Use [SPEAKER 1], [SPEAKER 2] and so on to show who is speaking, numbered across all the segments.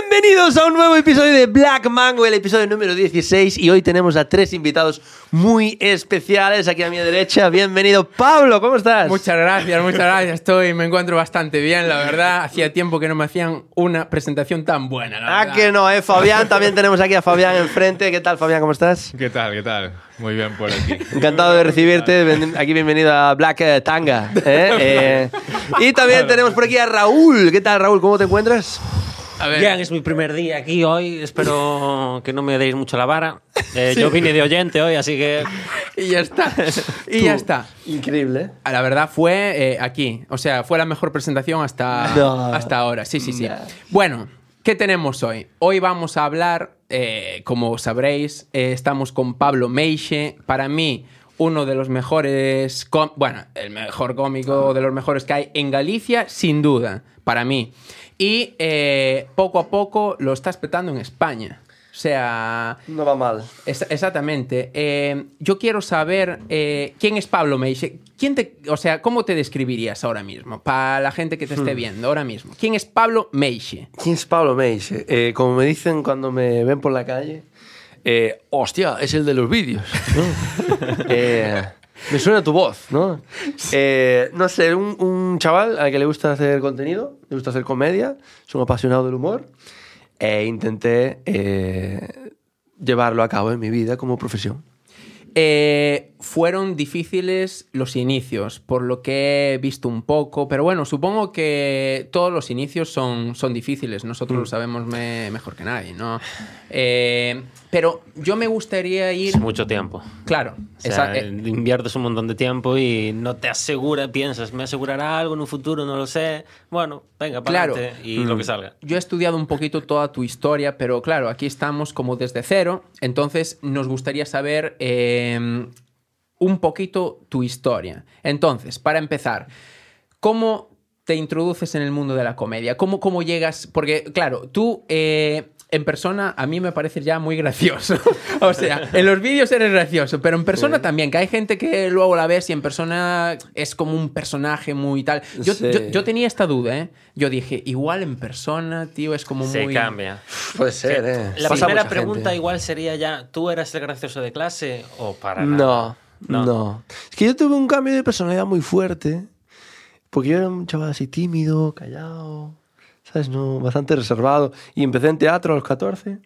[SPEAKER 1] Bienvenidos a un nuevo episodio de Black Mango, el episodio número 16. Y hoy tenemos a tres invitados muy especiales aquí a mi derecha. Bienvenido, Pablo, ¿cómo estás?
[SPEAKER 2] Muchas gracias, muchas gracias. Estoy, me encuentro bastante bien, la verdad. Hacía tiempo que no me hacían una presentación tan buena, la
[SPEAKER 1] Ah,
[SPEAKER 2] verdad.
[SPEAKER 1] que no, eh, Fabián. También tenemos aquí a Fabián enfrente. ¿Qué tal, Fabián? ¿Cómo estás?
[SPEAKER 3] ¿Qué tal? ¿Qué tal? Muy bien por aquí.
[SPEAKER 1] Encantado de recibirte. Ven- Aquí bienvenido a Black eh, Tanga. ¿eh? Eh, y también tenemos por aquí a Raúl. ¿Qué tal, Raúl? ¿Cómo te encuentras?
[SPEAKER 2] A ver,
[SPEAKER 4] Bien, es mi primer día aquí hoy. Espero que no me deis mucho la vara. Eh, Yo vine de oyente hoy, así que.
[SPEAKER 2] y ya está. Y ya está.
[SPEAKER 1] Increíble.
[SPEAKER 2] Ah, La verdad fue eh, aquí. O sea, fue la mejor presentación hasta,
[SPEAKER 1] No.
[SPEAKER 2] hasta ahora. Sí, sí, sí. Bueno, ¿qué tenemos hoy? Hoy vamos a hablar, eh, como sabréis, eh, estamos con Pablo Meixe. Para mí, uno de los mejores... com- Bueno, el mejor cómico de los mejores que hay en Galicia, sin duda, para mí. Y eh, poco a poco lo está petando en España. O sea,
[SPEAKER 1] No va mal.
[SPEAKER 2] Ex- Exactamente. Eh, yo quiero saber eh, quién es Pablo Meixe. ¿Quién te, o sea, ¿cómo te describirías ahora mismo? Para la gente que te
[SPEAKER 4] Hmm.
[SPEAKER 2] esté viendo ahora mismo. ¿Quién es Pablo Meixe?
[SPEAKER 1] ¿Quién es Pablo Meixe? Eh, como me dicen cuando me ven por la calle, eh, hostia, es el de los vídeos. ¿no? Eh, me suena tu voz, ¿no? Eh, no sé, un, un chaval al que le gusta hacer contenido, le gusta hacer comedia, es un apasionado del humor. E intenté eh, llevarlo a cabo en mi vida como profesión.
[SPEAKER 2] Eh, fueron difíciles los inicios, por lo que he visto un poco, pero bueno, supongo que todos los inicios son, son difíciles, nosotros
[SPEAKER 4] Hmm.
[SPEAKER 2] lo sabemos me- mejor que nadie, ¿no? Eh, pero yo me gustaría ir...
[SPEAKER 4] Es mucho tiempo.
[SPEAKER 2] Claro,
[SPEAKER 4] O sea,
[SPEAKER 2] esa- eh,
[SPEAKER 4] inviertes un montón de tiempo y no te asegura, piensas, me asegurará algo en un futuro, no lo sé. Bueno, venga, para
[SPEAKER 2] Claro.
[SPEAKER 4] adelante
[SPEAKER 1] Mm.
[SPEAKER 4] y lo que salga.
[SPEAKER 2] Yo he estudiado un poquito toda tu historia, pero claro, aquí estamos como desde cero, entonces nos gustaría saber eh, un poquito tu historia. Entonces, para empezar, ¿cómo te introduces en el mundo de la comedia? ¿Cómo, cómo llegas? Porque claro, tú... eh, en persona a mí me pareces ya muy gracioso. o sea, en los vídeos eres gracioso, pero en persona también, que hay gente que luego la ves y en persona es como un personaje muy tal. Yo,
[SPEAKER 1] Sí.
[SPEAKER 2] yo- yo tenía esta duda, ¿eh? Yo dije, igual en persona, tío, es como
[SPEAKER 4] Se
[SPEAKER 2] muy...
[SPEAKER 4] cambia.
[SPEAKER 1] Puede ser, ¿eh?
[SPEAKER 4] La
[SPEAKER 1] Pasa a
[SPEAKER 4] primera
[SPEAKER 1] mucha
[SPEAKER 4] pregunta
[SPEAKER 1] gente.
[SPEAKER 4] igual sería ya, ¿tú eras el gracioso de clase o para
[SPEAKER 1] No,
[SPEAKER 4] nada?
[SPEAKER 1] no, Es que yo tuve un cambio de personalidad muy fuerte. Porque yo era un chaval así tímido, callado, ¿sabes? No, bastante reservado. Y empecé en teatro a los 14.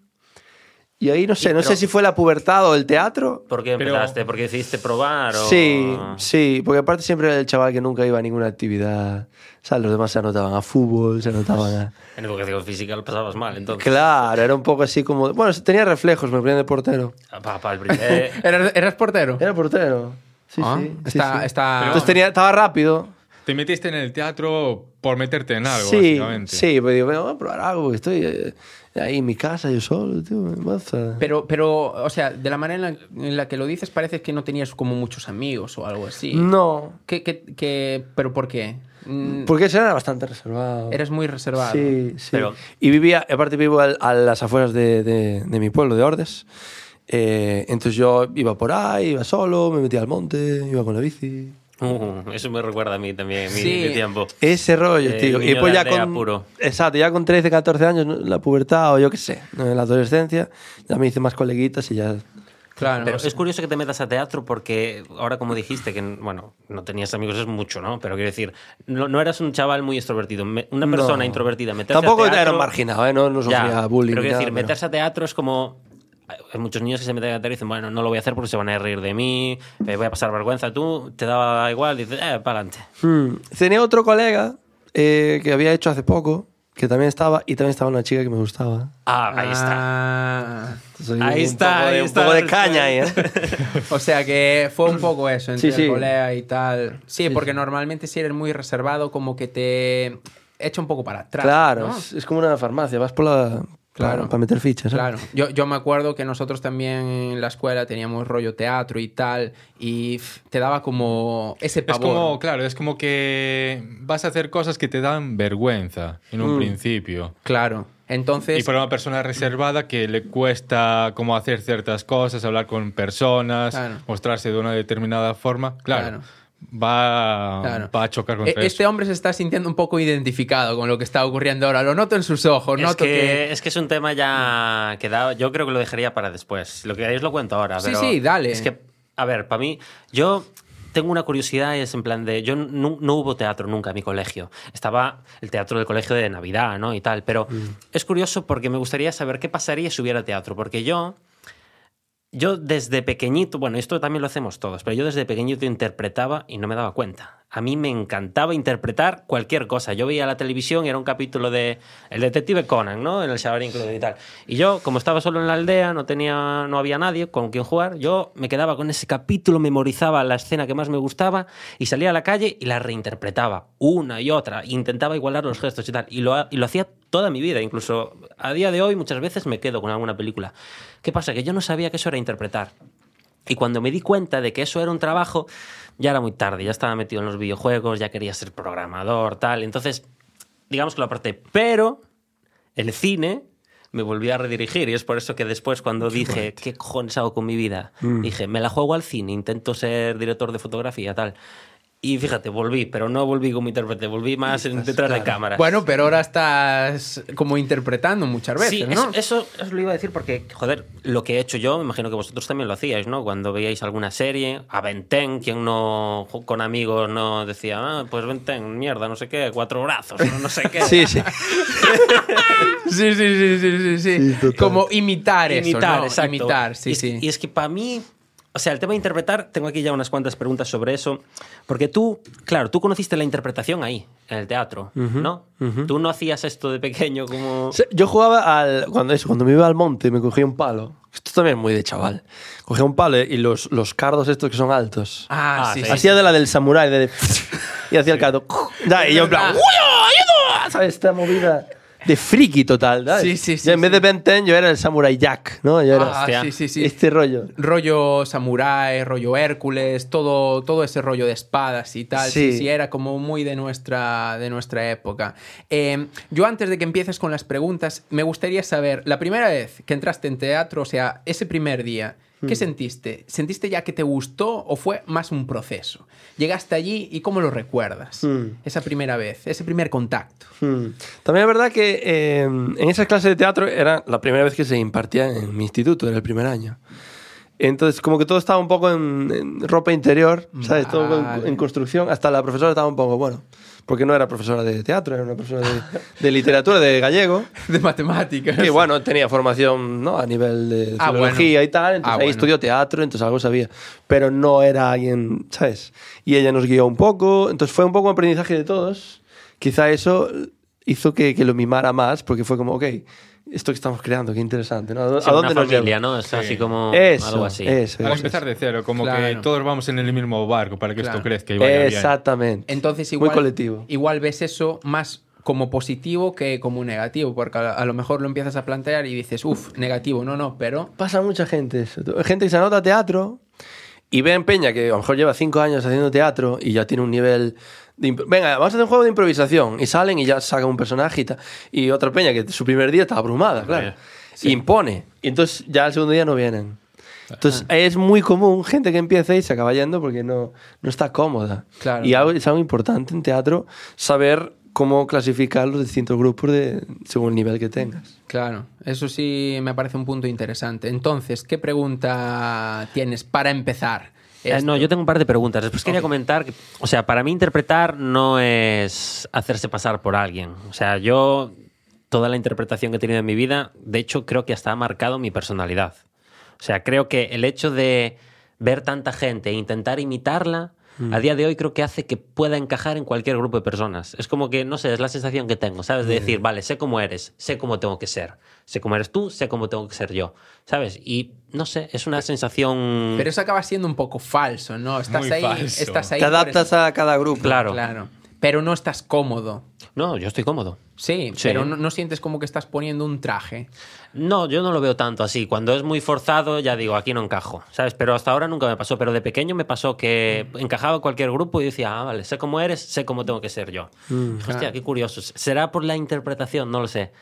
[SPEAKER 1] Y ahí no sé, no
[SPEAKER 4] pero-
[SPEAKER 1] sé si fue la pubertad o el teatro.
[SPEAKER 4] ¿Por qué
[SPEAKER 3] Pero-
[SPEAKER 4] empezaste? ¿Por qué decidiste probar? O...
[SPEAKER 1] Sí, sí, porque aparte siempre era el chaval que nunca iba a ninguna actividad. ¿Sabes? Los demás se anotaban a fútbol, se anotaban a.
[SPEAKER 4] En educación física lo pasabas mal, entonces.
[SPEAKER 1] Claro, era un poco así como. Bueno, tenía reflejos, me ponían de portero.
[SPEAKER 4] Ah, Pa- pa- el primer-
[SPEAKER 2] ¿Eras, eras portero?
[SPEAKER 1] Era portero. Sí,
[SPEAKER 2] Ah,
[SPEAKER 1] sí. sí,
[SPEAKER 2] está-
[SPEAKER 1] sí.
[SPEAKER 2] está-
[SPEAKER 1] Entonces tenía, estaba rápido.
[SPEAKER 3] Te metiste en el teatro por meterte en algo,
[SPEAKER 1] sí,
[SPEAKER 3] básicamente.
[SPEAKER 1] sí, pues digo, "Venga, voy a probar algo, porque estoy eh, ahí en mi casa yo solo, tío, me maza".
[SPEAKER 2] Pero, pero, o sea, de la manera en la, en la que lo dices parece que no tenías como muchos amigos o algo así.
[SPEAKER 1] Mm. No,
[SPEAKER 2] ¿Qué, qué- qué- pero por qué? Mm,
[SPEAKER 1] porque ese era bastante reservado.
[SPEAKER 2] Eres muy reservado.
[SPEAKER 1] Sí, sí.
[SPEAKER 4] Pero-
[SPEAKER 1] Y vivía, aparte vivo al- a las afueras de, de- de mi pueblo, de Ordes. Eh, entonces yo iba por ahí, iba solo, me metía al monte, iba con la bici.
[SPEAKER 4] Uh, eso me recuerda a mí también, mi,
[SPEAKER 2] Sí.
[SPEAKER 4] mi tiempo.
[SPEAKER 1] Ese rollo,
[SPEAKER 4] Eh,
[SPEAKER 1] tío.
[SPEAKER 4] niño
[SPEAKER 1] Y pues
[SPEAKER 4] de
[SPEAKER 1] ya
[SPEAKER 4] aldea
[SPEAKER 1] con.
[SPEAKER 4] puro.
[SPEAKER 1] Exacto, ya con 13, 14 años, ¿no? la pubertad o yo qué sé, ¿no? en la adolescencia, ya me hice más coleguitas y ya.
[SPEAKER 2] Claro.
[SPEAKER 4] Pero
[SPEAKER 2] o sea,
[SPEAKER 4] es curioso que te metas a teatro porque ahora como dijiste que, bueno, no tenías amigos es mucho, ¿no? Pero quiero decir, no, no eras un chaval muy extrovertido. Me- una persona
[SPEAKER 1] No.
[SPEAKER 4] introvertida meterse
[SPEAKER 1] Tampoco
[SPEAKER 4] a teatro...
[SPEAKER 1] era marginado, ¿eh? No, no sufría
[SPEAKER 4] Ya,
[SPEAKER 1] bullying.
[SPEAKER 4] Pero
[SPEAKER 1] ni
[SPEAKER 4] quiero
[SPEAKER 1] nada,
[SPEAKER 4] decir,
[SPEAKER 1] pero-
[SPEAKER 4] meterse a teatro es como... Hay muchos niños que se meten a teatro y dicen, bueno, no lo voy a hacer porque se van a reír de mí, eh, voy a pasar vergüenza. Tú te daba igual, dices, eh, para adelante.
[SPEAKER 1] Hmm. Tenía otro colega eh, que había hecho hace poco, que también estaba, y también estaba una chica que me gustaba.
[SPEAKER 4] Ah, ahí está.
[SPEAKER 2] Ah,
[SPEAKER 1] Entonces,
[SPEAKER 4] Ahí
[SPEAKER 1] un
[SPEAKER 4] está,
[SPEAKER 1] poco de-
[SPEAKER 4] ahí
[SPEAKER 1] un
[SPEAKER 4] está
[SPEAKER 1] poco
[SPEAKER 4] la
[SPEAKER 1] de caña ahí, ¿eh?
[SPEAKER 2] o sea que fue un poco eso entre
[SPEAKER 1] Sí, sí.
[SPEAKER 2] el colega y tal. Sí, porque normalmente si eres muy reservado como que te echa un poco para atrás.
[SPEAKER 1] Claro,
[SPEAKER 2] ¿no?
[SPEAKER 1] es, es como una farmacia, vas por la.
[SPEAKER 2] Claro.
[SPEAKER 1] Para, para meter fichas. ¿eh?
[SPEAKER 2] Claro, yo, yo me acuerdo que nosotros también en la escuela teníamos rollo teatro y tal, y pf, te daba como ese
[SPEAKER 3] Es
[SPEAKER 2] pavor.
[SPEAKER 3] como, claro, es como que vas a hacer cosas que te dan vergüenza en
[SPEAKER 2] Mm.
[SPEAKER 3] un principio.
[SPEAKER 2] Claro, entonces...
[SPEAKER 3] Y para una persona reservada que le cuesta como hacer ciertas cosas, hablar con personas,
[SPEAKER 2] Claro.
[SPEAKER 3] mostrarse de una determinada forma, claro,
[SPEAKER 2] Claro.
[SPEAKER 3] va,
[SPEAKER 2] Claro.
[SPEAKER 3] va a chocar
[SPEAKER 2] E-
[SPEAKER 3] contra
[SPEAKER 2] Este
[SPEAKER 3] eso.
[SPEAKER 2] hombre se está sintiendo un poco identificado con lo que está ocurriendo ahora. Lo noto en sus
[SPEAKER 1] pues
[SPEAKER 2] ojos,
[SPEAKER 4] Es
[SPEAKER 2] noto
[SPEAKER 4] que,
[SPEAKER 2] que...
[SPEAKER 4] es que es un tema ya que da, yo creo que lo dejaría para después. Si lo queréis lo cuento ahora.
[SPEAKER 2] Sí,
[SPEAKER 4] pero
[SPEAKER 2] sí, dale.
[SPEAKER 4] Es que, a ver, para mí, yo tengo una curiosidad y es en plan de, yo nu- no hubo teatro nunca en mi colegio. Estaba el teatro del colegio de Navidad, ¿no? Y tal, pero
[SPEAKER 2] Mm.
[SPEAKER 4] es curioso porque me gustaría saber qué pasaría si hubiera teatro, porque yo... Yo desde pequeñito, bueno, esto también lo hacemos todos, pero yo desde pequeñito interpretaba y no me daba cuenta. A mí me encantaba interpretar cualquier cosa. Yo veía la televisión y era un capítulo de El detective Conan, ¿no? En el Shaolin Club y tal. Y yo, como estaba solo en la aldea, no tenía no había nadie con quien jugar, yo me quedaba con ese capítulo, memorizaba la escena que más me gustaba y salía a la calle y la reinterpretaba una y otra, intentaba igualar los gestos y tal y lo ha- y lo hacía toda mi vida, incluso a día de hoy muchas veces me quedo con alguna película. ¿Qué pasa? Que yo no sabía que eso era interpretar. Y cuando me di cuenta de que eso era un trabajo, ya era muy tarde, ya estaba metido en los videojuegos, ya quería ser programador, tal. Entonces, digamos que lo aparté. Pero el cine me volvió a redirigir y es por eso que después cuando dije, ¿qué cojones hago con mi vida? Dije, me la juego al cine, intento ser director de fotografía, tal. Y fíjate, volví, pero no volví como intérprete, volví más en detrás de cámaras.
[SPEAKER 2] Bueno, pero ahora estás como interpretando muchas veces,
[SPEAKER 4] Sí,
[SPEAKER 2] ¿no?
[SPEAKER 4] eso, eso os lo iba a decir porque, joder, lo que he hecho yo, me imagino que vosotros también lo hacíais, ¿no? Cuando veíais alguna serie, a Benten, quien no jo- con amigos no decía, ah, pues Benten, mierda, no sé qué, cuatro brazos, no, no sé qué.
[SPEAKER 1] Sí, sí.
[SPEAKER 2] Sí, sí, sí, sí, sí, sí.
[SPEAKER 5] Sí, total.
[SPEAKER 2] Como imitar, eso,
[SPEAKER 4] imitar,
[SPEAKER 2] ¿no?
[SPEAKER 4] exacto.
[SPEAKER 2] Imitar, sí,
[SPEAKER 4] y, es-
[SPEAKER 2] sí.
[SPEAKER 4] Y es que para mí, o sea, el tema de interpretar, tengo aquí ya unas cuantas preguntas sobre eso, porque tú, claro, tú conociste la interpretación ahí, en el teatro, ¿no? Tú no hacías esto de pequeño como...
[SPEAKER 1] Se- Yo jugaba al. Cuando, eso, cuando me iba al monte, me cogía un palo. Esto también es muy de chaval. Cogía un palo ¿eh? y los, los cardos estos que son altos.
[SPEAKER 2] Ah,
[SPEAKER 4] Ah,
[SPEAKER 2] sí,
[SPEAKER 4] sí.
[SPEAKER 2] sí.
[SPEAKER 1] hacía de la del samurái. de- y hacía el cardo. Ya, y yo en plan.
[SPEAKER 2] verdad.
[SPEAKER 1] "Uyo, ayudo", ¿Sabes? Esta movida de friki total. ¿sabes?
[SPEAKER 2] Sí, sí, sí,
[SPEAKER 1] Yo en vez
[SPEAKER 2] sí.
[SPEAKER 1] de Ben 10, yo era el samurai Jack, ¿no? Yo era
[SPEAKER 2] Ah,
[SPEAKER 4] Hostia.
[SPEAKER 2] sí, sí, sí.
[SPEAKER 1] este rollo.
[SPEAKER 2] rollo samurái, rollo Hércules, todo, todo ese rollo de espadas y tal. Sí.
[SPEAKER 1] Sí.
[SPEAKER 2] sí, era como muy de nuestra, de nuestra época. Eh, yo antes de que empieces con las preguntas, me gustaría saber, la primera vez que entraste en teatro, o sea, ese primer día, ¿qué
[SPEAKER 1] Hmm.
[SPEAKER 2] sentiste? ¿Sentiste ya que te gustó o fue más un proceso? Llegaste allí y ¿cómo lo recuerdas?
[SPEAKER 1] Mm.
[SPEAKER 2] Esa primera vez, ese primer contacto.
[SPEAKER 1] Hmm. También es verdad que eh, en esas clases de teatro era la primera vez que se impartía en mi instituto, era el primer año. Entonces, como que todo estaba un poco en, en ropa interior, ¿sabes? Todo en,
[SPEAKER 2] Vale.
[SPEAKER 1] en construcción. Hasta la profesora estaba un poco, bueno, porque no era profesora de teatro, era una profesora de, de literatura, de gallego.
[SPEAKER 2] De matemáticas.
[SPEAKER 1] Que bueno, tenía formación ¿no? a nivel de
[SPEAKER 2] Ah, bueno.
[SPEAKER 1] filología y tal, entonces
[SPEAKER 2] Ah,
[SPEAKER 1] ahí
[SPEAKER 2] bueno.
[SPEAKER 1] estudió teatro, entonces algo sabía. Pero no era alguien, ¿sabes? Y ella nos guió un poco, entonces fue un poco un aprendizaje de todos. Quizá eso hizo que, que lo mimara más, porque fue como, ok, esto que estamos creando, qué interesante, ¿no? ¿A, dó-
[SPEAKER 4] Sí,
[SPEAKER 1] a
[SPEAKER 4] una
[SPEAKER 1] dónde nos
[SPEAKER 4] familia,
[SPEAKER 1] lleva?
[SPEAKER 4] ¿no? Es así
[SPEAKER 3] Sí.
[SPEAKER 4] como
[SPEAKER 1] Eso,
[SPEAKER 4] algo así.
[SPEAKER 1] eso,
[SPEAKER 3] Para
[SPEAKER 1] eso,
[SPEAKER 3] empezar de cero, como
[SPEAKER 2] Claro.
[SPEAKER 3] que todos vamos en el mismo barco para que
[SPEAKER 2] Claro.
[SPEAKER 3] esto crezca y
[SPEAKER 1] eso.
[SPEAKER 3] vaya
[SPEAKER 1] Exactamente.
[SPEAKER 2] Entonces
[SPEAKER 1] Muy
[SPEAKER 2] igual,
[SPEAKER 1] colectivo.
[SPEAKER 2] igual ves eso más como positivo que como negativo, porque a, a lo mejor lo empiezas a plantear y dices, uff, negativo, no, no, pero...
[SPEAKER 1] Pasa a mucha gente eso. Gente que se anota a teatro y ve en Peña que a lo mejor lleva cinco años haciendo teatro y ya tiene un nivel. de imp- Venga, vamos a hacer un juego de improvisación. Y salen y ya sacan un personaje y tal. Y otra Peña que su primer día está abrumada, claro. Y impone. Y entonces ya el segundo día no vienen. Entonces es muy común gente que empieza y se acaba yendo porque no, no está cómoda.
[SPEAKER 2] Claro.
[SPEAKER 1] Y algo- es algo importante en teatro saber cómo clasificar los distintos grupos de, según el nivel que tengas.
[SPEAKER 2] Claro, eso sí me parece un punto interesante. Entonces, ¿qué pregunta tienes para empezar?
[SPEAKER 4] Eh, no, yo tengo un par de preguntas. Después quería comentar, que, o sea, para mí interpretar no es hacerse pasar por alguien. O sea, yo toda la interpretación que he tenido en mi vida, de hecho, creo que hasta ha marcado mi personalidad. O sea, creo que el hecho de ver tanta gente e intentar imitarla, a día de hoy creo que hace que pueda encajar en cualquier grupo de personas. Es como que, no sé, es la sensación que tengo, ¿sabes? De decir, vale, sé cómo eres, sé cómo tengo que ser. Sé cómo eres tú, sé cómo tengo que ser yo, ¿sabes? Y no sé, es una sensación...
[SPEAKER 2] Pero eso acaba siendo un poco falso, ¿no? Estás
[SPEAKER 3] Muy
[SPEAKER 2] ahí,
[SPEAKER 3] falso.
[SPEAKER 2] estás ahí.
[SPEAKER 1] Te
[SPEAKER 2] por
[SPEAKER 1] adaptas a cada grupo.
[SPEAKER 2] eso.
[SPEAKER 4] Claro.
[SPEAKER 2] Claro, pero no estás cómodo.
[SPEAKER 4] No, yo estoy cómodo.
[SPEAKER 2] Sí,
[SPEAKER 4] Sí.
[SPEAKER 2] pero no, no sientes como que estás poniendo un traje.
[SPEAKER 4] No, yo no lo veo tanto así. Cuando es muy forzado, ya digo, aquí no encajo, ¿sabes? Pero hasta ahora nunca me pasó. Pero de pequeño me pasó que encajaba en cualquier grupo y decía, ah, vale, sé cómo
[SPEAKER 1] Mm,
[SPEAKER 4] eres, sé cómo tengo que ser yo. Hostia, qué curioso. ¿Será por la interpretación? No lo sé.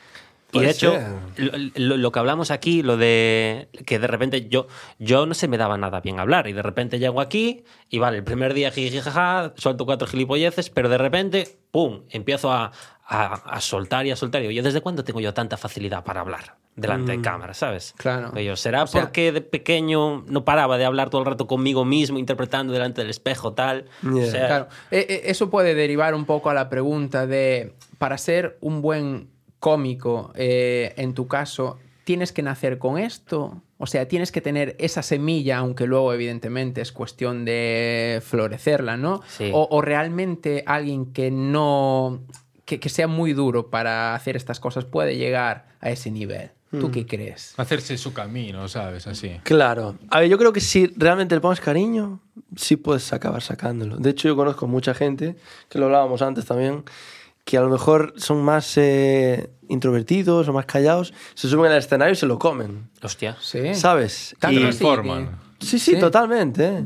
[SPEAKER 4] Y
[SPEAKER 1] Puede
[SPEAKER 4] de hecho,
[SPEAKER 1] ser.
[SPEAKER 4] lo, lo- lo que hablamos aquí, lo de que de repente yo, yo no se me daba nada bien hablar y de repente llego aquí y vale, el primer día jiji, jaja, suelto cuatro gilipolleces, pero de repente, ¡pum!, empiezo a, a- a soltar y a soltar. Y yo, ¿desde cuándo tengo yo tanta facilidad para hablar delante de cámara, sabes?
[SPEAKER 2] Claro.
[SPEAKER 4] Y yo, ¿será
[SPEAKER 2] sea-
[SPEAKER 4] porque de pequeño no paraba de hablar todo el rato conmigo mismo, interpretando delante del espejo, tal?
[SPEAKER 1] Yeah.
[SPEAKER 4] O sea,
[SPEAKER 2] Claro, E- e- eso puede derivar un poco a la pregunta de, para ser un buen cómico, eh, en tu caso, ¿tienes que nacer con esto? O sea, tienes que tener esa semilla, aunque luego evidentemente es cuestión de florecerla, ¿no?
[SPEAKER 4] Sí.
[SPEAKER 2] O, o realmente alguien que no... Que, que sea muy duro para hacer estas cosas puede llegar a ese nivel.
[SPEAKER 1] Hmm.
[SPEAKER 2] ¿Tú qué crees?
[SPEAKER 3] Hacerse su camino, ¿sabes? Así.
[SPEAKER 1] Claro. A ver, yo creo que si realmente le pones cariño, sí puedes acabar sacándolo. De hecho, yo conozco mucha gente, que lo hablábamos antes también, que a lo mejor son más eh, introvertidos o más callados, se suben al escenario y se lo comen.
[SPEAKER 4] hostia.
[SPEAKER 2] Sí.
[SPEAKER 1] ¿Sabes?
[SPEAKER 2] Tanto
[SPEAKER 1] Y-
[SPEAKER 2] así que-
[SPEAKER 3] Transforman.
[SPEAKER 1] Sí, sí,
[SPEAKER 2] Sí.
[SPEAKER 1] totalmente. ¿eh?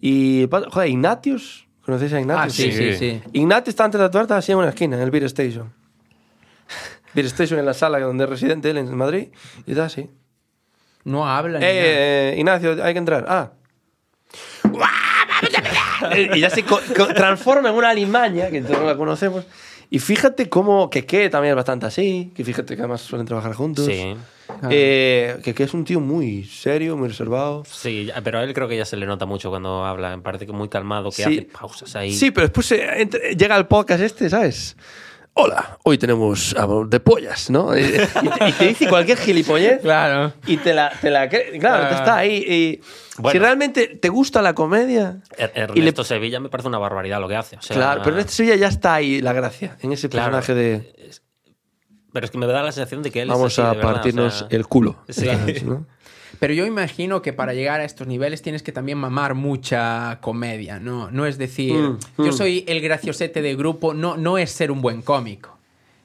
[SPEAKER 1] Y, pa- joder, Ignatius. ¿Conocéis a Ignatius?
[SPEAKER 2] Ah, sí, sí,
[SPEAKER 3] Sí.
[SPEAKER 2] sí.
[SPEAKER 1] Ignatius está antes de actuar, estaba así en una esquina, en el Beer Station. Beer Station en la sala donde es residente él en Madrid. Y está así.
[SPEAKER 2] No hablan. ni nada.
[SPEAKER 1] Eh, eh, Ignacio, hay que entrar. Ah. y ya se co- co- transforma en una alimaña que todos la conocemos. Y fíjate cómo que Keke también es bastante así, que fíjate que además suelen trabajar juntos.
[SPEAKER 4] Sí.
[SPEAKER 1] Eh, Keke es un tío muy serio, muy reservado.
[SPEAKER 4] Sí, ya- pero a él creo que ya se le nota mucho cuando habla. Me parece que muy calmado, que
[SPEAKER 1] Sí.
[SPEAKER 4] hace pausas ahí.
[SPEAKER 1] Sí, pero después eh, entra- llega al podcast este, ¿sabes? Hola, hoy tenemos amor de pollas, ¿no? Eh, Y te, y te dice cualquier gilipollez
[SPEAKER 2] Claro.
[SPEAKER 1] y te la, te la cre- Claro,
[SPEAKER 2] Ah.
[SPEAKER 1] te está ahí. y- si
[SPEAKER 4] Bueno.
[SPEAKER 1] realmente te gusta la comedia.
[SPEAKER 4] Er-
[SPEAKER 1] y le-
[SPEAKER 4] Ernesto Sevilla me parece una barbaridad lo que hace. o sea,
[SPEAKER 1] claro, pero en este Sevilla ya está ahí la gracia, en ese
[SPEAKER 4] Claro.
[SPEAKER 1] personaje de
[SPEAKER 4] pero es que me da la sensación de que él es
[SPEAKER 1] vamos
[SPEAKER 4] así,
[SPEAKER 1] a
[SPEAKER 4] de verdad, o
[SPEAKER 1] partirnos
[SPEAKER 4] sea,
[SPEAKER 1] el culo.
[SPEAKER 4] Sí.
[SPEAKER 1] ¿sabes, no?
[SPEAKER 2] Pero yo imagino que para llegar a estos niveles tienes que también mamar mucha comedia, ¿no? No es decir,
[SPEAKER 1] Mm,
[SPEAKER 2] yo
[SPEAKER 1] mm.
[SPEAKER 2] soy el graciosete de grupo, no, no es ser un buen cómico.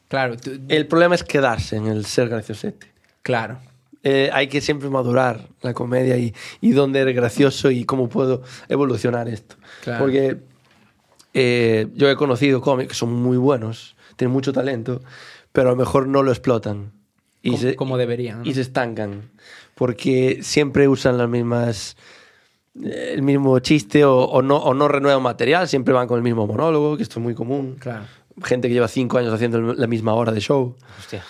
[SPEAKER 2] Claro, tú-
[SPEAKER 1] El problema es quedarse en el ser este. graciosete.
[SPEAKER 2] claro.
[SPEAKER 1] Eh, hay que siempre madurar la comedia y, y dónde eres gracioso y cómo puedo evolucionar esto.
[SPEAKER 2] Claro.
[SPEAKER 1] Porque eh, yo he conocido cómics que son muy buenos, tienen mucho talento, pero a lo mejor no lo explotan. Y
[SPEAKER 2] como,
[SPEAKER 1] se-
[SPEAKER 2] como deberían. ¿no?
[SPEAKER 1] y se estancan. Porque siempre usan las mismas. eh, El mismo chiste o, o no, o no renuevan material, siempre van con el mismo monólogo, que esto es muy común.
[SPEAKER 2] Claro.
[SPEAKER 1] Gente que lleva cinco años haciendo el- la misma hora de show,
[SPEAKER 4] hostia.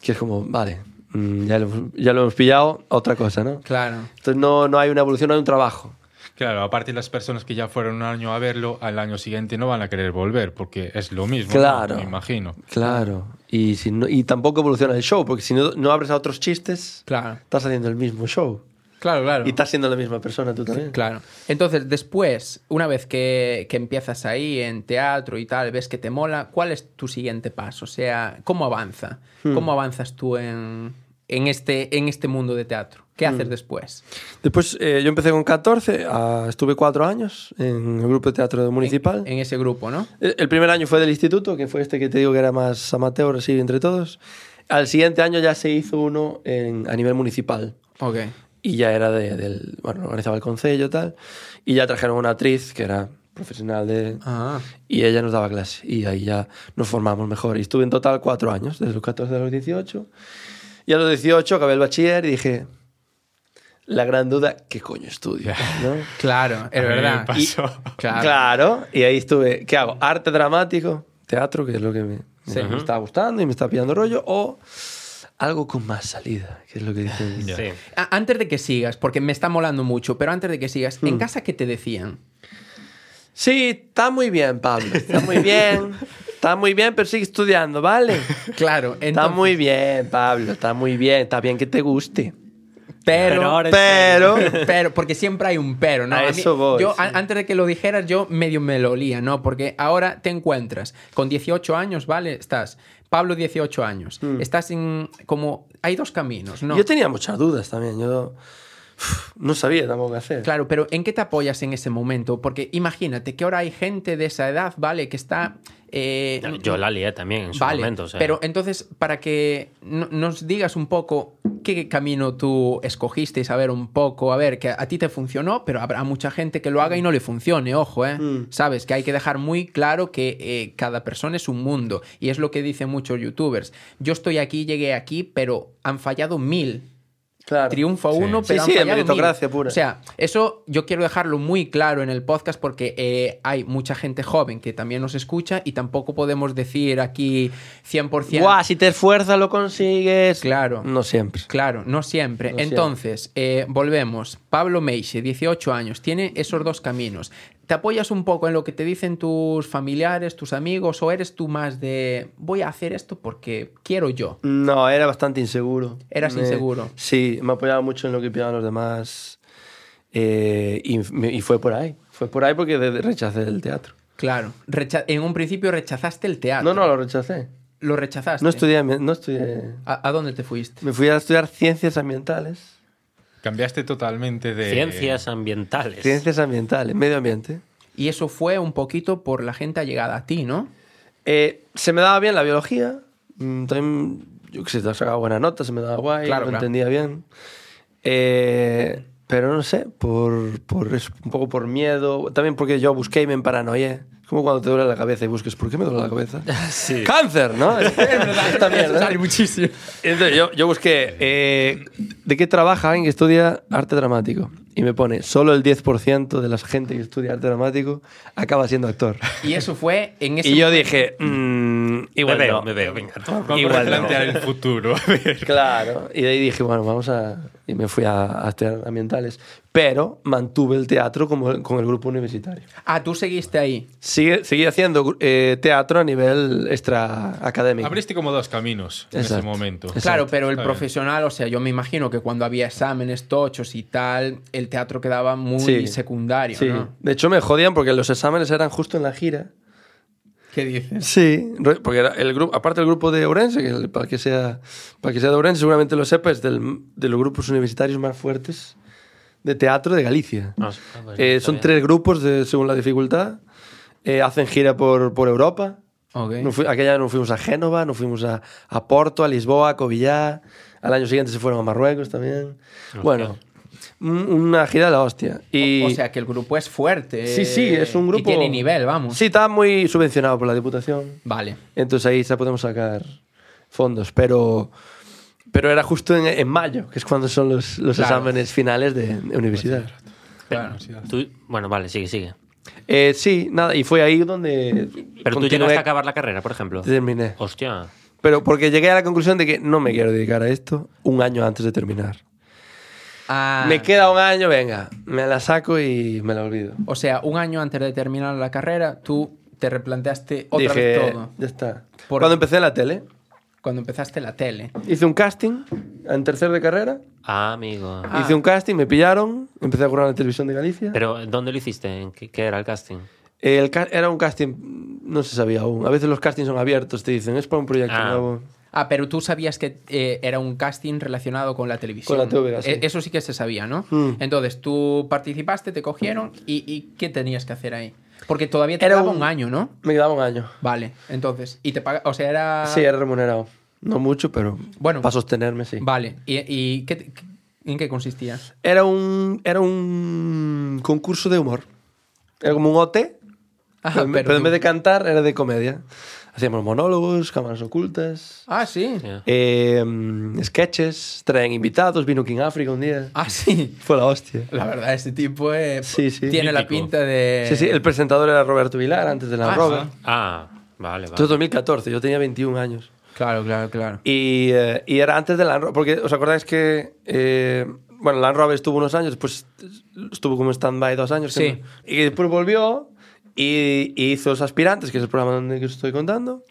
[SPEAKER 1] que es como, vale, mm, ya lo, hemos- ya lo hemos pillado, otra cosa, ¿no?
[SPEAKER 2] Claro.
[SPEAKER 1] Entonces no, no hay una evolución, no hay un trabajo.
[SPEAKER 3] Claro, aparte las personas que ya fueron un año a verlo, al año siguiente no van a querer volver porque es lo mismo. ¿no?
[SPEAKER 1] Claro.
[SPEAKER 3] Me imagino.
[SPEAKER 1] Claro. Y, si no- y tampoco evoluciona el show, porque si no, no abres a otros chistes,
[SPEAKER 2] Claro.
[SPEAKER 1] estás haciendo el mismo show.
[SPEAKER 2] Claro, claro.
[SPEAKER 1] Y estás siendo la misma persona tú también.
[SPEAKER 2] Claro. Entonces, después, una vez que, que empiezas ahí en teatro y tal, ves que te mola, ¿cuál es tu siguiente paso? O sea, ¿cómo avanza?
[SPEAKER 1] Mm.
[SPEAKER 2] ¿Cómo avanzas tú en, en este, en este mundo de teatro? ¿Qué
[SPEAKER 1] Mm.
[SPEAKER 2] haces después?
[SPEAKER 1] Después eh, yo empecé con 14, ah, estuve cuatro años en el grupo de teatro municipal.
[SPEAKER 2] En ese grupo, ¿no?
[SPEAKER 1] Eh, El primer año fue del instituto, que fue este que te digo que era más amateur, así entre todos. Al siguiente año ya se hizo uno en- a nivel municipal.
[SPEAKER 2] Ok.
[SPEAKER 1] Y ya era de- del. Bueno, lo organizaba el concello y tal. Y ya trajeron una actriz que era profesional de.
[SPEAKER 2] Ah,
[SPEAKER 1] Y ella nos daba clase. Y ahí ya nos formamos mejor. Y estuve en total cuatro años, desde los 14 a los 18. Y a los 18 acabé el bachiller y dije. La gran duda, ¿qué coño estudio? ¿no?
[SPEAKER 2] claro, es
[SPEAKER 3] A mí me
[SPEAKER 2] verdad. Y-
[SPEAKER 3] pasó.
[SPEAKER 2] claro.
[SPEAKER 1] Claro, y ahí estuve. ¿Qué hago? Arte dramático, teatro, que es lo que me,
[SPEAKER 2] Sí.
[SPEAKER 1] me está gustando y me está pillando rollo, o algo con más salida, que es lo que dicen.
[SPEAKER 4] Sí.
[SPEAKER 2] A- Antes de que sigas, porque me está molando mucho, pero antes de que sigas, ¿en casa qué te decían?
[SPEAKER 1] Sí, está muy bien, Pablo. Está muy bien. Está muy bien, pero sigue estudiando, ¿vale?
[SPEAKER 2] Claro,
[SPEAKER 1] Está
[SPEAKER 2] entonces,
[SPEAKER 1] muy bien, Pablo. Está muy bien. Está bien que te guste.
[SPEAKER 2] pero,
[SPEAKER 4] Pero ahora-
[SPEAKER 1] Pero.
[SPEAKER 2] pero, porque siempre hay un pero, ¿no?
[SPEAKER 1] A eso voy,
[SPEAKER 2] yo,
[SPEAKER 1] sí.
[SPEAKER 2] a- antes de que lo dijeras, yo medio me lo olía, ¿no? Porque ahora te encuentras con 18 años, ¿vale? Estás, Pablo 18 años, estás en, como, hay dos caminos, ¿no?
[SPEAKER 1] Yo tenía muchas dudas también. Yo uf, no sabía tampoco qué hacer.
[SPEAKER 2] Claro, pero ¿en qué te apoyas en ese momento? Porque imagínate que ahora hay gente de esa edad, ¿vale? Que está... eh,
[SPEAKER 4] Yo la lié también en su
[SPEAKER 2] vale,
[SPEAKER 4] momento. o sea,
[SPEAKER 2] pero entonces, para que no- nos digas un poco qué camino tú escogiste y saber un poco, a ver, que a ti te funcionó, pero habrá mucha gente que lo haga y no le funcione, ojo, ¿eh? Sabes que hay que dejar muy claro que eh, cada persona es un mundo y es lo que dicen muchos youtubers. Yo estoy aquí, llegué aquí, pero han fallado mil.
[SPEAKER 1] Claro.
[SPEAKER 2] Triunfa
[SPEAKER 3] Sí.
[SPEAKER 2] uno,
[SPEAKER 1] Sí,
[SPEAKER 2] pero han
[SPEAKER 1] sí, de
[SPEAKER 2] fallado mil.
[SPEAKER 1] meritocracia pura.
[SPEAKER 2] O sea, eso yo quiero dejarlo muy claro en el podcast porque eh, hay mucha gente joven que también nos escucha y tampoco podemos decir aquí 100%.
[SPEAKER 1] Guau, si te esfuerzas lo consigues.
[SPEAKER 2] Claro.
[SPEAKER 1] No siempre.
[SPEAKER 2] Claro, no siempre.
[SPEAKER 1] No siempre.
[SPEAKER 2] Entonces, eh, volvemos. Pablo Meixe, 18 años, tiene esos dos caminos. ¿Te apoyas un poco en lo que te dicen tus familiares, tus amigos, o eres tú más de voy a hacer esto porque quiero yo?
[SPEAKER 1] No, era bastante inseguro.
[SPEAKER 2] Eras
[SPEAKER 1] Me-
[SPEAKER 2] inseguro.
[SPEAKER 1] Sí, me apoyaba mucho en lo que opinaban los demás. eh, y, me- y fue por ahí. Fue por ahí porque de- de- rechacé el teatro.
[SPEAKER 2] Claro. Recha- en un principio rechazaste el teatro.
[SPEAKER 1] No, no, lo rechacé.
[SPEAKER 2] Lo rechazaste.
[SPEAKER 1] No estudié, ambi- no estudié.
[SPEAKER 2] ¿A, a dónde te fuiste?
[SPEAKER 1] Me fui a estudiar ciencias ambientales.
[SPEAKER 3] Cambiaste totalmente de.
[SPEAKER 4] Ciencias ambientales.
[SPEAKER 1] Ciencias ambientales, medio ambiente.
[SPEAKER 2] Y eso fue un poquito por la gente allegada a ti, ¿no?
[SPEAKER 1] Eh, se me daba bien la biología. mm, También, yo qué sé, te sacaba buenas notas, se me daba guay,
[SPEAKER 2] Claro,
[SPEAKER 1] lo
[SPEAKER 2] claro.
[SPEAKER 1] entendía bien. Eh, pero no sé, por, por eso, un poco por miedo. También porque yo busqué y me emparanoié. Es como cuando te duele la cabeza y busques, ¿por qué me duele la cabeza?
[SPEAKER 4] Sí.
[SPEAKER 1] ¡Cáncer! ¿No? Es verdad, esta mierda. ¿eh?
[SPEAKER 2] muchísimo.
[SPEAKER 1] Entonces yo, yo busqué eh, de qué trabaja alguien que estudia arte dramático. Y me pone, solo el 10% de la gente que estudia arte dramático acaba siendo actor.
[SPEAKER 2] Y eso fue en ese
[SPEAKER 1] Y yo dije, mm,
[SPEAKER 4] Me
[SPEAKER 1] igual
[SPEAKER 4] veo,
[SPEAKER 1] no.
[SPEAKER 4] me veo, venga.
[SPEAKER 3] Vamos
[SPEAKER 1] Igual
[SPEAKER 3] a
[SPEAKER 1] no.
[SPEAKER 3] plantear el futuro. A ver.
[SPEAKER 1] Claro. Y de ahí dije, bueno, vamos a... Y me fui a, a estudiar ambientales. Pero mantuve el teatro como el- con el grupo universitario.
[SPEAKER 2] Ah, tú seguiste ahí.
[SPEAKER 1] Sigue- seguí haciendo gru- eh, teatro a nivel extra académico.
[SPEAKER 3] Abriste como dos caminos en ese
[SPEAKER 1] Exacto.
[SPEAKER 3] momento.
[SPEAKER 1] Exacto.
[SPEAKER 2] Claro, pero el
[SPEAKER 3] Está bien.
[SPEAKER 2] profesional, o sea, yo me imagino que cuando había exámenes tochos y tal, el teatro quedaba muy
[SPEAKER 1] Sí.
[SPEAKER 2] secundario,
[SPEAKER 1] Sí.
[SPEAKER 2] ¿no?
[SPEAKER 1] De hecho, me jodían porque los exámenes eran justo en la gira.
[SPEAKER 2] ¿Qué dices?
[SPEAKER 1] Sí, re- porque era el grupo, aparte el grupo de Ourense, que el- para que sea, para que sea de Ourense, seguramente lo sepa, es del- de los grupos universitarios más fuertes de teatro de Galicia.
[SPEAKER 4] No, ah, pues
[SPEAKER 1] Eh,
[SPEAKER 4] está
[SPEAKER 1] son
[SPEAKER 4] bien.
[SPEAKER 1] tres grupos de- según la dificultad. Eh, hacen gira por, por Europa.
[SPEAKER 2] Ok.
[SPEAKER 1] No fui- aquella nos fuimos a Génova, nos fuimos a, a Porto, a Lisboa, a Covillá. Al año siguiente se fueron a Marruecos también. Bueno, un- una gira de la hostia. Y
[SPEAKER 2] O sea, que el grupo es fuerte.
[SPEAKER 1] Sí, sí, es un
[SPEAKER 2] eh,
[SPEAKER 1] grupo-
[SPEAKER 2] Y tiene nivel, vamos.
[SPEAKER 1] sí, está muy subvencionado por la Diputación.
[SPEAKER 2] Vale.
[SPEAKER 1] Entonces ahí ya podemos sacar fondos, pero, pero era justo en, en mayo, que es cuando son los, los
[SPEAKER 2] Claro. Pues
[SPEAKER 1] exámenes finales de, de universidad.
[SPEAKER 2] Claro.
[SPEAKER 4] Tú- bueno, vale, sigue, sigue.
[SPEAKER 1] Eh, sí, nada, y fue ahí donde
[SPEAKER 4] Pero tú
[SPEAKER 1] continué-
[SPEAKER 4] llegaste a acabar la carrera, por ejemplo.
[SPEAKER 1] terminé.
[SPEAKER 4] Hostia.
[SPEAKER 1] Pero porque llegué a la conclusión de que no me quiero dedicar a esto un año antes de terminar.
[SPEAKER 2] Ah,
[SPEAKER 1] Me queda un año, venga, me la saco y me la olvido.
[SPEAKER 2] O sea, un año antes de terminar la carrera, tú te replanteaste otra
[SPEAKER 1] Dije,
[SPEAKER 2] vez todo.
[SPEAKER 1] ya está.
[SPEAKER 2] Por-
[SPEAKER 1] Cuando empecé en la tele,
[SPEAKER 2] Cuando empezaste la tele.
[SPEAKER 1] hice un casting en tercer de carrera.
[SPEAKER 4] Ah, amigo.
[SPEAKER 2] Ah.
[SPEAKER 1] Hice un casting, me pillaron, empecé a currar en la televisión de Galicia.
[SPEAKER 4] Pero, ¿dónde lo hiciste? ¿En qué, qué era el casting?
[SPEAKER 1] El ca- era un casting, no se sabía aún. A veces los castings son abiertos, te dicen, es para un proyecto
[SPEAKER 4] Ah.
[SPEAKER 1] nuevo.
[SPEAKER 2] Ah, pero tú sabías que eh, era un casting relacionado con la televisión.
[SPEAKER 1] Con la TV, sí.
[SPEAKER 2] E- Eso sí que se sabía, ¿no?
[SPEAKER 1] Mm.
[SPEAKER 2] Entonces, tú participaste, te cogieron y, y ¿qué tenías que hacer ahí? Porque todavía te
[SPEAKER 1] Era
[SPEAKER 2] daba un...
[SPEAKER 1] un-
[SPEAKER 2] año, ¿no?
[SPEAKER 1] Me quedaba un año.
[SPEAKER 2] Vale, entonces, y te paga, o sea, era...
[SPEAKER 1] Sí, era remunerado. No mucho, pero
[SPEAKER 2] Ah. Bueno.
[SPEAKER 1] para sostenerme, sí.
[SPEAKER 2] Vale, ¿y, y qué te- qué- en qué consistía?
[SPEAKER 1] Era un, era un concurso de humor. Era como un OT,
[SPEAKER 2] Ah,
[SPEAKER 1] pero, en- pero en
[SPEAKER 2] tú-
[SPEAKER 1] vez pues de cantar era de comedia. Hacíamos monólogos, cámaras ocultas,
[SPEAKER 2] Ah, sí.
[SPEAKER 4] Ya.
[SPEAKER 1] eh, mm, sketches, traen invitados, vino King Africa un día.
[SPEAKER 2] Ah, sí.
[SPEAKER 1] Fue la hostia.
[SPEAKER 2] La verdad, este tipo eh,
[SPEAKER 1] Sí, sí.
[SPEAKER 2] tiene la
[SPEAKER 3] Mítico.
[SPEAKER 2] pinta de...
[SPEAKER 1] Sí, sí, el presentador era Roberto Vilar, antes de la
[SPEAKER 2] Ah,
[SPEAKER 1] Robert.
[SPEAKER 2] sí.
[SPEAKER 4] Ah, vale,
[SPEAKER 1] Esto es
[SPEAKER 4] vale.
[SPEAKER 1] 2014, yo tenía 21 años.
[SPEAKER 2] Claro, claro, claro.
[SPEAKER 1] Y, eh, y era antes de Land Rover, porque os acordáis que, eh, bueno, Land Rover estuvo unos años, pues estuvo como stand-by dos años. que
[SPEAKER 2] Sí.
[SPEAKER 1] no- Y después volvió y, y hizo Los Aspirantes, que es el programa donde que os estoy contando.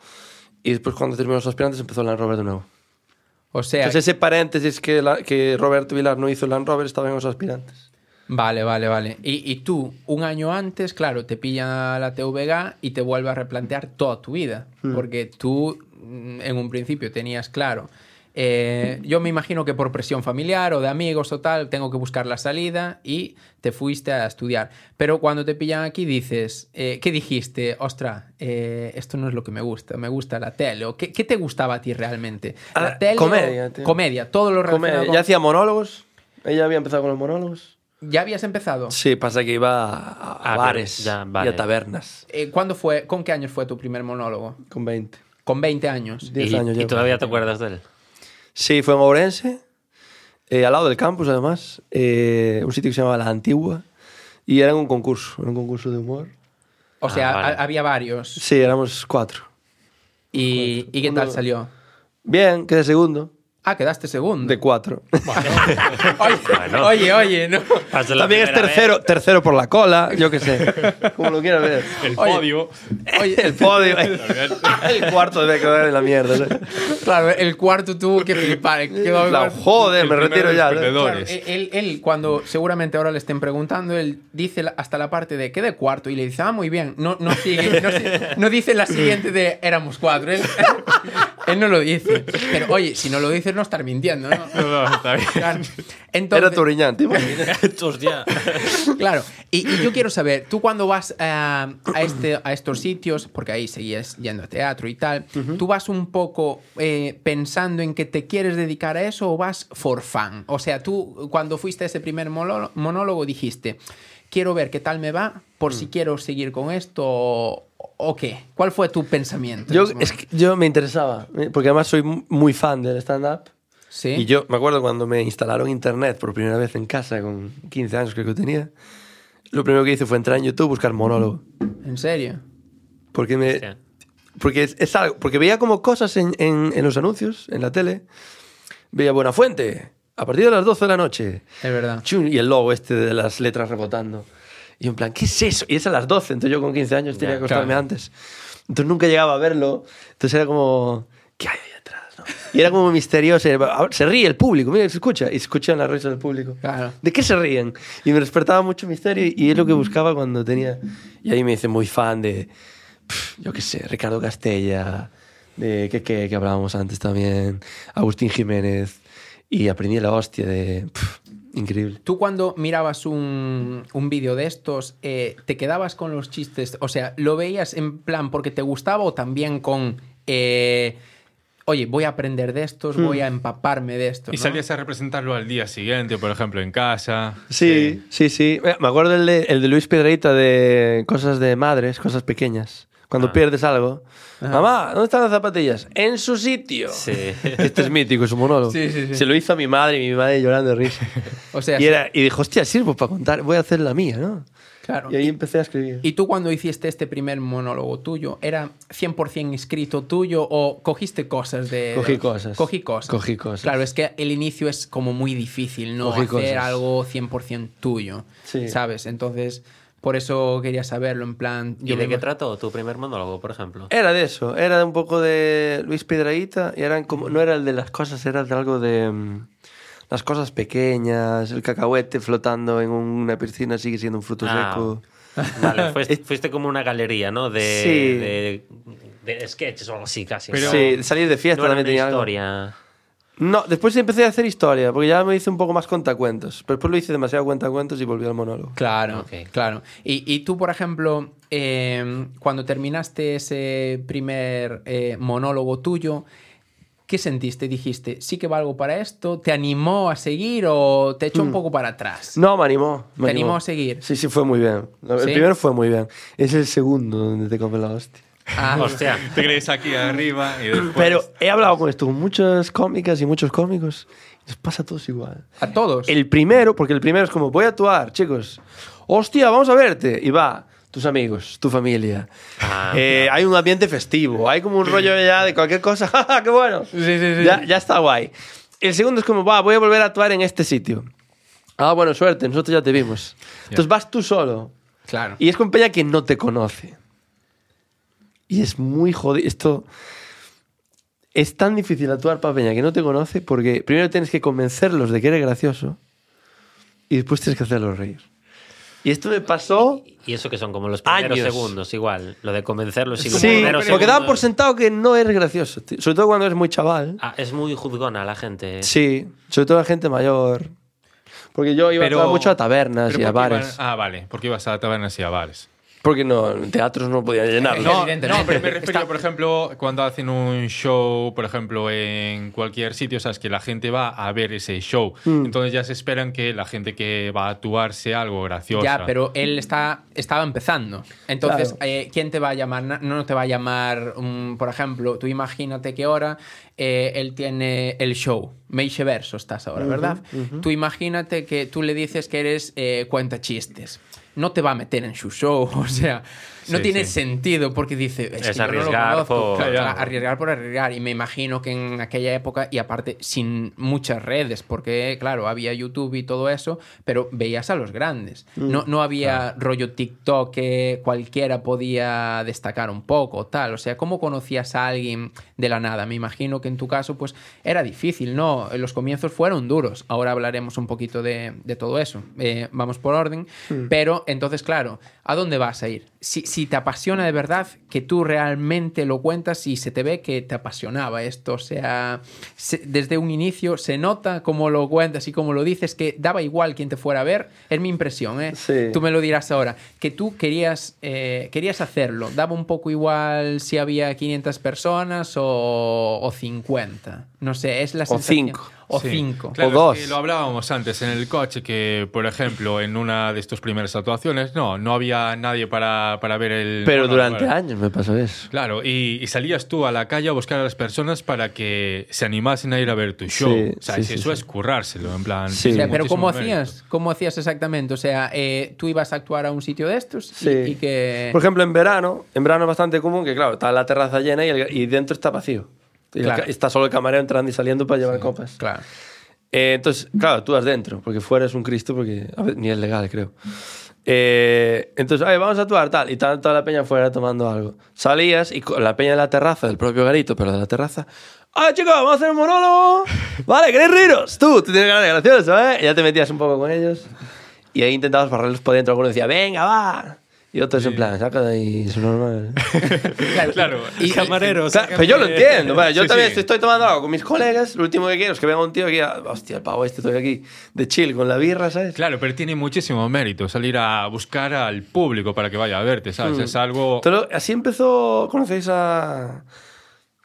[SPEAKER 1] Y después cuando terminó Los Aspirantes empezó Land Rover de nuevo.
[SPEAKER 2] O sea...
[SPEAKER 1] Entonces ese paréntesis que, la- que Roberto Vilar no hizo Land Rover estaba en Los Aspirantes.
[SPEAKER 2] Vale, vale, vale. Y, y tú, un año antes, claro, te pilla la TVG y te
[SPEAKER 1] Hmm.
[SPEAKER 2] vuelve a replantear toda tu vida. Porque tú, mm, en un principio, tenías claro eh, yo me imagino que por presión familiar o de amigos o tal, tengo que buscar la salida y te fuiste a estudiar. Pero cuando te pillan aquí dices, eh, ¿qué dijiste? Ostra, eh, esto no es lo que me gusta, me gusta la tele. O, ¿qué, qué te gustaba a ti realmente? La
[SPEAKER 1] Ah,
[SPEAKER 2] tele o-
[SPEAKER 1] comedia, tío.
[SPEAKER 2] Comedia, todo lo relacionado
[SPEAKER 1] Come-
[SPEAKER 2] con-
[SPEAKER 1] ya hacía monólogos. Ella había empezado con los monólogos.
[SPEAKER 2] ¿Ya habías empezado?
[SPEAKER 1] Sí, pasa que iba a, a
[SPEAKER 4] Ah,
[SPEAKER 1] bares
[SPEAKER 4] ya, vale.
[SPEAKER 1] y a tabernas
[SPEAKER 2] Eh, ¿Cuándo fue? ¿Con qué años fue tu primer monólogo?
[SPEAKER 1] con 20.
[SPEAKER 2] Con 20 años.
[SPEAKER 1] Diez
[SPEAKER 4] y,
[SPEAKER 1] años
[SPEAKER 4] y
[SPEAKER 1] llevo.
[SPEAKER 4] todavía te acuerdas de él.
[SPEAKER 1] Sí, fue en Ourense, eh, al lado del campus además, eh, un sitio que se llamaba La Antigua, y era un concurso, era un concurso de humor.
[SPEAKER 2] O sea,
[SPEAKER 4] Ah, vale.
[SPEAKER 2] ha- había varios.
[SPEAKER 1] Sí, éramos cuatro.
[SPEAKER 2] ¿Y, ¿y qué tal
[SPEAKER 1] Uno-
[SPEAKER 2] salió?
[SPEAKER 1] Bien, quedé segundo,
[SPEAKER 2] Ah, quedaste segundo.
[SPEAKER 1] de cuatro.
[SPEAKER 2] Oye,
[SPEAKER 4] Bueno.
[SPEAKER 2] oye, oye, no.
[SPEAKER 4] Pasó la
[SPEAKER 1] También es
[SPEAKER 4] primera
[SPEAKER 1] tercero, tercero por la cola, yo qué sé, como lo quieras ver.
[SPEAKER 3] El
[SPEAKER 2] Oye.
[SPEAKER 3] podio.
[SPEAKER 2] Oye,
[SPEAKER 1] El podio, el cuarto debe quedar en la mierda. ¿sabes?
[SPEAKER 2] claro, el cuarto tuvo que flipar. quedó
[SPEAKER 1] La-
[SPEAKER 2] igual.
[SPEAKER 1] joder,
[SPEAKER 3] El
[SPEAKER 1] me
[SPEAKER 3] primero
[SPEAKER 1] retiro
[SPEAKER 3] de
[SPEAKER 1] ya.
[SPEAKER 3] los
[SPEAKER 1] ¿sabes?
[SPEAKER 2] Claro, e-
[SPEAKER 3] perdedores.
[SPEAKER 2] él, él- él, cuando seguramente ahora le estén preguntando, él dice la- hasta la parte de quedé cuarto y le dice, ah, muy bien. No, no, sigue, no, sigue- no dice la siguiente de éramos cuatro. Él, él no lo dice. Pero oye, si no lo dices, no estar mintiendo, ¿no?
[SPEAKER 3] No, no, está bien.
[SPEAKER 2] Claro. Entonces,
[SPEAKER 1] Era Turiñante.
[SPEAKER 4] Hostia.
[SPEAKER 2] Claro, y, y yo quiero saber, tú cuando vas eh, a, este, a estos sitios, porque ahí seguías yendo a teatro y tal, ¿tú vas un poco eh, pensando en que te quieres dedicar a eso o vas for fun? O sea, tú cuando fuiste a ese primer monólo- monólogo dijiste, quiero ver qué tal me va por
[SPEAKER 1] Mm.
[SPEAKER 2] si quiero seguir con esto o, o qué. ¿Cuál fue tu pensamiento? en
[SPEAKER 1] Yo,
[SPEAKER 2] ese
[SPEAKER 1] es
[SPEAKER 2] momento?
[SPEAKER 1] que yo me interesaba, eh, porque además soy muy fan del stand-up.
[SPEAKER 2] Sí.
[SPEAKER 1] Y yo me acuerdo cuando me instalaron internet por primera vez en casa, con 15 años creo que tenía, lo primero que hice fue entrar en YouTube buscar monólogo.
[SPEAKER 2] ¿En serio?
[SPEAKER 1] Porque me.
[SPEAKER 4] Hostia.
[SPEAKER 1] Porque es, es algo. Porque veía como cosas en, en- en los anuncios, en la tele. Veía Buenafuente, a partir de las 12 de la noche.
[SPEAKER 2] Es verdad.
[SPEAKER 1] Chun, y el logo este de las letras rebotando. Y yo en plan, ¿qué es eso? Y es a las 12, entonces yo con 15 años tenía
[SPEAKER 4] Ya,
[SPEAKER 1] que acostarme antes. Entonces nunca llegaba a verlo. Entonces era como, ¿qué hay ahí atrás? no? Y era como misterioso. y era- Se ríe el público, mira, se escucha. Y se escuchan las risas del público.
[SPEAKER 2] Claro.
[SPEAKER 1] ¿De qué se ríen? Y me despertaba mucho misterio y es lo que buscaba cuando tenía... Y ahí me hice muy fan de, pf, yo qué sé, Ricardo Castella, de que, que, que hablábamos antes también, Agustín Jiménez. Y aprendí la hostia de... pf, increíble.
[SPEAKER 2] Tú cuando mirabas un, un vídeo de estos, eh, ¿te quedabas con los chistes? O sea, ¿lo veías en plan porque te gustaba o también con... eh, Oye, voy a aprender de estos, voy a
[SPEAKER 1] Hmm.
[SPEAKER 2] empaparme de estos.
[SPEAKER 3] Y
[SPEAKER 2] ¿no?
[SPEAKER 3] salías a representarlo al día siguiente, por ejemplo, en casa.
[SPEAKER 1] Sí, sí, sí. Eh, Me acuerdo el de, el de Luis Piedrahita de cosas de madres, cosas pequeñas. Cuando
[SPEAKER 2] Ah.
[SPEAKER 1] pierdes algo. Mamá, ¿dónde están las zapatillas? En su sitio.
[SPEAKER 4] Sí.
[SPEAKER 1] Este es mítico, es un monólogo.
[SPEAKER 2] Sí, sí, sí.
[SPEAKER 1] Se lo hizo a mi madre y mi madre llorando de risa.
[SPEAKER 2] O sea,
[SPEAKER 1] y, era, y dijo, hostia, sirvo para contar, voy a hacer la mía, ¿no?
[SPEAKER 2] claro.
[SPEAKER 1] Y ahí empecé a escribir.
[SPEAKER 2] ¿Y tú cuando hiciste este primer monólogo tuyo, era 100% escrito tuyo o cogiste cosas de...
[SPEAKER 1] Cogí
[SPEAKER 2] de-
[SPEAKER 1] cosas.
[SPEAKER 2] Cogí cosas.
[SPEAKER 1] Cogí cosas.
[SPEAKER 2] Claro, es que el inicio es como muy difícil, ¿no?
[SPEAKER 1] Cogí
[SPEAKER 2] Hacer
[SPEAKER 1] cosas.
[SPEAKER 2] algo 100% tuyo,
[SPEAKER 1] Sí.
[SPEAKER 2] ¿sabes? Entonces, por eso quería saberlo, en plan...
[SPEAKER 4] ¿Y
[SPEAKER 2] yo
[SPEAKER 4] de
[SPEAKER 2] me
[SPEAKER 4] qué
[SPEAKER 2] imag-
[SPEAKER 4] trató tu primer monólogo, por ejemplo?
[SPEAKER 1] Era de eso, era de un poco de Luis Piedrahita y eran como, no era el de las cosas, era de algo de mm, las cosas pequeñas, el cacahuete flotando en una piscina sigue siendo un fruto
[SPEAKER 4] Ah.
[SPEAKER 1] seco.
[SPEAKER 4] Vale, fuiste, fuiste como una galería, ¿no? De,
[SPEAKER 1] eh, Sí.
[SPEAKER 4] de, de sketches o algo así, casi.
[SPEAKER 3] Pero-
[SPEAKER 4] ¿no?
[SPEAKER 1] sí, de salir de
[SPEAKER 4] No
[SPEAKER 1] fiesta
[SPEAKER 4] era
[SPEAKER 1] también
[SPEAKER 4] una
[SPEAKER 1] tenía algo.
[SPEAKER 4] historia.
[SPEAKER 1] No, después empecé a hacer historia, porque ya me hice un poco más cuentacuentos. Pero después lo hice demasiado cuentacuentos y volví al monólogo.
[SPEAKER 2] Claro,
[SPEAKER 4] Ok.
[SPEAKER 2] claro. Y, y tú, por ejemplo, eh, cuando terminaste ese primer eh, monólogo tuyo, ¿qué sentiste? ¿Dijiste, sí que valgo para esto? ¿Te animó a seguir o te echó un poco para atrás?
[SPEAKER 1] Hmm. No, me animó. Me
[SPEAKER 2] ¿Te animó a seguir?
[SPEAKER 1] Sí, sí, fue muy bien. El
[SPEAKER 2] ¿Sí?
[SPEAKER 1] primero fue muy bien. Es el segundo donde te come la hostia.
[SPEAKER 2] Ah,
[SPEAKER 4] Hostia.
[SPEAKER 3] Te crees aquí arriba y
[SPEAKER 2] Pues,
[SPEAKER 3] después.
[SPEAKER 1] Pero he hablado con esto con muchas cómicas y muchos cómicos. y nos pasa a todos igual.
[SPEAKER 2] a todos.
[SPEAKER 1] El primero, porque el primero es como, voy a actuar, chicos. Hostia, vamos a verte. Y va, tus amigos, tu familia.
[SPEAKER 4] Ah,
[SPEAKER 1] Eh, Hay un ambiente festivo, hay como un rollo ya de cualquier cosa. ¡Ja, ja, ¡Qué bueno!
[SPEAKER 2] sí, sí.
[SPEAKER 1] Ya, ya está guay. El segundo es como, va, voy a volver a actuar en este sitio. Ah, bueno, suerte, nosotros ya te vimos. Entonces vas tú solo.
[SPEAKER 2] Claro.
[SPEAKER 1] Y es con Peña que no te conoce. Y es muy jodido. Esto. Es tan difícil actuar para Peña que no te conoce porque primero tienes que convencerlos de que eres gracioso y después tienes que hacerlos reír. Y esto me pasó.
[SPEAKER 4] Y eso que son como los primeros
[SPEAKER 1] Años.
[SPEAKER 4] segundos, igual. Lo de convencerlos y los
[SPEAKER 1] Sí,
[SPEAKER 4] primeros
[SPEAKER 1] porque daban por
[SPEAKER 4] segundos.
[SPEAKER 1] sentado que no eres gracioso, tío. sobre todo cuando eres muy chaval.
[SPEAKER 4] Ah, es muy juzgona la gente.
[SPEAKER 1] Sí, sobre todo la gente mayor. Porque yo iba
[SPEAKER 3] Pero-
[SPEAKER 1] mucho a tabernas
[SPEAKER 3] pero
[SPEAKER 1] y a
[SPEAKER 3] ¿por qué
[SPEAKER 1] bares.
[SPEAKER 3] iban- Ah, vale. Porque ibas a tabernas y a bares.
[SPEAKER 1] Porque no, en teatros no podía llenarlos.
[SPEAKER 3] Eh, Ah, No,
[SPEAKER 2] Evidentemente.
[SPEAKER 3] no, pero me
[SPEAKER 2] Está-
[SPEAKER 3] refiero, por ejemplo, cuando hacen un show, por ejemplo, en cualquier sitio, sabes que la gente va a ver ese show.
[SPEAKER 1] Mm.
[SPEAKER 3] Entonces ya se esperan que la gente que va a actuar sea algo gracioso.
[SPEAKER 2] Ya, pero él está, estaba empezando. Entonces, eh, ¿quién te va a llamar? Na- No te va a llamar, mm, por ejemplo, tú imagínate que ahora eh, él tiene el show. Meixe Verso estás ahora, ¿verdad? Tú imagínate que tú le dices que eres eh, cuenta chistes. No te va a meter en su show, o sea, no
[SPEAKER 3] Sí,
[SPEAKER 2] tiene
[SPEAKER 3] sí.
[SPEAKER 2] sentido porque dice, es,
[SPEAKER 4] Es
[SPEAKER 2] que yo no lo
[SPEAKER 4] arriesgar
[SPEAKER 2] conozco".
[SPEAKER 4] por-
[SPEAKER 2] Claro,
[SPEAKER 3] Claro.
[SPEAKER 2] arriesgar por arriesgar. Y me imagino que en aquella época, y aparte sin muchas redes, porque claro, había YouTube y todo eso, pero veías a los grandes. No, no había rollo TikTok que cualquiera podía destacar un poco, tal. O sea, ¿cómo conocías a alguien de la nada? Me imagino que en tu caso, pues era difícil, ¿no? Los comienzos fueron duros. Ahora hablaremos un poquito de, de todo eso. Eh, vamos por orden. Pero entonces, claro, ¿a dónde vas a ir? Si, si te apasiona de verdad, que tú realmente lo cuentas y se te ve que te apasionaba esto. O sea, se- desde un inicio se nota cómo lo cuentas y cómo lo dices, que daba igual quien te fuera a ver. Es mi impresión, ¿eh?
[SPEAKER 1] Sí.
[SPEAKER 2] Tú me lo dirás ahora. Que tú querías, eh, querías hacerlo. Daba un poco igual si había 500 personas o, o 50. No sé, es la sensación.
[SPEAKER 1] cinco.
[SPEAKER 2] O
[SPEAKER 3] Sí.
[SPEAKER 2] 5.
[SPEAKER 1] O dos.
[SPEAKER 3] es que lo hablábamos antes en el coche, que por ejemplo, en una de estas primeras actuaciones, no, no había nadie para, para ver el.
[SPEAKER 1] Pero
[SPEAKER 3] bueno,
[SPEAKER 1] durante
[SPEAKER 3] bueno,
[SPEAKER 1] años me pasó eso.
[SPEAKER 3] Claro, y, y salías tú a la calle a buscar a las personas para que se animasen a ir a ver tu show.
[SPEAKER 1] Sí,
[SPEAKER 3] o sea,
[SPEAKER 1] sí,
[SPEAKER 3] es-
[SPEAKER 1] sí,
[SPEAKER 3] eso
[SPEAKER 1] sí.
[SPEAKER 3] es currárselo, en plan.
[SPEAKER 1] Sí.
[SPEAKER 2] O sea,
[SPEAKER 1] Sí,
[SPEAKER 2] pero ¿cómo
[SPEAKER 3] muchísimo mérito.
[SPEAKER 2] hacías? ¿Cómo hacías exactamente? O sea, eh, tú ibas a actuar a un sitio de estos y-
[SPEAKER 1] Sí.
[SPEAKER 2] y, que...
[SPEAKER 1] Por ejemplo, en verano, en verano es bastante común que, claro, está la terraza llena y, el- y dentro está vacío. Y el
[SPEAKER 2] Claro.
[SPEAKER 1] ca- está solo el camarero entrando y saliendo para llevar copas.
[SPEAKER 2] Claro.
[SPEAKER 1] Eh, entonces, claro, tú vas dentro, porque fuera es un Cristo, porque a ver, ni es legal, creo. Eh, entonces, "Ay, vamos a actuar, tal, y tal, toda la peña fuera tomando algo. Salías y con la peña de la terraza, del propio garito, pero de la terraza. ¡Ah, chicos, vamos a hacer un monólogo! Vale, ¿queréis riros? Tú, tú tienes ganas de gracioso, ¿eh? Y ya te metías un poco con ellos. Y ahí intentabas barrerlos por dentro. Algunos decía, venga, va. Y otros en plan, saca de ahí, es normal. ¿eh?
[SPEAKER 2] Claro. Y- y-
[SPEAKER 4] camareros.
[SPEAKER 1] Claro, pero yo lo entiendo. vale, yo
[SPEAKER 3] Sí,
[SPEAKER 1] también
[SPEAKER 3] sí.
[SPEAKER 1] estoy- estoy tomando algo con mis colegas. Lo último que quiero es que venga un tío que diga, hostia, el pavo este, estoy aquí de chill con la birra, ¿sabes?
[SPEAKER 3] Claro, pero tiene muchísimo mérito salir a buscar al público para que vaya a verte, ¿sabes? Es algo.
[SPEAKER 1] Mm. Pero así empezó. ¿Conocéis a.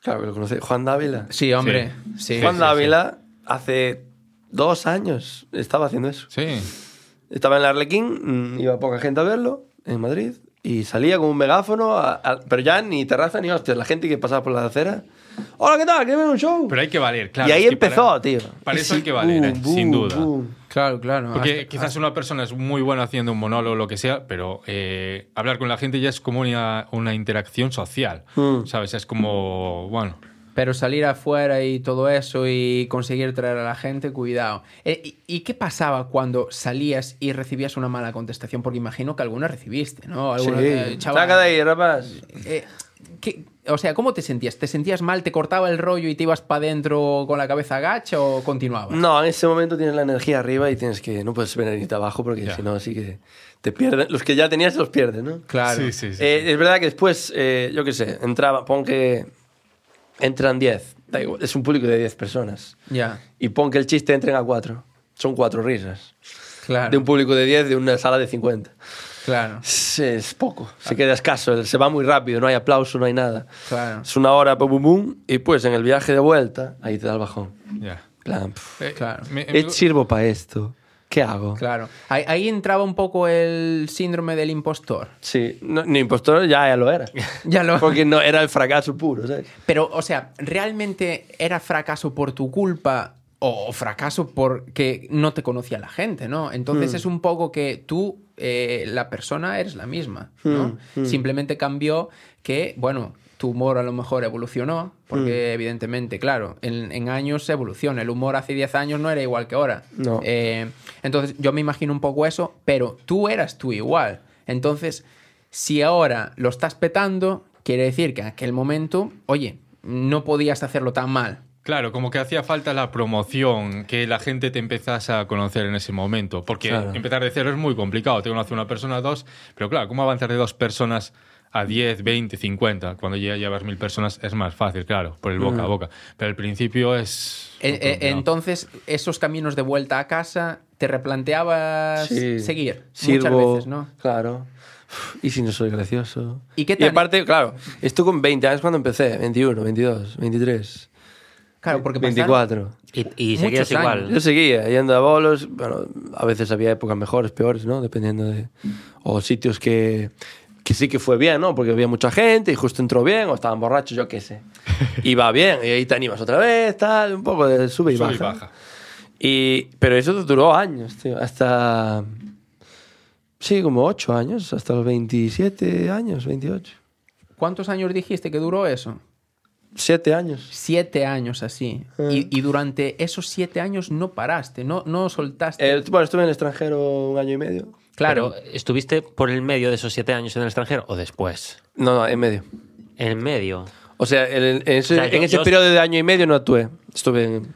[SPEAKER 1] Claro que lo conocéis, Juan Dávila.
[SPEAKER 2] Sí, hombre. Sí.
[SPEAKER 1] Juan
[SPEAKER 3] sí,
[SPEAKER 1] Dávila hace dos años estaba haciendo eso.
[SPEAKER 3] Sí.
[SPEAKER 1] Estaba en el Arlequín, mm, iba poca gente a verlo en Madrid y salía con un megáfono, a- a- pero ya ni terraza ni hostias, la gente que pasaba por la acera. Hola, ¿qué tal? ¿Quieres ver un show?
[SPEAKER 3] Pero hay que valer, claro.
[SPEAKER 1] y ahí
[SPEAKER 3] es que para-
[SPEAKER 1] empezó, tío.
[SPEAKER 3] Para
[SPEAKER 1] Y
[SPEAKER 3] eso
[SPEAKER 1] sí,
[SPEAKER 3] hay que valer, eh,
[SPEAKER 1] boom, boom,
[SPEAKER 3] sin duda.
[SPEAKER 1] boom.
[SPEAKER 2] Claro, claro.
[SPEAKER 3] Porque
[SPEAKER 2] Hasta-
[SPEAKER 3] quizás una persona es muy buena haciendo un monólogo o lo que sea, pero eh, hablar con la gente ya es como una, una interacción social,
[SPEAKER 1] Mm.
[SPEAKER 3] ¿sabes? Es como, bueno,
[SPEAKER 2] Pero salir afuera y todo eso y conseguir traer a la gente, cuidado. Eh, ¿Y, y qué pasaba cuando salías y recibías una mala contestación? Porque imagino que alguna recibiste, ¿no?
[SPEAKER 1] Sí.
[SPEAKER 2] Alguna, eh, chaval,
[SPEAKER 1] Saca de ahí, rapaz.
[SPEAKER 2] eh, ¿qué- o sea, ¿cómo te sentías? ¿Te sentías mal? ¿Te cortaba el rollo y te ibas para adentro con la cabeza gacha o continuabas?
[SPEAKER 1] No, en ese momento tienes la energía arriba y tienes que no puedes venir abajo porque si no así que te pierden. Los que ya tenías los pierden, ¿no?
[SPEAKER 2] Claro.
[SPEAKER 3] Sí, sí, sí.
[SPEAKER 1] Eh, Es verdad que después, eh, yo qué sé, entraba, pon que entran 10, da igual, es un público de 10 personas,
[SPEAKER 2] Ya,
[SPEAKER 1] y pon que el chiste entren a 4, son 4 risas,
[SPEAKER 2] claro.
[SPEAKER 1] de un público de 10 de una sala de 50.
[SPEAKER 2] Claro,
[SPEAKER 1] Es, es poco, se queda escaso, se va muy rápido, no hay aplauso, no hay nada.
[SPEAKER 2] claro.
[SPEAKER 1] Es una hora, pum, pum, pum, y pues en el viaje de vuelta, ahí te da el bajón.
[SPEAKER 3] ya.
[SPEAKER 1] En plan, pff,
[SPEAKER 3] Eh,
[SPEAKER 2] Claro.
[SPEAKER 3] me- me-
[SPEAKER 1] ¿eh, sirvo para esto? ¿Qué hago?
[SPEAKER 2] Claro. Ahí, ahí entraba un poco el síndrome del impostor.
[SPEAKER 1] Sí, no, ni impostor ya, ya lo era.
[SPEAKER 2] Ya lo-
[SPEAKER 1] Porque no, era el fracaso puro, ¿sabes?
[SPEAKER 2] Pero, o sea, ¿realmente era fracaso por tu culpa o fracaso porque no te conocía la gente, no? Entonces es un poco que tú, eh, la persona, eres la misma, ¿no? Simplemente cambió que, bueno, tu humor a lo mejor evolucionó, porque evidentemente, claro, en, en años se evoluciona. El humor hace 10 años no era igual que ahora.
[SPEAKER 1] No.
[SPEAKER 2] Eh, entonces, yo me imagino un poco eso, pero tú eras tú igual. Entonces, si ahora lo estás petando, quiere decir que en aquel momento, oye, no podías hacerlo tan mal.
[SPEAKER 3] Claro, como que hacía falta la promoción, que la gente te empezase a conocer en ese momento. Porque
[SPEAKER 1] Claro.
[SPEAKER 3] empezar de cero es muy complicado. Te conoce una persona, dos. Pero claro, ¿cómo avanzar de dos personas a 10, 20, 50? Cuando ya llevas mil personas es más fácil, claro, por el boca
[SPEAKER 1] Mm.
[SPEAKER 3] a boca. Pero al principio es.
[SPEAKER 2] Eh, eh,
[SPEAKER 3] complicado.
[SPEAKER 2] entonces, esos caminos de vuelta a casa, ¿te replanteabas
[SPEAKER 1] Sí.
[SPEAKER 2] seguir? Muchas
[SPEAKER 1] Sirvo,
[SPEAKER 2] veces, ¿no?
[SPEAKER 1] Claro. Uf, Y si no soy gracioso.
[SPEAKER 2] ¿Y qué tan-
[SPEAKER 1] aparte, claro, esto con 20 años cuando empecé, 21, 22, 23,
[SPEAKER 2] Claro, porque pasaron-
[SPEAKER 1] 24.
[SPEAKER 4] Y, y
[SPEAKER 2] Muchos
[SPEAKER 4] seguías
[SPEAKER 2] años.
[SPEAKER 1] Yo
[SPEAKER 4] igual.
[SPEAKER 1] seguía yendo a bolos, bueno, a veces había épocas mejores, peores, ¿no? Dependiendo de... O sitios que, que sí que fue bien, ¿no? Porque había mucha gente y justo entró bien, o estaban borrachos, yo qué sé. Iba bien, y ahí te animas otra vez, tal, un poco de sube y
[SPEAKER 3] Sube
[SPEAKER 1] baja.
[SPEAKER 3] y baja.
[SPEAKER 1] Y- pero eso duró años, tío, hasta... Sí, como 8 años, hasta los 27 años, 28.
[SPEAKER 2] ¿Cuántos años dijiste que duró eso?
[SPEAKER 1] 7 años.
[SPEAKER 2] Siete años así.
[SPEAKER 1] Eh.
[SPEAKER 2] Y, y durante esos siete años no paraste, no, no soltaste.
[SPEAKER 1] Eh, bueno, estuve en el extranjero un año y medio.
[SPEAKER 2] claro.
[SPEAKER 4] Pero, ¿Estuviste por el medio de esos siete años en el extranjero o después?
[SPEAKER 1] No, no, en medio.
[SPEAKER 4] En el medio.
[SPEAKER 1] O sea, en, en ese,
[SPEAKER 4] O sea, yo-
[SPEAKER 1] en ese
[SPEAKER 4] yo-
[SPEAKER 1] periodo de año y medio no actué. Estuve en...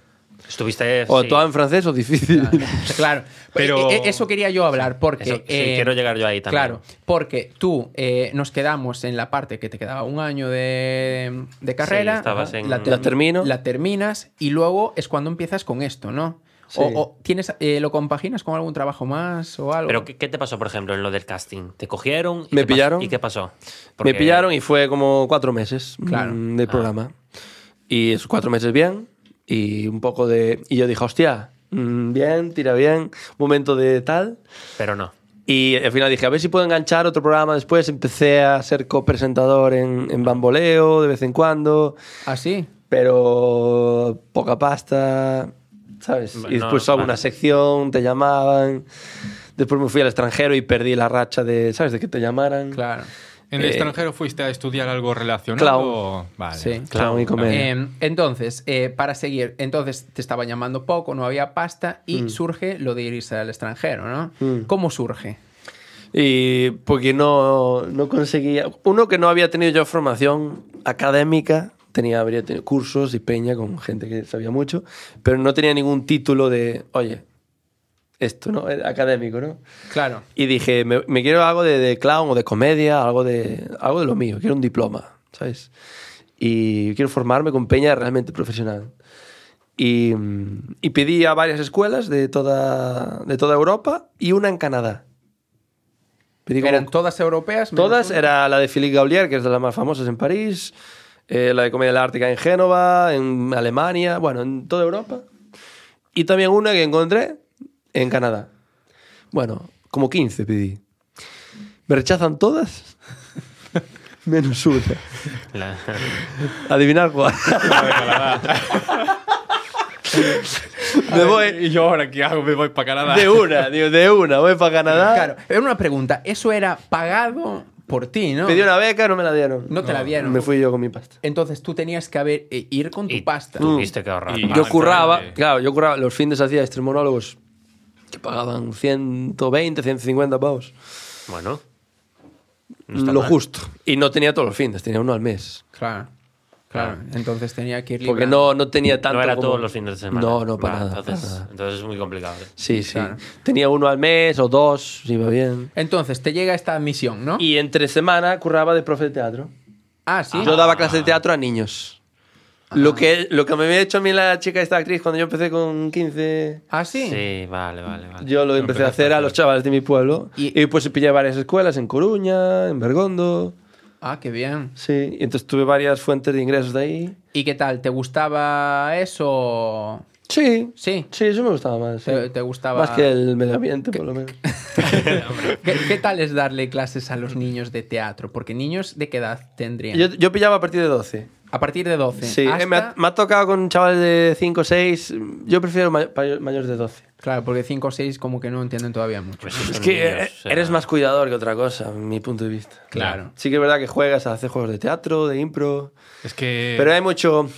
[SPEAKER 4] Estuviste.
[SPEAKER 1] O
[SPEAKER 4] sí.
[SPEAKER 1] actuaba en francés o difícil.
[SPEAKER 2] Claro, pero e,
[SPEAKER 3] Pero-
[SPEAKER 2] eso quería yo hablar porque eh,
[SPEAKER 4] Eso- sí,
[SPEAKER 1] eh,
[SPEAKER 4] quiero llegar yo ahí también.
[SPEAKER 2] Claro, porque tú eh, nos quedamos en la parte que te quedaba un año de, de carrera,
[SPEAKER 4] Sí, estabas en-
[SPEAKER 1] La termino.
[SPEAKER 2] la terminas y luego es cuando empiezas con esto, ¿no? O,
[SPEAKER 1] Sí.
[SPEAKER 2] o tienes eh, lo compaginas con algún trabajo más o algo.
[SPEAKER 4] Pero ¿qué, qué te pasó, por ejemplo, en lo del casting? ¿Te cogieron? y
[SPEAKER 1] Me
[SPEAKER 4] qué pas-
[SPEAKER 1] pillaron.
[SPEAKER 4] ¿Y qué pasó?
[SPEAKER 1] Me pillaron y fue como cuatro meses
[SPEAKER 2] Claro.
[SPEAKER 1] mm,
[SPEAKER 4] Ah.
[SPEAKER 1] de programa. Y esos cuatro meses bien. Y un poco de... Y yo dije, hostia, mm, bien, tira bien. Momento de tal.
[SPEAKER 4] Pero no.
[SPEAKER 1] Y al final dije, a ver si puedo enganchar otro programa después. Empecé a ser copresentador en, en Bamboleo de vez en cuando,
[SPEAKER 2] Así.
[SPEAKER 1] pero poca pasta, ¿sabes?
[SPEAKER 4] Bueno,
[SPEAKER 1] Y después
[SPEAKER 4] no,
[SPEAKER 1] alguna
[SPEAKER 4] vale.
[SPEAKER 1] sección, te llamaban. Después me fui al extranjero y perdí la racha de, ¿sabes? De que te llamaran.
[SPEAKER 2] Claro.
[SPEAKER 3] ¿En el
[SPEAKER 1] Eh,
[SPEAKER 3] extranjero fuiste a estudiar algo relacionado?
[SPEAKER 1] Clown.
[SPEAKER 3] Vale.
[SPEAKER 2] Sí.
[SPEAKER 1] Clown y
[SPEAKER 4] Em.
[SPEAKER 1] comedia.
[SPEAKER 2] Eh, entonces, eh, para seguir, entonces te estaban llamando poco, no había pasta
[SPEAKER 4] Mm.
[SPEAKER 2] y surge lo de irse al extranjero, ¿no? ¿Cómo surge?
[SPEAKER 1] Y porque no, no conseguía. Uno que no había tenido yo formación académica, tenía, habría tenido cursos y peña con gente que sabía mucho, pero no tenía ningún título de, oye, esto, ¿no? Era Académico, ¿no?
[SPEAKER 2] Claro.
[SPEAKER 1] Y dije, me, me quiero algo de, de clown o de comedia, algo de, algo de lo mío, quiero un diploma, ¿sabes? Y quiero formarme con peña realmente profesional. Y, mm, y pedí a varias escuelas de toda, de toda Europa y una en Canadá. Pedí como-
[SPEAKER 2] ¿Eran todas europeas? menos
[SPEAKER 1] Todas,
[SPEAKER 2] una?
[SPEAKER 1] era la de Philippe Gaulier, que es de las más famosas en París, eh, la de Comedia de la Ártica en Génova, en Alemania, bueno, en toda Europa. Y también una que encontré en Canadá. Bueno, como 15 pedí. Me rechazan todas, menos una.
[SPEAKER 4] La-
[SPEAKER 1] Adivinar cuál. Me voy
[SPEAKER 3] ¿Y yo ahora qué hago? Me voy para Canadá.
[SPEAKER 1] de una, digo, de una, voy para Canadá.
[SPEAKER 2] Claro, era una pregunta. Eso era pagado por ti, ¿no?
[SPEAKER 1] Pedí una beca, no me la dieron.
[SPEAKER 2] No te la dieron.
[SPEAKER 1] Me fui yo con mi pasta.
[SPEAKER 2] Entonces tú tenías que haber, e- ir con tu
[SPEAKER 4] Y
[SPEAKER 2] pasta.
[SPEAKER 4] Tuviste que ahorrar.
[SPEAKER 3] Y-
[SPEAKER 4] más.
[SPEAKER 1] Mm. yo curraba,
[SPEAKER 3] Bastante.
[SPEAKER 1] claro, yo curraba, los fines hacía estos monólogos que pagaban 120, 150 pavos.
[SPEAKER 4] Bueno.
[SPEAKER 1] lo justo. Y no tenía todos los fines, tenía uno al mes.
[SPEAKER 2] Claro, claro. Entonces tenía que ir
[SPEAKER 1] Porque
[SPEAKER 2] librando.
[SPEAKER 1] no, no tenía tanto.
[SPEAKER 4] no era
[SPEAKER 1] como-
[SPEAKER 4] todos los fines de semana.
[SPEAKER 1] No, no, para
[SPEAKER 4] Va,
[SPEAKER 1] nada. para
[SPEAKER 4] Entonces,
[SPEAKER 1] nada.
[SPEAKER 4] entonces es muy complicado. ¿eh?
[SPEAKER 1] Sí, sí.
[SPEAKER 2] Claro.
[SPEAKER 1] Tenía uno al mes o dos, si iba bien.
[SPEAKER 2] Entonces te llega esta misión, ¿no?
[SPEAKER 1] Y entre semana curraba de profe de teatro.
[SPEAKER 2] Ah, sí.
[SPEAKER 1] Yo daba clases de teatro a niños. Lo, que, lo que me había hecho a mí la chica esta actriz cuando yo empecé con 15,
[SPEAKER 2] Ah, sí.
[SPEAKER 4] Sí, vale, vale, vale.
[SPEAKER 1] Yo lo empecé a hacer a los chavales de mi pueblo.
[SPEAKER 2] Y-
[SPEAKER 1] Y, pues pillé varias escuelas en Coruña, en Bergondo.
[SPEAKER 2] Ah, qué bien.
[SPEAKER 1] Sí, y entonces tuve varias fuentes de ingresos de ahí.
[SPEAKER 2] ¿Y qué tal? ¿Te gustaba eso?
[SPEAKER 1] Sí,
[SPEAKER 2] Sí.
[SPEAKER 1] sí, eso me gustaba más. sí.
[SPEAKER 2] Te- te gustaba-
[SPEAKER 1] Más que el medio ambiente, por lo menos.
[SPEAKER 2] ¿Qué, qué tal es darle clases a los niños de teatro? Porque niños de qué edad tendrían?
[SPEAKER 1] Yo, yo pillaba a partir de 12.
[SPEAKER 2] A partir de 12.
[SPEAKER 1] Sí, eh, me, ha,
[SPEAKER 2] hasta-
[SPEAKER 1] me ha tocado con chavales de 5 o 6. Yo prefiero may- payo- mayores de 12.
[SPEAKER 2] Claro, porque 5 o 6 como que no entienden todavía mucho.
[SPEAKER 4] Pues esos
[SPEAKER 1] Es que
[SPEAKER 4] niños,
[SPEAKER 1] eh,
[SPEAKER 4] o sea,
[SPEAKER 1] eres más cuidador que otra cosa, en mi punto de vista.
[SPEAKER 2] Claro.
[SPEAKER 1] Sí que es verdad que juegas a hacer juegos de teatro, de impro.
[SPEAKER 3] Es que.
[SPEAKER 1] Pero hay mucho...
[SPEAKER 3] Es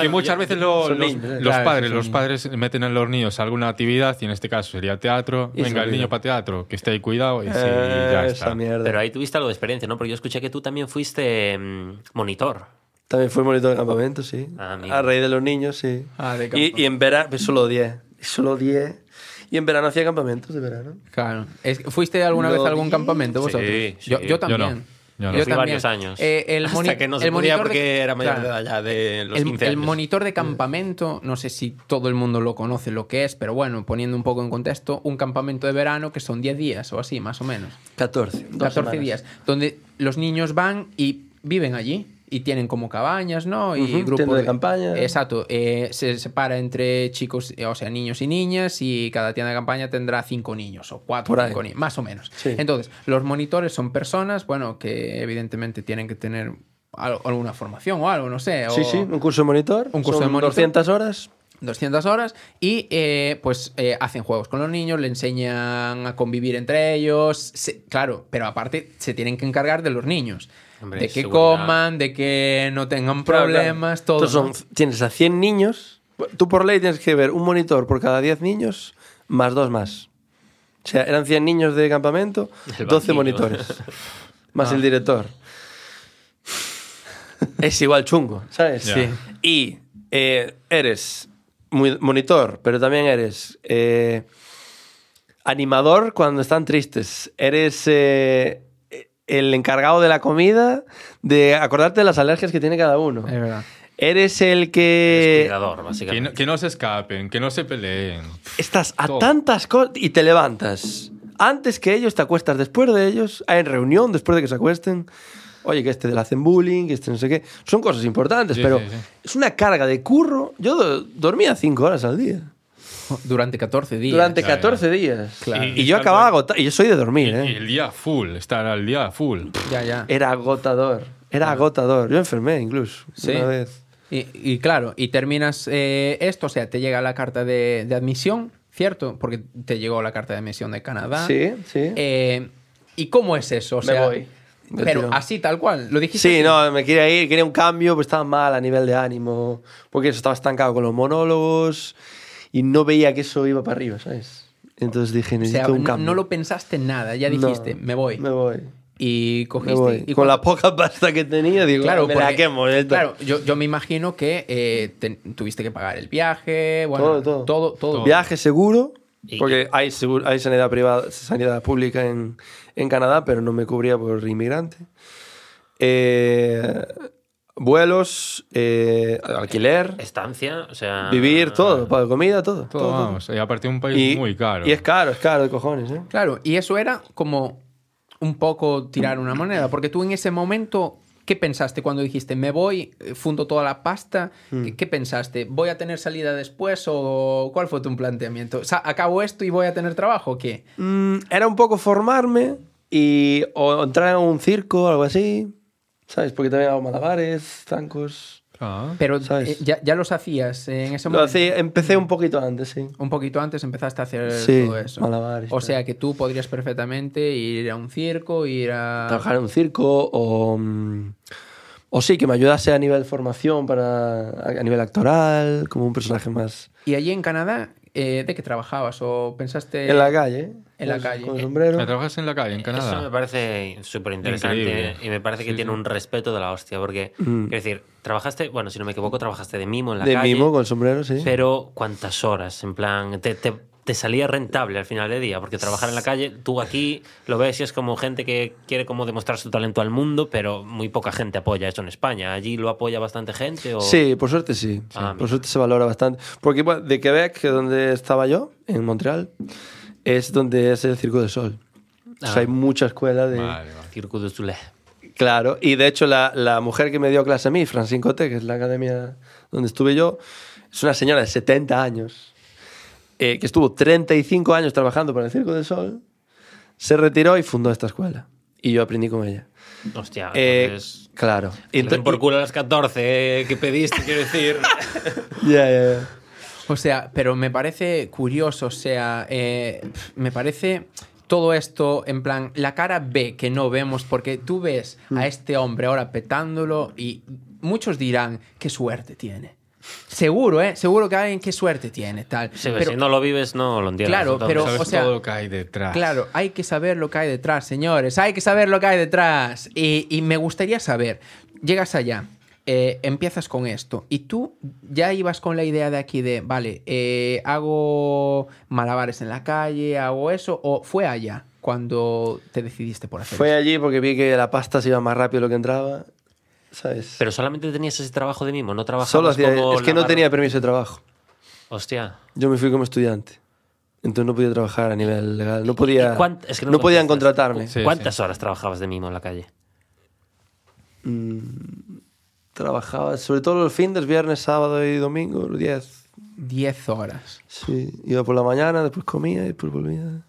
[SPEAKER 3] que muchas veces lo-
[SPEAKER 1] son
[SPEAKER 3] los,
[SPEAKER 1] niños,
[SPEAKER 3] los
[SPEAKER 2] claro,
[SPEAKER 3] padres,
[SPEAKER 2] son
[SPEAKER 3] los padres meten a los niños a alguna actividad y en este caso sería teatro.
[SPEAKER 1] Y se
[SPEAKER 3] Venga, el
[SPEAKER 1] olvida.
[SPEAKER 3] niño para teatro, que esté ahí cuidado y sí,
[SPEAKER 1] Eh,
[SPEAKER 3] ya
[SPEAKER 1] esa
[SPEAKER 3] está.
[SPEAKER 1] mierda.
[SPEAKER 4] Pero ahí tuviste algo de experiencia, ¿no? Porque yo escuché que tú también fuiste mm, monitor.
[SPEAKER 1] También fui monitor de campamento, sí.
[SPEAKER 4] Ah, amigo.
[SPEAKER 1] a raíz de los niños, sí.
[SPEAKER 2] Ah, de
[SPEAKER 1] y, y en verano, pues solo 10. Solo 10. Y en verano hacía campamentos de verano.
[SPEAKER 2] Claro. Es- ¿Fuiste alguna vez a algún
[SPEAKER 1] Sí,
[SPEAKER 2] campamento vosotros?
[SPEAKER 4] sí.
[SPEAKER 2] Yo, yo
[SPEAKER 4] Yo
[SPEAKER 2] también.
[SPEAKER 3] no. Yo no. Fui
[SPEAKER 2] también.
[SPEAKER 4] varios años.
[SPEAKER 2] Eh, el moni-
[SPEAKER 5] Hasta que no se
[SPEAKER 2] el
[SPEAKER 5] podía
[SPEAKER 2] monitor
[SPEAKER 5] porque
[SPEAKER 2] de-
[SPEAKER 5] era mayor
[SPEAKER 2] claro.
[SPEAKER 5] de edad ya de los
[SPEAKER 2] el,
[SPEAKER 5] 15
[SPEAKER 2] el
[SPEAKER 5] años. Mm.
[SPEAKER 2] monitor de campamento, no sé si todo el mundo lo conoce lo que es, pero bueno, poniendo un poco en contexto, un campamento de verano que son 10 días o así, más o menos.
[SPEAKER 1] 14. dos
[SPEAKER 2] 14
[SPEAKER 1] semanas.
[SPEAKER 2] días, donde los niños van y viven allí y tienen como cabañas, ¿no? Y
[SPEAKER 1] Ujú, tienda de campaña.
[SPEAKER 2] Exacto. eh, se separa entre chicos, eh, o sea, niños y niñas y cada tienda de campaña tendrá cinco niños o cuatro,
[SPEAKER 1] Por ahí.
[SPEAKER 2] cinco niños, más o menos.
[SPEAKER 1] Sí.
[SPEAKER 2] Entonces, los monitores son personas, bueno, que evidentemente tienen que tener al- alguna formación o algo, no sé.
[SPEAKER 1] Sí,
[SPEAKER 2] o-
[SPEAKER 1] sí, un curso de monitor.
[SPEAKER 2] Un curso
[SPEAKER 1] son
[SPEAKER 2] de monitor.
[SPEAKER 1] 200 horas.
[SPEAKER 2] 200 horas y eh, pues eh, hacen juegos con los niños, le enseñan a convivir entre ellos, se- claro, pero aparte se tienen que encargar de los niños,
[SPEAKER 4] Hombre,
[SPEAKER 2] de que
[SPEAKER 4] seguridad.
[SPEAKER 2] coman, de que no tengan problemas, todo.
[SPEAKER 1] Entonces son- tienes a 100 niños. Tú por ley tienes que ver un monitor por cada 10 niños más dos más. O sea, eran 100 niños de campamento,
[SPEAKER 4] El
[SPEAKER 1] 12
[SPEAKER 4] banquillo.
[SPEAKER 1] monitores. más el director. es igual chungo, ¿sabes?
[SPEAKER 3] Ya. Sí.
[SPEAKER 1] Y eh, eres muy- monitor, pero también eres eh, animador cuando están tristes. Eres eh, el encargado de la comida, de acordarte de las alergias que tiene cada uno.
[SPEAKER 2] ¿no? Es verdad.
[SPEAKER 1] Eres el
[SPEAKER 4] Es
[SPEAKER 1] que
[SPEAKER 4] cuidador,
[SPEAKER 3] Que
[SPEAKER 4] básicamente.
[SPEAKER 3] no, que no se escapen, que no se peleen.
[SPEAKER 1] estás a
[SPEAKER 3] Todo.
[SPEAKER 1] tantas cosas y te levantas. Antes que ellos, te acuestas después de ellos, hay reunión después de que se acuesten. Oye, que este le hacen bullying, que este no sé qué. Son cosas importantes,
[SPEAKER 3] Sí,
[SPEAKER 1] pero
[SPEAKER 3] sí, sí.
[SPEAKER 1] es una carga de curro. Yo do- dormía cinco horas al día.
[SPEAKER 2] Durante 14 días.
[SPEAKER 1] Durante
[SPEAKER 3] Ya, ya.
[SPEAKER 1] 14 días.
[SPEAKER 2] Claro.
[SPEAKER 1] Y, yo acababa agotado. Y yo soy de dormir,
[SPEAKER 3] Y
[SPEAKER 1] ¿eh?
[SPEAKER 3] el día full, estar al día full.
[SPEAKER 2] Ya, ya.
[SPEAKER 1] Era agotador. Era agotador. Yo enfermé incluso.
[SPEAKER 2] Sí.
[SPEAKER 1] Una vez.
[SPEAKER 2] Y, y claro, y terminas eh, esto, o sea, te llega la carta de, de admisión, ¿cierto? Porque te llegó la carta de admisión de Canadá.
[SPEAKER 1] Sí, sí.
[SPEAKER 2] Eh, ¿Y cómo es eso? O
[SPEAKER 1] Me
[SPEAKER 2] sea,
[SPEAKER 1] voy. Del
[SPEAKER 2] Pero
[SPEAKER 1] tirón.
[SPEAKER 2] así, tal cual. Lo dijiste.
[SPEAKER 1] Sí,
[SPEAKER 2] así?
[SPEAKER 1] no, me quería ir, quería un cambio, pues estaba mal a nivel de ánimo, porque eso estaba estancado con los monólogos y no veía que eso iba para arriba, ¿sabes? Entonces dije,
[SPEAKER 2] O sea,
[SPEAKER 1] necesito
[SPEAKER 2] no,
[SPEAKER 1] un cambio.
[SPEAKER 2] no lo pensaste nada, ya dijiste,
[SPEAKER 1] No,
[SPEAKER 2] me voy.
[SPEAKER 1] Me voy.
[SPEAKER 2] Y
[SPEAKER 1] me
[SPEAKER 2] cogiste.
[SPEAKER 1] voy.
[SPEAKER 2] y
[SPEAKER 1] con
[SPEAKER 2] cuando-
[SPEAKER 1] la poca pasta que tenía, digo,
[SPEAKER 2] Claro,
[SPEAKER 1] me la
[SPEAKER 2] porque-
[SPEAKER 1] quemo, esto.
[SPEAKER 2] claro yo, yo me imagino que eh, te- tuviste que pagar el viaje, bueno,
[SPEAKER 1] Todo, todo.
[SPEAKER 2] todo. todo.
[SPEAKER 1] Viaje seguro,
[SPEAKER 4] Y-
[SPEAKER 1] porque hay, seguro, hay sanidad privada, sanidad pública en, en Canadá, pero no me cubría por inmigrante. Eh, vuelos, eh, alquiler,
[SPEAKER 4] Estancia, o sea. ah,
[SPEAKER 1] vivir, todo, pa- comida, todo.
[SPEAKER 3] Todo,
[SPEAKER 1] todo, todo.
[SPEAKER 3] vamos. Y aparte un país muy caro.
[SPEAKER 1] Y es caro, es caro de cojones, ¿eh?
[SPEAKER 2] Claro, y eso era como un poco tirar una moneda, porque tú en ese momento, ¿qué pensaste cuando dijiste, me voy, eh, fundo toda la pasta?
[SPEAKER 1] Mm.
[SPEAKER 2] ¿Qué, qué pensaste? ¿Voy a tener salida después o cuál fue tu planteamiento? O sea, ¿acabo esto y voy a tener trabajo o qué?
[SPEAKER 1] Mm, era un poco formarme y o entrar en un circo o algo así, ¿sabes? Porque también hago malabares, zancos.
[SPEAKER 3] Ah.
[SPEAKER 2] Pero
[SPEAKER 1] ¿Sabes?
[SPEAKER 2] eh, ya, ya los hacías eh, en ese
[SPEAKER 1] Lo
[SPEAKER 2] momento.
[SPEAKER 1] hacía- empecé un poquito antes, sí.
[SPEAKER 2] Un poquito antes empezaste a hacer
[SPEAKER 1] Sí,
[SPEAKER 2] todo eso.
[SPEAKER 1] malabares,
[SPEAKER 2] o
[SPEAKER 1] tal.
[SPEAKER 2] sea que tú podrías perfectamente ir a un circo, ir a.
[SPEAKER 1] Trabajar en un circo o... mm, O sí, que me ayudase a nivel formación, para, a a nivel actoral, como un personaje más...
[SPEAKER 2] Y allí en Canadá, eh, ¿de qué trabajabas? ¿O pensaste.?
[SPEAKER 1] en la calle, ¿eh?
[SPEAKER 2] en la
[SPEAKER 1] Con-
[SPEAKER 2] calle.
[SPEAKER 1] Con
[SPEAKER 2] Eh,
[SPEAKER 1] sombrero.
[SPEAKER 3] ¿La trabajas en la calle, en
[SPEAKER 4] Eso me
[SPEAKER 3] Canadá?
[SPEAKER 4] parece súper interesante
[SPEAKER 3] Increíble.
[SPEAKER 4] y me parece que
[SPEAKER 3] Sí,
[SPEAKER 4] tiene
[SPEAKER 3] sí.
[SPEAKER 4] un respeto de la hostia, porque,
[SPEAKER 1] Mm.
[SPEAKER 4] quiero decir, trabajaste, bueno, si no me equivoco, trabajaste de mimo en la
[SPEAKER 1] De
[SPEAKER 4] calle,
[SPEAKER 1] mimo, con sombrero, sí.
[SPEAKER 4] pero ¿cuántas horas? En plan, te, te- te salía rentable al final del día, porque trabajar en la calle, tú aquí lo ves y es como gente que quiere como demostrar su talento al mundo, pero muy poca gente apoya eso en España. ¿Allí lo apoya bastante gente? O...
[SPEAKER 1] Sí, por suerte sí.
[SPEAKER 4] Ah,
[SPEAKER 1] por
[SPEAKER 4] mira.
[SPEAKER 1] suerte se valora bastante. Porque bueno, de Quebec, que donde estaba yo, en Montreal, es donde es el Circo del Sol. O
[SPEAKER 4] Ah.
[SPEAKER 1] sea, hay mucha escuela de...
[SPEAKER 3] Vale, vale.
[SPEAKER 4] Circo du Soleil.
[SPEAKER 1] Claro, y de hecho la, la mujer que me dio clase a mí, Francine Cote, que es la academia donde estuve yo, es una señora de 70 años, eh, que estuvo 35 años trabajando para el Circo del Sol, se retiró y fundó esta escuela. Y yo aprendí con ella.
[SPEAKER 4] Hostia,
[SPEAKER 1] Eh,
[SPEAKER 4] Ah, entonces...
[SPEAKER 1] claro.
[SPEAKER 4] que
[SPEAKER 1] Ento-
[SPEAKER 4] den por culo a las 14 que pediste, quiero decir.
[SPEAKER 1] Ya, ya, ya.
[SPEAKER 2] O sea, pero me parece curioso, o sea, eh, pf, me parece todo esto en plan, la cara B que no vemos, porque tú ves
[SPEAKER 1] Mm.
[SPEAKER 2] a este hombre ahora petándolo y muchos dirán, qué suerte tiene. Seguro, ¿eh? Seguro que alguien qué suerte tiene, tal.
[SPEAKER 4] Sí, pues
[SPEAKER 2] Pero-
[SPEAKER 4] si no lo vives, no lo entiendes.
[SPEAKER 2] Claro,
[SPEAKER 4] entonces.
[SPEAKER 2] pero,
[SPEAKER 3] Sabes
[SPEAKER 2] o sea,
[SPEAKER 3] todo lo que hay detrás.
[SPEAKER 2] Claro, hay que saber lo que hay detrás, señores. Hay que saber lo que hay detrás. Y, y me gustaría saber, llegas allá, eh, empiezas con esto y tú ya ibas con la idea de aquí de, vale, eh, hago malabares en la calle, hago eso, o fue allá cuando te decidiste por hacer
[SPEAKER 1] Fue
[SPEAKER 2] eso?
[SPEAKER 1] allí porque vi que la pasta se iba más rápido de lo que entraba, ¿sabes?
[SPEAKER 4] Pero solamente tenías ese trabajo de mimo, no trabajabas
[SPEAKER 1] Solo hacía...
[SPEAKER 4] como
[SPEAKER 1] Es que no
[SPEAKER 4] lavar-
[SPEAKER 1] tenía permiso de trabajo.
[SPEAKER 4] Hostia.
[SPEAKER 1] Yo me fui como estudiante. Entonces no podía trabajar a nivel legal. No podía...
[SPEAKER 4] ¿Y cuánt- es que no
[SPEAKER 1] no
[SPEAKER 4] lo
[SPEAKER 1] podían
[SPEAKER 4] contestas?
[SPEAKER 1] contratarme.
[SPEAKER 3] Sí,
[SPEAKER 4] ¿Cuántas horas trabajabas de mimo en la calle?
[SPEAKER 1] Trabajaba, sobre todo los fines, viernes, sábado y domingo, 10.
[SPEAKER 2] 10 horas.
[SPEAKER 1] Sí, iba por la mañana, después comía y después volvía.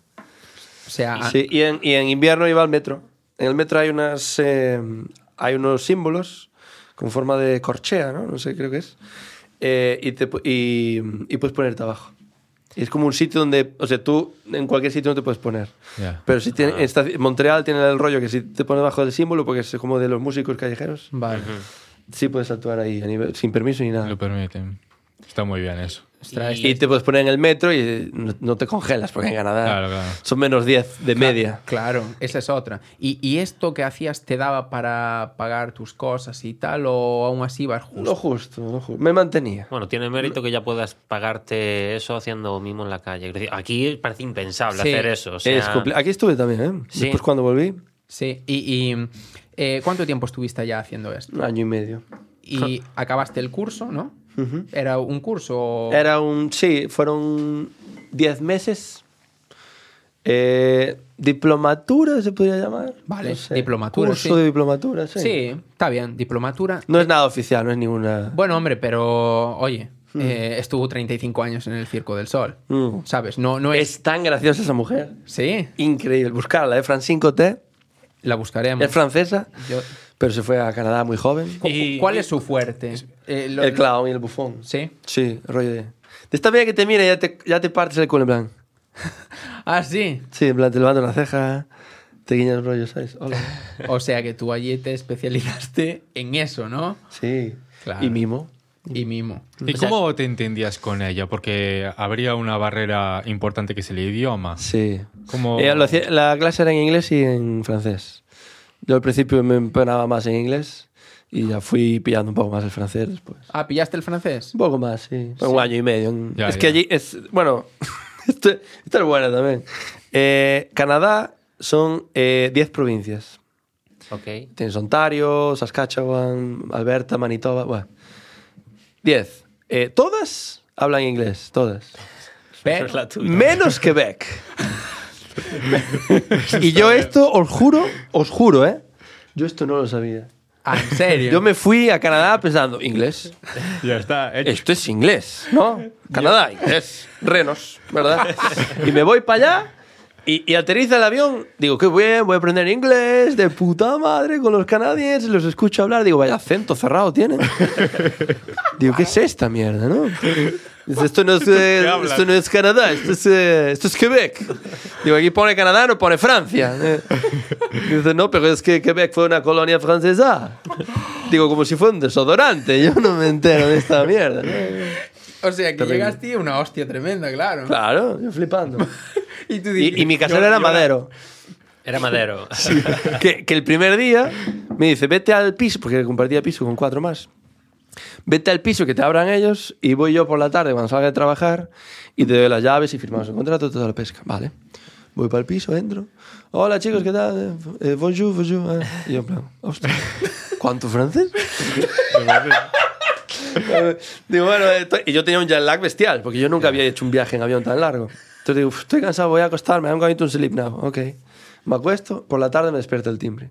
[SPEAKER 2] O sea,
[SPEAKER 1] Sí, y en, y en invierno iba al metro. En el metro hay unas eh, hay unos símbolos con forma de corchea, ¿no? No sé, creo que es. Eh, y, te pu- y, y puedes ponerte abajo. Y es como un sitio donde, o sea, tú en cualquier sitio no te puedes poner.
[SPEAKER 3] Ya. Ah.
[SPEAKER 1] Pero si tiene, esta- Montreal tiene el rollo que si te pones bajo del símbolo, porque es como de los músicos callejeros,
[SPEAKER 2] vale.
[SPEAKER 1] sí puedes actuar ahí a nivel, sin permiso ni nada.
[SPEAKER 3] Lo permiten. Está muy bien eso.
[SPEAKER 2] Ostras,
[SPEAKER 1] Y te puedes poner en el metro y eh, no, no te congelas, porque en Canadá
[SPEAKER 3] Claro, claro.
[SPEAKER 1] son menos 10 de media.
[SPEAKER 2] Claro, esa es otra. ¿Y, y esto que hacías te daba para pagar tus cosas y tal? ¿O aún así vas justo?
[SPEAKER 1] Lo justo, lo justo. Me mantenía.
[SPEAKER 4] Bueno, tiene mérito que ya puedas pagarte eso haciendo mimo en la calle. Quiero decir, Aquí parece impensable
[SPEAKER 2] Sí,
[SPEAKER 4] hacer eso. o
[SPEAKER 1] Es
[SPEAKER 4] sea,
[SPEAKER 1] comple- Aquí estuve también, ¿eh?
[SPEAKER 4] Sí.
[SPEAKER 1] Después cuando volví,
[SPEAKER 2] Sí. ¿Y, y, eh, cuánto tiempo estuviste allá haciendo esto?
[SPEAKER 1] un año y medio.
[SPEAKER 2] Y acabaste el curso, ¿no? Era un curso. o-
[SPEAKER 1] Era un... Sí, fueron 10 meses. Eh, diplomatura se podría llamar.
[SPEAKER 2] Vale,
[SPEAKER 1] No sé.
[SPEAKER 2] diplomatura,
[SPEAKER 1] Curso
[SPEAKER 2] sí.
[SPEAKER 1] de diplomatura, sí.
[SPEAKER 2] Sí, está bien, diplomatura.
[SPEAKER 1] No es nada oficial, no es ninguna...
[SPEAKER 2] Bueno, hombre, pero oye, eh, estuvo 35 años en el Circo del Sol.
[SPEAKER 1] Mm.
[SPEAKER 2] ¿Sabes? No, no es.
[SPEAKER 1] Es tan graciosa esa mujer.
[SPEAKER 2] Sí,
[SPEAKER 1] Increíble. Buscarla, ¿eh? Francine Coté.
[SPEAKER 2] la buscaremos.
[SPEAKER 1] Es francesa,
[SPEAKER 2] Yo-
[SPEAKER 1] pero se fue a Canadá muy joven.
[SPEAKER 2] ¿Cu-
[SPEAKER 3] Y-
[SPEAKER 2] ¿Cuál es su fuerte? Eh, lo-
[SPEAKER 1] El clown y el bufón.
[SPEAKER 2] Sí.
[SPEAKER 1] Sí, rollo de... De esta manera que te mira ya te, ya te partes el culo en plan...
[SPEAKER 2] Ah, sí.
[SPEAKER 1] Sí, en plan, te levanto una ceja, te guiñas el rollo, ¿sabes? Hola.
[SPEAKER 2] O sea que tú allí te especializaste en eso, ¿no?
[SPEAKER 1] Sí.
[SPEAKER 2] Claro.
[SPEAKER 1] Y mimo.
[SPEAKER 2] Y mimo.
[SPEAKER 3] ¿Y cómo te entendías con ella? Porque habría una barrera importante que es el idioma.
[SPEAKER 1] Sí.
[SPEAKER 3] ¿Cómo-
[SPEAKER 1] Eh, lo hacía- la clase era en inglés y en francés. Yo al principio me empanaba más en inglés y ya fui pillando un poco más el francés después.
[SPEAKER 2] Ah, ¿pillaste el francés?
[SPEAKER 1] Un poco más, sí. Un año y medio. en-
[SPEAKER 3] Ya,
[SPEAKER 1] es
[SPEAKER 3] ya.
[SPEAKER 1] que allí es. Bueno, esto, esto es bueno también. Eh, Canadá son eh, 10 provincias.
[SPEAKER 4] ok.
[SPEAKER 1] Tienes Ontario, Saskatchewan, Alberta, Manitoba. Bueno, 10. Eh, todas hablan inglés, todas.
[SPEAKER 2] Pero,
[SPEAKER 4] La tuya.
[SPEAKER 1] Menos Quebec. y yo esto, os juro, os juro, ¿eh? Yo esto no lo sabía.
[SPEAKER 2] ah, en serio.
[SPEAKER 1] Yo me fui a Canadá pensando, inglés.
[SPEAKER 3] Ya está. hecho.
[SPEAKER 1] Esto es inglés, ¿no? Canadá, inglés. Renos, ¿verdad? Y me voy para allá y, y aterriza el avión. Digo, qué bien, voy a aprender inglés de puta madre con los canadienses. Los escucho hablar. Digo, vaya acento cerrado tienen. Digo, ¿qué es esta mierda, no? Dice, Esto no es, eh,
[SPEAKER 3] ¿Qué hablan?
[SPEAKER 1] esto no es Canadá, esto es, eh, esto es Quebec. Digo, aquí pone Canadá, no pone Francia. Eh, Dice, no, pero es que Quebec fue una colonia francesa. Digo, como si fuera un desodorante. Yo no me entero de esta mierda. ¿no?
[SPEAKER 2] O sea, que
[SPEAKER 1] Terrible.
[SPEAKER 2] llegaste y una hostia tremenda, claro.
[SPEAKER 1] Claro, yo flipando.
[SPEAKER 2] Y, tú dices,
[SPEAKER 1] Y, y mi casero
[SPEAKER 2] yo-
[SPEAKER 1] era
[SPEAKER 2] yo
[SPEAKER 1] madero.
[SPEAKER 4] Era madero.
[SPEAKER 1] Que, que el primer día me dice, vete al piso, porque compartía piso con cuatro más. Vete al piso que te abran ellos y voy yo por la tarde cuando salga de trabajar y te doy las llaves y firmamos el contrato, toda la pesca. Vale. Voy para el piso, entro. Hola chicos, ¿qué tal? Eh, bonjour, bonjour. eh. Y yo en plan, hostia, ¿cuánto francés? Digo, bueno, eh, to- y yo tenía un jet lag bestial, porque yo nunca había hecho un viaje en avión tan largo. Entonces digo, "Uf, estoy cansado, voy a acostarme, I'm going to sleep now. Ok. Me acuesto, por la tarde me despierta el timbre.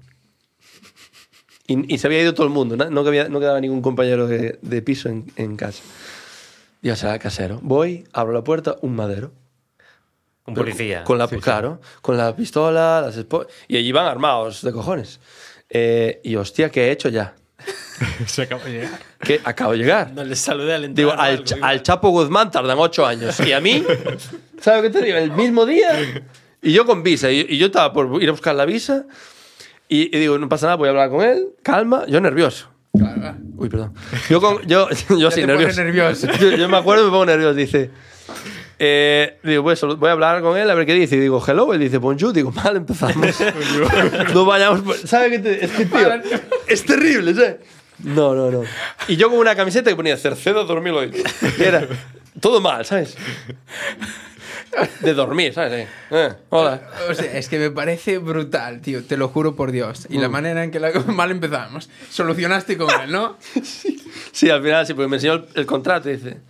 [SPEAKER 1] Y, y se había ido todo el mundo, no, no había- no quedaba ningún compañero de, de piso en, en casa. Yo será casero. Voy, abro la puerta, un madero.
[SPEAKER 4] Un policía.
[SPEAKER 1] Con la, claro, con la pistola, las espo- Y allí van armados de cojones. Eh, y hostia, ¿qué he hecho ya?
[SPEAKER 3] Se acaba de llegar.
[SPEAKER 1] Que acabo de llegar.
[SPEAKER 4] No les saludé al entrar.
[SPEAKER 1] Digo, al, Cha- al Chapo Guzmán tardan ocho años. Y a mí, ¿sabes qué te digo? El mismo día. Y yo con visa. Y, y yo estaba por ir a buscar la visa. Y, y digo, no pasa nada, voy a hablar con él. Calma. Yo nervioso. Uy, perdón. Yo, con, yo, yo sí,
[SPEAKER 2] te
[SPEAKER 1] nervioso.
[SPEAKER 2] pones nervioso.
[SPEAKER 1] Yo, yo me acuerdo y me pongo nervioso. Dice, eh, digo, pues voy a hablar con él a ver qué dice. Y digo, hello. Él dice, bonjour. Digo, mal, empezamos. no vayamos. por- ¿Sabes qué te.? Es que, tío, es terrible, ¿sabes? No, no, no. Y yo con una camiseta que ponía Cercedo 2008. Y era todo mal, ¿sabes? De dormir, ¿sabes? Eh, hola.
[SPEAKER 2] O sea, es que me parece brutal, tío, te lo juro por Dios.
[SPEAKER 1] Mm.
[SPEAKER 2] Y la manera en que la- mal empezamos. Solucionaste con él, ¿no?
[SPEAKER 1] Sí, al final sí, porque me enseñó el, el contrato y dice: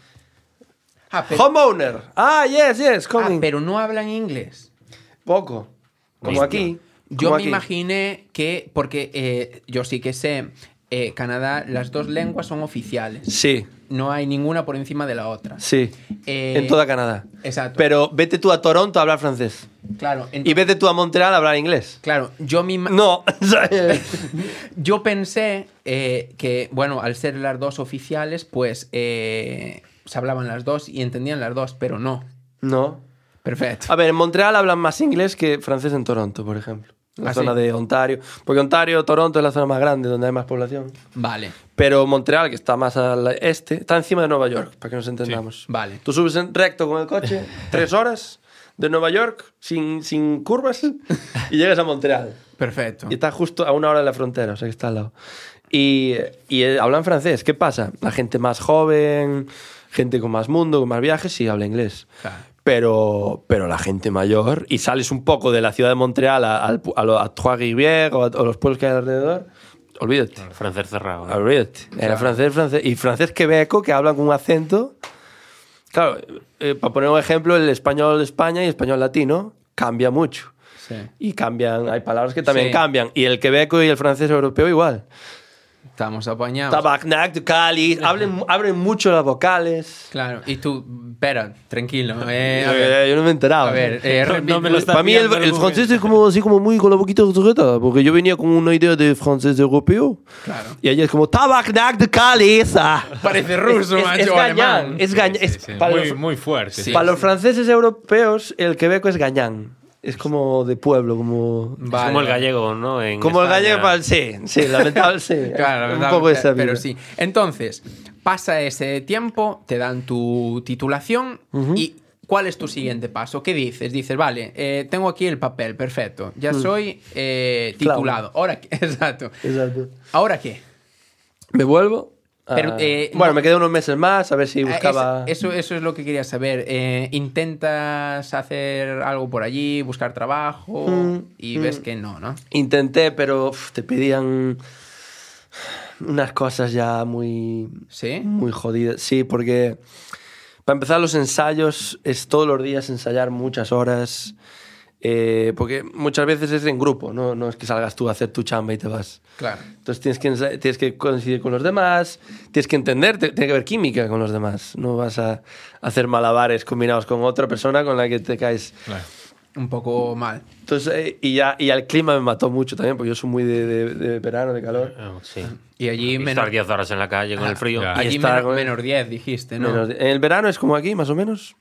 [SPEAKER 2] Ah, pe-
[SPEAKER 1] Homeowner. Ah, yes, yes,
[SPEAKER 2] ah,
[SPEAKER 1] coming.
[SPEAKER 2] pero no hablan inglés.
[SPEAKER 1] Poco. Como
[SPEAKER 4] Hostia.
[SPEAKER 1] aquí.
[SPEAKER 2] Yo
[SPEAKER 1] como
[SPEAKER 2] me
[SPEAKER 1] aquí.
[SPEAKER 2] imaginé que, porque eh, yo sí que sé, eh, Canadá, las dos lenguas son oficiales.
[SPEAKER 1] Sí,
[SPEAKER 2] No hay ninguna por encima de la otra.
[SPEAKER 1] sí.
[SPEAKER 2] Eh,
[SPEAKER 1] en toda Canadá.
[SPEAKER 2] Exacto.
[SPEAKER 1] Pero vete tú a Toronto a hablar francés.
[SPEAKER 2] claro,
[SPEAKER 1] Y
[SPEAKER 2] entonces-
[SPEAKER 1] vete tú a Montreal a hablar inglés.
[SPEAKER 2] claro, yo me ima-
[SPEAKER 1] No. ¿sabes?
[SPEAKER 2] Yo pensé eh, que, bueno, al ser las dos oficiales, pues eh, se hablaban las dos y entendían las dos, pero no.
[SPEAKER 1] no.
[SPEAKER 2] Perfecto.
[SPEAKER 1] A ver, en Montreal hablan más inglés que francés en Toronto, por ejemplo. En la
[SPEAKER 2] Ah,
[SPEAKER 1] zona
[SPEAKER 2] sí.
[SPEAKER 1] de Ontario. Porque Ontario, Toronto es la zona más grande donde hay más población.
[SPEAKER 2] Vale,
[SPEAKER 1] Pero Montreal, que está más al este, está encima de Nueva York, para que nos entendamos.
[SPEAKER 2] vale.
[SPEAKER 1] Tú subes en recto con el coche, tres horas de Nueva York, sin, sin curvas, y llegas a Montreal.
[SPEAKER 2] Perfecto.
[SPEAKER 1] Y está justo a una hora de la frontera, o sea que está al lado. Y, y, eh, hablan francés. ¿Qué pasa? La gente más joven, gente con más mundo, con más viajes, sí habla inglés.
[SPEAKER 2] Claro.
[SPEAKER 1] Pero, pero la gente mayor, y sales un poco de la ciudad de Montreal a, al pu- a, lo- a Trois-Rivières o a, o los pueblos que hay alrededor, olvídate.
[SPEAKER 4] Francés cerrado. ¿eh?
[SPEAKER 1] Alright. Era francés, francés. Y francés quebeco que hablan con un acento. Claro, eh, para poner un ejemplo, el español de España y el español latino cambia mucho.
[SPEAKER 2] Sí.
[SPEAKER 1] Y cambian, hay palabras que también
[SPEAKER 2] Sí.
[SPEAKER 1] cambian. Y el quebeco y el francés europeo igual.
[SPEAKER 2] Estamos apañados.
[SPEAKER 1] Tabacnac, tu cali, hablen- abren mucho las vocales.
[SPEAKER 2] Claro, y tú, espera, tranquilo. eh, a ver,
[SPEAKER 1] Eh, yo no me he enterado.
[SPEAKER 2] a ver, eh,
[SPEAKER 4] No,
[SPEAKER 2] repite-
[SPEAKER 4] no me lo está-
[SPEAKER 1] Para mí el,
[SPEAKER 4] pillando el
[SPEAKER 1] el francés es como así como muy con la boquita sujeta, porque yo venía con una idea de francés europeo
[SPEAKER 2] Claro.
[SPEAKER 1] y allá es como tabacnac de caliza.
[SPEAKER 2] Parece ruso,
[SPEAKER 1] es,
[SPEAKER 2] macho,
[SPEAKER 1] Es
[SPEAKER 2] alemán.
[SPEAKER 1] gañán, es
[SPEAKER 3] Sí,
[SPEAKER 1] gañán.
[SPEAKER 3] sí,
[SPEAKER 1] es-
[SPEAKER 3] sí.
[SPEAKER 1] para
[SPEAKER 3] Muy,
[SPEAKER 1] los-
[SPEAKER 3] muy fuerte.
[SPEAKER 2] Sí.
[SPEAKER 3] sí.
[SPEAKER 1] Para los franceses europeos, el quebeco es gañán. Es como de pueblo, como.
[SPEAKER 4] Es
[SPEAKER 2] Vale.
[SPEAKER 4] como el gallego, ¿no? En
[SPEAKER 1] Como el
[SPEAKER 4] España.
[SPEAKER 1] gallego para el sí, sí, lamentable sí.
[SPEAKER 2] Claro, la
[SPEAKER 1] un
[SPEAKER 2] verdad,
[SPEAKER 1] poco
[SPEAKER 2] pe-
[SPEAKER 1] esa
[SPEAKER 2] pero
[SPEAKER 1] vibra.
[SPEAKER 2] sí. Entonces, pasa ese tiempo, te dan tu titulación y ¿cuál es tu siguiente paso? ¿Qué dices? Dices, vale, eh, tengo aquí el papel, perfecto, ya
[SPEAKER 1] Mm.
[SPEAKER 2] soy eh,
[SPEAKER 1] Claro.
[SPEAKER 2] titulado. Ahora, qué? exacto.
[SPEAKER 1] Exacto.
[SPEAKER 2] ¿Ahora qué?
[SPEAKER 1] Me vuelvo. a-
[SPEAKER 2] Pero, eh,
[SPEAKER 1] Ah. bueno,
[SPEAKER 2] no-
[SPEAKER 1] me quedé unos meses más a ver si
[SPEAKER 2] Ah,
[SPEAKER 1] buscaba.
[SPEAKER 2] es- eso, eso es lo que quería saber. Eh, ¿Intentas hacer algo por allí, buscar trabajo
[SPEAKER 1] Mm,
[SPEAKER 2] y ves que no, ¿no?
[SPEAKER 1] Intenté, pero uf, te pedían unas cosas ya muy.
[SPEAKER 2] ¿Sí?
[SPEAKER 1] Muy jodidas. Sí, porque. Para empezar, los ensayos es todos los días ensayar muchas horas. eh, porque muchas veces es en grupo, ¿no? no es que salgas tú a hacer tu chamba y te vas.
[SPEAKER 2] Claro.
[SPEAKER 1] Entonces tienes que, ensa- tienes que coincidir con los demás, tienes que entender, te- tiene que haber química con los demás. No vas a hacer malabares combinados con otra persona con la que te caes.
[SPEAKER 3] Claro.
[SPEAKER 2] Un poco mal.
[SPEAKER 1] Entonces, eh, y, ya, y al clima me mató mucho también, porque yo soy muy de, de- de verano, de calor.
[SPEAKER 4] Ah, Sí.
[SPEAKER 2] Y allí
[SPEAKER 4] Y
[SPEAKER 2] menos,
[SPEAKER 4] estar 10 horas en la calle con el frío.
[SPEAKER 3] ya.
[SPEAKER 2] allí
[SPEAKER 1] está,
[SPEAKER 2] menor-
[SPEAKER 1] güey.
[SPEAKER 2] menos 10, dijiste, Eh, ¿no?
[SPEAKER 1] Menos- en el verano es como aquí, más o menos.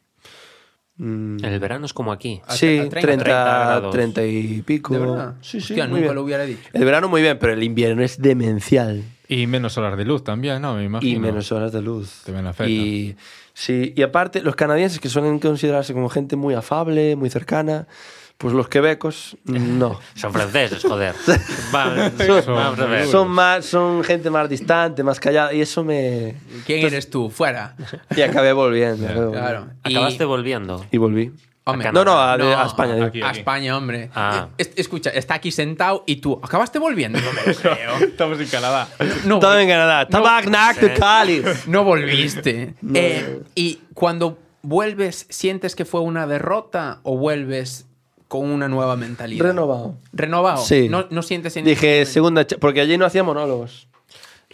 [SPEAKER 1] Mm,
[SPEAKER 4] En el verano es como aquí.
[SPEAKER 2] A-
[SPEAKER 1] sí,
[SPEAKER 2] a
[SPEAKER 1] 30,
[SPEAKER 2] 30,
[SPEAKER 1] 30,
[SPEAKER 4] grados.
[SPEAKER 1] y pico.
[SPEAKER 2] ¿De verdad?
[SPEAKER 1] Sí, sí,
[SPEAKER 2] Hostia,
[SPEAKER 1] muy
[SPEAKER 2] nunca
[SPEAKER 1] bien.
[SPEAKER 2] lo hubiera dicho.
[SPEAKER 1] El verano muy bien, pero el invierno es demencial.
[SPEAKER 3] Y menos horas de luz también, ¿no? Me imagino.
[SPEAKER 1] Y menos horas de luz.
[SPEAKER 3] También afecta.
[SPEAKER 1] Y, sí, y aparte, los canadienses, que suelen considerarse como gente muy afable, muy cercana, pues los quebecos, no.
[SPEAKER 4] Son franceses, joder. Va-
[SPEAKER 3] Son-
[SPEAKER 4] vamos a ver.
[SPEAKER 1] Son, más, son gente más distante, más callada, y eso me...
[SPEAKER 2] ¿Quién eres tú? Fuera.
[SPEAKER 1] Y acabé volviendo. acabé volviendo.
[SPEAKER 2] Claro. Y-
[SPEAKER 4] Acabaste volviendo.
[SPEAKER 1] Y volví.
[SPEAKER 2] Hombre,
[SPEAKER 1] No, no, a,
[SPEAKER 2] no,
[SPEAKER 1] a España. digo.
[SPEAKER 3] aquí.
[SPEAKER 2] a España, hombre.
[SPEAKER 4] Ah.
[SPEAKER 2] Es- escucha, está aquí sentado y tú acabaste volviendo. No me lo creo.
[SPEAKER 3] Estamos en Canadá.
[SPEAKER 2] No,
[SPEAKER 1] Estaba en Canadá. Tabacnac de
[SPEAKER 2] no volviste. Eh, y cuando vuelves, ¿sientes que fue una derrota o vuelves con una nueva mentalidad?
[SPEAKER 1] Renovado.
[SPEAKER 2] Renovado.
[SPEAKER 1] Sí.
[SPEAKER 2] No, no sientes en
[SPEAKER 1] Dije, segunda... cha- Porque allí no hacía monólogos.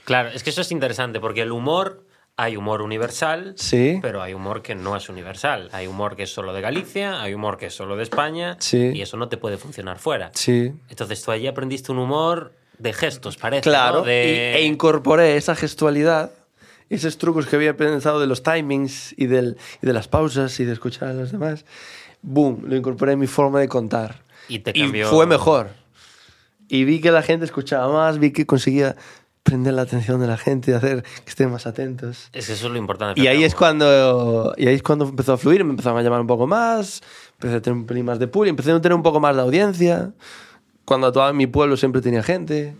[SPEAKER 4] Claro, es que eso es interesante porque el humor, hay humor universal,
[SPEAKER 1] Sí.
[SPEAKER 4] pero hay humor que no es universal. Hay humor que es solo de Galicia, hay humor que es solo de España,
[SPEAKER 1] Sí.
[SPEAKER 4] y eso no te puede funcionar fuera.
[SPEAKER 1] Sí.
[SPEAKER 4] Entonces tú allí aprendiste un humor de gestos, parece.
[SPEAKER 1] Claro,
[SPEAKER 4] ¿no? De-
[SPEAKER 1] y- e incorporé esa gestualidad, esos trucos que había pensado de los timings y, del, y de las pausas y de escuchar a los demás. Boom, lo incorporé en mi forma de contar.
[SPEAKER 4] Y te cambió-
[SPEAKER 1] fue mejor. Y vi que la gente escuchaba más, vi que conseguía prender la atención de la gente, hacer que estén más atentos.
[SPEAKER 4] Es que eso es lo importante.
[SPEAKER 1] Y ahí,
[SPEAKER 4] Pero-
[SPEAKER 1] es cuando, y ahí es cuando empezó a fluir, me empezaron a llamar un poco más, empecé a tener un pelín más de público, empecé a tener un poco más de audiencia. Cuando actuaba en mi pueblo siempre tenía gente.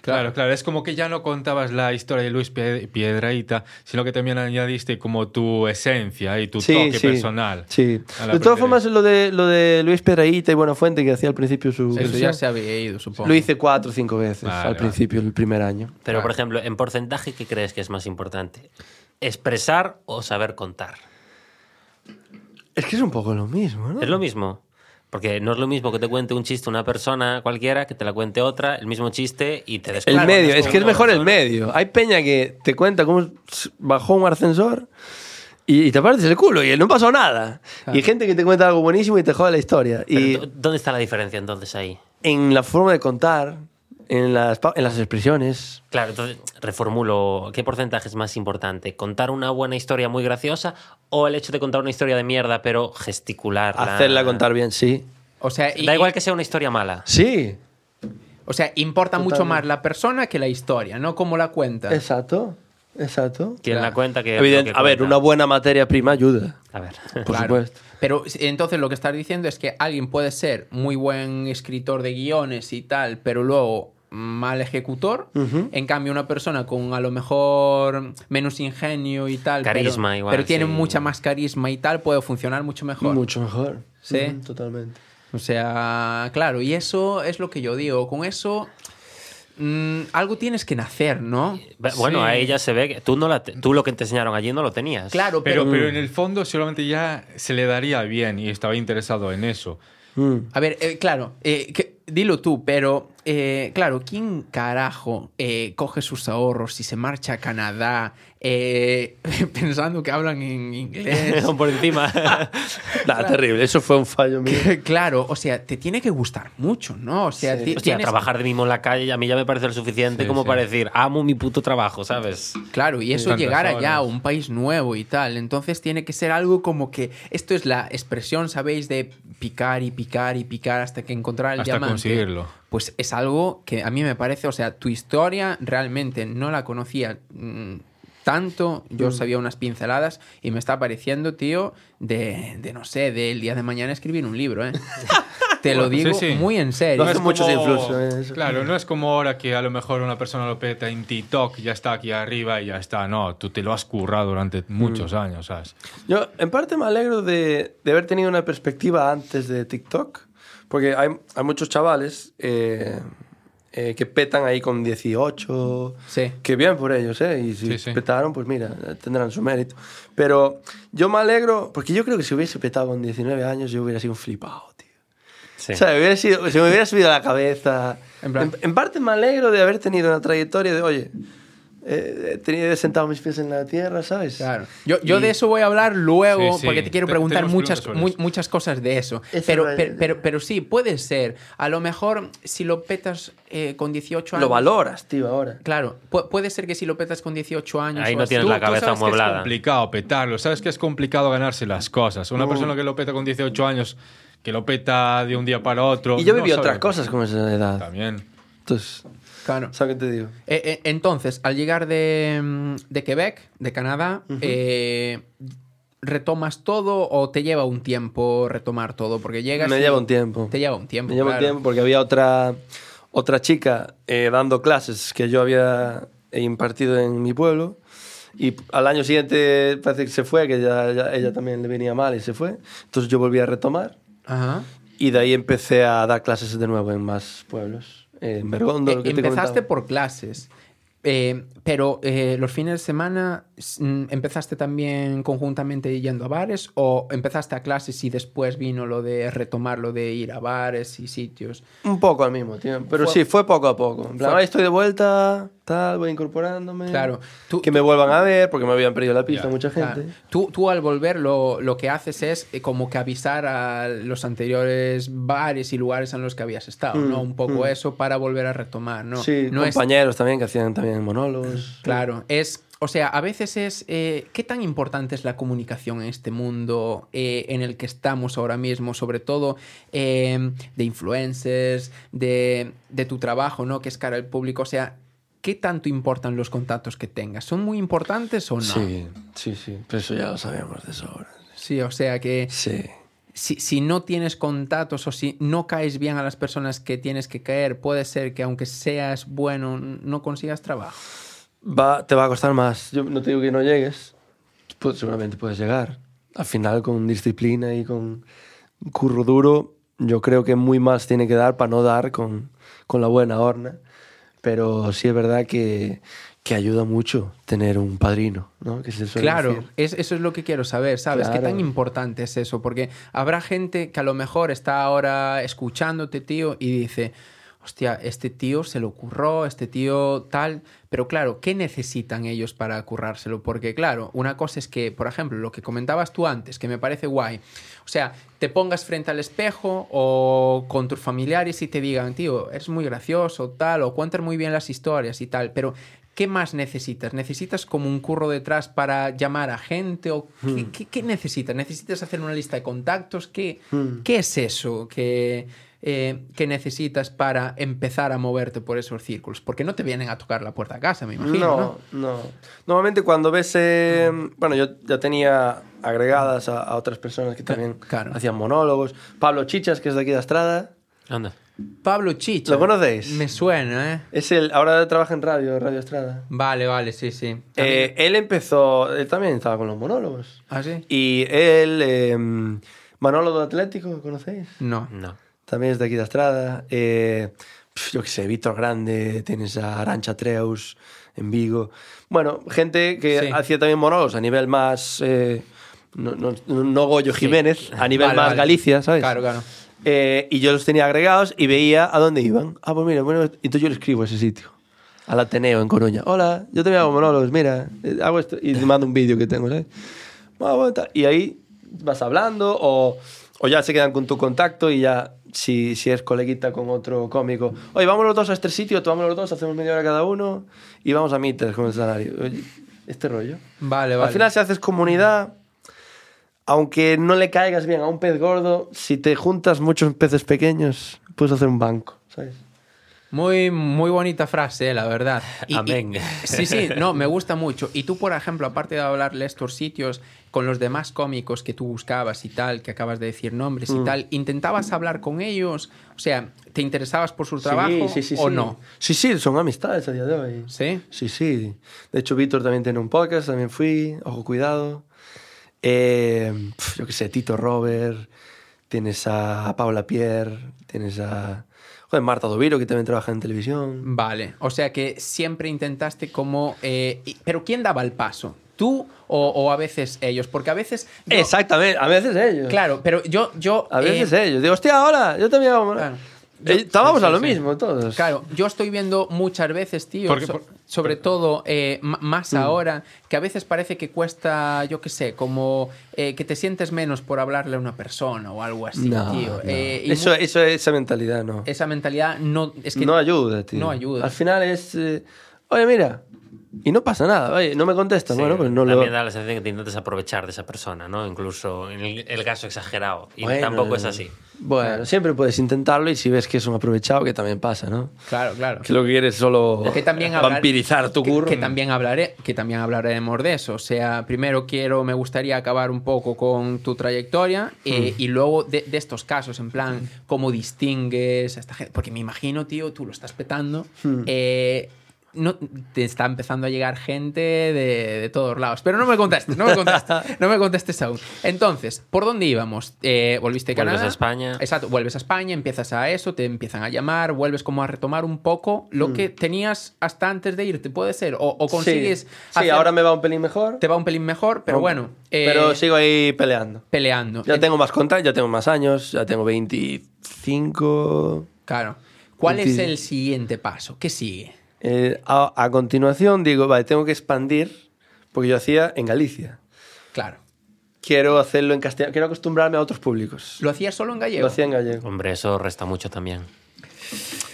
[SPEAKER 3] Claro, claro, es como que ya no contabas la historia de Luis Pie- Piedraíta, sino que también añadiste como tu esencia y tu toque personal.
[SPEAKER 1] Sí.
[SPEAKER 3] a la
[SPEAKER 1] De todas
[SPEAKER 3] peli.
[SPEAKER 1] formas, lo de, lo de Luis Pedraíta y Buenafuente, que hacía al principio su.
[SPEAKER 2] Eso ya se había ido, supongo.
[SPEAKER 1] Lo hice cuatro o cinco veces
[SPEAKER 3] Vale,
[SPEAKER 1] al
[SPEAKER 3] vale.
[SPEAKER 1] principio, el primer año.
[SPEAKER 4] Pero, por ejemplo, en porcentaje, ¿qué crees que es más importante? ¿Expresar o saber contar?
[SPEAKER 1] Es que es un poco lo mismo, ¿no?
[SPEAKER 4] Es lo mismo. Porque no es lo mismo que te cuente un chiste una persona cualquiera, que te la cuente otra, el mismo chiste y te
[SPEAKER 1] El
[SPEAKER 4] descuadras
[SPEAKER 1] medio,
[SPEAKER 4] con
[SPEAKER 1] es que es
[SPEAKER 4] una
[SPEAKER 1] mejor el
[SPEAKER 4] persona.
[SPEAKER 1] medio. Hay peña que te cuenta cómo s- bajó un ascensor y, y te partes el culo y no pasó nada. Y hay gente que te cuenta algo buenísimo y te jode la historia.
[SPEAKER 4] Pero
[SPEAKER 1] Y
[SPEAKER 4] ¿dó- ¿Dónde está la diferencia entonces ahí?
[SPEAKER 1] en la forma de contar, en las, pa- en las expresiones,
[SPEAKER 4] Claro, entonces reformulo, ¿qué porcentaje es más importante? ¿Contar una buena historia muy graciosa o el hecho de contar una historia de mierda pero gesticular?
[SPEAKER 1] hacerla contar bien, sí.
[SPEAKER 2] O sea, y-
[SPEAKER 4] Da igual que sea una historia mala.
[SPEAKER 1] Sí,
[SPEAKER 2] o sea, importa mucho
[SPEAKER 1] Totalmente.
[SPEAKER 2] más la persona que la historia, no como la cuenta.
[SPEAKER 1] exacto, exacto.
[SPEAKER 4] Quien la
[SPEAKER 2] Claro.
[SPEAKER 4] cuenta que...
[SPEAKER 1] Evidente-
[SPEAKER 4] lo que
[SPEAKER 1] a ver,
[SPEAKER 4] cuenta.
[SPEAKER 1] una buena materia prima ayuda,
[SPEAKER 4] A ver.
[SPEAKER 1] por
[SPEAKER 2] Claro.
[SPEAKER 1] supuesto.
[SPEAKER 2] Pero s- entonces lo que estás diciendo es que alguien puede ser muy buen escritor de guiones y tal, pero luego mal ejecutor. En cambio, una persona con a lo mejor menos ingenio y tal. pero-
[SPEAKER 4] Carisma igual,
[SPEAKER 2] Pero tiene
[SPEAKER 4] sí.
[SPEAKER 2] mucha más carisma y tal, puede funcionar mucho mejor.
[SPEAKER 1] Mucho mejor.
[SPEAKER 2] Sí.
[SPEAKER 1] Ujú, Totalmente.
[SPEAKER 2] O sea, claro, y eso es lo que yo digo. Con eso, mm, algo tienes que nacer, ¿no?
[SPEAKER 4] Bueno,
[SPEAKER 3] Sí.
[SPEAKER 4] ahí ya se ve que tú, no la te- tú lo que te enseñaron allí no lo tenías.
[SPEAKER 2] Claro, pero,
[SPEAKER 1] eh,
[SPEAKER 3] Pero, pero en el fondo seguramente ya se le daría bien y estaba interesado en eso.
[SPEAKER 1] Mm.
[SPEAKER 2] A ver, eh, claro, eh, que- dilo tú, pero eh, claro, ¿quién carajo eh, coge sus ahorros y se marcha a Canadá eh, pensando que hablan en inglés?
[SPEAKER 4] Por encima.
[SPEAKER 1] Mm. Nah, terrible, eso fue un fallo mío.
[SPEAKER 2] claro, o sea, te tiene que gustar mucho, ¿no? O sea, ti-
[SPEAKER 4] Hostia,
[SPEAKER 2] tienes-
[SPEAKER 4] trabajar de mismo en la calle a mí ya me parece lo suficiente
[SPEAKER 3] Sí,
[SPEAKER 4] como
[SPEAKER 3] sí.
[SPEAKER 4] para decir, amo mi puto trabajo, ¿sabes?
[SPEAKER 2] Claro, y eso
[SPEAKER 3] Tantas
[SPEAKER 2] llegar allá a
[SPEAKER 3] horas.
[SPEAKER 2] un país nuevo y tal, entonces tiene que ser algo como que esto es la expresión, ¿sabéis? De picar y picar y picar hasta que encontrar el
[SPEAKER 3] Hasta
[SPEAKER 2] diamante.
[SPEAKER 3] conseguirlo.
[SPEAKER 2] Pues es algo que a mí me parece, o sea, tu historia realmente no la conocía mm, tanto,
[SPEAKER 3] Mm.
[SPEAKER 2] yo sabía unas pinceladas y me está pareciendo, tío, de, de, no sé, del día de mañana escribir un libro, ¿eh? Te lo
[SPEAKER 3] Sí,
[SPEAKER 2] digo
[SPEAKER 3] sí.
[SPEAKER 2] muy en serio.
[SPEAKER 1] No hace
[SPEAKER 3] es
[SPEAKER 1] muchos
[SPEAKER 3] como-
[SPEAKER 1] influencers, eh, eso.
[SPEAKER 3] Claro, no es como ahora que a lo mejor una persona lo peta en TikTok, ya está aquí arriba y ya está. No, tú te lo has currado durante muchos
[SPEAKER 1] Mm.
[SPEAKER 3] años, ¿sabes?
[SPEAKER 1] Yo, en parte, me alegro de, de haber tenido una perspectiva antes de TikTok, porque hay, hay muchos chavales eh, eh, que petan ahí con 18.
[SPEAKER 2] Sí.
[SPEAKER 1] Que bien por ellos, ¿eh? Y si
[SPEAKER 3] Sí, sí.
[SPEAKER 1] petaron, pues mira, tendrán su mérito. Pero yo me alegro, porque yo creo que si hubiese petado con 19 años, yo hubiera sido un flipado, tío.
[SPEAKER 4] Sí.
[SPEAKER 1] O sea, hubiera sido- se me hubiera subido a la cabeza.
[SPEAKER 2] En
[SPEAKER 1] En,
[SPEAKER 2] plan-
[SPEAKER 1] en parte me alegro de haber tenido una trayectoria de, oye, eh, he tenido he sentado mis pies en la tierra, ¿sabes?
[SPEAKER 2] Claro. Yo, yo de eso voy a hablar luego,
[SPEAKER 3] Sí, sí.
[SPEAKER 2] porque te quiero
[SPEAKER 3] Te-
[SPEAKER 2] preguntar
[SPEAKER 3] tenemos
[SPEAKER 2] muchas,
[SPEAKER 3] preguntas
[SPEAKER 2] mu-
[SPEAKER 3] sobre
[SPEAKER 2] muchas cosas de eso.
[SPEAKER 1] Eso
[SPEAKER 2] Pero,
[SPEAKER 1] es-
[SPEAKER 2] pero, pero, pero sí, puede ser. A lo mejor si lo petas eh, con 18
[SPEAKER 1] Lo
[SPEAKER 2] años.
[SPEAKER 1] valoras, tío, ahora.
[SPEAKER 2] Claro, pu- puede ser que si lo petas con 18 años.
[SPEAKER 4] Ahí
[SPEAKER 2] o
[SPEAKER 4] no
[SPEAKER 2] así-
[SPEAKER 4] tienes la
[SPEAKER 2] Tú- tú
[SPEAKER 4] cabeza
[SPEAKER 2] sabes que es
[SPEAKER 4] amueblada.
[SPEAKER 2] compli-
[SPEAKER 3] Complicado petarlo. Sabes que es complicado ganarse las cosas. Una persona que lo peta con 18 años, que lo peta de un día para otro.
[SPEAKER 1] Y yo
[SPEAKER 3] no
[SPEAKER 1] viví
[SPEAKER 3] sabe
[SPEAKER 1] otras
[SPEAKER 3] lo-
[SPEAKER 1] cosas con esa edad.
[SPEAKER 3] También.
[SPEAKER 1] Entonces,
[SPEAKER 2] Claro.
[SPEAKER 1] ¿sabes qué te digo?
[SPEAKER 2] Eh, eh, entonces, al llegar de, mm, de Quebec, de Canadá, eh, ¿retomas todo o te lleva un tiempo retomar todo? Porque llegas.
[SPEAKER 1] Me
[SPEAKER 2] y-
[SPEAKER 1] lleva un tiempo.
[SPEAKER 2] Te lleva un tiempo.
[SPEAKER 1] Me llevo
[SPEAKER 2] claro.
[SPEAKER 1] tiempo porque había otra, otra chica eh, dando clases que yo había impartido en mi pueblo. Y al año siguiente parece que se fue, que ya, ya- ella también le venía mal y se fue. Entonces yo volví a retomar.
[SPEAKER 2] Ajá.
[SPEAKER 1] Y de ahí empecé a dar clases de nuevo en más pueblos. Eh, En Bergondo,
[SPEAKER 2] Eh,
[SPEAKER 1] lo que te
[SPEAKER 2] empezaste
[SPEAKER 1] comentaba.
[SPEAKER 2] por clases, eh, pero eh, los fines de semana s- mm, empezaste también conjuntamente yendo a bares o empezaste a clases y después vino lo de retomar lo de ir a bares y sitios.
[SPEAKER 1] Un poco al mismo tiempo. Pero
[SPEAKER 2] Fue-
[SPEAKER 1] sí, fue poco a poco. En plan,
[SPEAKER 2] fue-
[SPEAKER 1] "Ay, estoy de vuelta, tal, voy incorporándome.
[SPEAKER 2] Claro, Mm. tú-
[SPEAKER 1] que me vuelvan a ver porque me habían perdido la pista
[SPEAKER 3] Ya.
[SPEAKER 1] mucha gente.
[SPEAKER 2] Claro. Tú, tú al volver lo, lo que haces es eh, como que avisar a los anteriores bares y lugares en los que habías estado,
[SPEAKER 1] Mm,
[SPEAKER 2] ¿no? Un poco
[SPEAKER 1] mm.
[SPEAKER 2] eso para volver a retomar, ¿no?
[SPEAKER 1] sí,
[SPEAKER 2] no es-
[SPEAKER 1] compañeros también que hacían también monólogos.
[SPEAKER 2] Claro, es, o sea, a veces es, eh, ¿qué tan importante es la comunicación en este mundo eh, en el que estamos ahora mismo, sobre todo eh, de influencers, de, de tu trabajo, ¿no? Que es cara al público, o sea, ¿qué tanto importan los contactos que tengas? ¿Son muy importantes o no?
[SPEAKER 1] Sí, sí, sí. Pero eso ya lo sabíamos de sobra.
[SPEAKER 2] Sí, o sea que...
[SPEAKER 1] Sí.
[SPEAKER 2] si, si no tienes contactos o si no caes bien a las personas que tienes que caer, puede ser que aunque seas bueno, no consigas trabajo.
[SPEAKER 1] Va, te va a costar más. Yo no te digo que no llegues. Pues seguramente puedes llegar. Al final, con disciplina y con curro duro, yo creo que muy más tiene que dar para no dar con, con la buena horna. Pero sí es verdad que, que ayuda mucho tener un padrino, ¿no? Que se suele
[SPEAKER 2] Claro,
[SPEAKER 1] decir.
[SPEAKER 2] es- eso es lo que quiero saber, ¿sabes? ¿Qué
[SPEAKER 1] Claro.
[SPEAKER 2] tan importante es eso? Porque habrá gente que a lo mejor está ahora escuchándote, tío, y dice, hostia, este tío se lo curró, este tío tal, pero claro, ¿qué necesitan ellos para currárselo? Porque claro, una cosa es que, por ejemplo, lo que comentabas tú antes, que me parece guay, o sea, te pongas frente al espejo o con tus familiares y te digan, tío, eres muy gracioso, tal, o cuentas muy bien las historias y tal, pero ¿Qué más necesitas? ¿Necesitas como un curro detrás para llamar a gente? ¿O qué,
[SPEAKER 1] Hmm.
[SPEAKER 2] qué- qué necesitas? ¿Necesitas hacer una lista de contactos? ¿Qué,
[SPEAKER 1] Hmm.
[SPEAKER 2] qué es eso que, eh, que necesitas para empezar a moverte por esos círculos? Porque no te vienen a tocar la puerta a casa, me imagino. No.
[SPEAKER 1] No, no. Normalmente cuando ves... eh, bueno, yo ya tenía agregadas a, a otras personas que también
[SPEAKER 2] claro.
[SPEAKER 1] hacían monólogos. Pablo Chichas, que es de aquí de Estrada.
[SPEAKER 4] Anda.
[SPEAKER 2] Pablo Chicha.
[SPEAKER 1] ¿Lo conocéis?
[SPEAKER 2] Me suena, ¿eh?
[SPEAKER 1] Es el, ahora trabaja en radio, Radio Estrada.
[SPEAKER 2] Vale, vale, sí, sí.
[SPEAKER 1] Eh, él empezó, él también estaba con los monólogos.
[SPEAKER 2] ¿Ah, sí?
[SPEAKER 1] Y él, eh, monólogo atlético, ¿conocéis?
[SPEAKER 2] No.
[SPEAKER 4] No.
[SPEAKER 1] También es de aquí de Estrada. Eh, pf, yo qué sé, Víctor Grande, tienes a Arancha Treus en Vigo. Bueno, gente que
[SPEAKER 2] Sí.
[SPEAKER 1] hacía también monólogos a nivel más. eh, no, no- no Goyo Jiménez, a nivel
[SPEAKER 2] Vale,
[SPEAKER 1] más
[SPEAKER 2] vale.
[SPEAKER 1] Galicia, ¿sabes?
[SPEAKER 2] Claro, claro.
[SPEAKER 1] Eh, y yo los tenía agregados y veía a dónde iban. Ah, pues mira, bueno, entonces yo le escribo a ese sitio. Al Ateneo en Coruña. Hola, yo también hago monólogos, mira, eh, hago esto. Y te mando un vídeo que tengo, ¿sabes? Ah, bueno, tal. Y ahí vas hablando o, o ya se quedan con tu contacto y ya, si, si es coleguita con otro cómico, oye, vamos los dos a este sitio, tomamos los dos, hacemos media hora cada uno y vamos a meters con el salario. Oye, este rollo.
[SPEAKER 2] Vale, vale.
[SPEAKER 1] Al final, si haces comunidad, aunque no le caigas bien a un pez gordo, si te juntas muchos peces pequeños, puedes hacer un banco, ¿sabes?
[SPEAKER 2] Muy, muy bonita frase, eh, la verdad.
[SPEAKER 4] Amén.
[SPEAKER 2] sí, sí, no, me gusta mucho. Y tú, por ejemplo, aparte de hablarle estos sitios con los demás cómicos que tú buscabas y tal, que acabas de decir nombres
[SPEAKER 1] Mm.
[SPEAKER 2] y tal, ¿intentabas hablar con ellos? O sea, ¿te interesabas por su trabajo o no?
[SPEAKER 1] Sí, sí, son amistades a día de hoy.
[SPEAKER 2] ¿Sí?
[SPEAKER 1] Sí, sí. De hecho, Víctor también tiene un podcast, también fui, ojo, cuidado. Eh, pf, yo qué sé, Tito Robert, tienes a Paula Pierre, tienes a joder, Marta Doviro, que también trabaja en televisión.
[SPEAKER 2] Vale, o sea que siempre intentaste como... eh, y- pero ¿quién daba el paso? ¿Tú o, o a veces ellos? Porque a veces... yo-
[SPEAKER 1] Exactamente, a veces ellos.
[SPEAKER 2] Claro, pero yo... yo
[SPEAKER 1] A
[SPEAKER 2] eh,
[SPEAKER 1] veces ellos. Digo, hostia, hola, yo también hago.
[SPEAKER 2] Claro.
[SPEAKER 1] Eh, Estábamos
[SPEAKER 2] sí,
[SPEAKER 1] a lo
[SPEAKER 2] sí, sí.
[SPEAKER 1] mismo todos.
[SPEAKER 2] Claro, yo estoy viendo muchas veces, tío,
[SPEAKER 3] Porque
[SPEAKER 2] so-
[SPEAKER 3] por- Mm.
[SPEAKER 2] sobre todo eh, m- más ahora, que a veces parece que cuesta, yo qué sé, como eh, que te sientes menos por hablarle a una persona o algo así,
[SPEAKER 1] No,
[SPEAKER 2] tío.
[SPEAKER 1] no.
[SPEAKER 2] Eh, y
[SPEAKER 1] eso,
[SPEAKER 2] mu-
[SPEAKER 1] eso, esa mentalidad no.
[SPEAKER 2] Esa mentalidad no... Es que
[SPEAKER 1] no ayuda, tío.
[SPEAKER 2] no ayuda.
[SPEAKER 1] Al final es. eh, Oye, mira. Y no pasa nada. Oye, no me contesta. bueno, pues no lo.
[SPEAKER 4] También da la sensación que te intentas aprovechar de esa persona, ¿no? Incluso en el, el caso exagerado. Y
[SPEAKER 1] Bueno,
[SPEAKER 4] tampoco es así.
[SPEAKER 1] Bueno, siempre puedes intentarlo y si ves que es un aprovechado, que también pasa, ¿no?
[SPEAKER 2] Claro, claro.
[SPEAKER 1] Que lo que quieres es solo
[SPEAKER 2] que también hablar-
[SPEAKER 1] vampirizar tu
[SPEAKER 2] que-
[SPEAKER 1] curro.
[SPEAKER 2] Que, también hablaré, que también hablaremos de eso. O sea, primero quiero, me gustaría acabar un poco con tu trayectoria
[SPEAKER 4] Hmm.
[SPEAKER 2] eh, y luego de, de estos casos, en plan, cómo distingues a esta gente. Porque me imagino, tío, tú lo estás petando.
[SPEAKER 4] Hmm.
[SPEAKER 2] eh, no, te está empezando a llegar gente de, de todos lados. Pero no me contestes, no me contestes, no me contestes aún. Entonces, ¿por dónde íbamos? Eh, ¿Volviste a
[SPEAKER 4] Vuelves
[SPEAKER 2] Canadá?
[SPEAKER 4] a España.
[SPEAKER 2] Exacto, vuelves a España, empiezas a eso, te empiezan a llamar, vuelves como a retomar un poco lo
[SPEAKER 4] Hmm.
[SPEAKER 2] que tenías hasta antes de irte, puede ser, o, o
[SPEAKER 1] Sí.
[SPEAKER 2] consigues...
[SPEAKER 1] Sí,
[SPEAKER 2] hacer-
[SPEAKER 1] ahora me va un pelín mejor.
[SPEAKER 2] Te va un pelín mejor, pero bueno, eh,
[SPEAKER 1] Pero sigo ahí peleando.
[SPEAKER 2] peleando.
[SPEAKER 1] Ya
[SPEAKER 2] Eh,
[SPEAKER 1] tengo más contactos, ya tengo más años, ya tengo 25.
[SPEAKER 2] Claro. ¿Cuál es
[SPEAKER 1] Sí.
[SPEAKER 2] el siguiente paso? ¿Qué sigue?
[SPEAKER 1] Eh, a, a continuación digo, vale, tengo que expandir, porque yo hacía en Galicia.
[SPEAKER 2] Claro.
[SPEAKER 1] Quiero hacerlo en castellano, quiero acostumbrarme a otros públicos.
[SPEAKER 2] ¿Lo hacías solo en gallego?
[SPEAKER 1] Lo hacía en gallego.
[SPEAKER 4] Hombre, eso resta mucho también.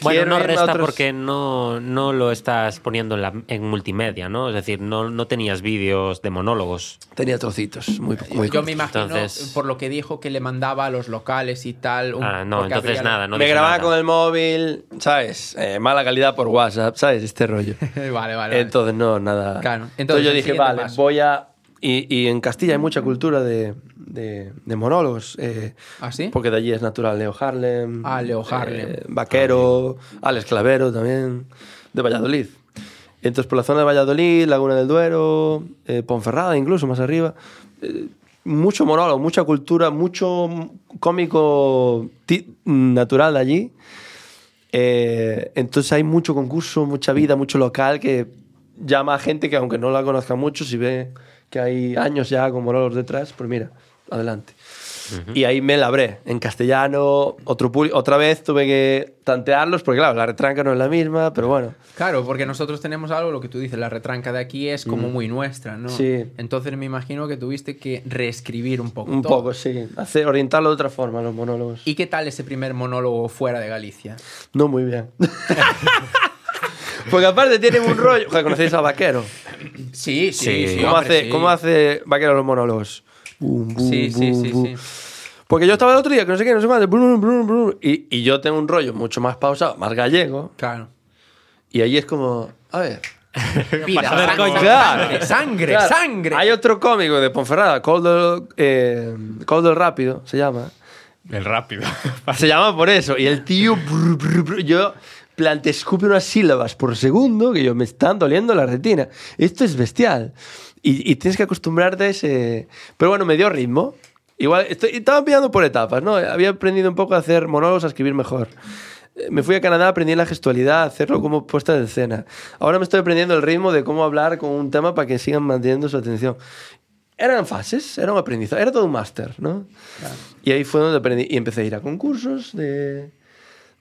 [SPEAKER 4] Bueno,
[SPEAKER 1] Quiero
[SPEAKER 4] no
[SPEAKER 1] irme a
[SPEAKER 4] resta
[SPEAKER 1] otros-
[SPEAKER 4] porque no, no lo estás poniendo en, la, en multimedia, ¿no? Es decir, no, no tenías vídeos de monólogos.
[SPEAKER 1] Tenía trocitos, muy, muy
[SPEAKER 2] Yo me
[SPEAKER 1] cortos.
[SPEAKER 2] imagino,
[SPEAKER 4] Entonces-
[SPEAKER 2] por lo que dijo, que le mandaba a los locales y tal. un-
[SPEAKER 4] Ah, no,
[SPEAKER 2] porque
[SPEAKER 4] entonces
[SPEAKER 2] habría-
[SPEAKER 4] nada, no
[SPEAKER 1] me
[SPEAKER 4] dije
[SPEAKER 1] grababa
[SPEAKER 4] nada.
[SPEAKER 1] con el móvil, ¿sabes? Eh, mala calidad por WhatsApp, ¿sabes? Este rollo.
[SPEAKER 2] vale, vale, vale.
[SPEAKER 1] Entonces, no, nada.
[SPEAKER 2] Claro, entonces,
[SPEAKER 1] Entonces, yo
[SPEAKER 2] el
[SPEAKER 1] dije,
[SPEAKER 2] siguiente
[SPEAKER 1] vale,
[SPEAKER 2] paso.
[SPEAKER 1] voy a. Y, y en Castilla hay mucha cultura de, de- de monólogos. eh,
[SPEAKER 2] ¿Ah, sí?
[SPEAKER 1] Porque de allí es natural Leo Harlem. eh,
[SPEAKER 2] Ah, Leo Harlem.
[SPEAKER 1] Vaquero, Alex Clavero también, de Valladolid. Entonces, por la zona de Valladolid, Laguna del Duero, eh, Ponferrada incluso, más arriba. eh, mucho monólogo, mucha cultura, mucho cómico ti- natural de allí. Eh, entonces hay mucho concurso, mucha vida, mucho local que llama a gente que aunque no la conozca mucho, si ve que hay años ya con monólogos detrás, pues mira, adelante. Y ahí me labré en castellano, otro público, otra vez tuve que tantearlos, porque claro, la retranca no es la misma, pero bueno.
[SPEAKER 2] Claro, porque nosotros tenemos algo, lo que tú dices, la retranca de aquí es como muy nuestra, ¿no?
[SPEAKER 1] Mm. Sí.
[SPEAKER 2] Entonces me imagino que tuviste que reescribir un poco.
[SPEAKER 1] Un
[SPEAKER 2] todo.
[SPEAKER 1] poco, sí. Hacer, orientarlo de otra forma, los monólogos.
[SPEAKER 2] ¿Y qué tal ese primer monólogo fuera de Galicia?
[SPEAKER 1] No muy bien. Porque aparte tienen un rollo. Joder, ¿Conocéis a Vaquero?
[SPEAKER 2] Sí, sí, sí.
[SPEAKER 4] Sí.
[SPEAKER 1] ¿Cómo,
[SPEAKER 2] hombre,
[SPEAKER 1] hace,
[SPEAKER 2] sí.
[SPEAKER 1] ¿Cómo hace Vaquero los monólogos? Bum, bum,
[SPEAKER 2] Sí, sí,
[SPEAKER 1] bum,
[SPEAKER 2] sí,
[SPEAKER 1] bum.
[SPEAKER 2] sí.
[SPEAKER 1] Porque yo estaba el otro día, que no sé qué, no sé cuánto, brum, brum, brum, y, y yo tengo un rollo mucho más pausado, más gallego,
[SPEAKER 2] Claro.
[SPEAKER 1] y ahí es como, a ver,
[SPEAKER 2] Pida,
[SPEAKER 4] pasa?
[SPEAKER 2] sangre,
[SPEAKER 4] A ver, coño.
[SPEAKER 2] sangre, sangre,
[SPEAKER 1] Claro,
[SPEAKER 2] sangre.
[SPEAKER 1] Hay otro cómico de Ponferrada, Coldo, eh, Coldo el Rápido, se llama.
[SPEAKER 3] El rápido.
[SPEAKER 1] Se llama por eso. Y el tío, brr, brr, brr, yo plante escupe unas sílabas por segundo que yo me están doliendo la retina. Esto es bestial. Y, y tienes que acostumbrarte a ese... Pero bueno, me dio ritmo. Igual, estoy, estaba pillando por etapas, ¿no? Había aprendido un poco a hacer monólogos, a escribir mejor. Eh, Me fui a Canadá, aprendí la gestualidad, a hacerlo como puesta de escena. Ahora me estoy aprendiendo el ritmo de cómo hablar con un tema para que sigan manteniendo su atención. Eran fases, era un aprendizaje, era todo un máster, ¿no? Y ahí fue donde aprendí. Y empecé a ir a concursos de,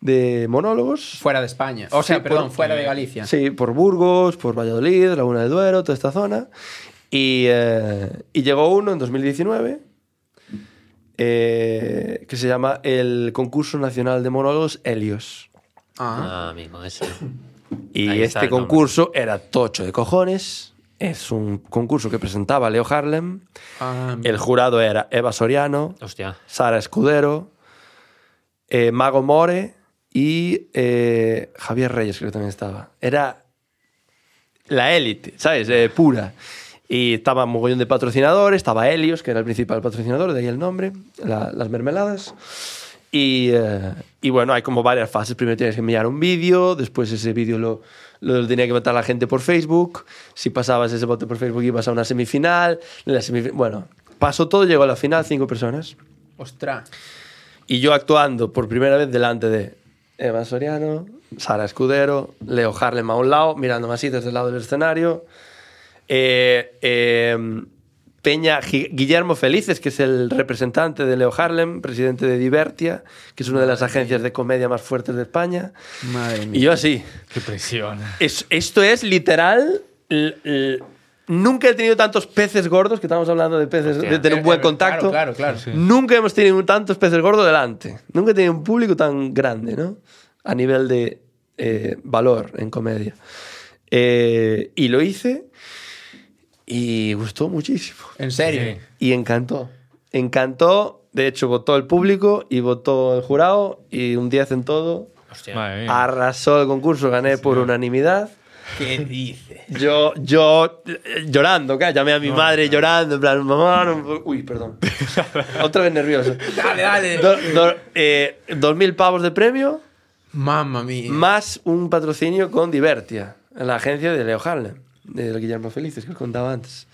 [SPEAKER 1] de monólogos.
[SPEAKER 2] Fuera de España. O sea,
[SPEAKER 1] Sí,
[SPEAKER 2] perdón,
[SPEAKER 1] por- eh,
[SPEAKER 2] fuera de Galicia.
[SPEAKER 1] Sí, por Burgos, por Valladolid, Laguna del Duero, toda esta zona. Y, eh, y llegó uno en 2019 eh, que se llama el Concurso Nacional de Monólogos Helios.
[SPEAKER 2] Ah.
[SPEAKER 4] Ah, amigo, ese.
[SPEAKER 1] Y
[SPEAKER 4] Ahí está
[SPEAKER 1] este
[SPEAKER 4] el nombre.
[SPEAKER 1] concurso era tocho de cojones. Es un concurso que presentaba Leo Harlem.
[SPEAKER 2] Ah,
[SPEAKER 1] El jurado era Eva Soriano,
[SPEAKER 4] Hostia.
[SPEAKER 1] Sara Escudero, eh, Mago More y eh, Javier Reyes, creo que también estaba. Era la élite, ¿sabes? Eh, pura. Y estaba un mogollón de patrocinadores, estaba Helios, que era el principal patrocinador, de ahí el nombre, la- las mermeladas. Y, eh, y bueno, hay como varias fases. Primero tienes que enviar un vídeo, después ese vídeo lo, lo tenía que votar la gente por Facebook. Si pasabas ese voto por Facebook ibas a una semifinal. En la semif- bueno, pasó todo, llegó a la final, cinco personas.
[SPEAKER 2] Ostras.
[SPEAKER 1] Y yo actuando por primera vez delante de Eva Soriano, Sara Escudero, Leo Harlem a un lado, mirándome así desde el lado del escenario. Eh, eh, Peña Gi- Guillermo Felices, que es el representante de Leo Harlem, presidente de Divertia, que es una de las agencias de comedia más fuertes de España.
[SPEAKER 2] Madre mía.
[SPEAKER 1] Y yo así.
[SPEAKER 3] Qué presión.
[SPEAKER 1] Es- esto es literal. l- l- nunca he tenido tantos peces gordos, que estamos hablando de peces,
[SPEAKER 4] Hostia.
[SPEAKER 1] de tener un buen
[SPEAKER 2] Eh, eh,
[SPEAKER 1] contacto.
[SPEAKER 2] Claro, claro, claro.
[SPEAKER 1] Nunca hemos tenido tantos peces gordos delante. Nunca he tenido un público tan grande, ¿no? A nivel de eh, valor en comedia. Eh, y lo hice y gustó muchísimo.
[SPEAKER 2] En serio.
[SPEAKER 3] Sí.
[SPEAKER 1] Y encantó. Encantó. De hecho, votó el público y votó el jurado y un 10 en todo.
[SPEAKER 4] Hostia.
[SPEAKER 3] Madre mía.
[SPEAKER 1] Arrasó el concurso, gané por unanimidad.
[SPEAKER 2] ¿Qué dices?
[SPEAKER 1] Yo, yo eh, llorando, claro, llamé a mi madre llorando, en plan, mamá, no puedo-". uy, perdón. Otra vez nervioso.
[SPEAKER 2] Dale, dale.
[SPEAKER 1] Do- do- eh, 2.000 pavos de premio,
[SPEAKER 2] Mamma mía.
[SPEAKER 1] más un patrocinio con Divertia, la agencia de Leo Harlem, de Guillermo Felices, que os contaba antes.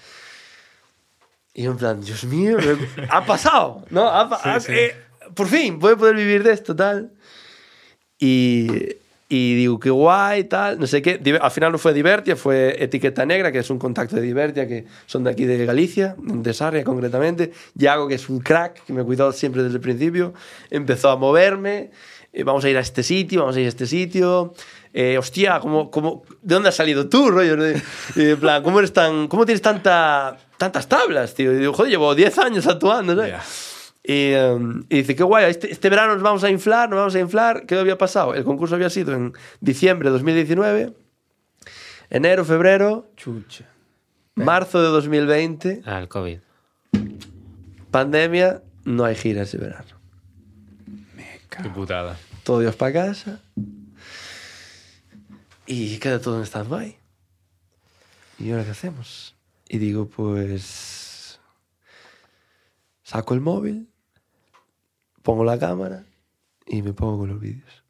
[SPEAKER 1] Y en plan, Dios mío, me- ha pasado, ¿no? Ha pa- ha- eh, por fin, voy a poder vivir de esto, tal. Y, y digo, qué guay, tal, no sé qué. Diver- Al final no fue Divertia, fue Etiqueta Negra, que es un contacto de Divertia, que son de aquí de Galicia, de Sarria concretamente. Yago, que es un crack, que me ha cuidado siempre desde el principio, empezó a moverme. eh, Vamos a ir a este sitio, vamos a ir a este sitio. Eh, hostia, ¿cómo, cómo, ¿de dónde has salido tú, rollo? ¿no? Y en plan, ¿cómo, eres tan, ¿cómo tienes tanta, tantas tablas, tío? Y digo, joder, llevo 10 años actuando, ¿sabes?
[SPEAKER 3] Ya.
[SPEAKER 1] Y, em, y dice, qué guay, este, este verano nos vamos a inflar, nos vamos a inflar. ¿Qué había pasado? El concurso había sido en diciembre de 2019, enero, febrero,
[SPEAKER 2] Chucha.
[SPEAKER 1] marzo de 2020,
[SPEAKER 4] Ah, el COVID.
[SPEAKER 1] pandemia, no hay gira ese verano.
[SPEAKER 3] Qué putada.
[SPEAKER 1] Todo Dios para casa. Y queda todo en stand-by. ¿Y ahora qué hacemos? Y digo, pues... saco el móvil, pongo la cámara y me pongo con los vídeos.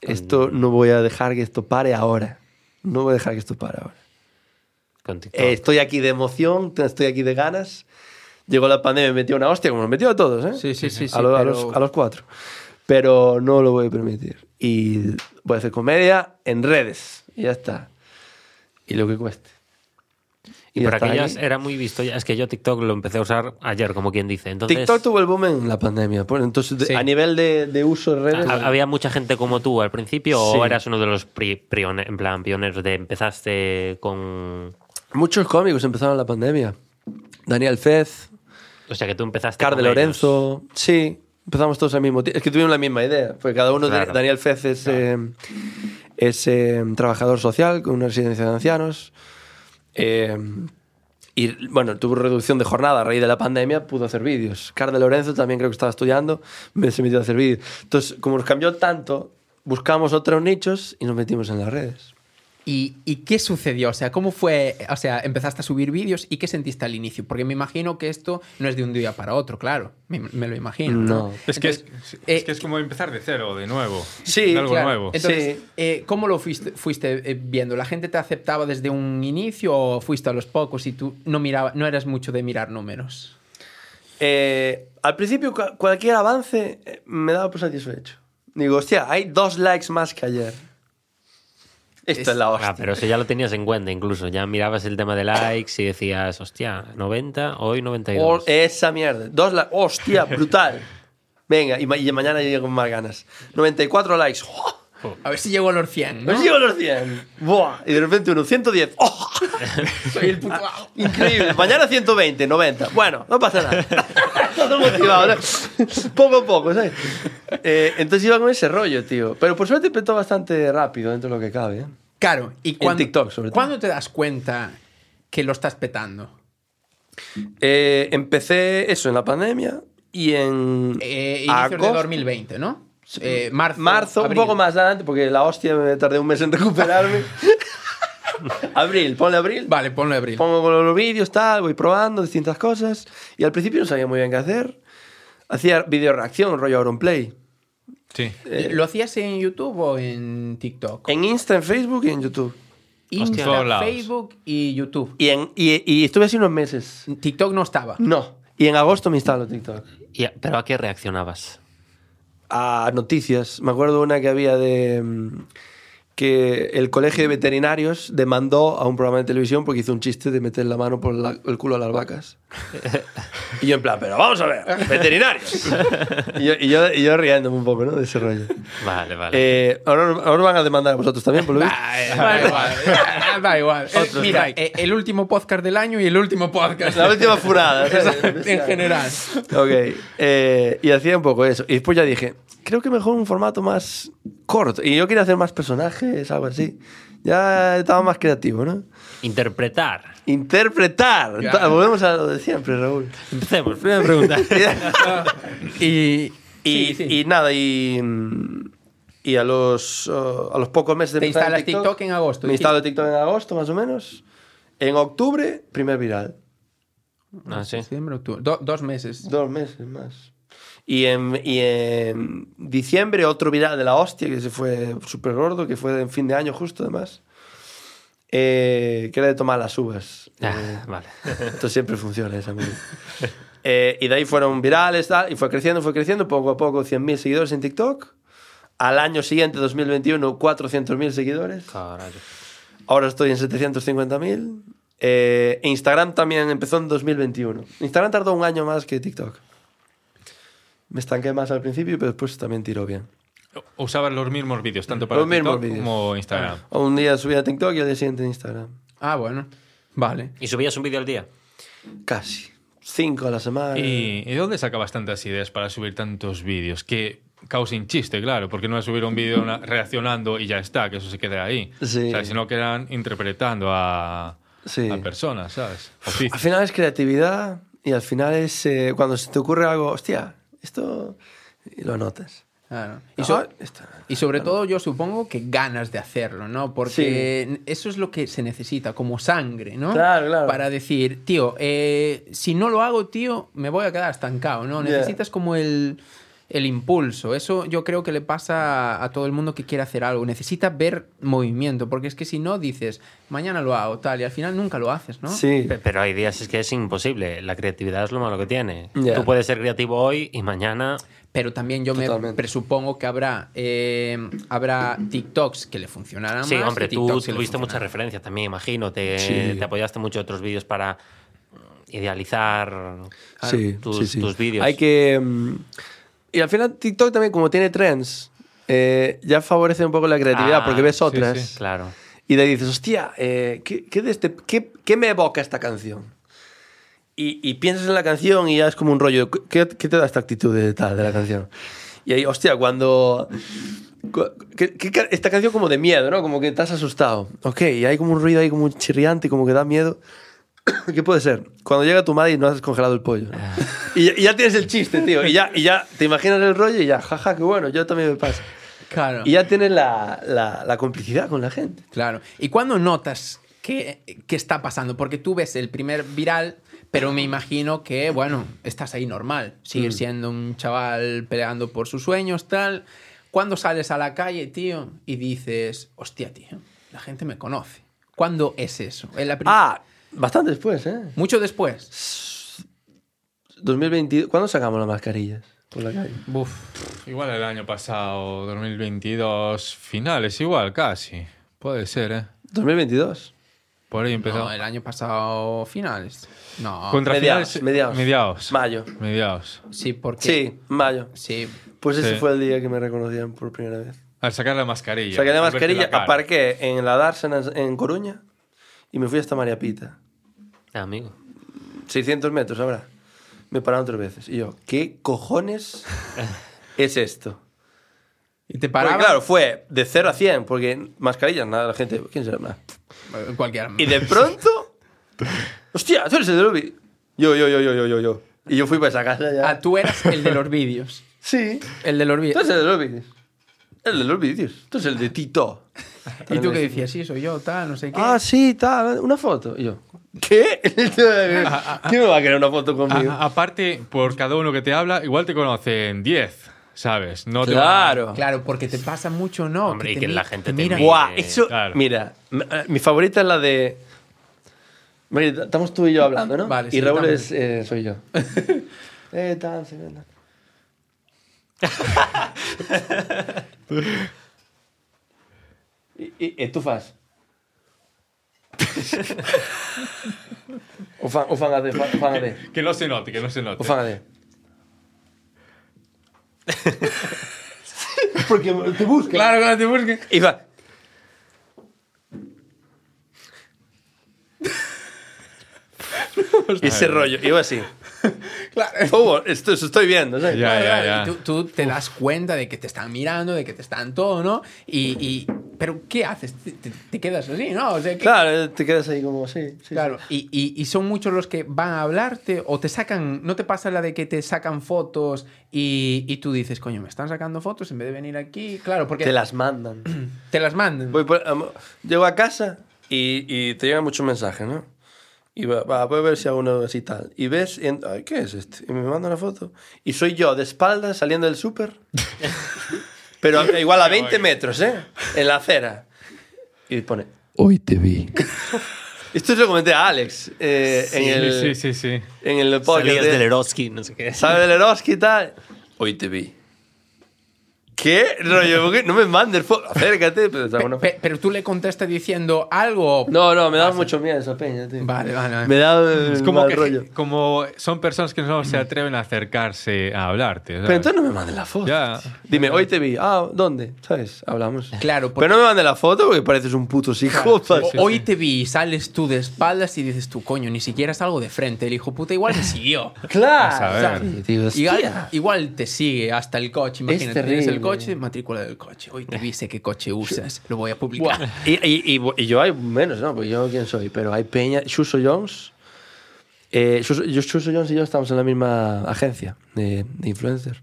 [SPEAKER 1] Esto no voy a dejar que esto pare ahora. No voy a dejar que esto pare ahora.
[SPEAKER 4] Con TikTok.
[SPEAKER 1] Eh, estoy aquí de emoción, estoy aquí de ganas. Llegó la pandemia, me metió una hostia, como nos metió a todos, ¿eh?
[SPEAKER 2] Sí, sí, sí, sí,
[SPEAKER 1] a, lo- a
[SPEAKER 2] pero-
[SPEAKER 1] los, a los cuatro. Pero no lo voy a permitir. Y voy a hacer comedia en redes. Y ya está. Y lo que cueste.
[SPEAKER 4] y por
[SPEAKER 1] hasta
[SPEAKER 4] aquellas
[SPEAKER 1] ahí.
[SPEAKER 4] era muy visto. ya- Es que yo TikTok lo empecé a usar ayer, como quien dice. Entonces,
[SPEAKER 1] TikTok tuvo el boom en la pandemia. Pues, entonces, de-
[SPEAKER 2] Sí.
[SPEAKER 1] a nivel de, de uso de redes.
[SPEAKER 4] ha- ¿había mucha gente como tú al principio
[SPEAKER 1] Sí.
[SPEAKER 4] o eras uno de los pri- prione- en plan, pioneros de empezaste con...
[SPEAKER 1] Muchos cómicos empezaron la pandemia. Daniel Fez,
[SPEAKER 4] O sea, que tú empezaste
[SPEAKER 1] Car de
[SPEAKER 4] con ellos.
[SPEAKER 1] Lorenzo. Sí, empezamos todos al mismo tiempo. Es que tuvimos la misma idea. Porque cada uno, de-
[SPEAKER 4] Claro.
[SPEAKER 1] Daniel Fez es, eh, es, eh, trabajador social con una residencia de ancianos. Eh, y bueno, tuvo reducción de jornada a raíz de la pandemia, pudo hacer vídeos. Car de Lorenzo también creo que estaba estudiando, me se metió a hacer vídeos. Entonces, como nos cambió tanto, buscamos otros nichos y nos metimos en las redes.
[SPEAKER 2] ¿Y, y qué sucedió? O sea, ¿cómo fue? O sea, empezaste a subir vídeos y qué sentiste al inicio? Porque me imagino que esto no es de un día para otro, claro. Me, me lo imagino. No.
[SPEAKER 1] No.
[SPEAKER 3] Es que es,
[SPEAKER 2] Entonces,
[SPEAKER 3] es
[SPEAKER 2] eh,
[SPEAKER 3] que es como empezar de cero, de nuevo.
[SPEAKER 1] Sí,
[SPEAKER 3] de algo
[SPEAKER 2] claro.
[SPEAKER 3] nuevo.
[SPEAKER 2] Entonces,
[SPEAKER 1] Sí.
[SPEAKER 2] eh, ¿cómo lo fuiste, fuiste eh, viendo? ¿La gente te aceptaba desde un inicio o fuiste a los pocos y tú no, miraba, no eras mucho de mirar números?
[SPEAKER 1] Eh, al principio, cua- cualquier avance eh, me daba por satisfecho. Digo, hostia, hay dos likes más que ayer. Esto es,
[SPEAKER 2] Es-
[SPEAKER 1] la hostia.
[SPEAKER 4] Ah, pero eso ya lo tenías en cuenta incluso. Ya mirabas el tema de likes y decías, hostia, 90, hoy 92.
[SPEAKER 1] O- esa mierda. Dos likes. Hostia, brutal. Venga, y, ma- y mañana llego con más ganas. 94 likes. ¡Oh!
[SPEAKER 2] A ver si llego a los 100, ¿no?
[SPEAKER 1] Pues llego a los 100. Buah. Y de repente uno, 110. ¡Oh!
[SPEAKER 2] Soy el puto amo.
[SPEAKER 1] Increíble. Mañana 120, 90. Bueno, no pasa nada. Todo motivado, ¿no? Poco a poco, ¿sabes? Eh, entonces iba con ese rollo, tío. Pero por suerte petó bastante rápido dentro de lo que cabe. ¿eh?
[SPEAKER 2] Claro, y cuando,
[SPEAKER 1] TikTok, sobre todo.
[SPEAKER 2] ¿cuándo te das cuenta que lo estás petando?
[SPEAKER 1] Eh, empecé eso en la pandemia y en
[SPEAKER 2] Eh, inicios
[SPEAKER 1] agosto-
[SPEAKER 2] de 2020, ¿no? Eh, marzo,
[SPEAKER 1] un
[SPEAKER 2] abril.
[SPEAKER 1] poco más adelante, porque la hostia me tardé un mes en recuperarme. abril, ponle abril.
[SPEAKER 2] Vale, ponlo de abril.
[SPEAKER 1] Pongo con los vídeos, tal, voy probando distintas cosas. Y al principio no sabía muy bien qué hacer. Hacía video reacción, rollo Auronplay.
[SPEAKER 3] Sí.
[SPEAKER 2] Eh, ¿Lo hacías en YouTube o en TikTok?
[SPEAKER 1] eh. En Insta, en Facebook y en YouTube.
[SPEAKER 2] Insta,
[SPEAKER 3] todos lados.
[SPEAKER 2] Facebook y YouTube.
[SPEAKER 1] Y, en, y, y estuve así unos meses.
[SPEAKER 2] TikTok no estaba.
[SPEAKER 1] No. Y en agosto me instaló TikTok.
[SPEAKER 4] Y- ¿Pero a qué reaccionabas?
[SPEAKER 1] a noticias. Me acuerdo una que había de mm, que el colegio de veterinarios demandó a un programa de televisión porque hizo un chiste de meter la mano por la- el culo a las vacas. Y yo en plan, pero vamos a ver, veterinarios. Y yo, y yo, y yo riéndome un poco, ¿no? De ese rollo.
[SPEAKER 4] Vale, vale.
[SPEAKER 1] Eh, ahora, ahora van a demandar a vosotros también, por lo visto.
[SPEAKER 2] Ah, eh, Da igual. Ah, da igual. Eh, Mira, eh, el último podcast del año y el último podcast.
[SPEAKER 1] La última furada. ¿sabes?
[SPEAKER 2] en general.
[SPEAKER 1] Ok, eh, y hacía un poco eso. Y después ya dije, creo que mejor un formato más corto. Y yo quería hacer más personajes, algo así. Ya estaba más creativo, ¿no?
[SPEAKER 4] Interpretar.
[SPEAKER 1] Interpretar.
[SPEAKER 2] Claro.
[SPEAKER 1] Ta- Volvemos a lo de siempre, Raúl.
[SPEAKER 4] Empecemos. Primera pregunta.
[SPEAKER 2] Y,
[SPEAKER 1] y,
[SPEAKER 2] sí, sí.
[SPEAKER 1] y nada, y, y a, los, uh, a los pocos meses de
[SPEAKER 2] Te
[SPEAKER 1] empezar
[SPEAKER 2] instalas TikTok en agosto,
[SPEAKER 1] Me instalo
[SPEAKER 2] dijiste.
[SPEAKER 1] TikTok en agosto, más o menos. En octubre, primer viral.
[SPEAKER 4] Ah, sí.
[SPEAKER 2] Septiembre, octubre. Do- dos meses.
[SPEAKER 1] Dos meses más. Y en, y en diciembre otro viral de la hostia, que se fue súper gordo, que fue en fin de año justo además, eh, que era de tomar las uvas. Eh,
[SPEAKER 4] Ah, vale.
[SPEAKER 1] esto siempre funciona, esa movida. Eh, y de ahí fueron virales, tal, y fue creciendo, fue creciendo, poco a poco 100.000 seguidores en TikTok. Al año siguiente, 2021, 400.000 seguidores.
[SPEAKER 4] Carajo.
[SPEAKER 1] Ahora estoy en 750.000. Eh, Instagram también empezó en 2021. Instagram tardó un año más que TikTok. Me estanqué más al principio, pero después también tiró bien.
[SPEAKER 3] Usabas los mismos vídeos, tanto para
[SPEAKER 1] Los mismos
[SPEAKER 3] TikTok
[SPEAKER 1] vídeos.
[SPEAKER 3] como Instagram.
[SPEAKER 1] Un día subía a TikTok y al día siguiente en Instagram.
[SPEAKER 2] Ah, bueno. Vale.
[SPEAKER 4] ¿Y subías un vídeo al día?
[SPEAKER 1] Casi. Cinco a la semana.
[SPEAKER 3] ¿Y, ¿y dónde sacabas tantas ideas para subir tantos vídeos? Que causen chiste, claro, porque no es subir un vídeo una- reaccionando y ya está, que eso se quede ahí.
[SPEAKER 1] Sí.
[SPEAKER 3] O sea, sino que eran interpretando a,
[SPEAKER 1] Sí.
[SPEAKER 3] a personas, ¿sabes? Oficio.
[SPEAKER 1] Al final es creatividad y al final es eh, cuando se te ocurre algo, hostia, esto y lo anotas.
[SPEAKER 2] Claro. Y, so-
[SPEAKER 1] Ah, está.
[SPEAKER 2] y sobre todo yo supongo que ganas de hacerlo, ¿no? Porque eso es lo que se necesita, como sangre, ¿no?
[SPEAKER 1] Claro, claro.
[SPEAKER 2] Para decir, tío, eh, si no lo hago, tío, me voy a quedar estancado, ¿no?
[SPEAKER 1] Ya.
[SPEAKER 2] Necesitas como el, el impulso. Eso yo creo que le pasa a, a todo el mundo que quiere hacer algo. Necesita ver movimiento, porque es que si no dices, mañana lo hago, tal, y al final nunca lo haces, ¿no?
[SPEAKER 1] Sí.
[SPEAKER 4] Pe- Pero hay días es que es imposible. La creatividad es lo malo que tiene.
[SPEAKER 1] Ya.
[SPEAKER 4] Tú puedes ser creativo hoy y mañana.
[SPEAKER 2] Pero también yo me
[SPEAKER 1] Totalmente.
[SPEAKER 2] presupongo que habrá, eh, habrá TikToks que le funcionarán
[SPEAKER 4] sí,
[SPEAKER 2] Ah, más. y
[SPEAKER 4] hombre, tú
[SPEAKER 2] TikToks que le
[SPEAKER 4] tuviste muchas
[SPEAKER 2] funcionarán.
[SPEAKER 4] referencias también, imagino. Te,
[SPEAKER 1] Sí.
[SPEAKER 4] te apoyaste mucho de otros vídeos para idealizar
[SPEAKER 1] Sí,
[SPEAKER 4] tus,
[SPEAKER 1] sí, sí.
[SPEAKER 4] tus vídeos.
[SPEAKER 1] Hay que. mm, Y al final, TikTok también, como tiene trends, eh, ya favorece un poco la creatividad
[SPEAKER 4] Ah,
[SPEAKER 1] porque ves
[SPEAKER 4] sí,
[SPEAKER 1] otras
[SPEAKER 3] sí.
[SPEAKER 4] Claro.
[SPEAKER 1] y le dices, hostia, eh, ¿qué, qué de este- qué- qué me evoca esta canción? Y, y piensas en la canción y ya es como un rollo. ¿Qué, qué te da esta actitud de tal de la canción? Y ahí, hostia, cuando. cu- que- que ca- esta canción como de miedo, ¿no? Como que estás asustado. Ok, y hay como un ruido ahí como un chirriante, como que da miedo. ¿Qué puede ser? Cuando llega tu madre y no has congelado el pollo. ¿no? Y, ya- y ya tienes el chiste, tío. Y ya, y ya te imaginas el rollo y ya, jaja, qué bueno, yo también me pasa.
[SPEAKER 2] Claro.
[SPEAKER 1] Y ya tienes la, la- la complicidad con la gente.
[SPEAKER 2] Claro. ¿Y cuándo notas que, que está pasando? Porque tú ves el primer viral, pero me imagino que, bueno, estás ahí normal.
[SPEAKER 1] Mm.
[SPEAKER 2] Sigues siendo un chaval peleando por sus sueños, tal. ¿Cuándo sales a la calle, tío, y dices, hostia, tío, la gente me conoce? ¿Cuándo es eso? ¿En la prim-
[SPEAKER 1] Ah, bastante después, ¿eh?
[SPEAKER 2] Mucho después.
[SPEAKER 1] 2022. ¿Cuándo sacamos las mascarillas? Por la calle.
[SPEAKER 3] Igual el año pasado, 2022, finales, igual, casi. Puede ser, ¿eh?
[SPEAKER 1] 2022.
[SPEAKER 3] Por ahí empezó.
[SPEAKER 2] No, el año pasado finales. No.
[SPEAKER 3] Contra
[SPEAKER 1] Mediados,
[SPEAKER 3] finales-
[SPEAKER 1] mediados.
[SPEAKER 3] Mediados.
[SPEAKER 1] Mayo.
[SPEAKER 3] Mediados.
[SPEAKER 2] Sí, porque.
[SPEAKER 1] Sí, mayo.
[SPEAKER 2] Sí.
[SPEAKER 1] Pues ese
[SPEAKER 3] Sí.
[SPEAKER 1] fue el día que me reconocían por primera vez.
[SPEAKER 3] Al sacar la mascarilla.
[SPEAKER 1] Saqué la
[SPEAKER 3] al verte
[SPEAKER 1] mascarilla,
[SPEAKER 3] cara.
[SPEAKER 1] aparqué en la dársena en Coruña y me fui hasta María Pita.
[SPEAKER 4] Amigo.
[SPEAKER 1] 600 metros ahora. Me pararon tres veces. Y yo, ¿qué cojones es esto?
[SPEAKER 2] Y te
[SPEAKER 1] Porque,
[SPEAKER 2] paraba
[SPEAKER 1] claro, fue de 0 a 100, porque mascarillas, nada, la gente, ¿quién será? Nada.
[SPEAKER 2] eh, cualquier.
[SPEAKER 1] Y de pronto, hostia, tú eres el de Ruby. Yo, yo, yo, yo, yo, yo, yo. Y yo fui para esa casa ya.
[SPEAKER 2] Ah, tú eras el de los vídeos.
[SPEAKER 1] Sí.
[SPEAKER 2] El de los
[SPEAKER 1] Tú
[SPEAKER 2] vídeos.
[SPEAKER 1] eres el de los vídeos. El de los vídeos. Tú eres el de Tito.
[SPEAKER 2] ¿Y tú qué decías? Sí, soy yo, tal, no sé qué.
[SPEAKER 1] Ah, sí, tal, una foto. Y yo, ¿qué? ¿Quién me va a querer una foto conmigo?
[SPEAKER 3] A- aparte, por cada uno que te habla, igual te conocen 10, ¿sabes? No te van a-
[SPEAKER 1] Claro.
[SPEAKER 2] Claro, porque te pasa mucho, ¿no?
[SPEAKER 4] Hombre, y
[SPEAKER 2] te
[SPEAKER 4] que
[SPEAKER 2] mi-
[SPEAKER 4] la gente te
[SPEAKER 2] mira.
[SPEAKER 4] mire.
[SPEAKER 1] Buah,
[SPEAKER 4] Eh,
[SPEAKER 1] eso.
[SPEAKER 3] claro.
[SPEAKER 1] Mira, m- eh, mi favorita es la de. Mira, estamos tú y yo hablando, ¿no?
[SPEAKER 2] Vale,
[SPEAKER 1] y
[SPEAKER 2] sí,
[SPEAKER 1] Raúl
[SPEAKER 2] estamos.
[SPEAKER 1] es, eh, soy yo. eh, tal, sí, tal. y, y, y tú fas. o fan, o fan a de, fan, fan a de.
[SPEAKER 3] Que no se note, que no se note.
[SPEAKER 1] O fan a de. Porque te busca.
[SPEAKER 2] Claro, claro, te busques.
[SPEAKER 1] Y va. Y ese rollo, iba así.
[SPEAKER 2] Claro.
[SPEAKER 1] Fútbol, esto, eso estoy viendo, ¿sabes?
[SPEAKER 3] Ya, ya, ya.
[SPEAKER 2] Y Tú, tú te das cuenta de que te están mirando, de que te están todo, ¿no? Y, y- pero ¿qué haces? Te, te- te quedas así, ¿no? O sea, ¿qué-
[SPEAKER 1] Claro, eh, te quedas ahí como así. sí, sí.
[SPEAKER 2] Claro, y, y- y son muchos los que van a hablarte o te sacan, no te pasa la de que te sacan fotos y, y tú dices, coño, me están sacando fotos en vez de venir aquí. Claro, porque
[SPEAKER 1] Te las mandan.
[SPEAKER 2] te las mandan.
[SPEAKER 1] Voy por- am- llego a casa y, y te llegan muchos mensajes, ¿no? Y va, va, voy a ver si alguno así tal. Y ves, y en- ay, ¿qué es este? Y me manda una foto. Y soy yo de espaldas saliendo del súper. pero a- igual a 20 metros, ¿eh? En la acera. Y pone,
[SPEAKER 5] Hoy te vi.
[SPEAKER 1] Esto se lo comenté a Alex eh,
[SPEAKER 3] Sí,
[SPEAKER 1] en, el,
[SPEAKER 3] sí, sí, sí.
[SPEAKER 1] en el podcast.
[SPEAKER 4] Salías
[SPEAKER 1] de-
[SPEAKER 4] del Eroski, no sé qué.
[SPEAKER 1] ¿Sabe del Eroski y tal? Hoy te vi. ¿Qué? Rollo, ¿por qué? no me mandes fo- Acércate. Pero,
[SPEAKER 2] Pe- pe- pero tú le contestas diciendo algo.
[SPEAKER 1] no, no, me da mucho miedo esa peña, tío.
[SPEAKER 2] Vale, vale, vale.
[SPEAKER 1] Me da eh,
[SPEAKER 3] Es como
[SPEAKER 1] mal
[SPEAKER 3] que
[SPEAKER 1] rollo.
[SPEAKER 3] como son personas que no se atreven a acercarse a hablarte. ¿sabes?
[SPEAKER 1] Pero entonces no me mandes la foto.
[SPEAKER 3] Ya.
[SPEAKER 1] Dime, hoy te vi. Ah, ¿dónde? ¿Sabes? Hablamos.
[SPEAKER 2] Claro, porque-
[SPEAKER 1] Pero no me mandes la foto porque pareces un puto psicópata.
[SPEAKER 2] O- Hoy te vi y sales tú de espaldas y dices tú, coño, ni siquiera salgo de frente. El hijo puta igual me siguió.
[SPEAKER 1] Claro.
[SPEAKER 3] A ver.
[SPEAKER 1] Sí, tío,
[SPEAKER 2] Igual,
[SPEAKER 1] hostia.
[SPEAKER 2] igual te sigue hasta el coche. Imagínate, tienes el
[SPEAKER 1] terrible.
[SPEAKER 2] coche, matrícula del coche. Hoy te vi, sé qué coche usas. Lo voy a publicar.
[SPEAKER 1] Y, y- y- y yo hay menos, ¿no? Porque yo quién soy, pero hay Peña, Chuso Jones, Eh, Chuso yo- Chuso Jones y yo estamos en la misma agencia de, de influencers.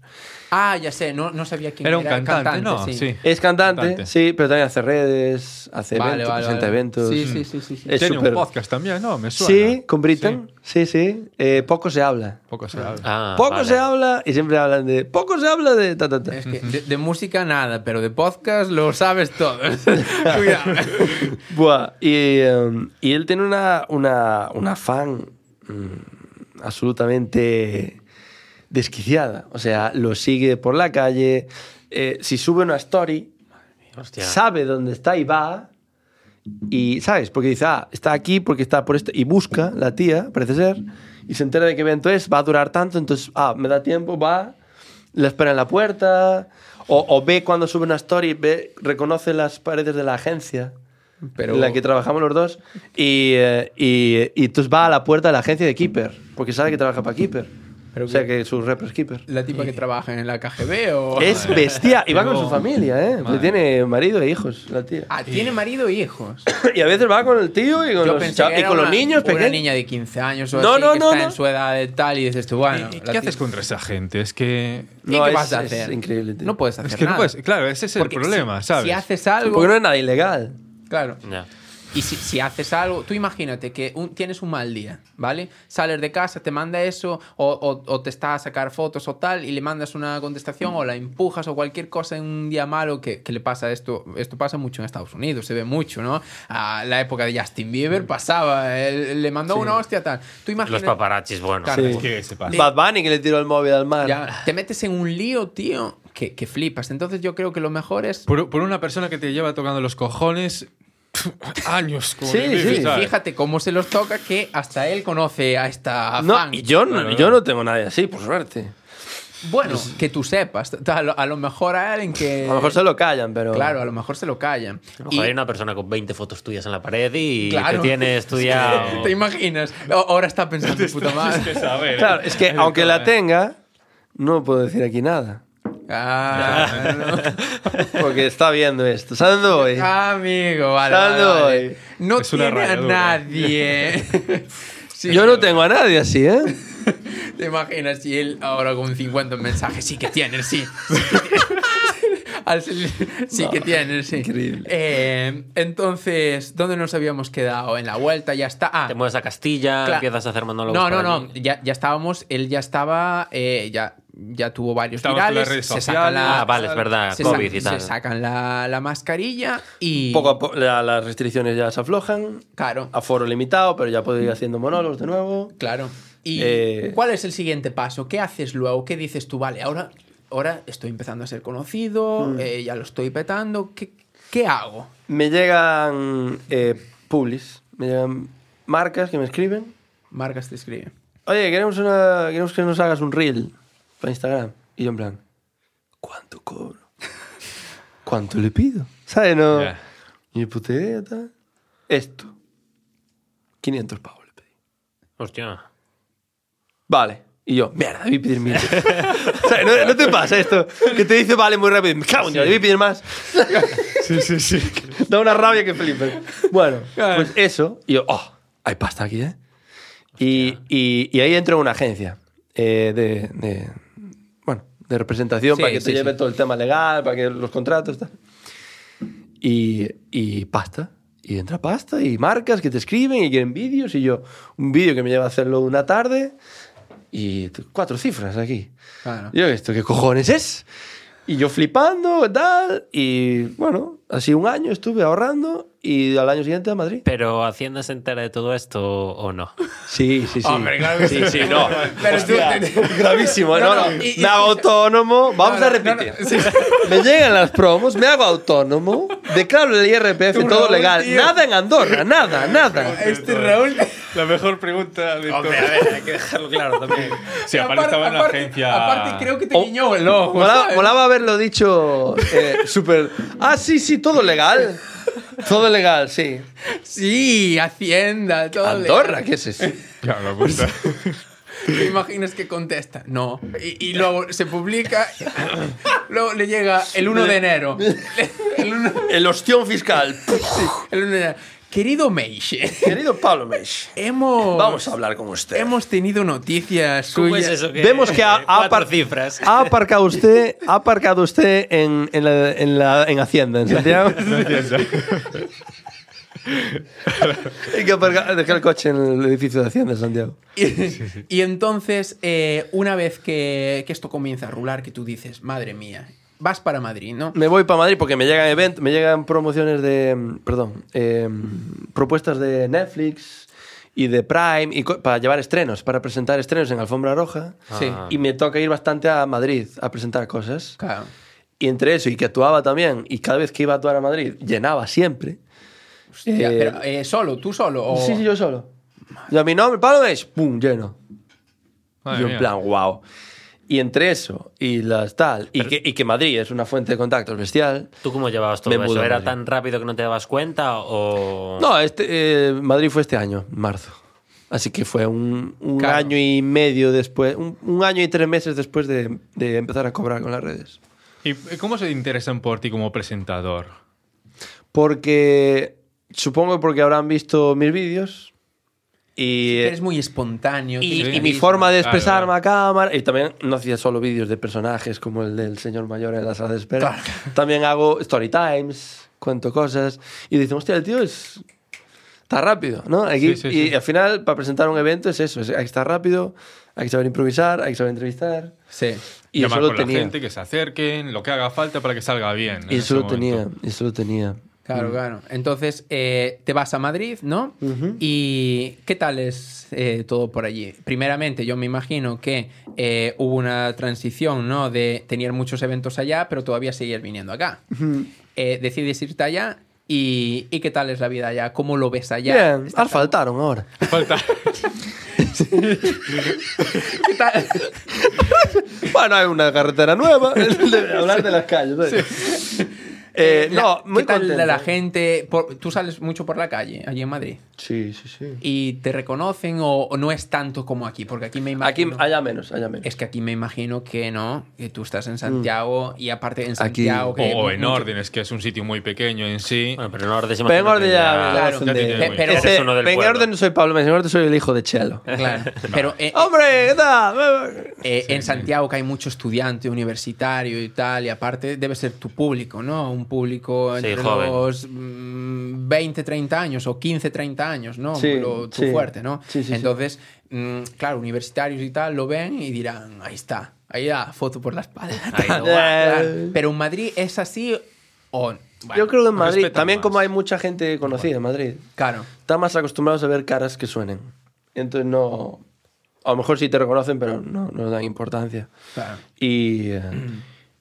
[SPEAKER 2] Ah, ya sé, no, no sabía quién
[SPEAKER 3] Era un cantante, ¿no? Sí.
[SPEAKER 1] Es cantante,
[SPEAKER 3] Cantante.
[SPEAKER 1] sí, pero también hace redes, hace
[SPEAKER 2] Vale,
[SPEAKER 1] eventos,
[SPEAKER 2] vale,
[SPEAKER 1] presenta
[SPEAKER 2] vale.
[SPEAKER 1] eventos.
[SPEAKER 2] Sí, sí, sí, sí, sí.
[SPEAKER 1] Es
[SPEAKER 3] Tiene
[SPEAKER 1] súper-
[SPEAKER 3] un podcast también, ¿no? Me suena.
[SPEAKER 1] Sí, con Britain. Sí, sí. Eh, poco se habla.
[SPEAKER 3] Sí, poco se habla.
[SPEAKER 4] Ah,
[SPEAKER 1] poco
[SPEAKER 4] vale.
[SPEAKER 1] se habla y siempre hablan de. Poco se habla de. Ta, ta, ta.
[SPEAKER 2] Es que de, de música nada, pero de podcast lo sabes todo. Cuidado.
[SPEAKER 1] Buah, y, em, y él tiene una, una, una fan mm, absolutamente desquiciada. O sea, lo sigue por la calle. eh, si sube una story,
[SPEAKER 4] Hostia.
[SPEAKER 1] sabe dónde está y va. Y, ¿sabes? Porque dice, ah, está aquí porque está por esto. Y busca la tía, parece ser. Y se entera de qué evento es, va a durar tanto. Entonces, ah, me da tiempo, va. La espera en la puerta. O, o ve cuando sube una story, ve, reconoce las paredes de la agencia
[SPEAKER 2] Pero
[SPEAKER 1] en la que trabajamos los dos. Y, eh, y, y entonces va a la puerta de la agencia de Keeper, porque sabe que trabaja para Keeper.
[SPEAKER 2] Pero
[SPEAKER 1] o sea
[SPEAKER 2] que-
[SPEAKER 1] que su rep es Keeper.
[SPEAKER 2] la tipa que trabaja en la KGB o...
[SPEAKER 1] Es bestia. Y va con
[SPEAKER 3] Pero-
[SPEAKER 1] su familia, ¿eh? Porque
[SPEAKER 3] Madre.
[SPEAKER 1] tiene marido e hijos, la tía.
[SPEAKER 2] Ah, tiene marido e hijos.
[SPEAKER 1] Y a veces va con el tío y con,
[SPEAKER 2] Yo
[SPEAKER 1] los,
[SPEAKER 2] pensé
[SPEAKER 1] chav-
[SPEAKER 2] que
[SPEAKER 1] y
[SPEAKER 2] era
[SPEAKER 1] con los
[SPEAKER 2] una-
[SPEAKER 1] niños
[SPEAKER 2] Una
[SPEAKER 1] pequeños.
[SPEAKER 2] niña de 15 años o
[SPEAKER 1] No,
[SPEAKER 2] así,
[SPEAKER 1] no,
[SPEAKER 2] que
[SPEAKER 1] no,
[SPEAKER 2] está
[SPEAKER 1] no.
[SPEAKER 2] en su edad de tal y dices tú, bueno...
[SPEAKER 3] ¿Y- y
[SPEAKER 2] la
[SPEAKER 3] ¿Qué haces
[SPEAKER 2] tipa-
[SPEAKER 3] contra esa gente? Es que.
[SPEAKER 2] ¿Y
[SPEAKER 1] No,
[SPEAKER 2] qué
[SPEAKER 1] es-
[SPEAKER 2] vas a
[SPEAKER 1] es
[SPEAKER 2] hacer?
[SPEAKER 1] increíble, tío.
[SPEAKER 2] No puedes hacer
[SPEAKER 3] Es que no
[SPEAKER 2] nada.
[SPEAKER 3] puedes. Claro, ese es el
[SPEAKER 2] Porque
[SPEAKER 3] problema,
[SPEAKER 2] si,
[SPEAKER 3] ¿sabes?
[SPEAKER 2] Si haces algo...
[SPEAKER 1] Porque no es nada ilegal.
[SPEAKER 2] Claro.
[SPEAKER 4] Ya.
[SPEAKER 2] Y si, si haces algo, tú imagínate que un- tienes un mal día, ¿vale? Sales de casa, te manda eso, o, o- o te está a sacar fotos o tal, y le mandas una contestación, o la empujas, o cualquier cosa en un día malo que, que le pasa esto. Esto pasa mucho en Estados Unidos, se ve mucho, ¿no? A la época de Justin Bieber pasaba, él- le mandó una hostia tal. Tú
[SPEAKER 4] Los
[SPEAKER 2] imagínate.
[SPEAKER 4] paparachis, bueno.
[SPEAKER 2] Claro.
[SPEAKER 1] Sí.
[SPEAKER 3] Es que se pasa.
[SPEAKER 1] Bad Bunny que le tiró el móvil al mar.
[SPEAKER 2] ya, te metes en un lío, tío, que, que flipas. Entonces yo creo que lo mejor es.
[SPEAKER 3] Por, por una persona que te lleva tocando los cojones años. Como
[SPEAKER 1] Sí,
[SPEAKER 3] que dices,
[SPEAKER 1] sí.
[SPEAKER 3] Pues, ¿sabes?
[SPEAKER 2] Fíjate cómo se los toca que hasta él conoce a esta
[SPEAKER 1] No,
[SPEAKER 2] fan.
[SPEAKER 1] y yo no,
[SPEAKER 3] Claro.
[SPEAKER 1] yo no tengo nadie así, por suerte.
[SPEAKER 2] Bueno, Pues, que tú sepas. T- A lo, a lo mejor a alguien que.
[SPEAKER 1] A lo mejor se lo callan, pero.
[SPEAKER 2] Claro, a lo mejor se lo callan.
[SPEAKER 4] A lo
[SPEAKER 2] Y-
[SPEAKER 4] mejor hay una persona con 20 fotos tuyas en la pared y
[SPEAKER 2] Claro.
[SPEAKER 4] te tiene estudiado.
[SPEAKER 2] ¿Te imaginas? O- Ahora está pensando, puta
[SPEAKER 3] Es que
[SPEAKER 2] madre.
[SPEAKER 3] saber.
[SPEAKER 1] Claro, es
[SPEAKER 3] eh,
[SPEAKER 1] que aunque la tenga, no puedo decir aquí nada.
[SPEAKER 2] Ah, no.
[SPEAKER 1] Porque está viendo esto. ¿Sabes dónde voy?
[SPEAKER 2] Amigo, vale. vale,
[SPEAKER 1] Saldo,
[SPEAKER 2] vale.
[SPEAKER 1] eh.
[SPEAKER 2] No
[SPEAKER 3] Es una
[SPEAKER 2] tiene a
[SPEAKER 3] rayadura.
[SPEAKER 2] nadie. Sí,
[SPEAKER 1] Yo no tengo a nadie así, ¿eh?
[SPEAKER 2] ¿Te imaginas si él ahora con 50 mensajes sí que tiene, sí? Al- sí que tiene, sí.
[SPEAKER 1] Increíble.
[SPEAKER 2] Eh, entonces, ¿dónde nos habíamos quedado? En la vuelta ya está. Ah,
[SPEAKER 4] Te mueves a Castilla,
[SPEAKER 2] Claro.
[SPEAKER 4] empiezas a hacer monólogos.
[SPEAKER 2] No, no,
[SPEAKER 4] por
[SPEAKER 2] no.
[SPEAKER 4] allí.
[SPEAKER 2] Ya, ya estábamos. Él ya estaba. eh, ya, ya tuvo varios
[SPEAKER 3] Estamos con
[SPEAKER 2] virales.
[SPEAKER 3] las redes
[SPEAKER 2] se sacan
[SPEAKER 3] sociales.
[SPEAKER 2] la,
[SPEAKER 4] Ah, vale, es verdad,
[SPEAKER 2] se,
[SPEAKER 4] COVID
[SPEAKER 2] sa-
[SPEAKER 4] y tal.
[SPEAKER 2] se sacan la, la mascarilla y.
[SPEAKER 1] Poco a poco la- las restricciones ya se aflojan.
[SPEAKER 2] Claro,
[SPEAKER 1] Aforo limitado, pero ya puedo ir haciendo monólogos de nuevo.
[SPEAKER 2] claro. ¿Y
[SPEAKER 1] Eh,
[SPEAKER 2] cuál es el siguiente paso? ¿Qué haces luego? ¿Qué dices tú? Vale, ahora, ahora estoy empezando a ser conocido,
[SPEAKER 3] Mm.
[SPEAKER 2] eh, ya lo estoy petando. ¿Qué, qué hago?
[SPEAKER 1] Me llegan eh, publis, me llegan marcas que me escriben.
[SPEAKER 2] Marcas te escribe.
[SPEAKER 1] Oye, queremos, una, queremos que nos hagas un reel para Instagram. Y yo en plan, ¿cuánto cobro? ¿Cuánto le pido? ¿Sabes? No.
[SPEAKER 3] Ya.
[SPEAKER 1] Ni puta idea, tal. Esto. 500 pavos le pedí.
[SPEAKER 4] Hostia.
[SPEAKER 1] Vale. Y yo, mierda, debí pedir mil. o sea, no, no te pasa esto. Que te dice, vale, muy rápido. Me cago en Dios, debí pedir más.
[SPEAKER 3] Sí, sí, sí.
[SPEAKER 1] da una rabia que flipas. Bueno,
[SPEAKER 2] Claro.
[SPEAKER 1] pues eso. Y yo, oh, hay pasta aquí, ¿eh? Y, y- y ahí entro en una agencia eh, de, de- bueno, de representación
[SPEAKER 2] Sí,
[SPEAKER 1] para que
[SPEAKER 2] sí,
[SPEAKER 1] te lleve
[SPEAKER 2] sí.
[SPEAKER 1] todo el tema legal, para que los contratos, tal. Y, y pasta. Y entra pasta y marcas que te escriben y quieren vídeos. Y yo, un vídeo que me lleva a hacerlo una tarde y t- cuatro cifras aquí.
[SPEAKER 2] Claro.
[SPEAKER 1] Yo, ¿esto qué cojones es? Y yo flipando, tal. Y bueno, así un año estuve ahorrando y al año siguiente a Madrid.
[SPEAKER 4] Pero Hacienda se entera de todo esto o no.
[SPEAKER 1] Sí, sí, sí.
[SPEAKER 2] Hombre, claro que sí.
[SPEAKER 1] sí, sí, no.
[SPEAKER 2] Pero
[SPEAKER 1] Hostia,
[SPEAKER 2] tú-
[SPEAKER 1] gravísimo, no,
[SPEAKER 2] No, no,
[SPEAKER 1] no.
[SPEAKER 2] y- y-
[SPEAKER 1] Me hago autónomo. Vamos
[SPEAKER 2] No,
[SPEAKER 1] a
[SPEAKER 2] no, no, no,
[SPEAKER 1] repetir.
[SPEAKER 2] sí.
[SPEAKER 1] Me llegan las promos, me hago autónomo, declaro el IRPF,
[SPEAKER 2] Tú,
[SPEAKER 1] todo
[SPEAKER 2] Raúl,
[SPEAKER 1] legal.
[SPEAKER 2] tío.
[SPEAKER 1] Nada en Andorra, nada, nada.
[SPEAKER 2] Este Raúl.
[SPEAKER 3] La mejor pregunta de todo.
[SPEAKER 4] hay que dejarlo claro también.
[SPEAKER 3] Sí, aparte estaba en la
[SPEAKER 2] aparte-
[SPEAKER 3] agencia.
[SPEAKER 2] Aparte, creo que te
[SPEAKER 1] Oh,
[SPEAKER 2] guiñó el ojo.
[SPEAKER 1] Mola-
[SPEAKER 2] ¿sabes?
[SPEAKER 1] molaba haberlo dicho eh, súper. Ah, sí, sí, todo legal. Todo legal, sí.
[SPEAKER 2] Sí, Hacienda, todo.
[SPEAKER 1] Andorra,
[SPEAKER 2] legal.
[SPEAKER 1] ¿qué es eso?
[SPEAKER 3] Claro, la puta.
[SPEAKER 2] ¿Te imaginas que contesta? No. Y, y luego se publica. luego le llega el 1 de enero. El 1,
[SPEAKER 1] El ostión fiscal.
[SPEAKER 2] el 1 de enero. Querido Meixe,
[SPEAKER 1] Querido Pablo Mesh,
[SPEAKER 2] hemos.
[SPEAKER 1] vamos a hablar con usted.
[SPEAKER 2] Hemos tenido noticias
[SPEAKER 4] ¿Cómo es
[SPEAKER 2] suyas.
[SPEAKER 4] pues eso
[SPEAKER 1] Vemos que ha, ha apar-
[SPEAKER 4] cuatro cifras.
[SPEAKER 1] ha aparcado usted, ha aparcado usted en, en la, en, la- en Hacienda, en Santiago. Hay que aparcar, dejar el coche en el edificio de Hacienda, en Santiago.
[SPEAKER 2] Y, y entonces, eh, una vez que, que esto comienza a rular, que tú dices, madre mía, vas para Madrid, ¿no?
[SPEAKER 1] Me voy para Madrid porque me llegan event, me llegan promociones de, mm, perdón, eh, propuestas de Netflix y de Prime y co- para llevar estrenos, para presentar estrenos en Alfombra Roja.
[SPEAKER 2] Sí.
[SPEAKER 4] Ah.
[SPEAKER 1] Y me toca ir bastante a Madrid a presentar cosas.
[SPEAKER 2] Claro.
[SPEAKER 1] Y entre eso, y que actuaba también, y cada vez que iba a actuar a Madrid, llenaba siempre.
[SPEAKER 2] Ya,
[SPEAKER 1] Eh,
[SPEAKER 2] pero, oh. eh, solo, tú solo. O...
[SPEAKER 1] Sí, sí, yo solo. Y a mi nombre, Pablo es ¡pum! lleno.
[SPEAKER 3] Madre
[SPEAKER 1] y yo en
[SPEAKER 3] mía.
[SPEAKER 1] plan, wow. Y entre eso y las tal, y, que, y que Madrid es una fuente de contactos bestial.
[SPEAKER 4] ¿Tú cómo llevabas todo
[SPEAKER 1] Me
[SPEAKER 4] eso?
[SPEAKER 1] mudo,
[SPEAKER 4] ¿Era
[SPEAKER 1] Mario.
[SPEAKER 4] tan rápido que no te dabas cuenta o...?
[SPEAKER 1] No, este, eh, Madrid fue este año, marzo. Así que fue un, un
[SPEAKER 2] Claro.
[SPEAKER 1] año y medio después, un, un año y tres meses después de, de empezar a cobrar con las redes.
[SPEAKER 3] ¿Y cómo se interesan por ti como presentador?
[SPEAKER 1] Porque supongo porque habrán visto mis vídeos y,
[SPEAKER 2] Eres muy espontáneo.
[SPEAKER 1] y-
[SPEAKER 2] tienes
[SPEAKER 1] y mi
[SPEAKER 2] carisma.
[SPEAKER 1] forma de
[SPEAKER 3] Claro,
[SPEAKER 1] expresarme
[SPEAKER 3] claro.
[SPEAKER 1] a cámara. Y también no hacía solo vídeos de personajes como el del señor mayor en la sala de espera. También hago story times, cuento cosas. Y dicen, hostia, el tío es. Está rápido, ¿no? Aquí-
[SPEAKER 3] Sí, sí,
[SPEAKER 1] y
[SPEAKER 3] sí.
[SPEAKER 1] al final, para presentar un evento es eso: es- hay que estar rápido, hay que saber improvisar, hay que saber entrevistar.
[SPEAKER 2] Sí.
[SPEAKER 1] Y
[SPEAKER 3] Llamar
[SPEAKER 1] eso lo
[SPEAKER 3] con la
[SPEAKER 1] tenía.
[SPEAKER 3] gente, que se acerquen, lo que haga falta para que salga bien. en
[SPEAKER 1] Y
[SPEAKER 3] ese
[SPEAKER 1] eso lo
[SPEAKER 3] momento.
[SPEAKER 1] tenía, y eso lo tenía. Mm.
[SPEAKER 2] Claro, claro. Entonces, eh, te vas a Madrid, ¿no? ¿Y qué tal es eh, todo por allí? Primeramente, yo me imagino que eh, hubo una transición, ¿no? De tener muchos eventos allá, pero todavía seguías viniendo acá. Eh, decides irte allá y, y ¿qué tal es la vida allá? ¿Cómo lo ves allá?
[SPEAKER 1] Bien, al faltaron ahora.
[SPEAKER 3] Falta.
[SPEAKER 2] ¿Qué tal?
[SPEAKER 1] Bueno, hay una carretera nueva. De hablar de las calles. ¿no? Eh,
[SPEAKER 2] La-
[SPEAKER 1] no, muy
[SPEAKER 2] ¿Qué tal
[SPEAKER 1] contento.
[SPEAKER 2] la gente? Por- tú sales mucho por la calle, allí en Madrid.
[SPEAKER 1] Sí, sí, sí.
[SPEAKER 2] ¿Y te reconocen o, o no es tanto como aquí? Porque aquí me
[SPEAKER 1] Aquí,
[SPEAKER 2] imagino...
[SPEAKER 1] allá menos, allá menos.
[SPEAKER 2] Es que aquí me imagino que no, que tú estás en Santiago y aparte en
[SPEAKER 1] Mm. Aquí.
[SPEAKER 2] Santiago. que
[SPEAKER 3] o en
[SPEAKER 2] mucho-
[SPEAKER 3] órdenes, que es un sitio muy pequeño en sí.
[SPEAKER 4] Bueno, pero en orden se
[SPEAKER 1] Pero en
[SPEAKER 4] imagino
[SPEAKER 1] orden
[SPEAKER 4] que
[SPEAKER 1] ya.
[SPEAKER 2] Claro.
[SPEAKER 1] ya
[SPEAKER 3] Ya te-
[SPEAKER 1] de-
[SPEAKER 2] pero-
[SPEAKER 1] Ese-
[SPEAKER 4] eres uno del
[SPEAKER 1] en
[SPEAKER 4] pueblo.
[SPEAKER 1] orden no soy Pablo Messi, en orden soy el hijo de Chelo.
[SPEAKER 2] Claro, pero eh,
[SPEAKER 1] ¡Hombre! ¿Qué tal?
[SPEAKER 2] eh, en Santiago que hay mucho estudiante universitario y tal, y aparte debe ser tu público, ¿no? Un público
[SPEAKER 4] Sí,
[SPEAKER 2] entre
[SPEAKER 4] joven.
[SPEAKER 2] los mm, 20, 30 años o 15, 30 años, ¿no?
[SPEAKER 1] Sí,
[SPEAKER 2] Lo- tu
[SPEAKER 1] sí.
[SPEAKER 2] fuerte, ¿no?
[SPEAKER 1] Sí, sí, sí.
[SPEAKER 2] Entonces, mm, claro, universitarios y tal lo ven y dirán, ahí está, ahí da foto por la espalda. tal,
[SPEAKER 1] lo
[SPEAKER 2] guau,
[SPEAKER 1] va.
[SPEAKER 2] tal. Pero en Madrid es así o... bueno,
[SPEAKER 1] Yo creo que en Madrid,
[SPEAKER 3] respetan
[SPEAKER 1] también
[SPEAKER 3] más.
[SPEAKER 1] como hay mucha gente conocida en Madrid,
[SPEAKER 2] Claro.
[SPEAKER 1] están más acostumbrados a ver caras que suenen. Entonces no. A lo mejor sí te reconocen, pero no, no dan importancia.
[SPEAKER 2] Claro.
[SPEAKER 1] Y. eh,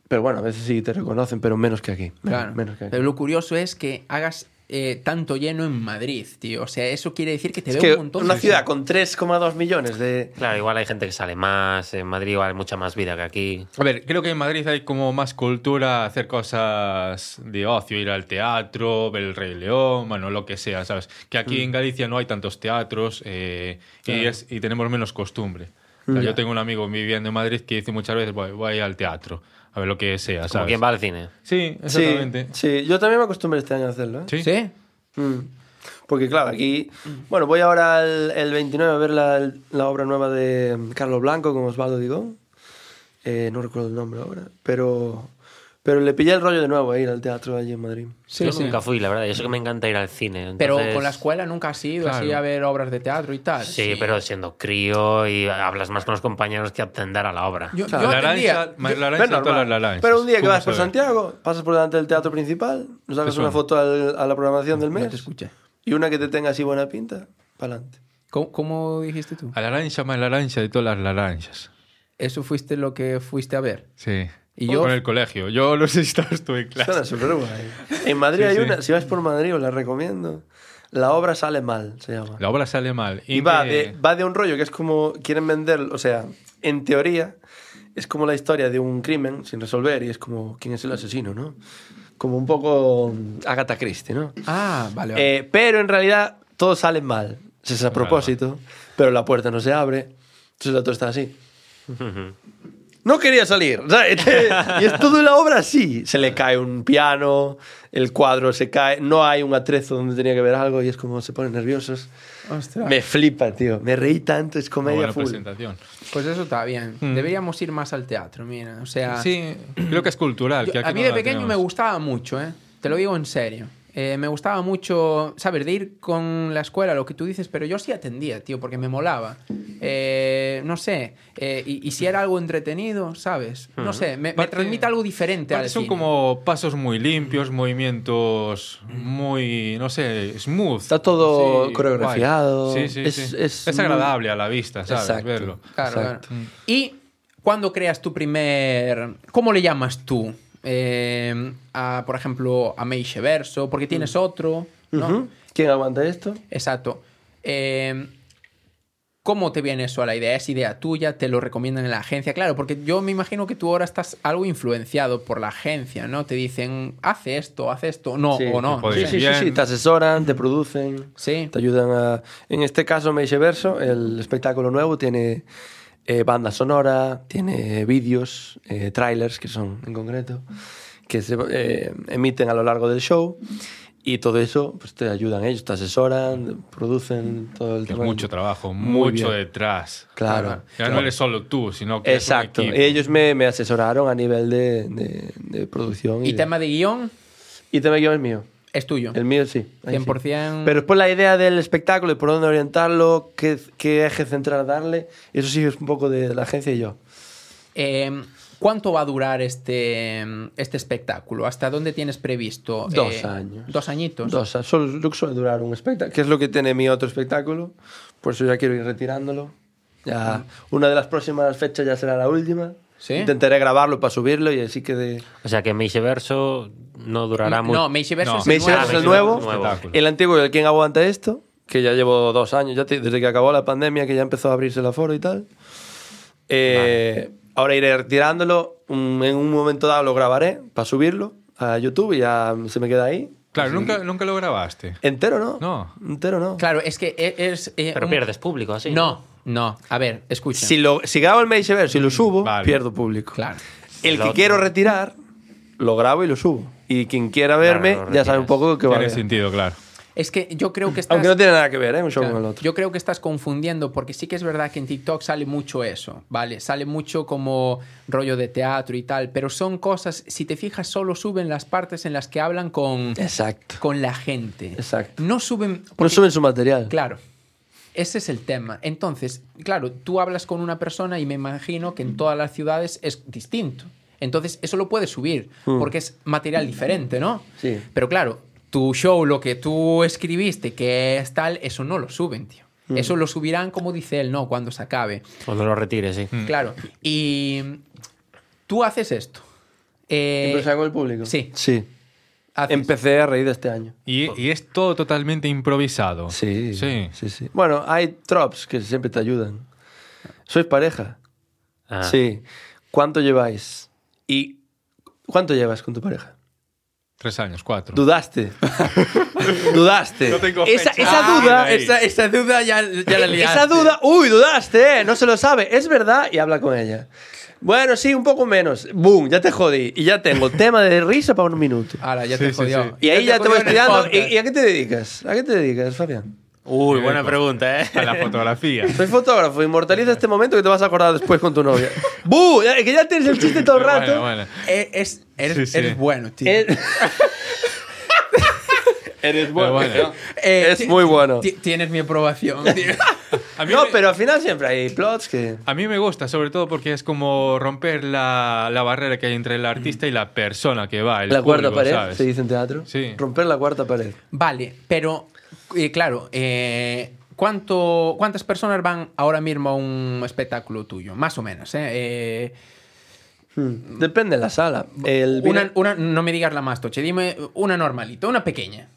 [SPEAKER 1] Pero bueno, a veces sí te reconocen, pero menos que aquí. Menos,
[SPEAKER 2] Claro.
[SPEAKER 1] menos que aquí.
[SPEAKER 2] Pero lo curioso es que hagas eh, tanto lleno en Madrid, tío. O sea, eso quiere decir que te
[SPEAKER 1] Es
[SPEAKER 2] veo
[SPEAKER 1] que
[SPEAKER 2] un montón
[SPEAKER 1] una
[SPEAKER 2] de
[SPEAKER 1] ciudad
[SPEAKER 2] gente.
[SPEAKER 1] con 3,2 millones de.
[SPEAKER 4] Claro, igual hay gente que sale más. En Madrid igual hay mucha más vida que aquí.
[SPEAKER 3] A ver, creo que en Madrid hay como más cultura, hacer cosas de ocio, ir al teatro, ver el Rey León, bueno, lo que sea, ¿sabes? Que aquí en Galicia no hay tantos teatros eh, y, es- y tenemos menos costumbre. O sea, yo tengo un amigo viviendo en Madrid que dice muchas veces, voy, voy al teatro, a ver lo que sea,
[SPEAKER 4] Como
[SPEAKER 3] ¿sabes?
[SPEAKER 4] quien va al cine.
[SPEAKER 3] Sí, exactamente.
[SPEAKER 1] Sí, sí, yo también me acostumbré este año a hacerlo. ¿eh?
[SPEAKER 3] Sí.
[SPEAKER 2] ¿Sí?
[SPEAKER 1] Mm. Porque claro, aquí... Bueno, voy ahora el, el 29 a ver la, la obra nueva de mm, Carlos Blanco con Osvaldo Digón. Eh, no recuerdo el nombre ahora, pero... Pero le pillé el rollo de nuevo a ir al teatro allí en Madrid.
[SPEAKER 2] Sí,
[SPEAKER 4] yo
[SPEAKER 2] sí.
[SPEAKER 4] nunca fui, la verdad. Yo sé que me encanta ir al cine.
[SPEAKER 2] Pero
[SPEAKER 4] entonces-
[SPEAKER 2] con la escuela nunca has ido así
[SPEAKER 3] Claro.
[SPEAKER 2] a ver obras de teatro y tal.
[SPEAKER 4] Sí, pero siendo crío y hablas más con los compañeros que atender a la obra.
[SPEAKER 2] Yo, yo
[SPEAKER 1] Claro.
[SPEAKER 2] entendía-
[SPEAKER 3] Naranja, ma-
[SPEAKER 2] yo-
[SPEAKER 3] naranja,
[SPEAKER 1] Es normal.
[SPEAKER 3] todas las naranjas.
[SPEAKER 1] Pero un día que
[SPEAKER 3] ¿Cómo
[SPEAKER 1] vas por
[SPEAKER 3] saber?
[SPEAKER 1] Santiago, pasas por delante del teatro principal, nos hagas
[SPEAKER 3] suena.
[SPEAKER 1] una foto al- a la programación del
[SPEAKER 2] no te
[SPEAKER 1] mes
[SPEAKER 2] escuché.
[SPEAKER 1] y una que te tenga así buena pinta, para adelante.
[SPEAKER 2] ¿Cómo, cómo dijiste tú?
[SPEAKER 3] A la naranja más la naranja de todas las naranjas.
[SPEAKER 2] Eso fuiste lo que fuiste a ver.
[SPEAKER 3] Sí.
[SPEAKER 2] ¿Y yo?
[SPEAKER 3] Con el colegio. Yo no sé si estabas tú en clase.
[SPEAKER 1] Suena súper guay. En Madrid
[SPEAKER 3] Sí,
[SPEAKER 1] hay
[SPEAKER 3] sí.
[SPEAKER 1] una, si vas por Madrid os la recomiendo. La obra sale mal, se llama.
[SPEAKER 3] La obra sale mal.
[SPEAKER 1] Y va
[SPEAKER 3] que-
[SPEAKER 1] de, va de un rollo que es como quieren vender, o sea, en teoría es como la historia de un crimen sin resolver y es como quién es el asesino, ¿no? Como un poco mm, Agatha Christie, ¿no?
[SPEAKER 2] Ah, vale. vale.
[SPEAKER 1] Eh, pero en realidad todo sale mal, Eso es a propósito, pero la puerta no se abre, entonces la todo está así. no quería salir. O sea, este- y es toda la obra así. Se le cae un piano, el cuadro se cae, no hay un atrezo donde tenía que ver algo y es como se ponen nerviosos.
[SPEAKER 2] Ostras.
[SPEAKER 1] Me flipa, tío. Me reí tanto, es
[SPEAKER 3] Una
[SPEAKER 1] comedia
[SPEAKER 3] buena
[SPEAKER 1] full.
[SPEAKER 3] presentación.
[SPEAKER 2] Pues eso está bien. Deberíamos ir más al teatro, mira. O
[SPEAKER 1] Ah.
[SPEAKER 2] sea,
[SPEAKER 3] Sí, creo que es cultural.
[SPEAKER 2] Yo-
[SPEAKER 3] que aquí
[SPEAKER 2] a mí
[SPEAKER 3] no
[SPEAKER 2] de
[SPEAKER 3] la
[SPEAKER 2] pequeño me
[SPEAKER 3] tenemos.
[SPEAKER 2] gustaba mucho, ¿eh? Te lo digo en serio. Eh, me gustaba mucho, ¿sabes? De ir con la escuela, lo que tú dices, pero yo sí atendía, tío, porque me molaba. Eh, no sé, eh, y, y si era algo entretenido, ¿sabes? No sé, me, me
[SPEAKER 3] Parte-
[SPEAKER 2] transmite algo diferente
[SPEAKER 3] Aparte
[SPEAKER 2] al
[SPEAKER 3] son
[SPEAKER 2] cine.
[SPEAKER 3] como pasos muy limpios, movimientos muy, no sé, smooth.
[SPEAKER 1] Está todo
[SPEAKER 3] Sí,
[SPEAKER 1] coreografiado.
[SPEAKER 3] guay. Sí, sí,
[SPEAKER 1] Es-
[SPEAKER 3] sí.
[SPEAKER 1] es
[SPEAKER 3] Es
[SPEAKER 1] muy-
[SPEAKER 3] agradable a la vista, ¿sabes?
[SPEAKER 1] Exacto.
[SPEAKER 3] Verlo.
[SPEAKER 2] Claro, claro.
[SPEAKER 1] Exacto.
[SPEAKER 2] Y cuando creas tu primer. ¿Cómo le llamas tú? Eh, a, por ejemplo, a Meixe Verso, porque tienes otro, ¿no?
[SPEAKER 1] Ujú. ¿Quién aguanta esto?
[SPEAKER 2] Exacto. Eh, ¿Cómo te viene eso a la idea? ¿Es idea tuya? ¿Te lo recomiendan en la agencia? Claro, porque yo me imagino que tú ahora estás algo influenciado por la agencia, ¿no? Te dicen, hace esto, hace esto, no,
[SPEAKER 1] Sí,
[SPEAKER 2] o no.
[SPEAKER 3] tipo de-
[SPEAKER 1] Sí,
[SPEAKER 2] Sí,
[SPEAKER 1] sí, sí, sí,
[SPEAKER 3] Pues Bien.
[SPEAKER 1] te asesoran, te producen,
[SPEAKER 2] Sí.
[SPEAKER 1] te ayudan a... En este caso, Meixe Verso, el espectáculo nuevo, tiene eh, banda sonora, tiene vídeos, eh, trailers, que son en concreto, que se eh, emiten a lo largo del show. Y todo eso, pues te ayudan ellos, te asesoran, producen todo el
[SPEAKER 3] Es
[SPEAKER 1] tema.
[SPEAKER 3] mucho trabajo,
[SPEAKER 1] Muy
[SPEAKER 3] mucho
[SPEAKER 1] bien.
[SPEAKER 3] detrás.
[SPEAKER 1] Claro.
[SPEAKER 3] Ya no eres solo tú, sino que eres un
[SPEAKER 1] Exacto.
[SPEAKER 3] equipo.
[SPEAKER 1] Ellos me, me asesoraron a nivel de, de- de producción.
[SPEAKER 2] Y
[SPEAKER 1] de-
[SPEAKER 2] tema de guión
[SPEAKER 1] y tema de guión es mío.
[SPEAKER 2] es tuyo.
[SPEAKER 1] El mío sí. ahí sí.
[SPEAKER 2] 100%.
[SPEAKER 1] Pero después la idea del espectáculo y por dónde orientarlo, qué, qué eje central darle, eso sí es un poco de la agencia y yo.
[SPEAKER 2] Eh, ¿Cuánto va a durar este, este espectáculo? ¿Hasta dónde tienes previsto? eh,
[SPEAKER 1] Dos años.
[SPEAKER 2] Dos añitos.
[SPEAKER 1] Dos, solo lo que suele durar un espectáculo, que es lo que tiene mi otro espectáculo, por eso ya quiero ir retirándolo. Ya, una de las próximas fechas ya será la última.
[SPEAKER 2] ¿Sí?
[SPEAKER 1] Intentaré grabarlo para subirlo y así que de...
[SPEAKER 4] O sea que Meixe Verso no durará mucho.
[SPEAKER 2] No, Meishi Verso
[SPEAKER 3] No. Ah,
[SPEAKER 2] es el
[SPEAKER 1] Meishi
[SPEAKER 2] nuevo.
[SPEAKER 1] Verso es el nuevo.
[SPEAKER 3] Espectáculo.
[SPEAKER 1] El antiguo y el quien aguanta esto, que ya llevo dos años, ya te- desde que acabó la pandemia, que ya empezó a abrirse el aforo y tal. Eh, Ahora iré retirándolo, un- en un momento dado lo grabaré para subirlo a YouTube y ya se me queda ahí.
[SPEAKER 3] Claro, nunca, nunca lo grabaste.
[SPEAKER 1] Entero no.
[SPEAKER 3] No.
[SPEAKER 1] Entero no.
[SPEAKER 2] Claro, es que e- es... eh,
[SPEAKER 4] Pero
[SPEAKER 2] un-
[SPEAKER 4] pierdes público así.
[SPEAKER 2] No, no. A ver, escucha.
[SPEAKER 1] Si, lo, si grabo el Meisever, si lo subo,
[SPEAKER 3] vale.
[SPEAKER 1] pierdo público.
[SPEAKER 2] Claro.
[SPEAKER 1] El
[SPEAKER 4] Lo
[SPEAKER 1] que
[SPEAKER 4] otro.
[SPEAKER 1] quiero retirar, lo grabo y lo subo. Y quien quiera verme,
[SPEAKER 4] Claro, lo
[SPEAKER 1] ya sabe un
[SPEAKER 4] retiras.
[SPEAKER 1] poco que va a
[SPEAKER 3] Tiene
[SPEAKER 1] ver.
[SPEAKER 3] sentido, claro.
[SPEAKER 2] Es que yo creo que estás...
[SPEAKER 1] Aunque no tiene nada que ver, ¿eh? Un show
[SPEAKER 2] Claro,
[SPEAKER 1] con el otro.
[SPEAKER 2] Yo creo que estás confundiendo porque sí que es verdad que en TikTok sale mucho eso, ¿vale? Sale mucho como rollo de teatro y tal, pero son cosas, si te fijas, solo suben las partes en las que hablan con,
[SPEAKER 1] Exacto.
[SPEAKER 2] con la gente.
[SPEAKER 1] Exacto.
[SPEAKER 2] No suben...
[SPEAKER 1] No
[SPEAKER 2] porque-
[SPEAKER 1] suben su material.
[SPEAKER 2] Claro. Ese es el tema. Entonces, claro, tú hablas con una persona y me imagino que en todas las ciudades es distinto. Entonces, eso lo puedes subir porque es material diferente, ¿no?
[SPEAKER 1] Mm. Sí.
[SPEAKER 2] Pero claro, tu show, lo que tú escribiste, que es tal, eso no lo suben, tío.
[SPEAKER 1] Mm.
[SPEAKER 2] Eso lo subirán, como dice él, ¿no? Cuando se acabe.
[SPEAKER 4] Cuando lo retires, sí.
[SPEAKER 3] Mm.
[SPEAKER 1] Mm.
[SPEAKER 2] Claro. Y tú haces esto. Eh,
[SPEAKER 1] ¿Empezar con el público?
[SPEAKER 2] sí.
[SPEAKER 1] Sí.
[SPEAKER 2] haces-
[SPEAKER 1] Empecé a raíz de este año.
[SPEAKER 3] Y, y es todo totalmente improvisado.
[SPEAKER 1] Sí.
[SPEAKER 3] Sí.
[SPEAKER 1] Sí, sí. Bueno, hay trops que siempre te ayudan. ¿Sois pareja?
[SPEAKER 4] Ah.
[SPEAKER 1] Sí. ¿Cuánto lleváis? ¿Y cuánto llevas con tu pareja?
[SPEAKER 3] Tres años, cuatro.
[SPEAKER 1] Dudaste. Dudaste.
[SPEAKER 3] No tengo
[SPEAKER 1] esa,
[SPEAKER 3] fecha.
[SPEAKER 1] esa
[SPEAKER 3] Ah,
[SPEAKER 1] duda.
[SPEAKER 3] ahí.
[SPEAKER 2] esa, esa duda ya, ya la liaste.
[SPEAKER 1] Esa duda. Uy, dudaste, eh, No se lo sabe. Es verdad. Y habla con ella. Bueno, sí, un poco menos. Boom, ya te jodí. Y ya tengo tema de risa para un minuto.
[SPEAKER 2] Ahora, Ah, ya
[SPEAKER 3] Sí,
[SPEAKER 2] te
[SPEAKER 3] sí,
[SPEAKER 2] jodió.
[SPEAKER 3] sí.
[SPEAKER 1] Y ahí ya te voy
[SPEAKER 2] jodió en el
[SPEAKER 1] estudiando.
[SPEAKER 2] podcast.
[SPEAKER 1] ¿Y, ¿Y a qué te dedicas? ¿A qué te dedicas, Fabián?
[SPEAKER 4] Uy, buena
[SPEAKER 3] Bien,
[SPEAKER 4] pregunta,
[SPEAKER 3] A
[SPEAKER 4] ¿eh?
[SPEAKER 3] la fotografía.
[SPEAKER 1] Soy fotógrafo, inmortaliza este momento que te vas a acordar después con tu novia. ¡Bu! Ya- Que ya tienes el chiste todo el
[SPEAKER 3] Bueno,
[SPEAKER 1] rato.
[SPEAKER 3] bueno.
[SPEAKER 2] Eh, Es, eres,
[SPEAKER 3] Sí, sí.
[SPEAKER 2] eres bueno, tío.
[SPEAKER 1] Eh,
[SPEAKER 3] Pero bueno.
[SPEAKER 2] Eh,
[SPEAKER 1] es
[SPEAKER 2] ti-
[SPEAKER 1] muy bueno.
[SPEAKER 2] ti- Tienes mi aprobación, tío.
[SPEAKER 3] A mí
[SPEAKER 1] No,
[SPEAKER 3] me-
[SPEAKER 1] pero al final siempre hay plots que.
[SPEAKER 3] A mí me gusta, sobre todo porque es como romper la, la barrera que hay entre el artista y la persona que va. El
[SPEAKER 1] La cuarta
[SPEAKER 3] público,
[SPEAKER 1] pared,
[SPEAKER 3] ¿sabes?
[SPEAKER 1] se dice en teatro.
[SPEAKER 3] Sí.
[SPEAKER 1] Romper la cuarta pared.
[SPEAKER 2] Vale, pero, eh, claro, eh, ¿cuánto, ¿cuántas personas van ahora mismo a un espectáculo tuyo? Más o menos, ¿eh? Eh,
[SPEAKER 1] Hmm. Depende de la sala. El
[SPEAKER 2] una,
[SPEAKER 1] vino-
[SPEAKER 2] una- no me digas la más toche, dime una normalita, una pequeña.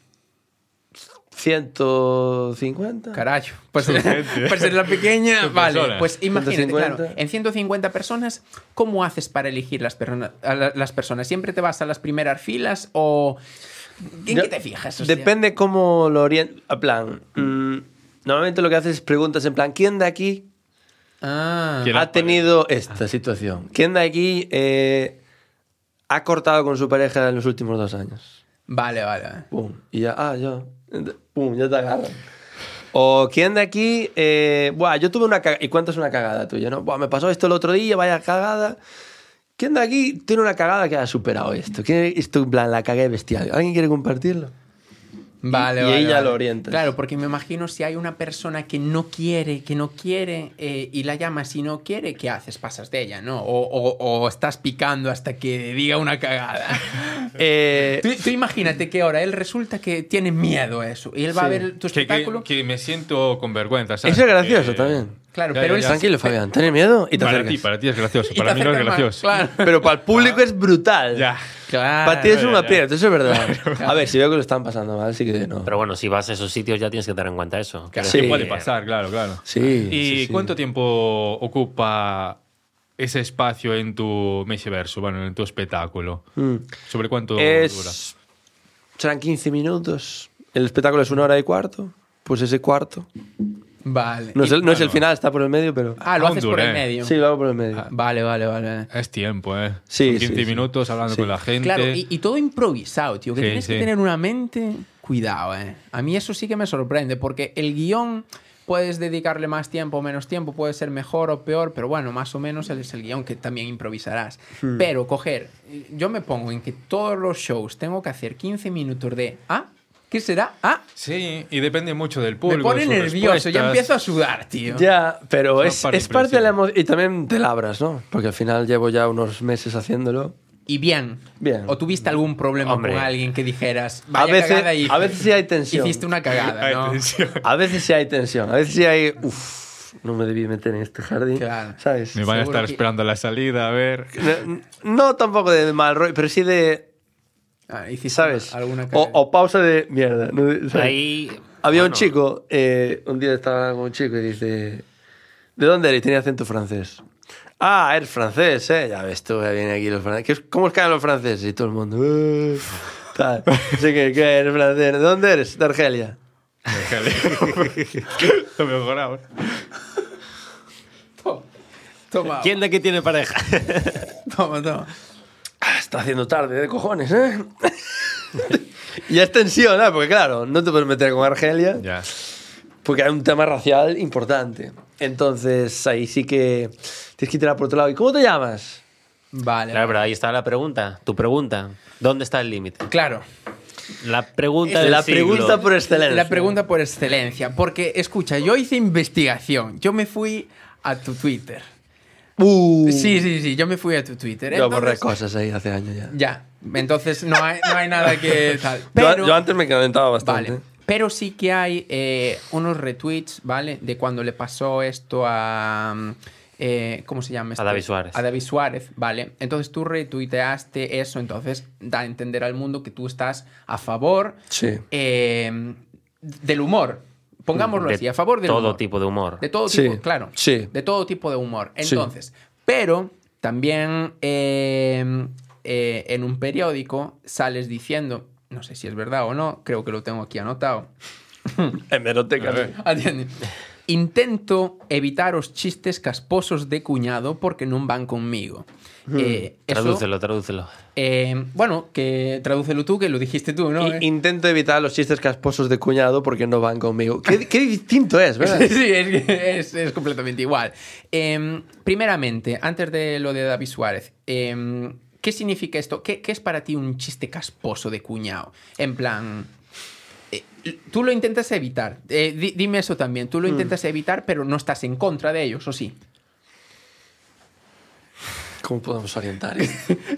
[SPEAKER 1] 150.
[SPEAKER 2] Carajo. Pues,
[SPEAKER 3] Suficiente.
[SPEAKER 2] pues en la pequeña,
[SPEAKER 3] Son
[SPEAKER 2] vale.
[SPEAKER 3] personas.
[SPEAKER 2] Pues imagínate,
[SPEAKER 1] 150.
[SPEAKER 2] claro, en 150 personas, ¿cómo haces para elegir las, perona- a la- las personas? ¿Siempre te vas a las primeras filas o en
[SPEAKER 1] Yo-
[SPEAKER 2] qué te fijas? hostia?
[SPEAKER 1] Depende cómo lo orientas. A plan. mm, normalmente lo que haces es preguntas en plan: ¿quién de aquí
[SPEAKER 2] Ah,
[SPEAKER 3] Quiero-
[SPEAKER 1] ha tenido esta situación. ¿Quién de aquí eh, ha cortado con su pareja en los últimos dos años?
[SPEAKER 2] vale, vale. vale.
[SPEAKER 1] Pum. Y ya, ah, ya. Pum, ya te agarran. O quién de aquí, eh, buah, yo tuve una cagada. ¿Y cuánto es una cagada tuya? No? Buah, me pasó esto el otro día, vaya cagada. ¿Quién de aquí tiene una cagada que ha superado esto? ¿Qué, esto, en plan, la cagué bestial. ¿Alguien quiere compartirlo?
[SPEAKER 2] Vale,
[SPEAKER 1] y
[SPEAKER 2] vale,
[SPEAKER 1] ella
[SPEAKER 2] vale.
[SPEAKER 1] lo orientas.
[SPEAKER 2] Claro, porque me imagino si hay una persona que no quiere, que no quiere eh, y la llama si no quiere, ¿qué haces? Pasas de ella, ¿no? O, o- o estás picando hasta que diga una cagada.
[SPEAKER 1] Eh,
[SPEAKER 2] tú, tú imagínate que ahora él resulta que tiene miedo a eso y él va a
[SPEAKER 1] Sí.
[SPEAKER 2] ver tu
[SPEAKER 3] que, que,
[SPEAKER 2] espectáculo.
[SPEAKER 3] que me siento con vergüenza. ¿sabes?
[SPEAKER 1] eso es gracioso
[SPEAKER 3] Que-
[SPEAKER 1] también.
[SPEAKER 2] Claro,
[SPEAKER 3] Ya,
[SPEAKER 2] pero él
[SPEAKER 3] ya, Pues ya.
[SPEAKER 1] Tranquilo, Fabián. ¿Tienes miedo? Y te
[SPEAKER 3] para
[SPEAKER 1] acercas.
[SPEAKER 3] ti, para ti es gracioso.
[SPEAKER 2] y
[SPEAKER 3] Para
[SPEAKER 2] te
[SPEAKER 3] mí no es
[SPEAKER 2] acercas más,
[SPEAKER 3] gracioso.
[SPEAKER 2] Claro.
[SPEAKER 1] Pero para el público es brutal.
[SPEAKER 3] Ya.
[SPEAKER 2] Claro.
[SPEAKER 1] Para ti es
[SPEAKER 3] ya,
[SPEAKER 1] una
[SPEAKER 3] ya.
[SPEAKER 1] pierna, eso es verdad. A ver, si veo que lo están pasando mal, sí que no.
[SPEAKER 4] Pero bueno, si vas a esos sitios ya tienes que tener en cuenta
[SPEAKER 1] Claro.
[SPEAKER 4] eso. Quiero
[SPEAKER 1] Sí.
[SPEAKER 4] decir,
[SPEAKER 3] Puede
[SPEAKER 4] eh,
[SPEAKER 3] pasar, claro, claro.
[SPEAKER 1] Sí.
[SPEAKER 3] ¿Y
[SPEAKER 1] sí, sí.
[SPEAKER 3] cuánto tiempo ocupa ese espacio en tu Mesiverso, bueno, en tu espectáculo?
[SPEAKER 1] Mm.
[SPEAKER 3] ¿Sobre cuánto dura?
[SPEAKER 1] Es... Serán 15 minutos. El espectáculo es una hora y cuarto. Pues ese cuarto.
[SPEAKER 2] Vale.
[SPEAKER 1] No
[SPEAKER 2] Y-
[SPEAKER 1] es el, no es el
[SPEAKER 3] bueno.
[SPEAKER 1] final, está por el medio, pero.
[SPEAKER 2] Ah, lo
[SPEAKER 3] Aún
[SPEAKER 2] haces por
[SPEAKER 3] dura,
[SPEAKER 2] el
[SPEAKER 3] eh.
[SPEAKER 2] medio. Ah,
[SPEAKER 1] Sí, lo hago por el medio.
[SPEAKER 2] Vale, vale, vale.
[SPEAKER 3] Es tiempo, ¿eh?
[SPEAKER 1] Sí,
[SPEAKER 3] Son
[SPEAKER 1] sí,
[SPEAKER 3] 15
[SPEAKER 1] sí.
[SPEAKER 3] minutos hablando
[SPEAKER 1] Sí.
[SPEAKER 3] con la gente.
[SPEAKER 2] Claro, y, y todo improvisado, tío. Que
[SPEAKER 3] Sí,
[SPEAKER 2] tienes que
[SPEAKER 3] sí.
[SPEAKER 2] tener una mente. Cuidado, eh. A mí eso sí que me sorprende, porque el guión puedes dedicarle más tiempo o menos tiempo, puede ser mejor o peor, pero bueno, más o menos él es el guión que también improvisarás. Pero coger, yo me pongo en que todos los shows tengo que hacer 15 minutos de. ¿Ah? ¿Qué será? ¿ah?
[SPEAKER 3] Sí, y depende mucho del
[SPEAKER 2] Me
[SPEAKER 3] público.
[SPEAKER 2] pone
[SPEAKER 3] de sus
[SPEAKER 2] nervioso, ya
[SPEAKER 3] respuestas.
[SPEAKER 2] empiezo a sudar, tío.
[SPEAKER 1] Ya, pero
[SPEAKER 3] Son
[SPEAKER 1] es,
[SPEAKER 3] parte
[SPEAKER 1] es parte de la
[SPEAKER 3] imprevisible.
[SPEAKER 1] emoción. Y también te labras, ¿no? Porque al final llevo ya unos meses haciéndolo.
[SPEAKER 2] Y bien.
[SPEAKER 1] Bien.
[SPEAKER 2] ¿O tuviste algún problema
[SPEAKER 4] Hombre.
[SPEAKER 2] con alguien que dijeras, vaya
[SPEAKER 1] veces-
[SPEAKER 2] cagada y
[SPEAKER 1] a veces sí hay tensión.
[SPEAKER 2] Hiciste una cagada,
[SPEAKER 3] Ay,
[SPEAKER 2] ¿no?
[SPEAKER 3] tensión.
[SPEAKER 1] A veces sí hay tensión, a veces sí hay. Uff, no me debí meter en este jardín.
[SPEAKER 2] Claro.
[SPEAKER 1] ¿Sabes?
[SPEAKER 3] Me van a
[SPEAKER 2] Seguro
[SPEAKER 3] estar
[SPEAKER 2] que-
[SPEAKER 3] esperando a la salida, a ver.
[SPEAKER 1] No, no tampoco de mal rollo, pero sí de.
[SPEAKER 2] Ah, hiciste
[SPEAKER 1] ¿Sabes?
[SPEAKER 2] alguna
[SPEAKER 1] O,
[SPEAKER 2] cagada.
[SPEAKER 1] o pausa de mierda. ¿no? O sea,
[SPEAKER 4] Ahí,
[SPEAKER 1] Había un
[SPEAKER 4] bueno,
[SPEAKER 1] chico, eh, un día estaba con un chico y dice, ¿de dónde eres? Y Tenía acento francés. Ah, eres francés, ¿eh? Ya ves tú, ya vienen aquí los franceses. ¿Qué- ¿Cómo os caen los franceses? Y todo el mundo... "Eh", tal. Así que, ¿qué? ¿Eres francés? ¿De dónde eres? De Argelia.
[SPEAKER 3] Lo mejor ahora.
[SPEAKER 2] Toma,
[SPEAKER 4] ¿Quién de aquí tiene pareja?
[SPEAKER 2] toma, toma.
[SPEAKER 1] Ah, está haciendo tarde, de cojones, ¿eh? y es tensión, ¿eh? Porque claro, no te puedes meter con Argelia.
[SPEAKER 3] Ya.
[SPEAKER 1] Porque hay un tema racial importante. Entonces, ahí sí que tienes que tirar por otro lado. ¿Y cómo te llamas?
[SPEAKER 2] Vale.
[SPEAKER 4] Claro, pero ahí está la pregunta, tu pregunta. ¿Dónde está el límite?
[SPEAKER 2] Claro.
[SPEAKER 4] La pregunta del
[SPEAKER 1] La
[SPEAKER 4] siglo.
[SPEAKER 1] pregunta por excelencia.
[SPEAKER 2] La pregunta por excelencia. Porque, escucha, yo hice investigación. Yo me fui a tu Twitter.
[SPEAKER 1] Uh.
[SPEAKER 2] Sí, sí, sí, yo me fui a tu Twitter.
[SPEAKER 1] Yo borré
[SPEAKER 2] Entonces-
[SPEAKER 1] cosas ahí hace años ya.
[SPEAKER 2] Ya. Entonces no hay, no hay nada que tal.
[SPEAKER 1] Yo-
[SPEAKER 2] Pero,
[SPEAKER 1] yo, antes me calentaba bastante.
[SPEAKER 2] Vale. Pero sí que hay eh, unos retweets, ¿vale? De cuando le pasó esto a. mm, eh, ¿Cómo se llama? este?
[SPEAKER 4] David Suárez.
[SPEAKER 2] A David Suárez, ¿vale? Entonces tú retuiteaste eso, entonces da a entender al mundo que tú estás a favor
[SPEAKER 1] Sí.
[SPEAKER 2] eh, del humor. Pongámoslo
[SPEAKER 4] De
[SPEAKER 2] así, a favor del
[SPEAKER 4] todo
[SPEAKER 2] humor.
[SPEAKER 4] tipo de humor.
[SPEAKER 2] De todo
[SPEAKER 1] Sí,
[SPEAKER 2] tipo, claro.
[SPEAKER 1] sí.
[SPEAKER 2] De todo tipo de humor.
[SPEAKER 1] Sí.
[SPEAKER 2] Entonces, pero también eh, eh, en un periódico sales diciendo, no sé si es verdad o no, creo que lo tengo aquí anotado.
[SPEAKER 1] Hemeroteca.
[SPEAKER 2] Atiende. Intento evitaros chistes casposos de cuñado porque no van conmigo.
[SPEAKER 1] Hmm.
[SPEAKER 2] Eh, eso,
[SPEAKER 4] Tradúcelo, tradúcelo.
[SPEAKER 2] eh, bueno, que tradúcelo tú, que lo dijiste tú, ¿no? eh.
[SPEAKER 1] Y- Intento evitar los chistes casposos de cuñado porque no van conmigo. Qué, qué distinto es, ¿verdad?
[SPEAKER 2] Sí, es, que es- es completamente igual. Em, primeramente, antes de lo de David Suárez, em, ¿qué significa esto? ¿Qué, qué es para ti un chiste casposo de cuñado? En plan, eh, tú lo intentas evitar. Eh, di- dime eso también. Tú lo intentas evitar, pero no estás en contra de ellos, ¿o sí?
[SPEAKER 1] ¿Cómo podemos orientar?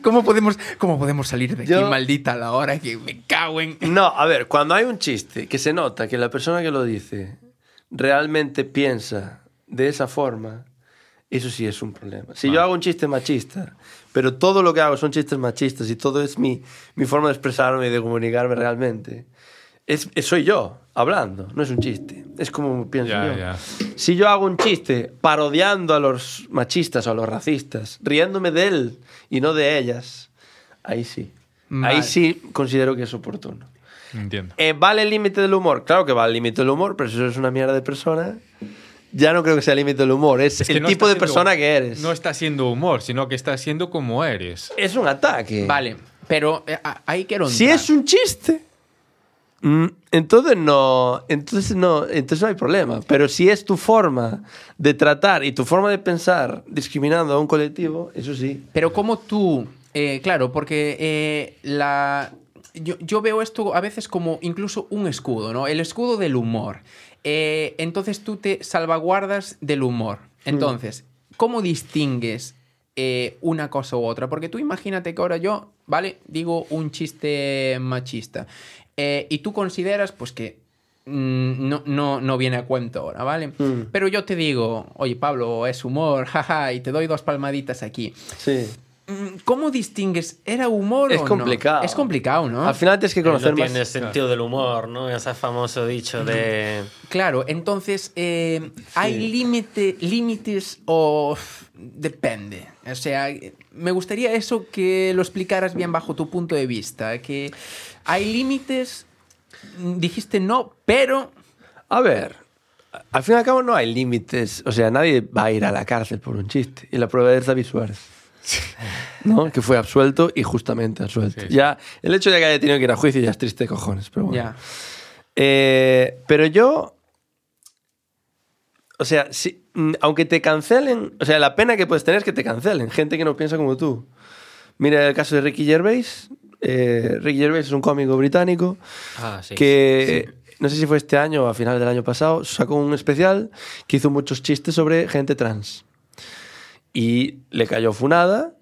[SPEAKER 2] ¿Cómo podemos, cómo podemos salir de aquí,
[SPEAKER 1] Yo-
[SPEAKER 2] maldita la hora que me cago en...
[SPEAKER 1] No, a ver, cuando hay un chiste que se nota que la persona que lo dice realmente piensa de esa forma, eso sí es un problema. Si
[SPEAKER 3] Ah.
[SPEAKER 1] yo hago un chiste machista, pero todo lo que hago son chistes machistas y todo es mi, mi forma de expresarme y de comunicarme realmente, es, es- soy yo hablando, no es un chiste. Es como pienso
[SPEAKER 3] Ya,
[SPEAKER 1] yo.
[SPEAKER 3] ya.
[SPEAKER 1] Si yo hago un chiste parodiando a los machistas o a los racistas, riéndome de él y no de ellas, ahí sí.
[SPEAKER 2] Vale.
[SPEAKER 1] Ahí sí considero que es oportuno.
[SPEAKER 3] Entiendo.
[SPEAKER 1] Eh, ¿Vale el límite del humor? Claro que vale el límite del humor, pero si eso es una mierda de persona, ya no creo que sea el límite del humor, es,
[SPEAKER 3] Es que
[SPEAKER 1] el
[SPEAKER 3] no
[SPEAKER 1] tipo
[SPEAKER 3] está
[SPEAKER 1] de
[SPEAKER 3] siendo-
[SPEAKER 1] persona que eres.
[SPEAKER 3] No está siendo humor, sino que está siendo como eres.
[SPEAKER 1] Es un ataque.
[SPEAKER 2] Vale, pero eh, a- ahí quiero
[SPEAKER 1] Si
[SPEAKER 2] entrar.
[SPEAKER 1] es un chiste, mm, entonces no, entonces no, entonces no hay problema. Pero si es tu forma de tratar y tu forma de pensar discriminando a un colectivo, eso sí.
[SPEAKER 2] Pero como tú, eh, claro, porque eh, la... Yo, yo veo esto a veces como incluso un escudo, ¿no? El escudo del humor. Eh, entonces tú te salvaguardas del humor. Entonces, ¿cómo distingues eh, una cosa u otra? Porque tú imagínate que ahora yo, ¿vale? Digo un chiste machista. Eh, y tú consideras, pues, que mm, no, no, no viene a cuento ahora, ¿vale? Pero yo te digo, oye, Pablo, es humor, jaja, y te doy dos palmaditas aquí.
[SPEAKER 1] Sí.
[SPEAKER 2] Mm, ¿Cómo distingues? ¿Era humor
[SPEAKER 1] Es
[SPEAKER 2] o no?
[SPEAKER 1] complicado.
[SPEAKER 2] Es complicado, ¿no?
[SPEAKER 1] Al final tienes que
[SPEAKER 4] No
[SPEAKER 1] conocer más.
[SPEAKER 4] tiene sentido del humor, ¿no? Ese famoso dicho de.
[SPEAKER 2] Claro, entonces, eh, ¿hay límite, límites o...? Depende. O sea, me gustaría eso que lo explicaras bien bajo tu punto de vista. Que hay límites, mm, dijiste no, pero...
[SPEAKER 1] A ver, al fin y al cabo no hay límites. O sea, nadie va a ir a la cárcel por un chiste. Y la prueba es David Suárez. ¿No? Que fue absuelto y justamente absuelto.
[SPEAKER 3] Sí.
[SPEAKER 1] Ya, el hecho de que haya tenido que ir a juicio ya es triste de cojones, pero bueno.
[SPEAKER 2] Ya.
[SPEAKER 1] Eh, pero yo. O sea, si, mm, aunque te cancelen. O sea, la pena que puedes tener es que te cancelen. Gente que no piensa como tú. Mira el caso de Ricky Gervais. Eh, Ricky Gervais es un cómico británico
[SPEAKER 4] Ah, sí.
[SPEAKER 1] que no sé si fue este año o a finales del año pasado, sacó un especial que hizo muchos chistes sobre gente trans. Y le cayó funada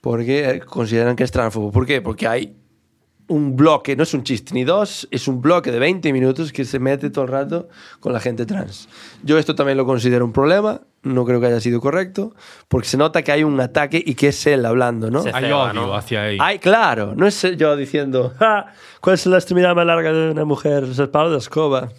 [SPEAKER 1] porque eh, consideran que es transfobo. ¿Por qué? Porque hay un bloque, no es un chiste ni dos, es un bloque de 20 minutos que se mete todo el rato con la gente trans. Yo esto también lo considero un problema, no creo que haya sido correcto, porque se nota que hay un ataque y que es él hablando, ¿no?
[SPEAKER 4] Se
[SPEAKER 3] Hay
[SPEAKER 4] ceba,
[SPEAKER 3] odio
[SPEAKER 4] ¿no?
[SPEAKER 3] hacia ahí.
[SPEAKER 1] Ay, claro, no es yo diciendo, "Ja, ¿cuál es la extremidad más larga de una mujer? Es el palo de la escoba.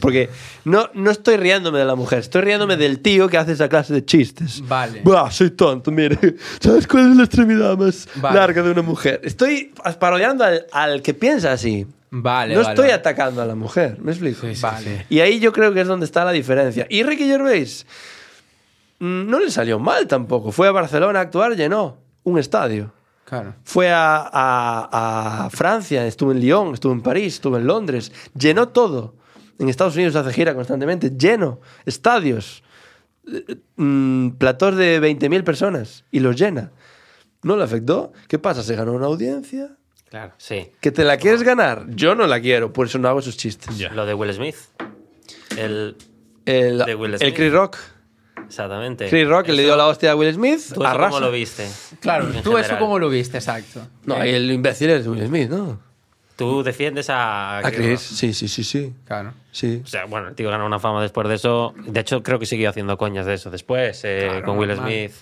[SPEAKER 1] Porque no, no estoy riéndome de la mujer, estoy riéndome del tío que hace esa clase de chistes.
[SPEAKER 2] Vale.
[SPEAKER 1] Buah, soy tonto, mire. ¿Sabes cuál es la extremidad más
[SPEAKER 2] Vale.
[SPEAKER 1] larga de una mujer? Estoy parodiando al, al que piensa así.
[SPEAKER 2] Vale,
[SPEAKER 1] no
[SPEAKER 2] vale,
[SPEAKER 1] estoy
[SPEAKER 2] vale.
[SPEAKER 1] atacando a la mujer, ¿me explico?
[SPEAKER 2] Vale.
[SPEAKER 1] Y ahí yo creo que es donde está la diferencia. Y Ricky Gervais mm, no le salió mal tampoco. Fue a Barcelona a actuar, llenó un estadio.
[SPEAKER 2] Claro.
[SPEAKER 1] Fue a, a- a Francia, estuvo en Lyon, estuvo en París, estuvo en Londres, llenó todo. En Estados Unidos hace gira constantemente, lleno, estadios, eh, mm, platós de 20.000 personas y los llena. ¿No le afectó? ¿Qué pasa? ¿Se ganó una audiencia?
[SPEAKER 4] Claro. Sí.
[SPEAKER 1] ¿Que te la quieres ganar? Yo no la quiero, por eso no hago esos chistes.
[SPEAKER 3] Ya.
[SPEAKER 4] Lo de Will Smith. El.
[SPEAKER 1] El,
[SPEAKER 4] De Will
[SPEAKER 1] el
[SPEAKER 4] Smith.
[SPEAKER 1] Chris Rock.
[SPEAKER 4] Exactamente.
[SPEAKER 1] Chris Rock que le
[SPEAKER 4] Eso-
[SPEAKER 1] dio la hostia a Will Smith.
[SPEAKER 4] ¿Tú eso
[SPEAKER 1] arrasa.
[SPEAKER 4] cómo lo viste?
[SPEAKER 2] Claro,
[SPEAKER 4] En
[SPEAKER 2] tú eso
[SPEAKER 4] general.
[SPEAKER 2] cómo lo viste, exacto.
[SPEAKER 1] No,
[SPEAKER 2] Eh,
[SPEAKER 1] el imbécil es Will Smith, ¿no?
[SPEAKER 4] Tú defiendes a.
[SPEAKER 1] A Chris. Sí, sí, sí, sí.
[SPEAKER 2] Claro.
[SPEAKER 1] Sí.
[SPEAKER 4] O sea, bueno, el tío ganó una fama después de eso. De hecho, creo que siguió haciendo coñas de eso después, eh,
[SPEAKER 2] Claro,
[SPEAKER 4] con Will
[SPEAKER 2] normal.
[SPEAKER 4] Smith.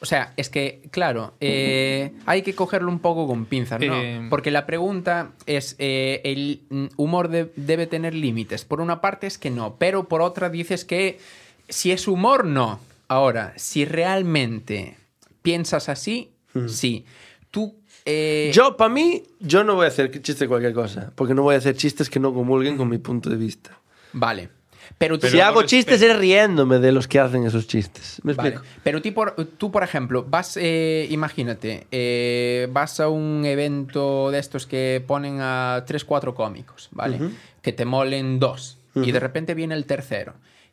[SPEAKER 2] O sea, es que, claro, eh, hay que cogerlo un poco con pinzas, ¿no?
[SPEAKER 3] Eh,
[SPEAKER 2] Porque la pregunta es, eh, ¿el mm, humor de- debe tener límites? Por una parte es que no, pero por otra dices que si es humor, no. Ahora, si realmente piensas así, sí. Tú... eh,
[SPEAKER 1] Mm. Yo, para mí, yo no voy a hacer chiste de cualquier cosa, porque no voy a hacer chistes que no comulguen con mi punto de vista.
[SPEAKER 2] Vale. Pero, tú-
[SPEAKER 1] si
[SPEAKER 3] no
[SPEAKER 1] hago
[SPEAKER 3] respeto.
[SPEAKER 1] chistes es riéndome de los que hacen esos chistes. ¿Me
[SPEAKER 2] Vale.
[SPEAKER 1] explico?
[SPEAKER 2] Pero tú por, tú, por ejemplo, vas, eh, imagínate, eh, vas a un evento de estos que ponen a 3, 4 cómicos, ¿vale? Que te molen dos y de repente viene el tercero.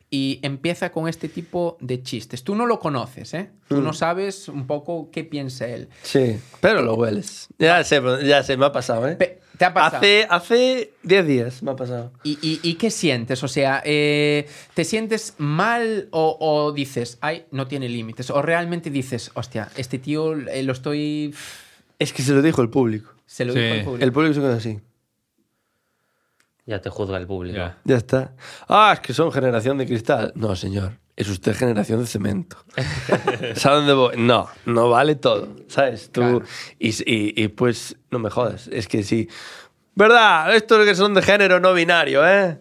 [SPEAKER 2] Y empieza con este tipo de chistes. Tú no lo conoces, ¿eh? Tú no sabes un poco qué piensa él.
[SPEAKER 1] Sí, pero lo hueles. Ya sé, pero- ya sé, me ha pasado, ¿eh?
[SPEAKER 2] Ah. Pe- ¿Te ha pasado?
[SPEAKER 1] Hace, hace 10 días me ha pasado.
[SPEAKER 2] ¿Y, y, y qué sientes? O sea, eh, ¿te sientes mal o, o dices, ay, no tiene límites? ¿O realmente dices, hostia, este tío eh, lo estoy...
[SPEAKER 1] Es que se lo dijo el público.
[SPEAKER 2] Se lo
[SPEAKER 3] Sí.
[SPEAKER 2] dijo al público.
[SPEAKER 1] El público se quedó así.
[SPEAKER 4] Ya te juzga el público.
[SPEAKER 3] Ya.
[SPEAKER 1] Ya está. Ah, es que son generación de cristal. No, señor. Es usted generación de cemento. ¿Sabe dónde voy? No, no vale todo. ¿Sabes? Tú.
[SPEAKER 2] Claro.
[SPEAKER 1] Y, y- y, pues no me jodas. Es que sí. ¿Verdad? Estos que son de género no binario, ¿eh?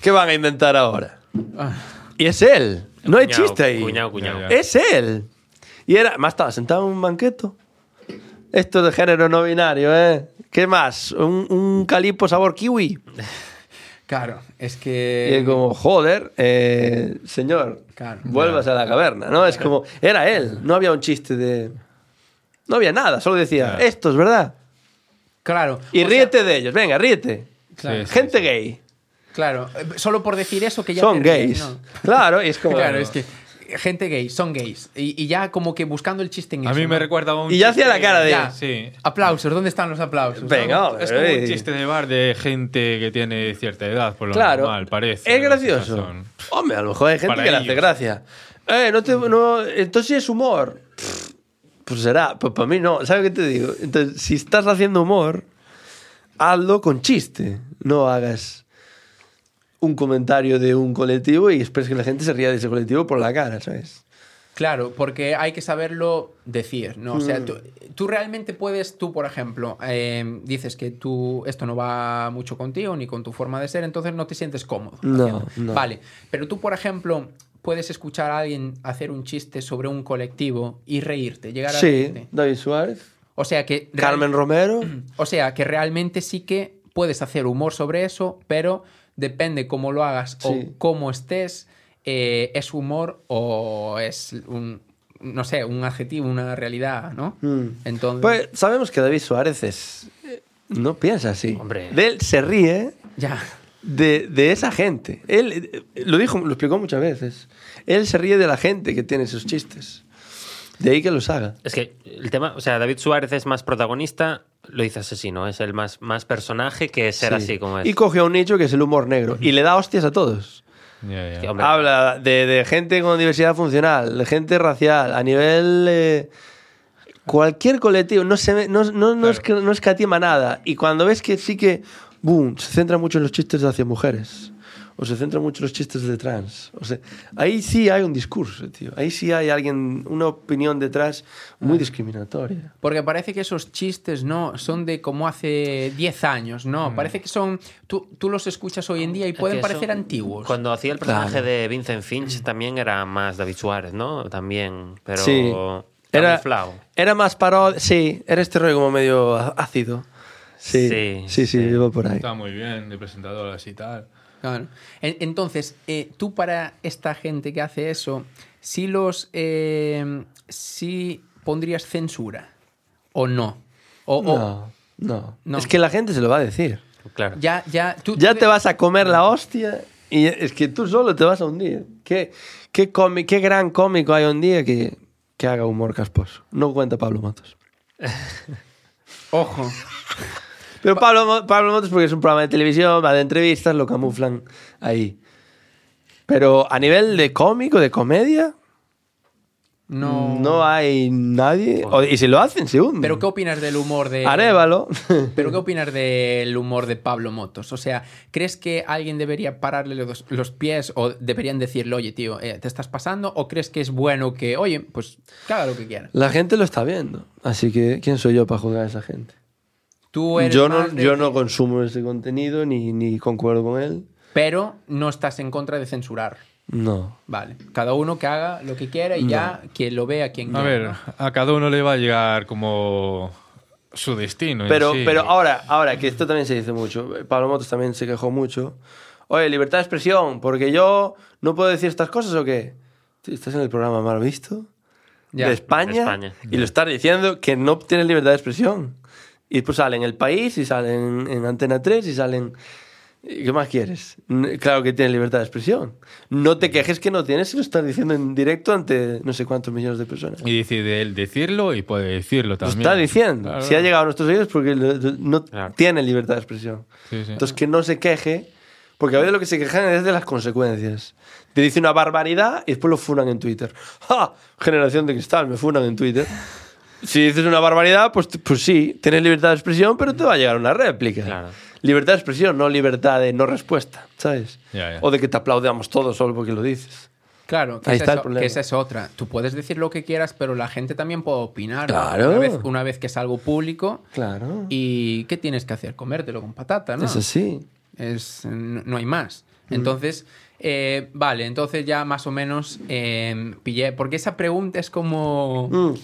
[SPEAKER 1] ¿Qué van a inventar ahora?
[SPEAKER 2] Ah,
[SPEAKER 1] Y es él. No hay
[SPEAKER 4] Cuñao,
[SPEAKER 1] chiste ahí.
[SPEAKER 4] Cuñao, cuñao. Eh,
[SPEAKER 3] Ya, ya.
[SPEAKER 1] Es él. Y era, más estaba sentado en un banqueto. Esto de género no binario, ¿eh? ¿Qué más? ¿Un, un calipo sabor kiwi?
[SPEAKER 2] Claro, es
[SPEAKER 1] Y es
[SPEAKER 2] que.
[SPEAKER 1] como, joder, eh, señor,
[SPEAKER 2] Claro.
[SPEAKER 1] vuelvas a la caverna, ¿no? Es como, era él, no había un chiste de... No había nada, solo decía,
[SPEAKER 3] Claro.
[SPEAKER 1] estos, ¿verdad?
[SPEAKER 2] Claro.
[SPEAKER 1] Y
[SPEAKER 2] o sea,
[SPEAKER 1] ríete de ellos, venga, ríete.
[SPEAKER 2] Claro.
[SPEAKER 3] Sí, sí,
[SPEAKER 1] Gente gay,
[SPEAKER 2] Claro, eh, solo por decir eso que ya.
[SPEAKER 1] son
[SPEAKER 2] te ríes,
[SPEAKER 1] gays.
[SPEAKER 2] ¿no?
[SPEAKER 1] Claro, y es como...
[SPEAKER 2] Claro, es que. Gente gay, son gays. Y, y ya como que buscando el chiste en
[SPEAKER 3] A
[SPEAKER 2] eso,
[SPEAKER 3] mí me
[SPEAKER 2] ¿no?
[SPEAKER 3] recuerda a un.
[SPEAKER 1] Y ya hacía la
[SPEAKER 3] chiste-
[SPEAKER 1] cara de-
[SPEAKER 2] Ya.
[SPEAKER 3] Sí.
[SPEAKER 2] Aplausos, ¿dónde están los aplausos?
[SPEAKER 1] Venga, hombre,
[SPEAKER 3] Es como un
[SPEAKER 1] eh.
[SPEAKER 3] chiste de bar de gente que tiene cierta edad, por lo
[SPEAKER 1] Claro,
[SPEAKER 3] normal, parece.
[SPEAKER 1] es
[SPEAKER 3] ¿no?
[SPEAKER 1] gracioso.
[SPEAKER 3] Son-
[SPEAKER 1] Hombre, a lo mejor hay gente
[SPEAKER 3] Para
[SPEAKER 1] que le hace
[SPEAKER 3] ellos.
[SPEAKER 1] gracia. Eh, no te, no, entonces es humor. Pff, Pues será, pues para mí no. ¿Sabes qué te digo? Entonces, si estás haciendo humor, hazlo con chiste. No hagas un comentario de un colectivo y esperes que la gente se ría de ese colectivo por la cara, ¿sabes?
[SPEAKER 2] Claro, porque hay que saberlo decir, ¿no? O
[SPEAKER 1] Mm.
[SPEAKER 2] sea, tú, tú realmente puedes, tú, por ejemplo, eh, dices que tú esto no va mucho contigo ni con tu forma de ser, entonces no te sientes cómodo.
[SPEAKER 1] No,
[SPEAKER 2] haciendo.
[SPEAKER 1] no.
[SPEAKER 2] Vale, pero tú, por ejemplo, puedes escuchar a alguien hacer un chiste sobre un colectivo y reírte, llegar a
[SPEAKER 1] Sí,
[SPEAKER 2] reírte.
[SPEAKER 1] David Suárez,
[SPEAKER 2] O sea que... real- Mm.
[SPEAKER 1] Carmen Romero.
[SPEAKER 2] O sea que realmente sí que puedes hacer humor sobre eso, pero depende cómo lo hagas
[SPEAKER 1] Sí.
[SPEAKER 2] o cómo estés, eh, es humor o es un, no sé, un adjetivo, una realidad, ¿no?
[SPEAKER 1] Mm.
[SPEAKER 2] Entonces,
[SPEAKER 1] Pues sabemos que David Suárez es. eh, No piensa así.
[SPEAKER 4] Hombre.
[SPEAKER 1] De él se ríe.
[SPEAKER 2] ya.
[SPEAKER 1] de, de esa gente. Él eh, lo dijo, lo explicó muchas veces. Él se ríe de la gente que tiene esos chistes. De ahí que los haga.
[SPEAKER 4] Es que el tema, o sea, David Suárez es más protagonista, lo dice asesino, es el más, más personaje que ser
[SPEAKER 1] Sí.
[SPEAKER 4] así como es.
[SPEAKER 1] Y coge a un nicho que es el humor negro. Y le da hostias a todos.
[SPEAKER 3] Ya, ya.
[SPEAKER 4] Que, hombre,
[SPEAKER 1] Habla de, de gente con diversidad funcional, de gente racial, a nivel... eh, cualquier colectivo, no, se, ve- no, no, no es, que- no escatima nada. Y cuando ves que sí que... Boom, se centra mucho en los chistes hacia mujeres. O se centra mucho en los chistes de trans. O sea, ahí sí hay un discurso, tío. Ahí sí hay alguien, una opinión detrás
[SPEAKER 4] Ah.
[SPEAKER 1] muy discriminatoria.
[SPEAKER 2] Porque parece que esos chistes, ¿no? Son de como hace 10 años, ¿no? Parece que son... Tú, tú los escuchas hoy en día y
[SPEAKER 4] Mm. es
[SPEAKER 2] pueden
[SPEAKER 4] que eso-
[SPEAKER 2] parecer antiguos.
[SPEAKER 4] Cuando hacía el personaje
[SPEAKER 1] Claro.
[SPEAKER 4] de Vincent Finch también era más David Suárez, ¿no? También, pero
[SPEAKER 1] Sí. Era,
[SPEAKER 4] camuflado.
[SPEAKER 1] era más parodia. Sí, era este rollo como medio á- ácido. Sí, sí, sí,
[SPEAKER 4] Sí, sí.
[SPEAKER 1] iba por ahí.
[SPEAKER 3] Está muy bien, de presentadoras y tal.
[SPEAKER 2] Claro. En- Entonces, eh, tú para esta gente que hace eso, si los. eh, si pondrías censura o no. O, o-
[SPEAKER 1] No, no,
[SPEAKER 2] No.
[SPEAKER 1] Es que la gente se lo va a decir.
[SPEAKER 4] Claro.
[SPEAKER 2] ya, ya, tú,
[SPEAKER 1] Ya
[SPEAKER 2] tú-
[SPEAKER 1] te vas a comer la hostia y es que tú solo te vas a hundir. ¿Qué, qué, cómi- qué gran cómico hay un día que, que haga humor casposo? No cuenta Pablo Matos.
[SPEAKER 2] Ojo.
[SPEAKER 1] Pero Pablo, Mo- Pablo Motos, porque es un programa de televisión, va de entrevistas, lo camuflan ahí. Pero a nivel de cómico, de comedia,
[SPEAKER 2] No.
[SPEAKER 1] no, hay nadie. O- y si lo hacen, se hunden.
[SPEAKER 2] Pero ¿qué opinas del humor de.
[SPEAKER 1] Arévalo.
[SPEAKER 2] Pero ¿qué opinas del humor de Pablo Motos? O sea, ¿crees que alguien debería pararle los, los pies o deberían decirle, oye, tío, eh, te estás pasando? ¿O crees que es bueno que, oye, pues que haga lo que quiera?
[SPEAKER 1] La gente lo está viendo. Así que, ¿quién soy yo para juzgar a esa gente?
[SPEAKER 2] Tú eres
[SPEAKER 1] Yo no,
[SPEAKER 2] más de-
[SPEAKER 1] yo no consumo ese contenido ni, ni concuerdo con él.
[SPEAKER 2] Pero no estás en contra de censurar.
[SPEAKER 1] No.
[SPEAKER 2] Vale. Cada uno que haga lo que quiera y ya quien lo vea, quien
[SPEAKER 3] A
[SPEAKER 2] quiera.
[SPEAKER 3] ver,
[SPEAKER 2] ¿no?
[SPEAKER 3] a cada uno le va a llegar como su destino. en
[SPEAKER 1] Pero,
[SPEAKER 3] sí.
[SPEAKER 1] pero ahora, ahora, que esto también se dice mucho, Pablo Motos también se quejó mucho. Oye, libertad de expresión, porque yo no puedo decir estas cosas o qué. Tío, Estás en el programa mal visto
[SPEAKER 2] Ya.
[SPEAKER 1] de, España,
[SPEAKER 4] de España.
[SPEAKER 1] y lo estás diciendo que no tienes libertad de expresión. Y pues sale en El País y salen en Antena 3 y salen... ¿Qué más quieres? N- Claro que tienes libertad de expresión. No te quejes que no tienes si lo estás diciendo en directo ante no sé cuántos millones de personas.
[SPEAKER 3] Y decide él decirlo y puede decirlo
[SPEAKER 1] Lo
[SPEAKER 3] también.
[SPEAKER 1] Pues está diciendo.
[SPEAKER 3] Claro.
[SPEAKER 1] Si ha llegado a nuestros oídos porque lo- lo- no
[SPEAKER 4] Claro.
[SPEAKER 1] tiene libertad de expresión.
[SPEAKER 3] Sí, sí.
[SPEAKER 1] Entonces que no se queje, porque a veces lo que se quejan es de las consecuencias. Te dice una barbaridad y después lo funan en Twitter. ¡Ja! Generación de cristal, me funan en Twitter. Si dices una barbaridad, pues, pues sí, tienes libertad de expresión, pero te va a llegar una réplica.
[SPEAKER 4] Claro.
[SPEAKER 1] Libertad de expresión, no libertad de no respuesta, ¿sabes?
[SPEAKER 3] Ya, ya.
[SPEAKER 1] O de que te aplaudamos todos solo porque lo dices.
[SPEAKER 2] Claro, que,
[SPEAKER 1] Ahí
[SPEAKER 2] es
[SPEAKER 1] está el
[SPEAKER 2] eso-
[SPEAKER 1] problema.
[SPEAKER 2] que esa es otra. Tú puedes decir lo que quieras, pero la gente también puede opinar. ¿no?
[SPEAKER 1] Claro.
[SPEAKER 2] Una vez, una vez que es algo público.
[SPEAKER 1] Claro.
[SPEAKER 2] ¿Y qué tienes que hacer? Comértelo con patata, ¿no?
[SPEAKER 1] Es así. Mm.
[SPEAKER 2] Es- no, no hay más. Entonces, eh, vale, entonces ya más o menos eh, pillé. Porque esa pregunta es como.
[SPEAKER 1] Mm.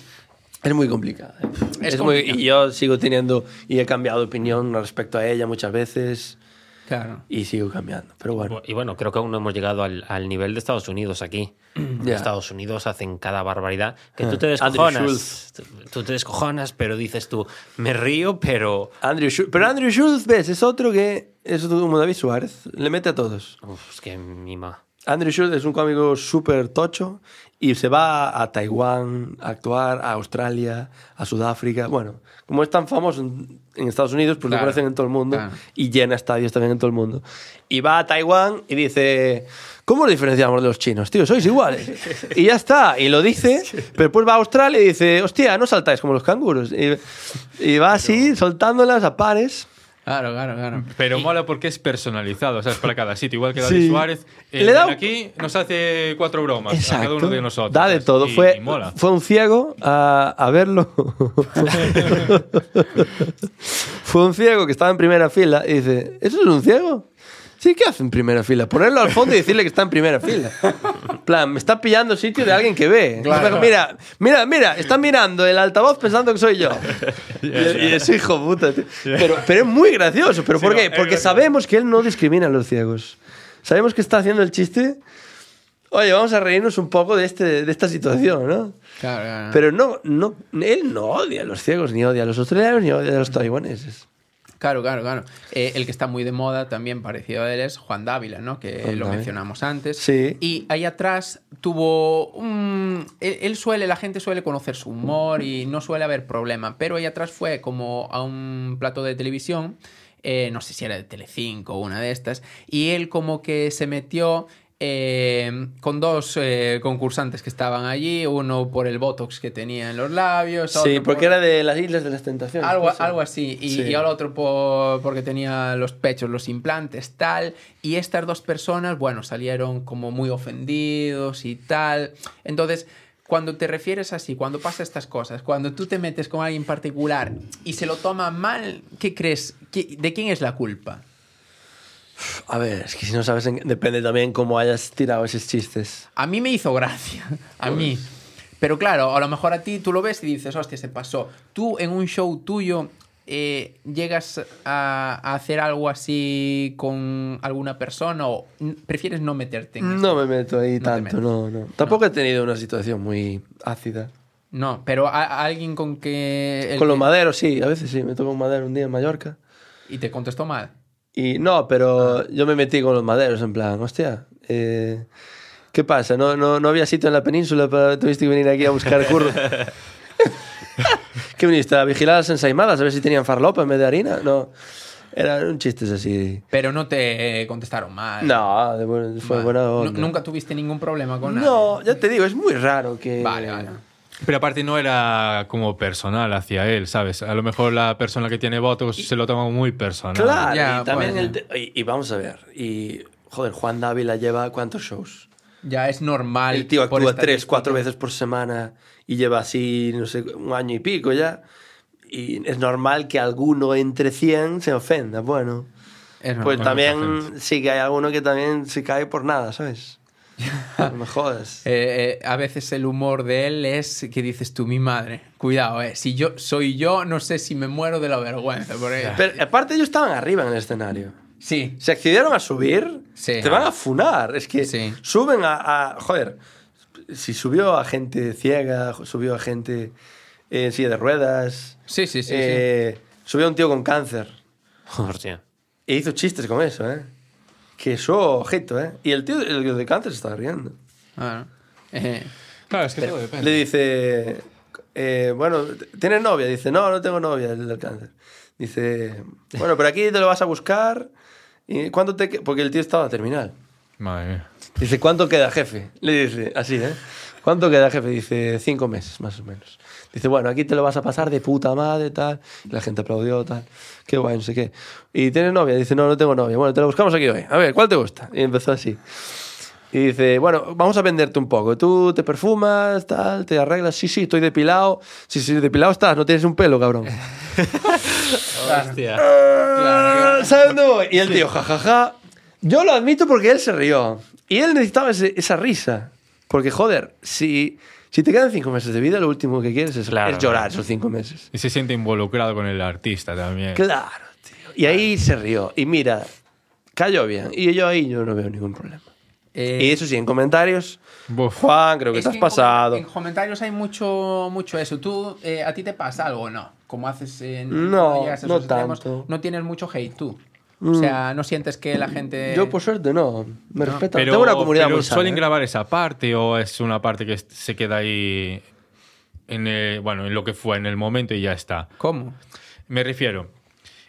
[SPEAKER 1] Es muy complicada. ¿eh?
[SPEAKER 2] Es
[SPEAKER 1] Es muy-
[SPEAKER 2] complicada.
[SPEAKER 1] y yo sigo teniendo y he cambiado de opinión respecto a ella muchas veces.
[SPEAKER 2] Claro.
[SPEAKER 1] y sigo cambiando. Pero bueno,
[SPEAKER 4] Y bueno, creo que aún no hemos llegado al, al nivel de Estados Unidos aquí.
[SPEAKER 1] Mm. Ya. Ah.
[SPEAKER 4] Estados Unidos hacen cada barbaridad que tú te
[SPEAKER 1] Andrew
[SPEAKER 4] descojonas. Tú te descojonas, pero dices tú, me río, pero
[SPEAKER 1] Andrew Schultz- pero Andrew Schultz, ves, es otro que es otro como David Suárez, le mete a todos.
[SPEAKER 4] Uf, es que mima.
[SPEAKER 1] Andrew Schultz es un cómico súper tocho y se va a Taiwán a actuar, a Australia, a Sudáfrica. Bueno, como es tan famoso en, en Estados Unidos, pues
[SPEAKER 2] Claro,
[SPEAKER 1] lo conocen en todo el mundo
[SPEAKER 2] claro.
[SPEAKER 1] y llena estadios también en todo el mundo. Y va a Taiwán y dice, ¿cómo nos diferenciamos de los chinos? Tío, sois iguales. y ya está, y lo dice, pero después va a Australia y dice, hostia, no saltáis como los canguros. Y, y va así, soltándolas a pares.
[SPEAKER 2] Claro, claro, claro.
[SPEAKER 3] Pero mola porque es personalizado, ¿sabes? Para cada sitio. Igual que David
[SPEAKER 1] Sí.
[SPEAKER 3] Suárez. eh,
[SPEAKER 1] Le da un-
[SPEAKER 3] Aquí nos hace cuatro bromas a cada uno de nosotros.
[SPEAKER 1] Da de
[SPEAKER 3] ¿sabes?
[SPEAKER 1] todo.
[SPEAKER 3] Y-
[SPEAKER 1] fue,
[SPEAKER 3] y mola.
[SPEAKER 1] fue un ciego a, a verlo. fue un ciego que estaba en primera fila y dice, ¿eso es un ciego? Sí, ¿qué hace en primera fila? Ponerlo al fondo y decirle que está en primera fila. En plan, me está pillando sitio de alguien que ve.
[SPEAKER 2] Claro.
[SPEAKER 1] Mira, mira, mira, está mirando el altavoz pensando que soy yo. Y, y es hijo puta. tío. Pero, pero es muy gracioso. ¿Pero
[SPEAKER 3] Sí,
[SPEAKER 1] por
[SPEAKER 3] no,
[SPEAKER 1] qué?
[SPEAKER 3] es
[SPEAKER 1] Porque
[SPEAKER 3] gracioso.
[SPEAKER 1] sabemos que él no discrimina a los ciegos. Sabemos que está haciendo el chiste Oye, vamos a reírnos un poco de, este, de esta situación, ¿no?
[SPEAKER 2] claro,
[SPEAKER 3] Ah.
[SPEAKER 2] claro.
[SPEAKER 1] Pero no, no, él no odia a los ciegos, ni odia a los australianos, ni odia a los taiwaneses.
[SPEAKER 2] Claro, claro, claro. Eh, el que está muy de moda también parecido a él es Juan Dávila, ¿no? Que
[SPEAKER 1] Juan
[SPEAKER 2] lo
[SPEAKER 1] Dávila.
[SPEAKER 2] mencionamos antes.
[SPEAKER 1] Sí.
[SPEAKER 2] Y ahí atrás tuvo un... Él, él suele, la gente suele conocer su humor y no suele haber problema, pero ahí atrás fue como a un plato de televisión, eh, no sé si era de Telecinco o una de estas, y él como que se metió... eh, con dos eh, concursantes que estaban allí, uno por el botox que tenía en los labios,
[SPEAKER 1] Sí,
[SPEAKER 2] otro por-
[SPEAKER 1] porque era de las Islas de las Tentaciones.
[SPEAKER 2] algo,
[SPEAKER 1] no sé.
[SPEAKER 2] algo así. Y,
[SPEAKER 1] Sí.
[SPEAKER 2] y al otro por- porque tenía los pechos, los implantes, tal. Y estas dos personas, bueno, salieron como muy ofendidos y tal. Entonces, cuando te refieres así, cuando pasa estas cosas, cuando tú te metes con alguien particular y se lo toma mal, ¿qué crees? ¿Qué- ¿De quién es la culpa?
[SPEAKER 1] A ver, es que si no sabes, en- depende también cómo hayas tirado esos chistes.
[SPEAKER 2] A mí me hizo gracia, a
[SPEAKER 1] Pues.
[SPEAKER 2] mí. Pero claro, a lo mejor a ti tú lo ves y dices, hostia, se pasó. Tú en un show tuyo eh, llegas a, a hacer algo así con alguna persona o n- prefieres no meterte en eso.
[SPEAKER 1] No me meto ahí
[SPEAKER 2] te
[SPEAKER 1] tanto,
[SPEAKER 2] metas.
[SPEAKER 1] no, no. Tampoco he tenido una situación muy ácida.
[SPEAKER 2] No, pero a, a alguien con que... el
[SPEAKER 1] Con los
[SPEAKER 2] que-
[SPEAKER 1] maderos, sí, a veces sí. Me tocó un madero un día en Mallorca.
[SPEAKER 2] Y te contestó mal.
[SPEAKER 1] Y no, pero
[SPEAKER 2] Ah.
[SPEAKER 1] yo me metí con los maderos, en plan, hostia, eh, ¿qué pasa? ¿No, no, no había sitio en la península para tuviste que venir aquí a buscar curro? ¿Qué viniste? ¿A vigilar las ensaimadas? ¿A ver si tenían farlopa en vez de harina? No, eran chistes así.
[SPEAKER 2] Pero no te eh, contestaron mal.
[SPEAKER 1] No, de bu- fue
[SPEAKER 2] Vale.
[SPEAKER 1] buena
[SPEAKER 2] Nu-
[SPEAKER 1] onda.
[SPEAKER 2] Nunca tuviste ningún problema con nadie.
[SPEAKER 1] No, ya te digo, es muy raro que...
[SPEAKER 2] Vale, vale.
[SPEAKER 3] Pero aparte no era como personal hacia él, ¿sabes? A lo mejor la persona que tiene votos se lo toma muy personal.
[SPEAKER 1] Claro,
[SPEAKER 2] Ya,
[SPEAKER 1] y también
[SPEAKER 2] bueno.
[SPEAKER 1] el te- y, y vamos a ver, y... Joder, Juan Dávila lleva cuántos shows?
[SPEAKER 2] Ya es normal.
[SPEAKER 1] El tío
[SPEAKER 2] por
[SPEAKER 1] actúa tres,
[SPEAKER 2] estadística.
[SPEAKER 1] cuatro veces por semana y lleva así, no sé, un año y pico ya. Y es normal que alguno entre 100 se ofenda. Bueno,
[SPEAKER 2] Es normal.
[SPEAKER 1] pues
[SPEAKER 3] bueno, se
[SPEAKER 1] también sí que hay alguno que también se cae por nada, ¿sabes? No me jodas.
[SPEAKER 2] Eh, eh, a veces el humor de él es que dices tú, mi madre, cuidado, eh, si yo soy yo, no sé si me muero de la vergüenza. Porque...
[SPEAKER 1] Pero aparte ellos estaban arriba en el escenario.
[SPEAKER 2] Sí,
[SPEAKER 1] Se accedieron a subir,
[SPEAKER 2] Sí.
[SPEAKER 1] te van a funar. Es que
[SPEAKER 2] Sí.
[SPEAKER 1] suben a, a- Joder, si subió a gente ciega, subió a gente eh, en silla de ruedas,
[SPEAKER 2] sí, sí, sí. sí.
[SPEAKER 1] eh, subió a un tío con cáncer.
[SPEAKER 4] Hostia.
[SPEAKER 1] E hizo chistes con eso, ¿eh? Que eso, ojito, ¿eh? Y el tío el de cáncer se estaba riendo.
[SPEAKER 2] Ah, eh,
[SPEAKER 3] Claro, es que todo depende.
[SPEAKER 1] Le dice, eh, bueno, ¿tienes novia? Dice, no, no tengo novia, el del cáncer. Dice, bueno, pero aquí te lo vas a buscar. ¿Y cuánto te que-?" Porque el tío estaba terminal.
[SPEAKER 3] Madre mía.
[SPEAKER 1] Dice, ¿cuánto queda, jefe? Le dice, así, ¿eh? ¿Cuánto queda, jefe? Dice, cinco meses, más o menos. Dice, bueno, aquí te lo vas a pasar de puta madre, tal. Y la gente aplaudió, tal. Qué guay, no sé qué. ¿Y tienes novia? Dice, no, no tengo novia. Bueno, te la buscamos aquí hoy. A ver, ¿cuál te gusta? Y empezó así. Y dice, bueno, vamos a venderte un poco. Tú te perfumas, tal, te arreglas. Sí, sí, estoy depilado. Sí, sí, depilado estás, no tienes un pelo, cabrón.
[SPEAKER 4] Hostia.
[SPEAKER 1] Ah, ¿Sabes dónde voy? Y el tío, jajaja. Yo lo admito porque él se rió. Y él necesitaba ese- esa risa. Porque, joder, si, si te quedan cinco meses de vida, lo último que quieres es,
[SPEAKER 4] Claro.
[SPEAKER 1] es llorar esos cinco meses.
[SPEAKER 3] Y se siente involucrado con el artista también.
[SPEAKER 1] Claro, tío. Y ahí se rió. Y mira, Cayó bien. Y yo ahí yo no veo ningún problema.
[SPEAKER 2] Eh,
[SPEAKER 1] y eso sí, en comentarios.
[SPEAKER 3] Buf.
[SPEAKER 1] Juan, creo que
[SPEAKER 2] es
[SPEAKER 1] te has
[SPEAKER 2] en com-
[SPEAKER 1] pasado.
[SPEAKER 2] En comentarios hay mucho, mucho eso. ¿Tú, eh, a ti te pasa algo o no? Como haces en.
[SPEAKER 1] No,
[SPEAKER 2] cuando llegas a esos
[SPEAKER 1] no
[SPEAKER 2] extremos,
[SPEAKER 1] tanto. Mm.
[SPEAKER 2] No tienes mucho hate tú. O sea, no sientes que la gente.
[SPEAKER 1] Yo, pues, por suerte, no. Me respetan.
[SPEAKER 3] Pero,
[SPEAKER 1] Tengo una comunidad
[SPEAKER 3] pero
[SPEAKER 1] muy sana.
[SPEAKER 3] suelen
[SPEAKER 1] ¿eh?
[SPEAKER 3] grabar esa parte o es una parte que se queda ahí en el- bueno, en lo que fue en el momento y ya está.
[SPEAKER 2] ¿Cómo?
[SPEAKER 3] Me refiero.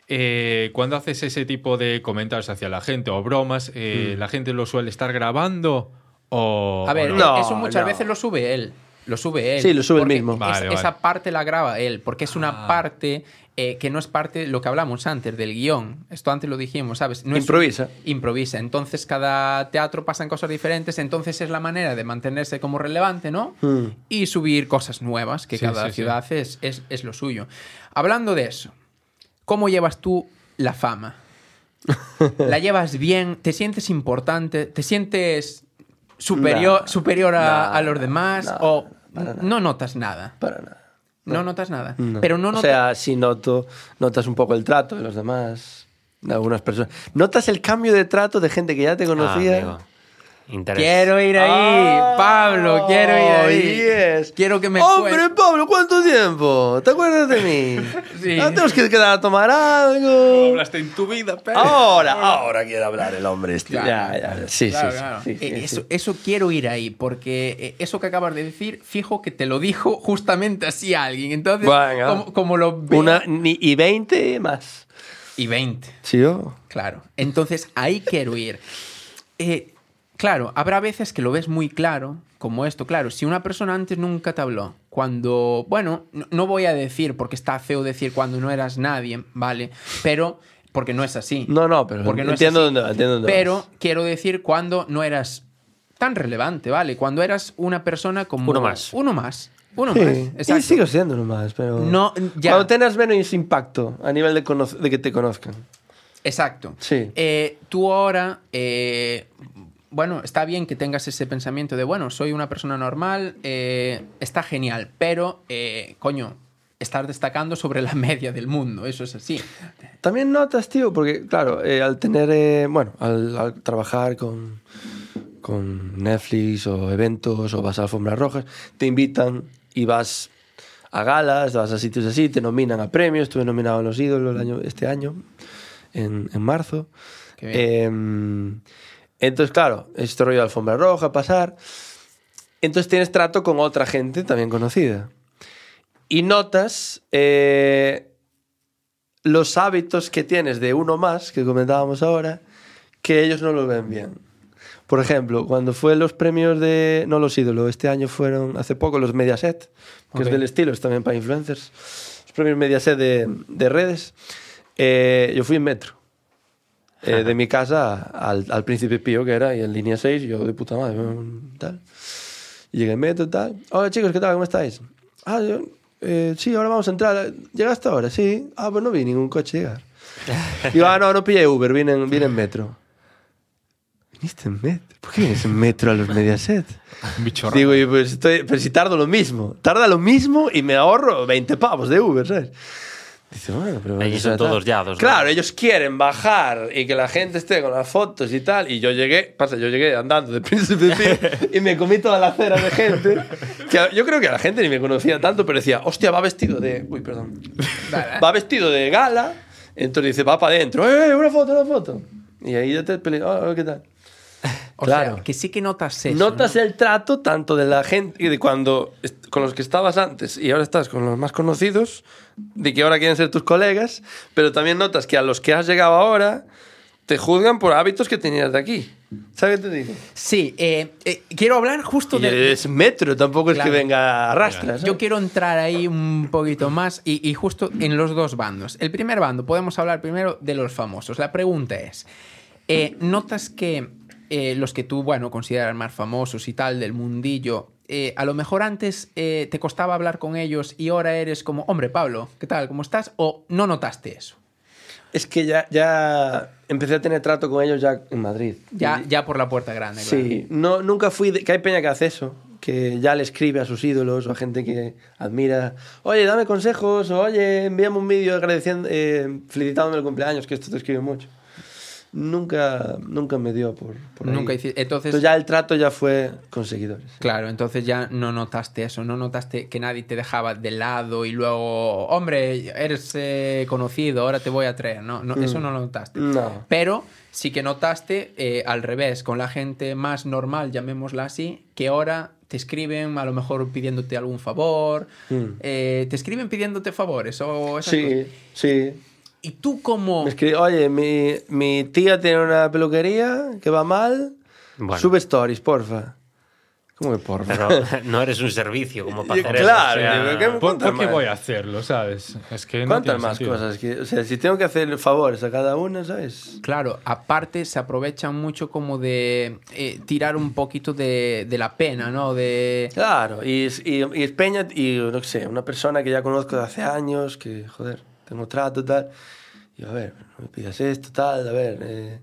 [SPEAKER 3] eh, cuando haces ese tipo de comentarios hacia la gente o bromas, eh,
[SPEAKER 1] Mm.
[SPEAKER 3] ¿la gente lo suele estar grabando o.?
[SPEAKER 2] A ver, eh,
[SPEAKER 3] o
[SPEAKER 1] No,
[SPEAKER 2] eso muchas
[SPEAKER 1] no.
[SPEAKER 2] veces lo sube él. Lo sube él.
[SPEAKER 1] Sí, lo sube él
[SPEAKER 2] Porque
[SPEAKER 1] mismo.
[SPEAKER 2] es-
[SPEAKER 3] Vale, Ah. vale.
[SPEAKER 2] Esa parte la graba él, porque es una parte eh, que no es parte de lo que hablamos antes, del guión. Esto antes lo dijimos, ¿sabes? No es-
[SPEAKER 1] Improvisa.
[SPEAKER 2] improvisa. Entonces, cada teatro pasan cosas diferentes. Entonces, es la manera de mantenerse como relevante, ¿no?
[SPEAKER 1] Mm.
[SPEAKER 2] Y subir cosas nuevas, que
[SPEAKER 3] Sí,
[SPEAKER 2] cada
[SPEAKER 3] sí, sí.
[SPEAKER 2] ciudad Es, es- es lo suyo. Hablando de eso, ¿cómo llevas tú la fama? ¿La llevas bien? ¿Te sientes importante? ¿Te sientes superior,
[SPEAKER 1] No,
[SPEAKER 2] superior a,
[SPEAKER 1] no,
[SPEAKER 2] a los demás?
[SPEAKER 1] no,
[SPEAKER 2] ¿O
[SPEAKER 1] para nada.
[SPEAKER 2] no notas nada?
[SPEAKER 1] Para nada.
[SPEAKER 2] No, notas nada. Pero no
[SPEAKER 1] o
[SPEAKER 2] notas...
[SPEAKER 1] sea, sí noto, notas un poco el trato de los demás, de algunas personas. Notas el cambio de trato de gente que ya te
[SPEAKER 4] Ah,
[SPEAKER 1] conocía.
[SPEAKER 4] amigo. Interés.
[SPEAKER 2] Quiero ir ahí,
[SPEAKER 1] ¡Ah!
[SPEAKER 2] Pablo, quiero ir ahí.
[SPEAKER 1] Oh, Yes.
[SPEAKER 2] Quiero que me
[SPEAKER 1] Hombre,
[SPEAKER 2] cuentes.
[SPEAKER 1] Pablo, ¿cuánto tiempo? ¿Te acuerdas de mí?
[SPEAKER 2] Sí.
[SPEAKER 1] Ah, tenemos que quedar a tomar algo.
[SPEAKER 3] hablaste en tu vida, pero.
[SPEAKER 1] Ahora, ahora quiere hablar el hombre este.
[SPEAKER 2] Claro.
[SPEAKER 1] Ya, ya, ya. Sí,
[SPEAKER 2] Claro,
[SPEAKER 1] sí, sí,
[SPEAKER 2] claro.
[SPEAKER 1] sí, sí,
[SPEAKER 2] Eh,
[SPEAKER 1] sí.
[SPEAKER 2] eso, eso quiero ir ahí, porque eh, eso que acabas de decir, fijo que te lo dijo justamente así alguien. Entonces,
[SPEAKER 1] Venga.
[SPEAKER 2] como, como lo ve-
[SPEAKER 1] Una, ni- y 20 más.
[SPEAKER 2] Y 20,
[SPEAKER 1] Sí, yo.
[SPEAKER 2] claro. Entonces, ahí quiero ir. Eh, claro, habrá veces que lo ves muy claro, como esto. Claro, si una persona antes nunca te habló, cuando, bueno, no, no voy a decir, porque está feo decir cuando no eras nadie, ¿vale? Pero, porque no es así.
[SPEAKER 1] No, no, pero
[SPEAKER 2] Porque no es
[SPEAKER 1] entiendo,
[SPEAKER 2] así.
[SPEAKER 1] dónde, va, entiendo dónde
[SPEAKER 2] Pero
[SPEAKER 1] vas.
[SPEAKER 2] quiero decir cuando no eras tan relevante, ¿vale? Cuando eras una persona como...
[SPEAKER 4] Uno más.
[SPEAKER 2] Uno más. Uno
[SPEAKER 1] Sí,
[SPEAKER 2] más.
[SPEAKER 1] y
[SPEAKER 2] Exacto.
[SPEAKER 1] sigo siendo nomás, pero...
[SPEAKER 2] No, ya.
[SPEAKER 1] Cuando tengas menos impacto a nivel de, cono- de que te conozcan.
[SPEAKER 2] Exacto.
[SPEAKER 1] Sí.
[SPEAKER 2] Eh, tú ahora, eh, bueno, está bien que tengas ese pensamiento de, bueno, soy una persona normal, eh, está genial, pero, eh, coño, estás destacando sobre la media del mundo, eso es así.
[SPEAKER 1] También notas, tío, porque, claro, eh, al tener... eh, bueno, al, al trabajar con, con Netflix o eventos o vas a alfombras rojas, te invitan y vas a galas, vas a sitios así, te nominan a premios. Estuve nominado en Los Ídolos el año, este año, en, en marzo.
[SPEAKER 2] Qué bien.
[SPEAKER 1] Em, entonces, claro, este rollo de alfombra roja, pasar... Entonces tienes trato con otra gente también conocida. Y notas eh, los hábitos que tienes de uno más, que comentábamos ahora, que ellos no lo ven bien. Por ejemplo, cuando fue los premios de... No los ídolos, este año fueron hace poco los Mediaset, que
[SPEAKER 2] Ok.
[SPEAKER 1] es del estilo, es también para influencers. Los premios Mediaset de, de redes. Eh, yo fui en metro. eh, de mi casa al, al Príncipe Pío, que era, y en línea 6, y yo de puta madre, mm, tal. Y llegué en metro, tal. Hola chicos, ¿qué tal? ¿Cómo estáis? Ah, yo, eh, sí, ahora vamos a entrar. ¿Llegaste ahora? Sí. Ah, pues no vi ningún coche llegar. Y yo, ah, no, no pillé Uber, vine en, vine en metro. ¿Viniste en metro? ¿Por qué vienes en metro a los Mediaset?
[SPEAKER 3] Bicho raro.
[SPEAKER 1] Digo, y pues estoy, pero si tardo lo mismo. Tarda lo mismo y me ahorro 20 pavos de Uber, ¿sabes? Dice, bueno, pero...
[SPEAKER 4] Allí
[SPEAKER 1] o
[SPEAKER 4] son
[SPEAKER 1] sea,
[SPEAKER 4] todos
[SPEAKER 1] tal.
[SPEAKER 4] yados, ¿no?
[SPEAKER 1] Claro, ellos quieren bajar y que la gente esté con las fotos y tal. Y yo llegué, pasa, yo llegué andando de Príncipe Pío y me comí toda la acera de gente. que a- yo creo que a la gente ni me conocía tanto, pero decía, hostia, va vestido de... Uy, perdón.
[SPEAKER 2] Vale.
[SPEAKER 1] Va vestido de gala. Entonces dice, va para adentro. ¡Eh, eh, una foto, una foto! Y ahí ya te peleas, oh, ¿qué tal?
[SPEAKER 2] O
[SPEAKER 1] Claro.
[SPEAKER 2] sea, que sí que notas eso.
[SPEAKER 1] Notas e-
[SPEAKER 2] ¿no?
[SPEAKER 1] el trato tanto de la gente y de cuando est- con los que estabas antes y ahora estás con los más conocidos, de que ahora quieren ser tus colegas, pero también notas que a los que has llegado ahora te juzgan por hábitos que tenías de aquí. ¿Sabes qué te digo?
[SPEAKER 2] Sí, eh, eh, quiero hablar justo
[SPEAKER 1] Y
[SPEAKER 2] de...
[SPEAKER 1] es metro, tampoco es
[SPEAKER 2] Claro.
[SPEAKER 1] que venga arrastras.
[SPEAKER 2] Yo quiero entrar ahí un poquito más y, y justo en los dos bandos. El primer bando, podemos hablar primero de los famosos. La pregunta es, eh, ¿notas que eh, los que tú, bueno, consideras más famosos y tal del mundillo, eh, a lo mejor antes eh, te costaba hablar con ellos y ahora eres como, hombre, Pablo, ¿qué tal? ¿Cómo estás? ¿O no notaste eso?
[SPEAKER 1] Es que ya, ya empecé a tener trato con ellos ya en Madrid.
[SPEAKER 2] Ya, ya por la puerta grande, claro.
[SPEAKER 1] Sí, no, nunca fui. de- que hay peña que hace eso, que ya le escribe a sus ídolos o a gente que admira. Oye, dame consejos, o oye, envíame un vídeo agradeciendo, eh, felicitándome el cumpleaños, que esto te escribe mucho. nunca, nunca me dio por, por
[SPEAKER 2] Nunca
[SPEAKER 1] ahí.
[SPEAKER 2] hici- entonces-
[SPEAKER 1] ya el trato ya fue con seguidores.
[SPEAKER 2] Claro, entonces ya no notaste eso, no notaste que nadie te dejaba de lado y luego, hombre, eres eh, conocido, ahora te voy a traer, no, no, eso no lo notaste.
[SPEAKER 1] No.
[SPEAKER 2] Pero sí que notaste eh, al revés, con la gente más normal, llamémosla así, que ahora te escriben a lo mejor pidiéndote algún favor, eh, te escriben pidiéndote favores o esas
[SPEAKER 1] Sí,
[SPEAKER 2] cosas.
[SPEAKER 1] sí.
[SPEAKER 2] Y tú como...
[SPEAKER 1] Me escribe, oye, mi, mi tía tiene una peluquería que va mal.
[SPEAKER 4] Bueno.
[SPEAKER 1] Sube stories, porfa. ¿Cómo que porfa?
[SPEAKER 4] Pero no eres un servicio como para
[SPEAKER 1] Yo-
[SPEAKER 4] hacer
[SPEAKER 1] claro,
[SPEAKER 4] eso. o sea,
[SPEAKER 1] yo creo que-
[SPEAKER 3] ¿Por,
[SPEAKER 1] ¿Cuántas
[SPEAKER 3] por qué
[SPEAKER 1] más?
[SPEAKER 3] voy a hacerlo, sabes? Es que no
[SPEAKER 1] ¿Cuántas
[SPEAKER 3] tiene
[SPEAKER 1] más
[SPEAKER 3] sentido.
[SPEAKER 1] cosas? Que, o sea, si tengo que hacer favores a cada una, ¿sabes?
[SPEAKER 2] Claro, aparte se aprovechan mucho como de eh, tirar un poquito de, de la pena, ¿no? De...
[SPEAKER 1] Claro, y, es- y, y es Peña, y no sé, una persona que ya conozco de hace años, que, joder, tengo trato, tal. Y yo, a ver, no me pidas esto, tal, a ver, eh,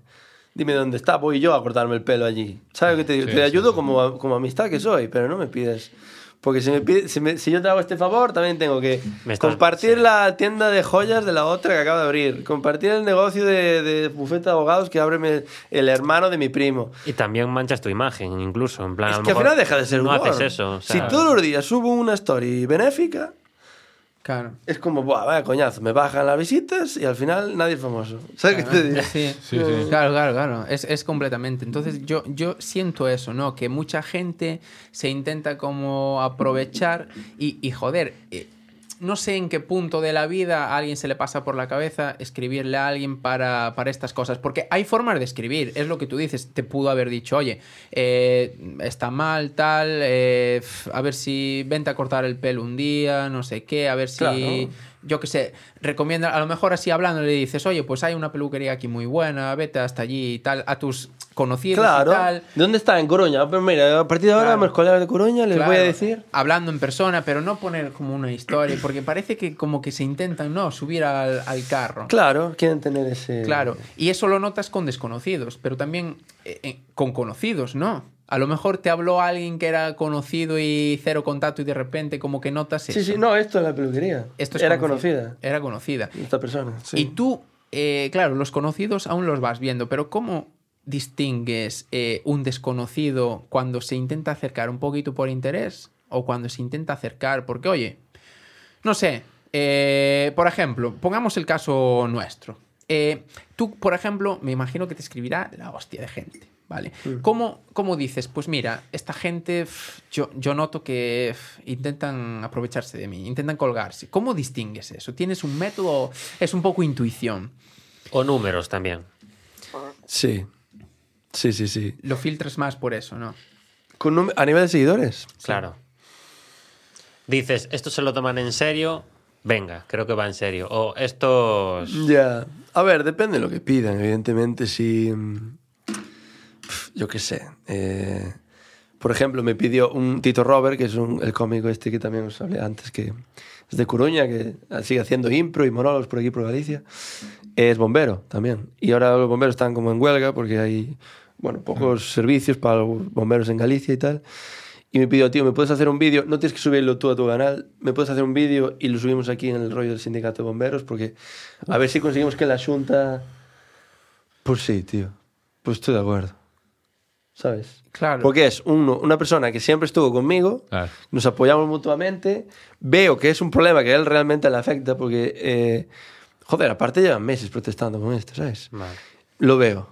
[SPEAKER 1] dime dónde está, voy yo a cortarme el pelo allí. ¿Sabes qué te digo?
[SPEAKER 3] Sí,
[SPEAKER 1] te
[SPEAKER 3] sí,
[SPEAKER 1] ayudo
[SPEAKER 3] sí.
[SPEAKER 1] Como, a- como amistad que soy, pero no me pidas. Porque si, me pide- si, me- si yo te hago este favor, también tengo que
[SPEAKER 4] Me estás-
[SPEAKER 1] compartir
[SPEAKER 4] sí.
[SPEAKER 1] la tienda de joyas de la otra que acaba de abrir, compartir el negocio de, de bufete de abogados que abre mi- el hermano de mi primo.
[SPEAKER 4] Y también manchas tu imagen, incluso. En plan, a
[SPEAKER 1] Es
[SPEAKER 4] lo
[SPEAKER 1] que al
[SPEAKER 4] mejor
[SPEAKER 1] final deja de ser
[SPEAKER 4] No
[SPEAKER 1] humor.
[SPEAKER 4] haces eso. o sea,
[SPEAKER 1] Si todos los días subo una story benéfica,
[SPEAKER 2] Claro.
[SPEAKER 1] es como, buah, vaya coñazo, me bajan las visitas y al final nadie es famoso. ¿Sabes qué te digo?
[SPEAKER 2] Sí,
[SPEAKER 3] Sí, sí.
[SPEAKER 2] Claro, claro, claro. Es, es completamente. Entonces yo, yo siento eso, ¿no? Que mucha gente se intenta como aprovechar y, y joder. eh, no sé en qué punto de la vida a alguien se le pasa por la cabeza escribirle a alguien para, para estas cosas. Porque hay formas de escribir, es lo que tú dices. Te pudo haber dicho, oye, eh, está mal, tal, eh, f- a ver si vente a cortar el pelo un día, no sé qué, a ver si
[SPEAKER 1] Claro.
[SPEAKER 2] yo qué sé, recomienda, a lo mejor así hablando le dices, oye, pues hay una peluquería aquí muy buena, vete hasta allí y tal, a tus conocidos
[SPEAKER 1] Claro.
[SPEAKER 2] y tal.
[SPEAKER 1] ¿De ¿Dónde está? En Coruña. Pues mira, a partir de ahora
[SPEAKER 2] pues, Claro.
[SPEAKER 1] a mis colegas de Coruña les
[SPEAKER 2] Claro,
[SPEAKER 1] voy a decir.
[SPEAKER 2] Hablando en persona, pero no poner como una historia, porque parece que como que se intentan, ¿no? Subir al, al carro.
[SPEAKER 1] Claro, quieren tener ese.
[SPEAKER 2] Claro, y eso lo notas con desconocidos, pero también eh, eh, con conocidos, ¿no? A lo mejor te habló alguien que era conocido y cero contacto y de repente como que notas eso.
[SPEAKER 1] Sí, sí, no, esto es la peluquería.
[SPEAKER 2] Esto es
[SPEAKER 1] Era
[SPEAKER 2] conocido.
[SPEAKER 1] conocida.
[SPEAKER 2] Era conocida.
[SPEAKER 1] Esta persona. sí.
[SPEAKER 2] Y tú, eh, claro, los conocidos aún los vas viendo, pero ¿cómo distingues eh, un desconocido cuando se intenta acercar un poquito por interés o cuando se intenta acercar? Porque, oye, no sé, eh, por ejemplo, pongamos el caso nuestro. Eh, tú, por ejemplo, me imagino que te escribirá la hostia de gente, ¿vale?
[SPEAKER 1] Mm.
[SPEAKER 2] ¿Cómo, cómo dices? Pues mira, esta gente, pf, yo, yo noto que pf, intentan aprovecharse de mí, intentan colgarse. ¿Cómo distingues eso? ¿Tienes un método? Es un poco intuición.
[SPEAKER 4] O números también.
[SPEAKER 1] Sí. Sí, sí, sí.
[SPEAKER 2] Lo filtras más por eso, ¿no?
[SPEAKER 1] Con num- a nivel de seguidores.
[SPEAKER 4] Claro. Dices, esto se lo toman en serio, venga, creo que va en serio. O estos.
[SPEAKER 1] Ya. A ver, depende de lo que pidan, evidentemente. Si. mm, pf, Yo qué sé. eh, por ejemplo, me pidió un Tito Robert, que es un- el cómico este que también os hablé antes, que es de Coruña, que sigue haciendo impro y monólogos por aquí, por Galicia. Es bombero también. Y ahora los bomberos están como en huelga porque hay, bueno, pocos servicios para los bomberos en Galicia y tal. Y me pidió, tío, ¿me puedes hacer un vídeo? No tienes que subirlo tú a tu canal. ¿Me puedes hacer un vídeo y lo subimos aquí en el rollo del sindicato de bomberos? Porque a ver si conseguimos que la Junta... Pues sí, tío. Pues estoy de acuerdo. ¿Sabes?
[SPEAKER 2] Claro.
[SPEAKER 1] Porque es uno, una persona que siempre estuvo conmigo,
[SPEAKER 3] Claro.
[SPEAKER 1] nos apoyamos mutuamente, veo que es un problema que a él realmente le afecta porque, eh, joder, aparte llevan meses protestando con esto, ¿sabes?
[SPEAKER 4] Vale.
[SPEAKER 1] Lo veo.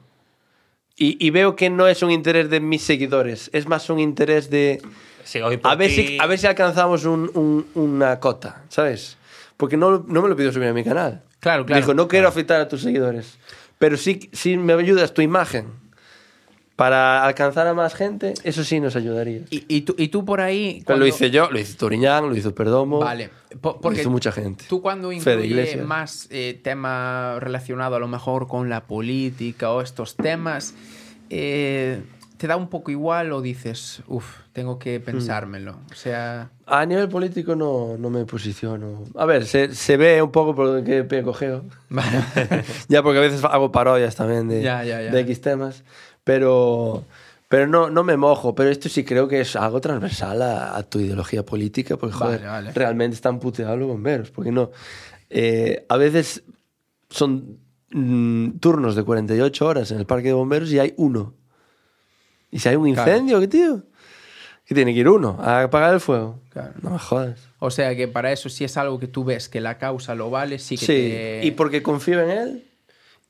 [SPEAKER 1] Y, y veo que no es un interés de mis seguidores, es más un interés de...
[SPEAKER 4] Sí, hoy por
[SPEAKER 1] A ver,
[SPEAKER 4] ti-
[SPEAKER 1] si, a ver si alcanzamos un- un- una cota, ¿sabes? Porque no, no me lo pidió subir a mi canal.
[SPEAKER 2] Claro, claro.
[SPEAKER 1] Dijo, no quiero afectar a tus seguidores, pero sí, sí me ayudas tu imagen. Para alcanzar a más gente, eso sí nos ayudaría.
[SPEAKER 2] Y, y tú, y tú por ahí...
[SPEAKER 1] Pero
[SPEAKER 2] cuando-
[SPEAKER 1] lo hice yo, lo hizo Toriñán, lo hizo Perdomo.
[SPEAKER 2] Vale, po- porque
[SPEAKER 1] hizo mucha gente.
[SPEAKER 2] Tú cuando
[SPEAKER 1] Fede
[SPEAKER 2] incluye
[SPEAKER 1] Iglesias.
[SPEAKER 2] más eh, tema relacionado a lo mejor con la política o estos temas, eh, ¿te da un poco igual o dices, uff, tengo que
[SPEAKER 1] Hmm.
[SPEAKER 2] pensármelo? O sea,
[SPEAKER 1] A nivel político no, no me posiciono. A ver, se, se ve un poco por lo que pecogeo. ya porque a veces hago parodias también de,
[SPEAKER 2] Ya, ya, ya.
[SPEAKER 1] de X temas. Pero, pero no, no me mojo. Pero esto sí creo que es algo transversal a, a tu ideología política. Porque,
[SPEAKER 2] Vale,
[SPEAKER 1] joder,
[SPEAKER 2] vale.
[SPEAKER 1] realmente están puteados los bomberos. Porque no. eh, a veces son mm, turnos de 48 horas en el parque de bomberos y hay uno. ¿Y si hay un incendio, qué tío? Que tiene que ir uno a apagar el fuego.
[SPEAKER 2] Claro.
[SPEAKER 1] No me jodas.
[SPEAKER 2] O sea que para eso, si es algo que tú ves que la causa lo vale, sí que
[SPEAKER 1] Sí,
[SPEAKER 2] te-
[SPEAKER 1] y porque confío en él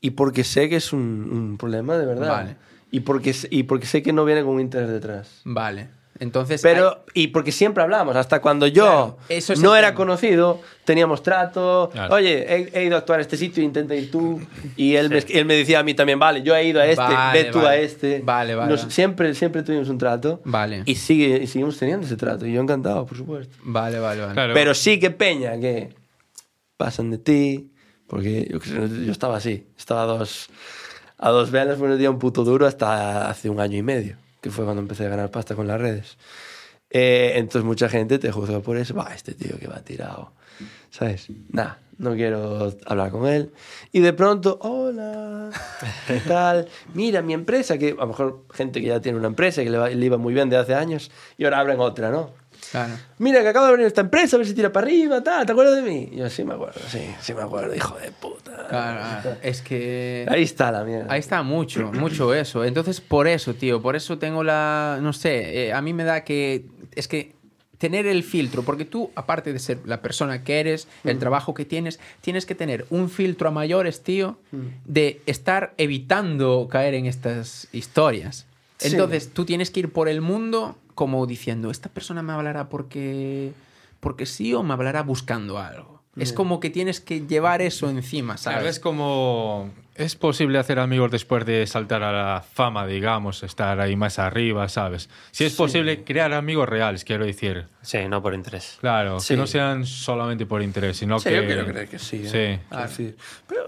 [SPEAKER 1] y porque sé que es un, un problema de verdad.
[SPEAKER 2] Vale.
[SPEAKER 1] Y porque, y porque sé que no viene con un interés detrás.
[SPEAKER 2] Vale. Entonces. hay-
[SPEAKER 1] Pero, y porque siempre hablamos, hasta cuando yo
[SPEAKER 2] Claro, eso es
[SPEAKER 1] no
[SPEAKER 2] el
[SPEAKER 1] era
[SPEAKER 2] tema.
[SPEAKER 1] conocido, teníamos trato.
[SPEAKER 3] Claro.
[SPEAKER 1] Oye, he, he ido a actuar a este sitio, intenta ir tú. Y él, me, él me decía a mí también, vale, yo he ido a este,
[SPEAKER 2] Vale,
[SPEAKER 1] ve tú a
[SPEAKER 2] vale.
[SPEAKER 1] este.
[SPEAKER 2] Vale, vale.
[SPEAKER 1] Nos- siempre, siempre tuvimos un trato.
[SPEAKER 2] Vale.
[SPEAKER 1] Y, sigue, y seguimos teniendo ese trato. Y yo encantado, por supuesto.
[SPEAKER 2] Vale, vale, vale.
[SPEAKER 3] Claro.
[SPEAKER 1] Pero sí que peña, que pasan de ti, porque yo, qué sé, yo estaba así, estaba a dos, a dos velas por el día un puto duro hasta hace un año y medio, que fue cuando empecé a ganar pasta con las redes. Eh, entonces mucha gente te juzga por eso, va, este tío que va tirado, ¿sabes? Nah, no quiero hablar con él. Y de pronto, hola, ¿qué tal? Mira, mi empresa, que a lo mejor gente que ya tiene una empresa, que le, va- le iba muy bien de hace años, y ahora abren otra, ¿no?
[SPEAKER 2] Claro.
[SPEAKER 1] Mira, que acaba de abrir esta empresa, a ver si tira para arriba, tal, ¿te acuerdas de mí? Y yo, sí me acuerdo, sí, sí me acuerdo, hijo de puta.
[SPEAKER 2] Claro, Ah, Es que.
[SPEAKER 1] Ahí está la mierda.
[SPEAKER 2] Ahí está mucho, mucho eso. Entonces, por eso, tío, por eso tengo la. No sé, eh, a mí me da que. Es que tener el filtro, porque tú, aparte de ser la persona que eres, el trabajo que tienes, tienes que tener un filtro a mayores, tío, de estar evitando caer en estas historias.
[SPEAKER 1] Sí.
[SPEAKER 2] Entonces, tú tienes que ir por el mundo como diciendo, esta persona me hablará porque, porque sí o me hablará buscando algo. Es como que tienes que llevar eso encima,
[SPEAKER 3] Claro,
[SPEAKER 2] ¿sabes?
[SPEAKER 3] Es como. Es posible hacer amigos después de saltar a la fama, digamos, estar ahí más arriba, ¿sabes? Si es posible crear amigos reales, quiero decir.
[SPEAKER 4] Sí, no por interés.
[SPEAKER 3] Claro,
[SPEAKER 1] Sí.
[SPEAKER 3] que no sean solamente por interés, sino
[SPEAKER 1] Sí,
[SPEAKER 3] que.
[SPEAKER 1] yo quiero creer que sí. ¿eh?
[SPEAKER 3] Sí.
[SPEAKER 1] Quiero decir, Pero,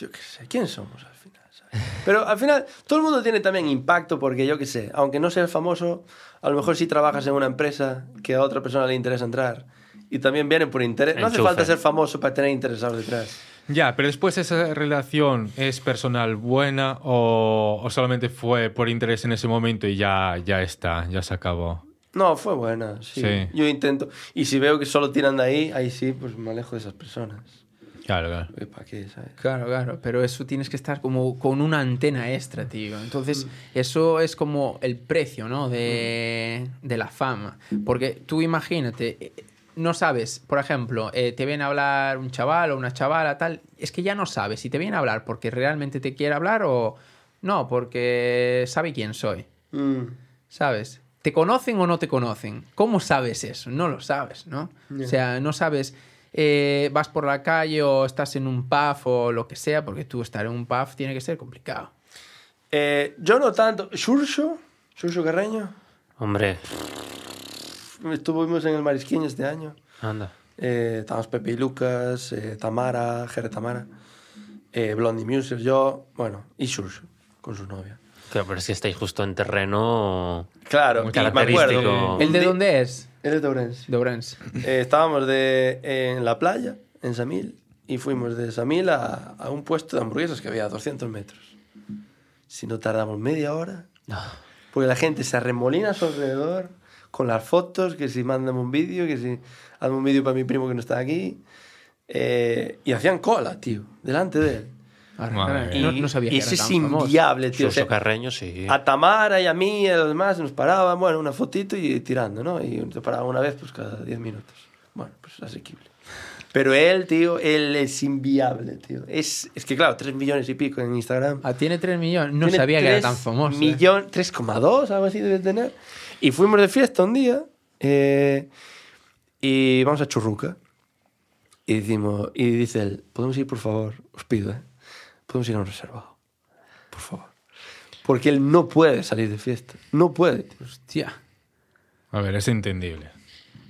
[SPEAKER 1] yo qué sé, ¿quién somos al final? sabes? Pero al final, todo el mundo tiene también impacto porque yo qué sé, aunque no seas famoso, a lo mejor sí trabajas en una empresa que a otra persona le interesa entrar. Y también vienen por interés. No hace
[SPEAKER 4] Enchufe.
[SPEAKER 1] falta ser famoso para tener interesados detrás.
[SPEAKER 3] Ya, pero después esa relación es personal buena o, o solamente fue por interés en ese momento y ya, ya está, ya se acabó.
[SPEAKER 1] No, fue buena, sí.
[SPEAKER 3] Sí.
[SPEAKER 1] Yo intento. Y si veo que solo tiran de ahí, ahí sí, pues me alejo de esas personas.
[SPEAKER 3] Claro, claro.
[SPEAKER 1] Porque ¿Para qué, sabes?
[SPEAKER 2] Claro, claro, pero eso tienes que estar como con una antena extra, tío. Entonces, eso es como el precio, ¿no? De, de la fama. Porque tú imagínate, eh, no sabes, por ejemplo, eh, te viene a hablar un chaval o una chavala, tal, es que ya no sabes si te viene a hablar porque realmente te quiere hablar o no, porque sabe quién soy,
[SPEAKER 1] Mm.
[SPEAKER 2] ¿sabes? ¿Te conocen o no te conocen? ¿Cómo sabes eso? No lo sabes, ¿no? O sea, no sabes, eh, vas por la calle o estás en un pub o lo que sea, porque tú estar en un pub tiene que ser complicado.
[SPEAKER 1] Eh, yo no tanto. Xurxo, Xurxo Carreño,
[SPEAKER 4] Hombre,
[SPEAKER 1] estuvimos en el Marisquiño este año.
[SPEAKER 4] anda.
[SPEAKER 1] Eh, estábamos Pepe y Lucas, eh, Tamara, Jere Tamara, eh, Blondie Muser, yo, bueno, y Xurxo, con su novia.
[SPEAKER 4] Claro, pero es que estáis justo en terreno.
[SPEAKER 1] Claro,
[SPEAKER 4] Muy
[SPEAKER 1] y me acuerdo.
[SPEAKER 4] característico.
[SPEAKER 2] ¿El de
[SPEAKER 1] Di-
[SPEAKER 2] dónde es?
[SPEAKER 1] Él es de Ourense.
[SPEAKER 2] De Ourense.
[SPEAKER 1] Eh, estábamos de, en la playa, en Samil, y fuimos de Samil a, a un puesto de hamburguesas que había a 200 metros. Si no tardamos media hora, porque la gente se arremolina a su alrededor con las fotos, que si mándame un vídeo, que si hazme un vídeo para mi primo que no está aquí. eh, y hacían cola, tío, delante de él.
[SPEAKER 2] Ahora,
[SPEAKER 3] Madre
[SPEAKER 2] ahora,
[SPEAKER 3] mía.
[SPEAKER 2] Ah, no, no sabía
[SPEAKER 1] y
[SPEAKER 2] que
[SPEAKER 1] eso
[SPEAKER 2] era tan
[SPEAKER 1] es
[SPEAKER 2] famoso.
[SPEAKER 1] inviable, Eh, tío. o
[SPEAKER 4] Suso
[SPEAKER 1] sea,
[SPEAKER 4] Carreño, sí.
[SPEAKER 1] a Tamara y a mí y a los demás nos paraban, bueno, una fotito y tirando, ¿no? Y te paraban una vez pues cada 10 minutos. Bueno, pues asequible. Pero él, tío, él es inviable, tío. Es, es que, claro, 3 millones y pico en Instagram.
[SPEAKER 2] Ah, tiene 3 millones. No
[SPEAKER 1] Tiene
[SPEAKER 2] sabía que era
[SPEAKER 1] 3
[SPEAKER 2] tan famoso. eh.
[SPEAKER 1] millón- 3,2, algo así debe tener. Y fuimos de fiesta un día eh, y vamos a Churruca. Y, decimos, y dice él, podemos ir, por favor, os pido, ¿eh? Podemos ir a un reservado, por favor. Porque él no puede salir de fiesta, no puede. tío.
[SPEAKER 2] Hostia.
[SPEAKER 3] A ver, es entendible.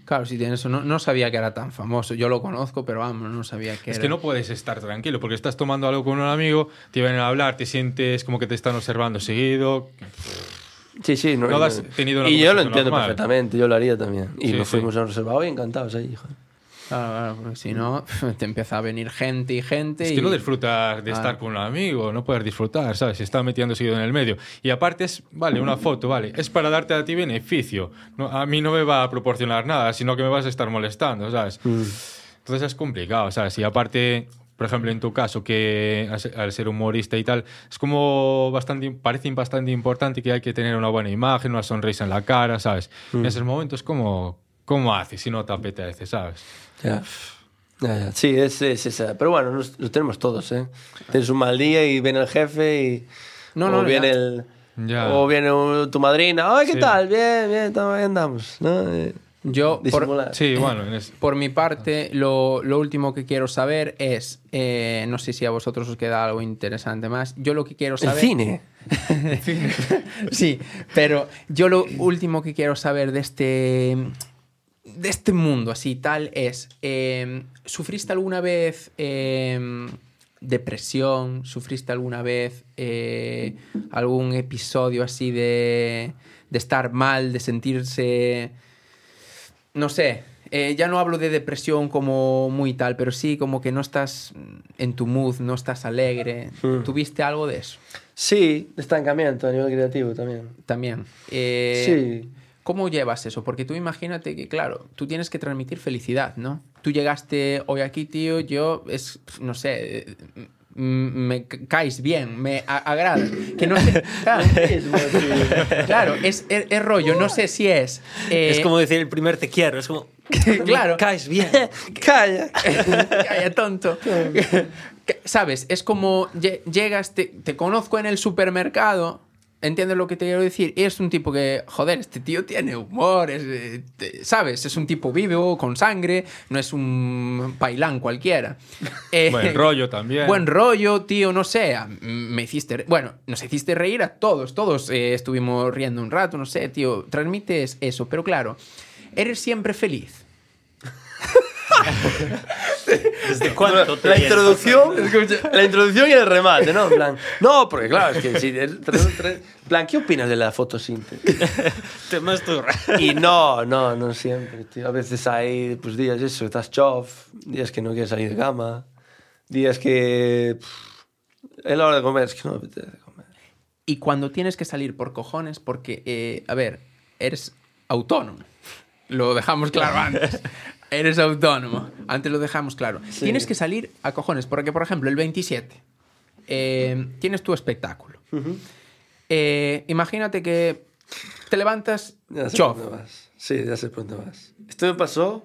[SPEAKER 2] Claro, si tienes eso. No, no sabía que era tan famoso. Yo lo conozco, pero vamos, no sabía que
[SPEAKER 3] Es
[SPEAKER 2] era.
[SPEAKER 3] que no puedes estar tranquilo porque estás tomando algo con un amigo, te vienen a hablar, te sientes como que te están observando seguido.
[SPEAKER 1] Sí, sí, no,
[SPEAKER 3] No has tenido una
[SPEAKER 1] Y yo lo
[SPEAKER 3] conversación
[SPEAKER 1] entiendo
[SPEAKER 3] normal.
[SPEAKER 1] perfectamente, yo lo haría también. Y
[SPEAKER 3] Sí,
[SPEAKER 1] nos
[SPEAKER 3] sí.
[SPEAKER 1] fuimos a un reservado y encantados ahí, hijo.
[SPEAKER 2] Claro, claro, porque si no, te empieza a venir gente y gente.
[SPEAKER 3] Es
[SPEAKER 2] y...
[SPEAKER 3] que no disfrutar de estar con un amigo, no poder disfrutar, ¿sabes? Se está metiendo seguido en el medio. Y aparte es, vale, una foto, vale, es para darte a ti beneficio. No, a mí no me va a proporcionar nada, sino que me vas a estar molestando, ¿sabes? Entonces es complicado, ¿sabes? Y aparte, por ejemplo, en tu caso, que al ser- al ser humorista y tal, es como bastante, parece bastante importante que hay que tener una buena imagen, una sonrisa en la cara, ¿sabes? En esos momentos, ¿cómo, cómo haces si no te apetece, ¿sabes?
[SPEAKER 1] Ya. Ya, ya. Sí, es, es esa. Pero bueno, nos- lo tenemos todos, ¿eh? Tienes un mal día y viene el jefe y.
[SPEAKER 2] No,
[SPEAKER 1] o
[SPEAKER 2] no,
[SPEAKER 1] viene
[SPEAKER 2] ya.
[SPEAKER 1] el.
[SPEAKER 3] Ya.
[SPEAKER 1] O viene un- tu madrina. ¡Ay, qué
[SPEAKER 3] Sí.
[SPEAKER 1] tal! Bien, bien, estamos- ahí andamos. ¿no? Eh,
[SPEAKER 2] Yo, por,
[SPEAKER 1] disimular.
[SPEAKER 3] Sí, bueno, en es-
[SPEAKER 2] Por mi parte, lo, lo último que quiero saber es, eh, no sé si a vosotros os queda algo interesante más, yo lo que quiero
[SPEAKER 1] El
[SPEAKER 2] saber...
[SPEAKER 1] cine.
[SPEAKER 2] sí, pero yo lo último que quiero saber de este, de este mundo así tal es, eh, ¿sufriste alguna vez eh, depresión? ¿Sufriste alguna vez eh, algún episodio así de, de estar mal, de sentirse no sé, eh, ya no hablo de depresión como muy tal, pero sí como que no estás en tu mood, no estás alegre.
[SPEAKER 1] Hmm.
[SPEAKER 2] ¿Tuviste algo de eso
[SPEAKER 1] Sí, estancamiento a nivel creativo también.
[SPEAKER 2] también? Eh,
[SPEAKER 1] Sí.
[SPEAKER 2] ¿Cómo llevas eso? Porque tú imagínate que, claro, tú tienes que transmitir felicidad, ¿no? Tú llegaste hoy aquí, tío, yo, es, no sé, eh, m- me ca- caes bien, me a- agrada. Que no sé, claro, claclaro, es, es- es rollo, no sé si es... eh,
[SPEAKER 4] es como decir el primer te quiero, es como.
[SPEAKER 2] Claro.
[SPEAKER 4] me Caes bien.
[SPEAKER 1] Calla.
[SPEAKER 2] Calla, tonto. Que, ¿Sabes? Es como lle- llegas, te, te conozco en el supermercado. ¿Entiendes lo que te quiero decir? Y es un tipo que, joder, este tío tiene humor, es, eh, te- ¿sabes? Es un tipo vivo, con sangre, no es un pailán cualquiera. Eh,
[SPEAKER 3] Buen rollo también.
[SPEAKER 2] Buen rollo, tío, no sé. a- Me hiciste. re- Bueno, nos hiciste reír a todos, todos eh, estuvimos riendo un rato, no sé, tío. Transmites eso, pero claro, eres siempre feliz.
[SPEAKER 4] ¿Desde cuánto te
[SPEAKER 1] la
[SPEAKER 4] vienes?
[SPEAKER 1] introducción, la introducción y el remate, ¿no? En plan, no, porque claro, es que si es tres- tres- en plan, ¿qué opinas de la fotosíntesis?
[SPEAKER 4] Te masturbas.
[SPEAKER 1] Y no, no, no siempre, tío. A veces hay pues días eso, estás chof, días que no quieres salir de cama, días que pff, es la hora de comer, es que no me apetece comer.
[SPEAKER 2] Y cuando tienes que salir por cojones, porque, eh, a ver, eres autónomo. Lo dejamos claro antes. eres autónomo. Antes lo dejamos claro.
[SPEAKER 1] Sí.
[SPEAKER 2] Tienes que salir a cojones, porque, por ejemplo, el 27 eh, tienes tu espectáculo. Eh, imagínate que te levantas,
[SPEAKER 1] Ya sé
[SPEAKER 2] chof.
[SPEAKER 1] por dónde vas. Sí, ya sé por dónde vas. Esto me pasó.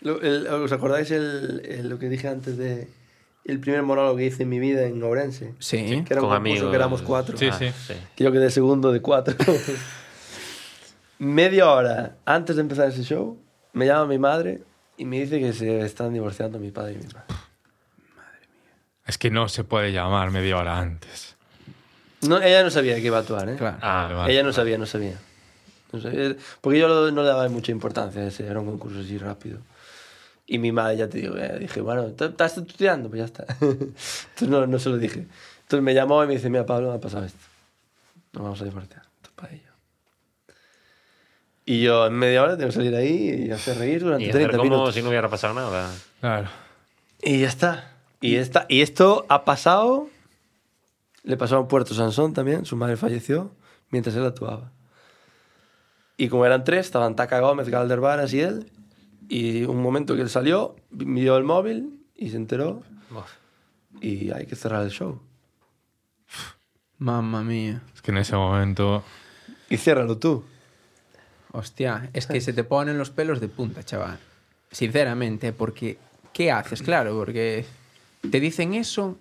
[SPEAKER 1] lo- el- ¿Os acordáis el- el- lo que dije antes de el primer monólogo que hice en mi vida en Ourense?
[SPEAKER 2] Sí.
[SPEAKER 1] Que era un
[SPEAKER 4] Con
[SPEAKER 1] concurso
[SPEAKER 4] amigos.
[SPEAKER 1] que éramos cuatro.
[SPEAKER 3] Sí,
[SPEAKER 4] Ah,
[SPEAKER 3] sí.
[SPEAKER 1] que yo quedé segundo de cuatro. Media hora antes de empezar ese show, me llama mi madre y me dice que se están divorciando mi padre y mi madre.
[SPEAKER 3] Es que no se puede llamar media hora antes.
[SPEAKER 1] No, ella no sabía que iba a actuar, ¿eh?
[SPEAKER 2] Claro.
[SPEAKER 4] Ah,
[SPEAKER 3] Vale, vale.
[SPEAKER 1] ella no sabía, no sabía, No sabía. Porque yo lo- no le daba mucha importancia a ese, era un concurso así rápido. Y mi madre ya te digo, eh, dije, bueno, ¿te- estás estudiando, pues ya está. Entonces no, no se lo dije. Entonces me llamó y me dice, mira, Pablo, me ha pasado esto. Nos vamos a divorciar. Esto es para ello. Y yo en media hora tengo que salir ahí y hacer reír durante
[SPEAKER 4] Y hacer
[SPEAKER 1] 30
[SPEAKER 4] como
[SPEAKER 1] minutos.
[SPEAKER 4] si no hubiera pasado nada.
[SPEAKER 3] Claro.
[SPEAKER 1] Y ya está. Y, esta, y esto ha pasado. Le pasó a Puerto Sansón también. Su madre falleció mientras él actuaba. Y como eran tres, estaban Taca Gómez, Galder Varas y él. Y un momento que él salió, miró el móvil y se enteró. Y hay que cerrar el show.
[SPEAKER 2] Mamma mía.
[SPEAKER 3] Es que en ese momento.
[SPEAKER 1] Y ciérralo tú.
[SPEAKER 2] Hostia, es que se te ponen los pelos de punta, chaval. Sinceramente, porque ¿qué haces? Claro, porque te dicen eso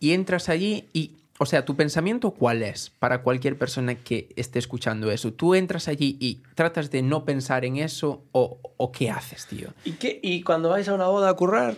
[SPEAKER 2] y entras allí y, o sea, tu pensamiento cuál es para cualquier persona que esté escuchando eso. Tú entras allí y tratas de no pensar en eso o, o qué haces, tío.
[SPEAKER 1] ¿Y, qué? ¿Y cuando vais a una boda a currar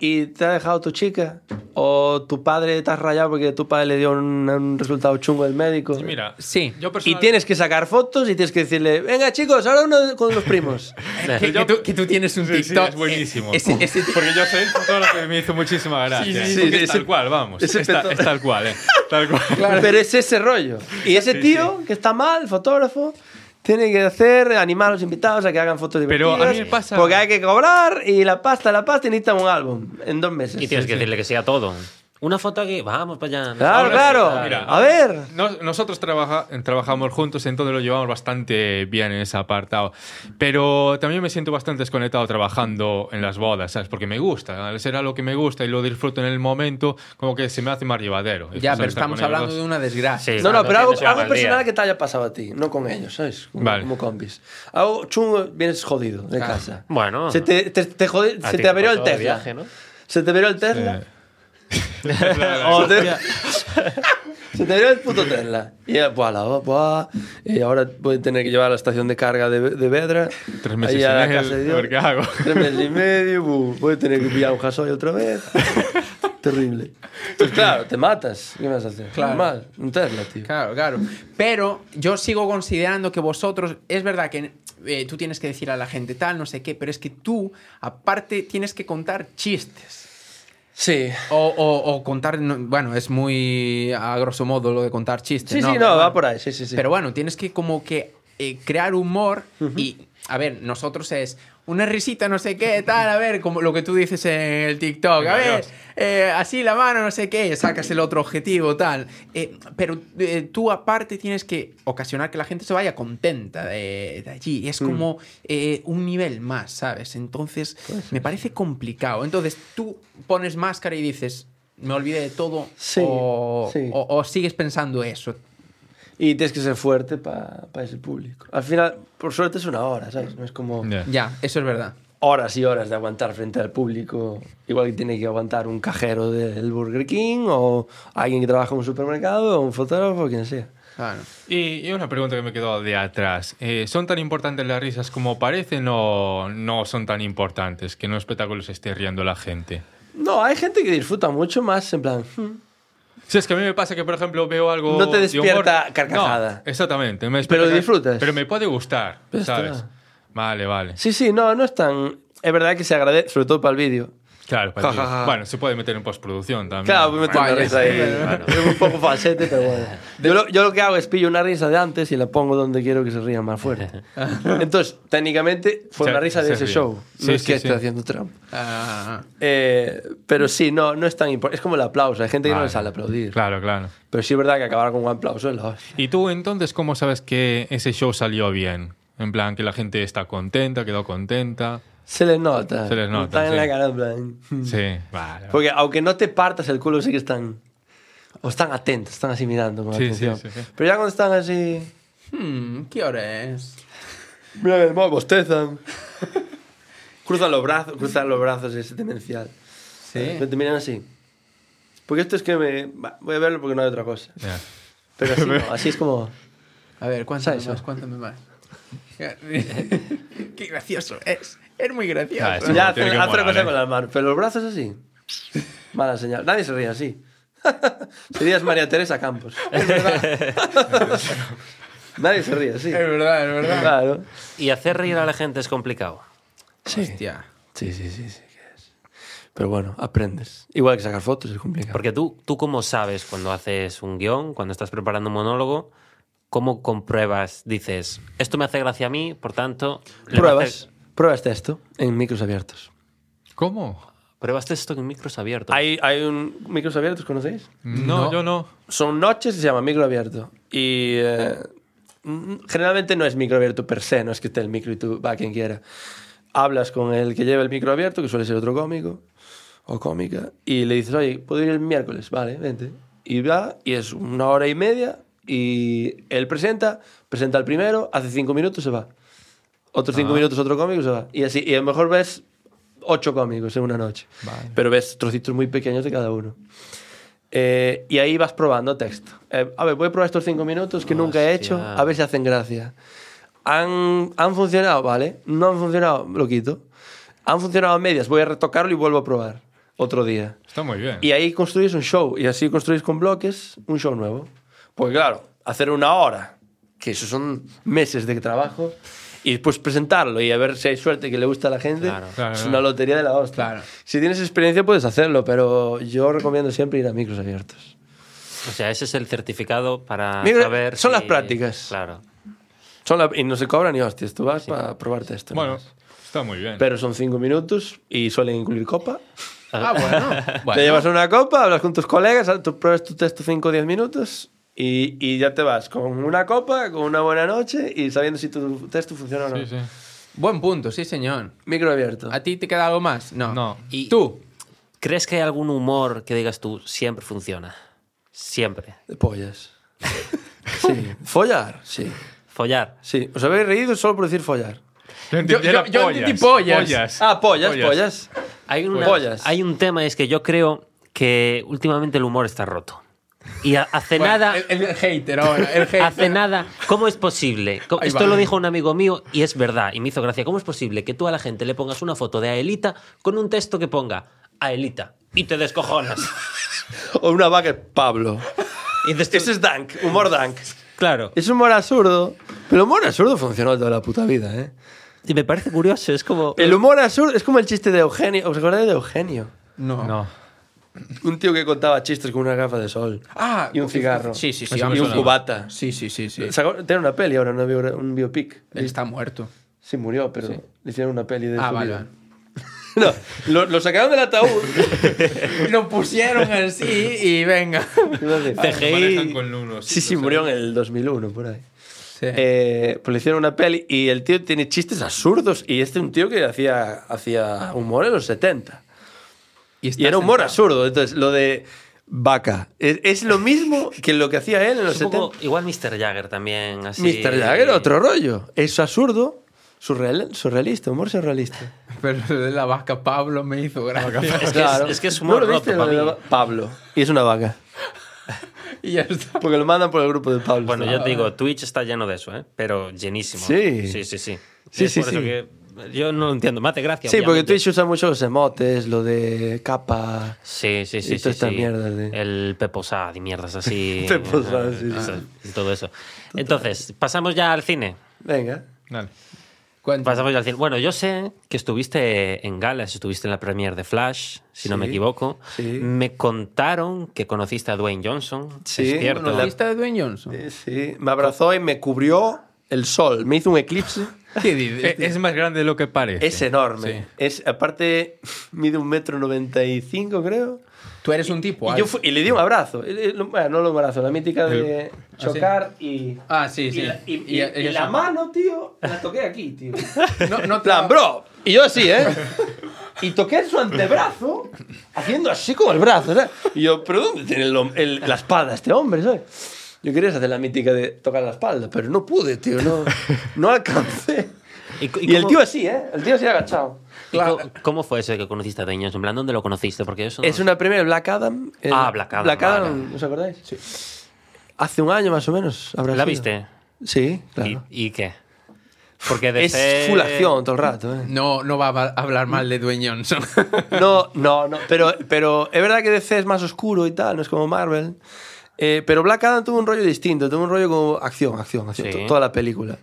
[SPEAKER 1] y te ha dejado tu chica? ¿O tu padre te has rayado porque tu padre le dio un, un resultado chungo del médico?
[SPEAKER 3] Y mira,
[SPEAKER 2] Sí.
[SPEAKER 3] yo
[SPEAKER 1] Y
[SPEAKER 3] personal-
[SPEAKER 1] tienes que sacar fotos y tienes que decirle, venga chicos, ahora uno con los primos.
[SPEAKER 2] Que, que tú, que tú tienes un
[SPEAKER 3] Eh, Sí, sí,
[SPEAKER 2] TikTok.
[SPEAKER 3] es buenísimo.
[SPEAKER 2] eh, ese- ese-
[SPEAKER 3] Porque yo soy el fotógrafo y me hizo muchísima gracia.
[SPEAKER 1] sí, sí, sí,
[SPEAKER 3] Porque es
[SPEAKER 1] ese-
[SPEAKER 3] tal cual, vamos.
[SPEAKER 1] ese
[SPEAKER 3] Es, ta-
[SPEAKER 1] peto-
[SPEAKER 3] es tal cual, ¿eh? Tal cual.
[SPEAKER 1] Pero es ese rollo. Y ese tío que está mal, fotógrafo, tiene que hacer, animar a los invitados a que hagan fotos
[SPEAKER 3] Pero
[SPEAKER 1] divertidas.
[SPEAKER 3] a mí me pasa-
[SPEAKER 1] Porque hay que cobrar y la pasta, la pasta y necesitan un álbum en dos meses.
[SPEAKER 4] Y tienes que decirle que sea todo. Una foto aquí, vamos para allá.
[SPEAKER 1] Claro,
[SPEAKER 3] Ahora
[SPEAKER 1] claro.
[SPEAKER 3] sí, mira.
[SPEAKER 1] a ver.
[SPEAKER 3] Nos- nosotros trabaja- trabajamos juntos, entonces lo llevamos bastante bien en ese apartado. Pero también me siento bastante desconectado trabajando en las bodas, ¿sabes? Porque me gusta, al ser algo que me gusta y lo disfruto en el momento, como que se me hace más llevadero.
[SPEAKER 2] Ya,
[SPEAKER 3] Disfrutar
[SPEAKER 2] pero
[SPEAKER 3] estar con
[SPEAKER 2] estamos
[SPEAKER 3] ellos
[SPEAKER 2] hablando
[SPEAKER 3] dos.
[SPEAKER 2] de una desgracia.
[SPEAKER 4] Sí.
[SPEAKER 1] No, no,
[SPEAKER 4] Claro,
[SPEAKER 1] pero algo,
[SPEAKER 4] tienes que
[SPEAKER 1] algo
[SPEAKER 4] llevar al día.
[SPEAKER 1] personal que te haya pasado a ti, no con ellos, ¿sabes? Como,
[SPEAKER 3] Vale.
[SPEAKER 1] como compis. Algo chungo, vienes jodido de casa.
[SPEAKER 4] Bueno.
[SPEAKER 1] Se te, te, te jode-
[SPEAKER 4] A
[SPEAKER 1] se
[SPEAKER 4] ti
[SPEAKER 1] te averió el
[SPEAKER 4] pasó de
[SPEAKER 1] Tesla.
[SPEAKER 4] viaje, ¿no?
[SPEAKER 1] Se te averió el Tesla.
[SPEAKER 3] Eh,
[SPEAKER 1] O te- Se te dio el puto Tesla. Y eh, buah, la- buah. Y ahora voy a tener que llevar a la estación de carga de, de Vedra.
[SPEAKER 3] Tres meses
[SPEAKER 1] Ahí a
[SPEAKER 3] sin
[SPEAKER 1] la
[SPEAKER 3] él,
[SPEAKER 1] casa de Dios.
[SPEAKER 3] a ver qué hago.
[SPEAKER 1] Tres meses y medio. bu, voy a tener que pillar un gasoil otra vez. Terrible. Pues claro, te matas. ¿Qué vas a hacer?
[SPEAKER 2] Claro.
[SPEAKER 1] Normal. Un Tesla, tío.
[SPEAKER 2] Claro, claro. Pero yo sigo considerando que vosotros, es verdad que eh, tú tienes que decir a la gente tal, no sé qué, pero es que tú, aparte, tienes que contar chistes.
[SPEAKER 1] Sí.
[SPEAKER 2] O, o- o contar, no- bueno, es muy a grosso modo lo de contar chistes.
[SPEAKER 1] Sí, sí, no,
[SPEAKER 2] Pero
[SPEAKER 1] va
[SPEAKER 2] bueno.
[SPEAKER 1] por ahí. Sí, sí, sí.
[SPEAKER 2] Pero bueno, tienes que como que eh, crear humor y, a ver, nosotros es una risita, no sé qué, tal, a ver, como lo que tú dices en el TikTok, a
[SPEAKER 3] Venga,
[SPEAKER 2] ver,
[SPEAKER 3] Dios.
[SPEAKER 2] eh, así la mano, no sé qué, sacas el otro objetivo, tal. Eh, pero eh, tú aparte tienes que ocasionar que la gente se vaya contenta de, de allí.
[SPEAKER 1] Mm.
[SPEAKER 2] Es como eh, un nivel más, ¿sabes? Entonces, me parece complicado. Entonces, tú pones máscara y dices... Me olvidé de todo
[SPEAKER 1] Sí,
[SPEAKER 2] o-
[SPEAKER 1] sí.
[SPEAKER 2] o- o sigues pensando eso.
[SPEAKER 1] Y tienes que ser fuerte para ese público. Al final, por suerte es una hora, ¿sabes? No es como
[SPEAKER 3] Ya.
[SPEAKER 2] Ya, eso es verdad.
[SPEAKER 1] horas y horas de aguantar frente al público. Igual que tiene que aguantar un cajero del Burger King o alguien que trabaja en un supermercado o un fotógrafo, quien sea.
[SPEAKER 2] Claro.
[SPEAKER 3] Y, y una pregunta que me quedó de atrás. Eh, ¿Son tan importantes las risas como parecen o no son tan importantes? Que en un espectáculo se esté riendo la gente.
[SPEAKER 1] No, hay gente que disfruta mucho más en plan... "Hmm".
[SPEAKER 3] Sí, es que a mí me pasa que, por ejemplo, veo algo.
[SPEAKER 1] No te
[SPEAKER 3] de humor-
[SPEAKER 1] despierta carcajada.
[SPEAKER 3] No, exactamente. me
[SPEAKER 1] Pero
[SPEAKER 3] despierta-
[SPEAKER 1] disfrutas.
[SPEAKER 3] Pero me puede gustar,
[SPEAKER 1] Pero está.
[SPEAKER 3] ¿sabes? Vale, vale.
[SPEAKER 1] Sí, sí, no, no es tan... Es verdad que se agradece, sobre todo para el vídeo.
[SPEAKER 3] Claro, para
[SPEAKER 1] Ja,
[SPEAKER 3] ti.
[SPEAKER 1] ja, ja.
[SPEAKER 3] Bueno, se puede meter en postproducción también.
[SPEAKER 1] Claro, pues me meto una
[SPEAKER 2] Vaya,
[SPEAKER 1] risa ahí.
[SPEAKER 2] sí,
[SPEAKER 4] claro.
[SPEAKER 1] Es un poco falsete, pero bueno. Yo lo, yo lo que hago es pillo una risa de antes y la pongo donde quiero que se rían más fuerte. Entonces, técnicamente fue
[SPEAKER 3] Se-
[SPEAKER 1] una risa de
[SPEAKER 3] se
[SPEAKER 1] ese
[SPEAKER 3] ríe.
[SPEAKER 1] show. No
[SPEAKER 3] Sí,
[SPEAKER 1] es
[SPEAKER 3] sí,
[SPEAKER 1] que
[SPEAKER 3] sí.
[SPEAKER 1] esté haciendo Trump.
[SPEAKER 2] Ah,
[SPEAKER 1] Eh, pero sí, no, no es tan importante. Es como el aplauso. Hay gente que no
[SPEAKER 3] Vale.
[SPEAKER 1] le sale aplaudir.
[SPEAKER 3] Claro, claro.
[SPEAKER 1] Pero sí es verdad que acabar con un aplauso es la hostia.
[SPEAKER 3] ¿Y tú entonces cómo sabes que ese show salió bien? En plan, que la gente está contenta, quedó contenta.
[SPEAKER 1] Se les nota.
[SPEAKER 3] Se les nota,
[SPEAKER 1] Están en
[SPEAKER 3] sí.
[SPEAKER 1] la cara, en plan.
[SPEAKER 3] Sí, vale.
[SPEAKER 1] Porque aunque no te partas el culo, sí que están. O están atentos, están así mirando con
[SPEAKER 3] Sí, sí,
[SPEAKER 1] atención.
[SPEAKER 3] sí, sí.
[SPEAKER 1] Pero ya cuando están así.
[SPEAKER 2] hmm, ¿Qué hora es?
[SPEAKER 1] Mira, el bostezan. cruzan los brazos, cruzan los brazos, es demencial.
[SPEAKER 2] Sí.
[SPEAKER 1] Pero te miran así. Porque esto es que me. va, Voy a verlo porque no hay otra cosa.
[SPEAKER 3] Ya.
[SPEAKER 1] Pero así, no, así es como.
[SPEAKER 2] A ver, cuéntame
[SPEAKER 1] ¿Sabes?
[SPEAKER 2] más, cuéntame más. Qué gracioso es. Es muy gracioso.
[SPEAKER 3] Ah, eso.
[SPEAKER 1] Ya,
[SPEAKER 3] no,
[SPEAKER 1] hace,
[SPEAKER 3] tiene que
[SPEAKER 1] hace
[SPEAKER 3] molar,
[SPEAKER 1] una cosa
[SPEAKER 3] ¿eh?
[SPEAKER 1] con las manos. Pero los brazos así. Mala señal. Nadie se ríe así. Serías María Teresa Campos.
[SPEAKER 2] Es verdad,
[SPEAKER 1] Nadie se ríe así.
[SPEAKER 2] es verdad, es verdad.
[SPEAKER 1] Claro.
[SPEAKER 4] Y hacer reír a la gente es complicado.
[SPEAKER 1] Sí.
[SPEAKER 2] Hostia.
[SPEAKER 1] Sí, sí, sí, sí. que es. Pero bueno, aprendes. Igual que sacar fotos es complicado.
[SPEAKER 4] Porque tú, tú cómo sabes cuando haces un guión, cuando estás preparando un monólogo, cómo compruebas, dices, esto me hace gracia a mí, por tanto... le va a
[SPEAKER 1] pruebas,
[SPEAKER 4] hacer-".
[SPEAKER 1] pruebas texto en micros abiertos.
[SPEAKER 3] ¿Cómo?
[SPEAKER 4] Pruebas esto en micros abiertos.
[SPEAKER 1] Hay, hay un... ¿Micros abiertos conocéis?
[SPEAKER 3] No, yo no.
[SPEAKER 1] son noches y se llama micro abierto. Y eh, mm, generalmente no es micro abierto per se, no es que esté el micro y tú va quien quiera. Hablas con el que lleva el micro abierto, que suele ser otro cómico o cómica, y le dices, oye, ¿puedo ir el miércoles? Vale, vente. Y va, y es una hora y media, y él presenta, presenta el primero, hace cinco minutos se va. Otros cinco minutos otro cómico se va. Y así, y a lo mejor ves ocho cómicos en una noche. Pero ves trocitos muy pequeños de cada uno. Eh, y ahí vas probando texto. Eh, a ver, voy a probar estos cinco minutos que nunca he hecho,
[SPEAKER 4] Hostia.
[SPEAKER 1] a ver si hacen gracia. ¿Han, han funcionado? Vale. ¿No han funcionado? Lo quito. ¿Han funcionado a medias? Voy a retocarlo y vuelvo a probar otro día.
[SPEAKER 3] Está muy bien.
[SPEAKER 1] Y ahí construís un show. Y así construís con bloques un show nuevo. Porque claro, hacer una hora, que eso son meses de trabajo, y después presentarlo y a ver si hay suerte que le gusta a la gente,
[SPEAKER 4] Claro.
[SPEAKER 3] Claro,
[SPEAKER 1] es
[SPEAKER 3] claro.
[SPEAKER 1] una lotería de la hostia.
[SPEAKER 2] Claro.
[SPEAKER 1] Si tienes experiencia puedes hacerlo, pero yo recomiendo siempre ir a micros abiertos.
[SPEAKER 4] O sea, ese es el certificado para
[SPEAKER 1] Mira,
[SPEAKER 4] saber...
[SPEAKER 1] son
[SPEAKER 4] si-
[SPEAKER 1] las prácticas.
[SPEAKER 4] Claro.
[SPEAKER 1] Son la- y no se cobran ni hostias, tú vas para probarte esto.
[SPEAKER 3] Bueno, está muy bien.
[SPEAKER 1] Pero son cinco minutos y suelen incluir copa.
[SPEAKER 2] Ah, bueno. bueno.
[SPEAKER 1] Te llevas una copa, hablas con tus colegas, tú pruebas tu texto 5 o 10 minutos y, y ya te vas con una copa, con una buena noche y sabiendo si tu texto funciona o no.
[SPEAKER 3] Sí, sí.
[SPEAKER 2] Buen punto, sí, señor.
[SPEAKER 1] Micro abierto.
[SPEAKER 2] ¿A ti te queda algo más? No.
[SPEAKER 3] No.
[SPEAKER 4] Y-
[SPEAKER 2] ¿Tú?
[SPEAKER 4] ¿Crees que hay algún humor que digas tú siempre funciona? Siempre.
[SPEAKER 1] De pollas. Sí. ¿Follar? Sí.
[SPEAKER 4] Follar.
[SPEAKER 1] Sí. ¿Os habéis reído solo por decir follar?
[SPEAKER 3] Yo,
[SPEAKER 2] Yo- yo-
[SPEAKER 3] era
[SPEAKER 2] yo entendí pollas.
[SPEAKER 1] Ah, pollas, pollas.
[SPEAKER 4] Hay, una-
[SPEAKER 1] Pollas.
[SPEAKER 4] hay un tema, es que yo creo que últimamente el humor está roto. Y a- hace
[SPEAKER 2] Bueno,
[SPEAKER 4] nada...
[SPEAKER 1] eh,
[SPEAKER 2] El, el hater ahora, el hater.
[SPEAKER 4] Hace nada, ¿cómo es posible? Co-
[SPEAKER 2] Ahí
[SPEAKER 4] Esto
[SPEAKER 2] va.
[SPEAKER 4] lo dijo un amigo mío y es verdad, y me hizo gracia. ¿Cómo es posible que tú a la gente le pongas una foto de Aelita con un texto que ponga Aelita y te descojonas?
[SPEAKER 1] O una vaca, Pablo.
[SPEAKER 4] Y dices tú,
[SPEAKER 1] Ese es dank, humor dank.
[SPEAKER 4] claro.
[SPEAKER 1] Es humor absurdo. Pero el humor absurdo funcionó toda la puta vida, ¿eh?
[SPEAKER 4] Y me parece curioso, es como.
[SPEAKER 1] El humor absurdo es como el chiste de Eugenio. ¿Os acordáis de Eugenio?
[SPEAKER 2] No.
[SPEAKER 3] No.
[SPEAKER 1] Un tío que contaba chistes con una gafa de sol.
[SPEAKER 2] Ah, Pues
[SPEAKER 1] y un cigarro.
[SPEAKER 2] Sí, sí, sí.
[SPEAKER 1] Y
[SPEAKER 2] vamos
[SPEAKER 1] un
[SPEAKER 2] a-
[SPEAKER 1] cubata.
[SPEAKER 2] Sí, sí, sí, sí.
[SPEAKER 1] Sacó- Tiene una peli ahora, una bio- un biopic.
[SPEAKER 2] Él está muerto.
[SPEAKER 1] Sí, murió, pero le hicieron una peli de
[SPEAKER 2] Ah,
[SPEAKER 1] su
[SPEAKER 2] vale,
[SPEAKER 1] vida.
[SPEAKER 2] vale.
[SPEAKER 1] No, lo, lo sacaron del ataúd.
[SPEAKER 2] Lo pusieron así y venga.
[SPEAKER 3] Manejan
[SPEAKER 4] CGI.
[SPEAKER 3] con unos.
[SPEAKER 1] Sí, sí, murió en el 2001, por ahí.
[SPEAKER 2] Sí.
[SPEAKER 1] Eh, pues le hicieron una peli y el tío tiene chistes absurdos. Y este es un tío que hacía, hacía humor en los 70.
[SPEAKER 2] está
[SPEAKER 1] Y era humor
[SPEAKER 2] sentado.
[SPEAKER 1] absurdo. Entonces, lo de vaca es, es lo mismo que lo que hacía él en los
[SPEAKER 4] Es un
[SPEAKER 1] 70.
[SPEAKER 4] poco- igual Mr. Jagger también. Así.
[SPEAKER 1] Mr. Jagger, otro rollo. Es absurdo, surreal- surrealista, humor surrealista.
[SPEAKER 2] Pero lo de la vaca Pablo me hizo gracia.
[SPEAKER 4] Es que es, es que es
[SPEAKER 1] ¿No
[SPEAKER 4] humor
[SPEAKER 1] lo
[SPEAKER 4] roto
[SPEAKER 1] viste?
[SPEAKER 4] para mí.
[SPEAKER 1] Lo de Pablo. Y es una vaca.
[SPEAKER 2] y ya está.
[SPEAKER 1] Porque lo mandan por el grupo de Pablo. Ah.
[SPEAKER 4] Bueno, yo te digo, Twitch está lleno de eso, ¿eh? pero llenísimo.
[SPEAKER 1] Sí.
[SPEAKER 4] sí, sí. Sí,
[SPEAKER 1] Sí,
[SPEAKER 4] Es
[SPEAKER 1] sí,
[SPEAKER 4] por eso
[SPEAKER 1] sí.
[SPEAKER 4] que yo no lo entiendo. Me hace gracia.
[SPEAKER 1] Sí, porque
[SPEAKER 4] obviamente.
[SPEAKER 1] Twitch usa mucho los emotes, lo de capa.
[SPEAKER 4] Sí, sí, sí.
[SPEAKER 1] Y
[SPEAKER 4] sí,
[SPEAKER 1] todas estas
[SPEAKER 4] sí.
[SPEAKER 1] mierdas de-
[SPEAKER 4] El Peposad y mierdas así.
[SPEAKER 1] Pepo Sad, sí,
[SPEAKER 4] Eso- y todo eso. Entonces, pasamos ya al cine.
[SPEAKER 1] Venga.
[SPEAKER 3] Dale.
[SPEAKER 2] Cuenta.
[SPEAKER 4] Pasamos ya al cine. Bueno, yo sé que estuviste en Galas, estuviste en la premiere de Flash, si no me
[SPEAKER 1] Sí,
[SPEAKER 4] equivoco.
[SPEAKER 1] sí.
[SPEAKER 4] Me contaron que conociste a Dwayne Johnson.
[SPEAKER 1] Sí,
[SPEAKER 4] es cierto.
[SPEAKER 1] bueno, la-
[SPEAKER 2] ¿Conociste de Dwayne Johnson?
[SPEAKER 1] Eh, Sí, me abrazó y me cubrió el sol. Me hizo un eclipse.
[SPEAKER 2] ¿Qué
[SPEAKER 3] Eh,
[SPEAKER 2] dices?
[SPEAKER 3] Es más grande de lo que parece.
[SPEAKER 1] Es enorme.
[SPEAKER 3] Sí.
[SPEAKER 1] Es, aparte, mide un metro noventa y cinco, creo.
[SPEAKER 2] Tú eres un tipo.
[SPEAKER 1] Y, yo
[SPEAKER 2] alto.
[SPEAKER 1] fui- y le di un abrazo. Y le- lo- Bueno, no lo abrazo, la mítica de chocar y.
[SPEAKER 2] Ah, sí, sí.
[SPEAKER 1] Y la, y-
[SPEAKER 2] Y-
[SPEAKER 1] y-
[SPEAKER 2] y-
[SPEAKER 1] y la
[SPEAKER 2] eso.
[SPEAKER 1] mano, tío, la toqué aquí, tío.
[SPEAKER 2] No, no te-
[SPEAKER 1] plan, bro. Y yo así, ¿eh? Y toqué su antebrazo, haciendo así como el brazo, ¿sabes? Y yo, ¿pero dónde tiene el hom- el- la espalda este hombre, ¿sabes? Yo quería hacer la mítica de tocar la espalda, pero no pude, tío, no, no alcancé.
[SPEAKER 4] ¿Y, co- y
[SPEAKER 1] Y el
[SPEAKER 4] cómo-
[SPEAKER 1] tío así, ¿eh? El tío así agachado.
[SPEAKER 4] y co- ¿Cómo fue eso de que conociste a Dwayne Johnson? En plan, ¿dónde lo conociste? Porque eso no-
[SPEAKER 1] Es una premia de Black Adam. eh,
[SPEAKER 4] Ah, Black Adam,
[SPEAKER 1] Black Adam,
[SPEAKER 4] vale.
[SPEAKER 1] ¿os acordáis? Sí. Hace un año más o menos. habrá
[SPEAKER 4] ¿La
[SPEAKER 1] sido.
[SPEAKER 4] viste?
[SPEAKER 1] Sí,
[SPEAKER 4] ¿Y,
[SPEAKER 1] claro.
[SPEAKER 4] y qué? Porque de
[SPEAKER 1] Es
[SPEAKER 4] ser-
[SPEAKER 1] full acción todo el rato, ¿eh?
[SPEAKER 2] No, no va a va- hablar mal de Dwayne Johnson.
[SPEAKER 1] No, no, no. Pero, pero es verdad que DC es más oscuro y tal, no es como Marvel. Eh, pero Black Adam tuvo un rollo distinto, tuvo un rollo como acción, acción, acción,
[SPEAKER 4] Sí.
[SPEAKER 1] to- toda la película.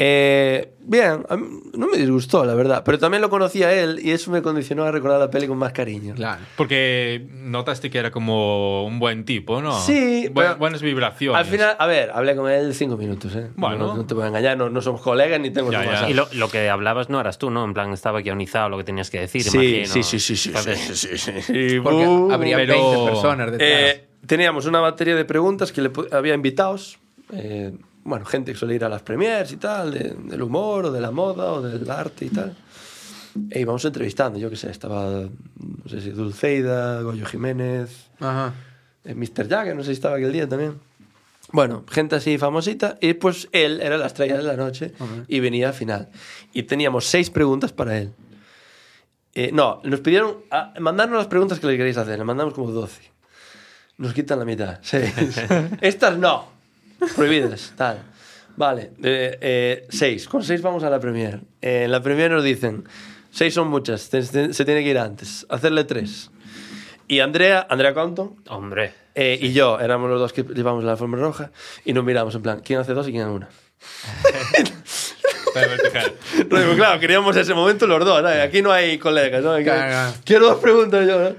[SPEAKER 1] Eh, bien, a mí no me disgustó, la verdad. Pero también lo conocía él y eso me condicionó a recordar la peli con más cariño.
[SPEAKER 2] Claro.
[SPEAKER 3] Porque notaste que era como un buen tipo, ¿no?
[SPEAKER 1] Sí,
[SPEAKER 3] Bu-
[SPEAKER 1] pero-
[SPEAKER 3] buenas vibraciones.
[SPEAKER 1] Al final, a ver, hablé con él cinco minutos, ¿eh?
[SPEAKER 3] Bueno.
[SPEAKER 1] No, no te voy a engañar, no, no somos colegas ni tengo
[SPEAKER 3] Ya,
[SPEAKER 1] tu
[SPEAKER 3] ya.
[SPEAKER 1] WhatsApp.
[SPEAKER 4] Y lo, lo que hablabas no eras tú, ¿no? En plan, estaba guionizado lo que tenías que decir,
[SPEAKER 1] Sí,
[SPEAKER 4] imagino.
[SPEAKER 1] sí, sí, sí, sí,
[SPEAKER 4] Entonces,
[SPEAKER 1] sí, sí, sí, sí.
[SPEAKER 2] Porque
[SPEAKER 1] Uh,
[SPEAKER 2] habría
[SPEAKER 3] pero-
[SPEAKER 2] 20 personas detrás.
[SPEAKER 1] Eh, teníamos una batería de preguntas que le pu- había invitados. eh, bueno, gente que suele ir a las premiers y tal, de- del humor o de la moda o del arte y tal. E íbamos entrevistando, yo qué sé, estaba, no sé si Dulceida, Goyo Jiménez,
[SPEAKER 2] Ajá.
[SPEAKER 1] eh, Mr. Jagger, no sé si estaba aquel día también. Bueno, gente así famosita. Y pues él era la estrella de la noche y venía al final. Y teníamos seis preguntas para él. Eh, no, nos pidieron a- mandarnos las preguntas que le queréis hacer. Le mandamos como 12. Nos quitan la mitad. Seis. Estas no. Prohibidas. Tal. Vale. eh, eh, seis. Con seis vamos a la premier. Eh, en la premier nos dicen, seis son muchas. te- te- se tiene que ir antes. Hacerle tres. Y Andrea, Andrea Compton,
[SPEAKER 4] Hombre.
[SPEAKER 1] eh, Y yo, éramos los dos que llevamos la alfombra roja y nos miramos en plan, ¿quién hace dos y quién hace una?
[SPEAKER 3] Para vertical.
[SPEAKER 1] Pero digo, claro, queríamos ese momento los dos, ¿sabes? Aquí no hay colegas, ¿no? Aquí-
[SPEAKER 2] Claro.
[SPEAKER 1] Quiero dos preguntas yo, ¿no?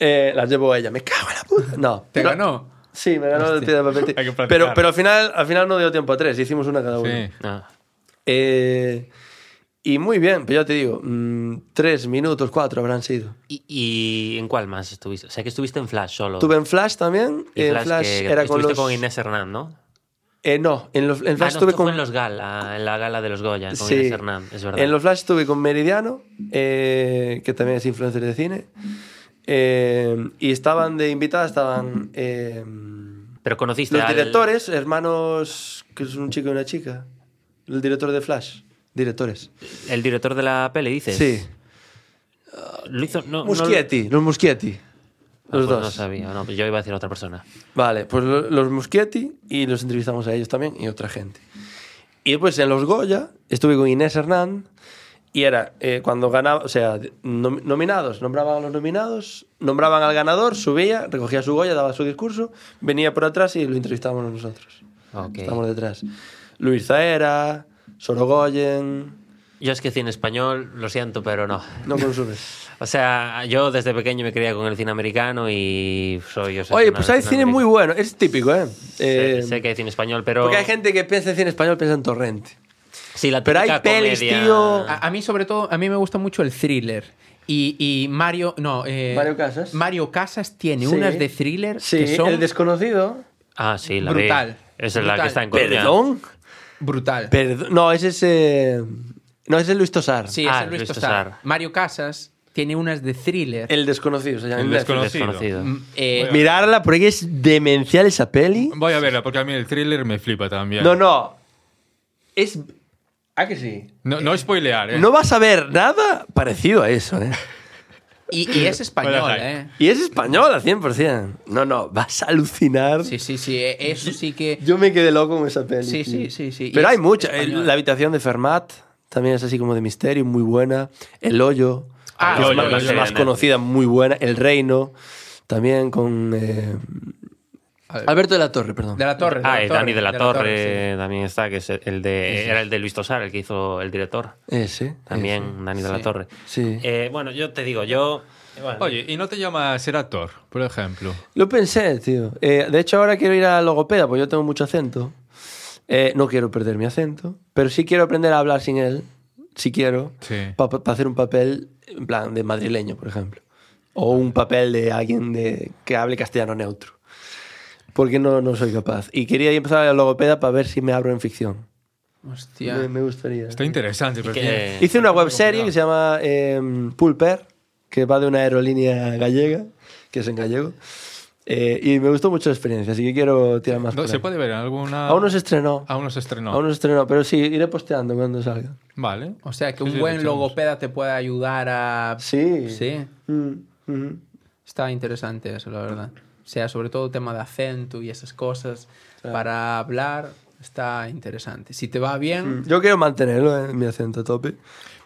[SPEAKER 1] Eh, las llevo a ella, me cago en la puta. No.
[SPEAKER 2] ¿Te
[SPEAKER 1] no-
[SPEAKER 2] ganó?
[SPEAKER 1] Sí, me ganó el piedra, papel.
[SPEAKER 3] Hay que practicar.
[SPEAKER 1] Pero, pero al, final, al final no dio tiempo a tres, hicimos una cada uno.
[SPEAKER 3] Sí.
[SPEAKER 4] Ah.
[SPEAKER 1] Eh, Y muy bien, pero ya te digo, mm, tres minutos, cuatro habrán sido.
[SPEAKER 4] ¿Y, y en cuál más estuviste? O sea, que estuviste en Flash solo.
[SPEAKER 1] Tuve en Flash también.
[SPEAKER 4] Y
[SPEAKER 1] en
[SPEAKER 4] Flash,
[SPEAKER 1] Flash,
[SPEAKER 4] que
[SPEAKER 1] era con
[SPEAKER 4] estuviste
[SPEAKER 1] los.
[SPEAKER 4] con Inés Hernán, ¿no?
[SPEAKER 1] Eh, no, en, los, en
[SPEAKER 4] Ah, no,
[SPEAKER 1] Flash
[SPEAKER 4] esto
[SPEAKER 1] estuve
[SPEAKER 4] fue
[SPEAKER 1] con.
[SPEAKER 4] en los gala, en la gala de los Goya, con
[SPEAKER 1] Sí.
[SPEAKER 4] Inés Hernán, es verdad.
[SPEAKER 1] En los Flash estuve con Meridiano, eh, que también es influencer de cine. eh, y estaban de invitada, estaban. eh,
[SPEAKER 4] Pero conociste
[SPEAKER 1] los
[SPEAKER 4] al-
[SPEAKER 1] directores, hermanos, que es un chico y una chica. El director de Flash. Directores.
[SPEAKER 4] el director de la peli, dices.
[SPEAKER 1] Sí.
[SPEAKER 4] Lo hizo- no, no-
[SPEAKER 1] Muschietti, los Muschietti.
[SPEAKER 4] Ah,
[SPEAKER 1] Los
[SPEAKER 4] pues
[SPEAKER 1] dos.
[SPEAKER 4] No sabía, no, yo iba a decir a otra persona.
[SPEAKER 1] Vale, pues lo- los Muschietti y los entrevistamos a ellos también y otra gente. Y después en los Goya estuve con Inés Hernán y era eh, cuando ganaba, o sea, nom- nominados, nombraban a los nominados, nombraban al ganador, subía, recogía su Goya, daba su discurso, venía por atrás y lo entrevistábamos nosotros.
[SPEAKER 4] Ok.
[SPEAKER 1] Estamos detrás. Luis Zaera, Sorogoyen,
[SPEAKER 4] Yo es que cine español, lo siento, pero no.
[SPEAKER 1] no consumes.
[SPEAKER 4] O sea, yo desde pequeño me creía con el cine americano y soy...
[SPEAKER 1] Oye, pues hay cine muy bueno, es típico, ¿eh? Eh,
[SPEAKER 4] Sé, sé que hay cine español, pero...
[SPEAKER 1] Porque hay gente que piensa en cine español, piensa en Torrente.
[SPEAKER 4] Sí, la
[SPEAKER 1] pero hay
[SPEAKER 4] típica
[SPEAKER 1] pelis,
[SPEAKER 4] comedia-
[SPEAKER 1] tío. ah,
[SPEAKER 2] A, a mí, sobre todo, a mí me gusta mucho el thriller. Y, y Mario, no, eh,
[SPEAKER 1] Mario Casas.
[SPEAKER 2] Mario Casas tiene
[SPEAKER 1] Sí.
[SPEAKER 2] unas de thriller
[SPEAKER 1] Sí,
[SPEAKER 2] que son
[SPEAKER 1] el desconocido.
[SPEAKER 4] Ah, sí, la
[SPEAKER 2] Brutal.
[SPEAKER 4] vi. Esa es la
[SPEAKER 2] Brutal.
[SPEAKER 4] que está en Coruña.
[SPEAKER 1] ¿Perdón?
[SPEAKER 2] brutal.
[SPEAKER 1] Perdón. No, ese es ese. No, ese es Luis Tosar.
[SPEAKER 2] Sí,
[SPEAKER 4] Ah,
[SPEAKER 2] es el Luis
[SPEAKER 4] Luis
[SPEAKER 2] Tosar.
[SPEAKER 4] Tosar.
[SPEAKER 2] Mario Casas tiene unas de thriller.
[SPEAKER 1] El desconocido se llama.
[SPEAKER 3] El
[SPEAKER 1] en Netflix.
[SPEAKER 3] desconocido.
[SPEAKER 4] Desconocido.
[SPEAKER 1] Mm,
[SPEAKER 2] Eh,
[SPEAKER 3] Bueno.
[SPEAKER 1] Mirarla porque es demencial esa peli.
[SPEAKER 3] Voy a verla, porque a mí el thriller me flipa también.
[SPEAKER 1] No, no. Es. ¿A Ah, que sí?
[SPEAKER 3] No, no spoilear, ¿eh?
[SPEAKER 1] No vas a ver nada parecido a eso, ¿eh?
[SPEAKER 2] y, y es español,
[SPEAKER 3] Hola, Jaime.
[SPEAKER 2] ¿eh?
[SPEAKER 1] Y es española, 100%. No, no, vas a alucinar.
[SPEAKER 2] Sí, sí, sí. eh, Eso sí que.
[SPEAKER 1] Yo me quedé loco con esa peli.
[SPEAKER 2] Sí,
[SPEAKER 1] tío.
[SPEAKER 2] sí, sí, sí. Y
[SPEAKER 1] Pero hay
[SPEAKER 2] es
[SPEAKER 1] mucha. El-
[SPEAKER 2] española.
[SPEAKER 1] La habitación de Fermat también es así como de misterio, muy buena. El hoyo.
[SPEAKER 2] Ah,
[SPEAKER 1] que
[SPEAKER 3] El
[SPEAKER 1] es
[SPEAKER 3] Hoyo,
[SPEAKER 1] más,
[SPEAKER 3] El Hoyo
[SPEAKER 1] la más
[SPEAKER 4] de Netflix.
[SPEAKER 1] conocida, muy buena. El reino. También con. eh,
[SPEAKER 2] A ver,
[SPEAKER 1] Alberto de la Torre, perdón.
[SPEAKER 2] De la Torre.
[SPEAKER 4] Ah, y
[SPEAKER 2] Torre,
[SPEAKER 4] Dani de la, Torre,
[SPEAKER 2] sí.
[SPEAKER 4] también está, que es el de, era el de Luis Tosar, el que hizo el director.
[SPEAKER 1] Ese.
[SPEAKER 4] También Dani de la
[SPEAKER 2] Sí.
[SPEAKER 4] Torre.
[SPEAKER 1] Sí.
[SPEAKER 4] Eh, bueno, yo te digo, yo... bueno,
[SPEAKER 3] Oye, ¿y no te llama a ser actor, por ejemplo?
[SPEAKER 1] Lo pensé, tío. Eh, de hecho, ahora quiero ir a logopeda, porque yo tengo mucho acento. Eh, no quiero perder mi acento, pero sí quiero aprender a hablar sin él, si quiero,
[SPEAKER 3] Sí.
[SPEAKER 1] para hacer un papel en plan de madrileño, por ejemplo. O un papel de alguien de, que hable castellano neutro. Porque no, no soy capaz. Y quería empezar a la logopeda para ver si me abro en ficción.
[SPEAKER 2] Hostia.
[SPEAKER 1] Me, me gustaría.
[SPEAKER 3] Está interesante, pero
[SPEAKER 4] que-
[SPEAKER 3] tiene-
[SPEAKER 1] Hice una webserie que se llama eh, Pulper, que va de una aerolínea gallega, que es en gallego. eh, y me gustó mucho la experiencia, así que quiero tirar más.
[SPEAKER 3] No,
[SPEAKER 1] por
[SPEAKER 3] ¿Se
[SPEAKER 1] ahí.
[SPEAKER 3] puede ver en alguna...?
[SPEAKER 1] Aún no se estrenó.
[SPEAKER 3] Aún no se estrenó.
[SPEAKER 1] Aún no se estrenó, pero sí, iré posteando cuando salga.
[SPEAKER 3] Vale.
[SPEAKER 2] O sea, que
[SPEAKER 3] Sí,
[SPEAKER 2] un
[SPEAKER 3] sí, lo
[SPEAKER 2] buen
[SPEAKER 3] echamos.
[SPEAKER 2] logopeda te puede ayudar a.
[SPEAKER 1] Sí.
[SPEAKER 2] Sí.
[SPEAKER 1] Mm, mm.
[SPEAKER 2] Está interesante eso, la verdad. O sea, sobre todo el tema de acento y esas cosas. Para hablar, está interesante. Si te va bien,
[SPEAKER 1] Mm. Yo quiero mantenerlo eh, mi acento a tope,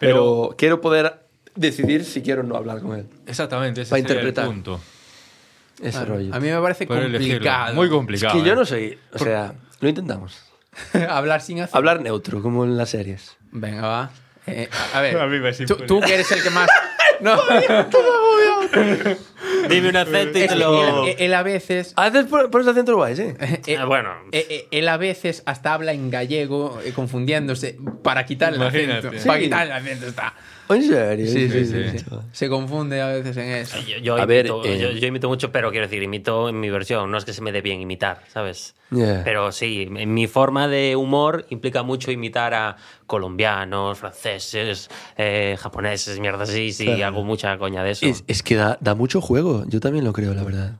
[SPEAKER 1] pero, quiero poder decidir si quiero no hablar con él.
[SPEAKER 3] Exactamente, ese
[SPEAKER 1] Para
[SPEAKER 3] sería
[SPEAKER 1] interpretar.
[SPEAKER 3] el punto.
[SPEAKER 1] Ese
[SPEAKER 2] claro,
[SPEAKER 1] rollo.
[SPEAKER 2] a mí me parece
[SPEAKER 3] Poder elegirlo.
[SPEAKER 2] complicado.
[SPEAKER 3] Muy
[SPEAKER 1] es
[SPEAKER 3] complicado.
[SPEAKER 1] que yo
[SPEAKER 3] ¿eh?
[SPEAKER 1] no soy. O sea, lo intentamos.
[SPEAKER 2] hablar sin acento.
[SPEAKER 1] Hablar neutro, como en las series.
[SPEAKER 2] Venga, va. Eh, a ver,
[SPEAKER 3] A mí me es
[SPEAKER 2] tú, tú que eres el que más... No,
[SPEAKER 4] Dime
[SPEAKER 1] eh,
[SPEAKER 4] un acento y
[SPEAKER 2] es
[SPEAKER 4] te
[SPEAKER 2] que
[SPEAKER 4] lo...
[SPEAKER 2] él, él a veces...
[SPEAKER 1] Haces por, por ese acento guay, sí.
[SPEAKER 2] eh,
[SPEAKER 4] Ah, bueno,
[SPEAKER 2] eh, eh, él a veces hasta habla en gallego, eh, confundiéndose, para quitar el
[SPEAKER 3] Imagínate.
[SPEAKER 2] acento.
[SPEAKER 3] Sí.
[SPEAKER 2] Para quitar el acento está.
[SPEAKER 1] En serio.
[SPEAKER 2] Sí, sí, sí.
[SPEAKER 3] sí.
[SPEAKER 2] sí. Se confunde a veces en eso.
[SPEAKER 4] yo, yo
[SPEAKER 1] A ver,
[SPEAKER 4] imito,
[SPEAKER 1] eh,
[SPEAKER 4] yo, yo imito mucho, pero quiero decir, imito en mi versión. No es que se me dé bien imitar, ¿sabes?
[SPEAKER 1] Yeah.
[SPEAKER 4] Pero sí, en mi forma de humor implica mucho imitar a colombianos, franceses, eh, japoneses, mierda así, sí,
[SPEAKER 1] Claro.
[SPEAKER 4] hago mucha coña de eso.
[SPEAKER 1] Es, es que da, da mucho juego, yo también lo creo, la verdad.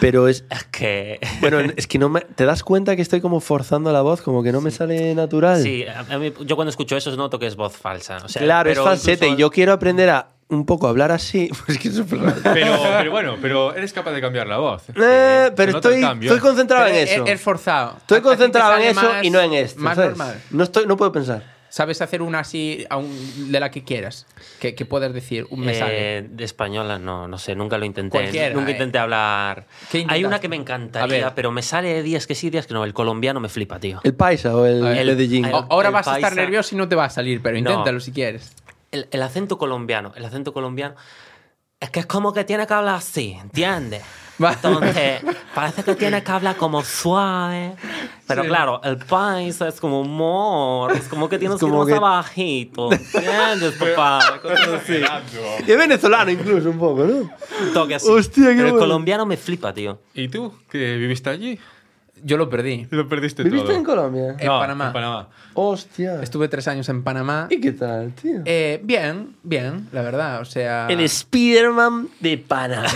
[SPEAKER 1] Pero es...
[SPEAKER 4] Es que...
[SPEAKER 1] Bueno, es que no me... ¿Te das cuenta que estoy como forzando la voz? Como que no me sale natural.
[SPEAKER 4] Sí, a- a mí- yo cuando escucho eso noto que es voz falsa. o sea,
[SPEAKER 1] claro, es
[SPEAKER 4] pero
[SPEAKER 1] falsete.
[SPEAKER 4] incluso-
[SPEAKER 1] Y yo quiero aprender a un poco hablar así. Es que es súper raro.
[SPEAKER 3] Pero, pero bueno, pero eres capaz de cambiar la voz.
[SPEAKER 1] Eh,
[SPEAKER 3] Sí, se
[SPEAKER 1] pero
[SPEAKER 3] nota el
[SPEAKER 1] estoy,
[SPEAKER 3] cambio.
[SPEAKER 1] estoy concentrado
[SPEAKER 2] Pero
[SPEAKER 1] en
[SPEAKER 2] es-
[SPEAKER 1] eso.
[SPEAKER 2] Es forzado. A-
[SPEAKER 1] Estoy
[SPEAKER 2] a ti te
[SPEAKER 1] concentrado en
[SPEAKER 2] sale
[SPEAKER 1] eso
[SPEAKER 2] más-
[SPEAKER 1] y no en esto.
[SPEAKER 2] Más
[SPEAKER 1] ¿sabes?
[SPEAKER 2] normal.
[SPEAKER 1] No, estoy, no puedo pensar.
[SPEAKER 2] Sabes hacer una así, a un- de la que quieras, que, que puedas decir, un me sale.
[SPEAKER 4] Eh, de española no, no sé, nunca lo intenté.
[SPEAKER 2] Cualquiera,
[SPEAKER 4] nunca
[SPEAKER 2] eh.
[SPEAKER 4] intenté hablar.
[SPEAKER 2] ¿Qué
[SPEAKER 4] Hay una
[SPEAKER 2] intentaste?
[SPEAKER 4] que me
[SPEAKER 2] A
[SPEAKER 4] encantaría,
[SPEAKER 2] ver.
[SPEAKER 4] pero me sale días que sí, días que no. El colombiano me flipa, tío.
[SPEAKER 1] El paisa o el,
[SPEAKER 2] A ver,
[SPEAKER 1] el Medellín.
[SPEAKER 4] el-
[SPEAKER 2] O- Ahora
[SPEAKER 4] el
[SPEAKER 2] vas a estar
[SPEAKER 4] paisa-
[SPEAKER 2] nervioso y no te va a salir, pero
[SPEAKER 4] No.
[SPEAKER 2] inténtalo si quieres.
[SPEAKER 4] El, el acento colombiano, el acento colombiano. Es que es como que tiene que hablar así, ¿entiendes?
[SPEAKER 2] Va.
[SPEAKER 4] Entonces, parece que tiene que hablar como suave. Pero claro, el país es como humor. Es como que tienes
[SPEAKER 1] como
[SPEAKER 4] que ir
[SPEAKER 1] que-
[SPEAKER 4] más abajito. ¿Entiendes, papá? Cosas así.
[SPEAKER 1] Y es venezolano incluso un poco, ¿no?
[SPEAKER 4] Un toque así.
[SPEAKER 1] Hostia, qué
[SPEAKER 4] Pero el
[SPEAKER 1] bueno.
[SPEAKER 4] colombiano me flipa, tío.
[SPEAKER 3] ¿Y tú? ¿Que viviste allí?
[SPEAKER 2] Yo lo perdí.
[SPEAKER 3] Lo perdiste
[SPEAKER 1] ¿Viviste
[SPEAKER 3] todo.
[SPEAKER 1] en Colombia?
[SPEAKER 2] Eh, En Panamá.
[SPEAKER 3] En Panamá.
[SPEAKER 1] Hostia.
[SPEAKER 2] Estuve tres años en Panamá.
[SPEAKER 1] ¿Y qué tal, tío?
[SPEAKER 2] Eh, bien, bien, la verdad. O sea.
[SPEAKER 1] El Spider-Man de Panamá.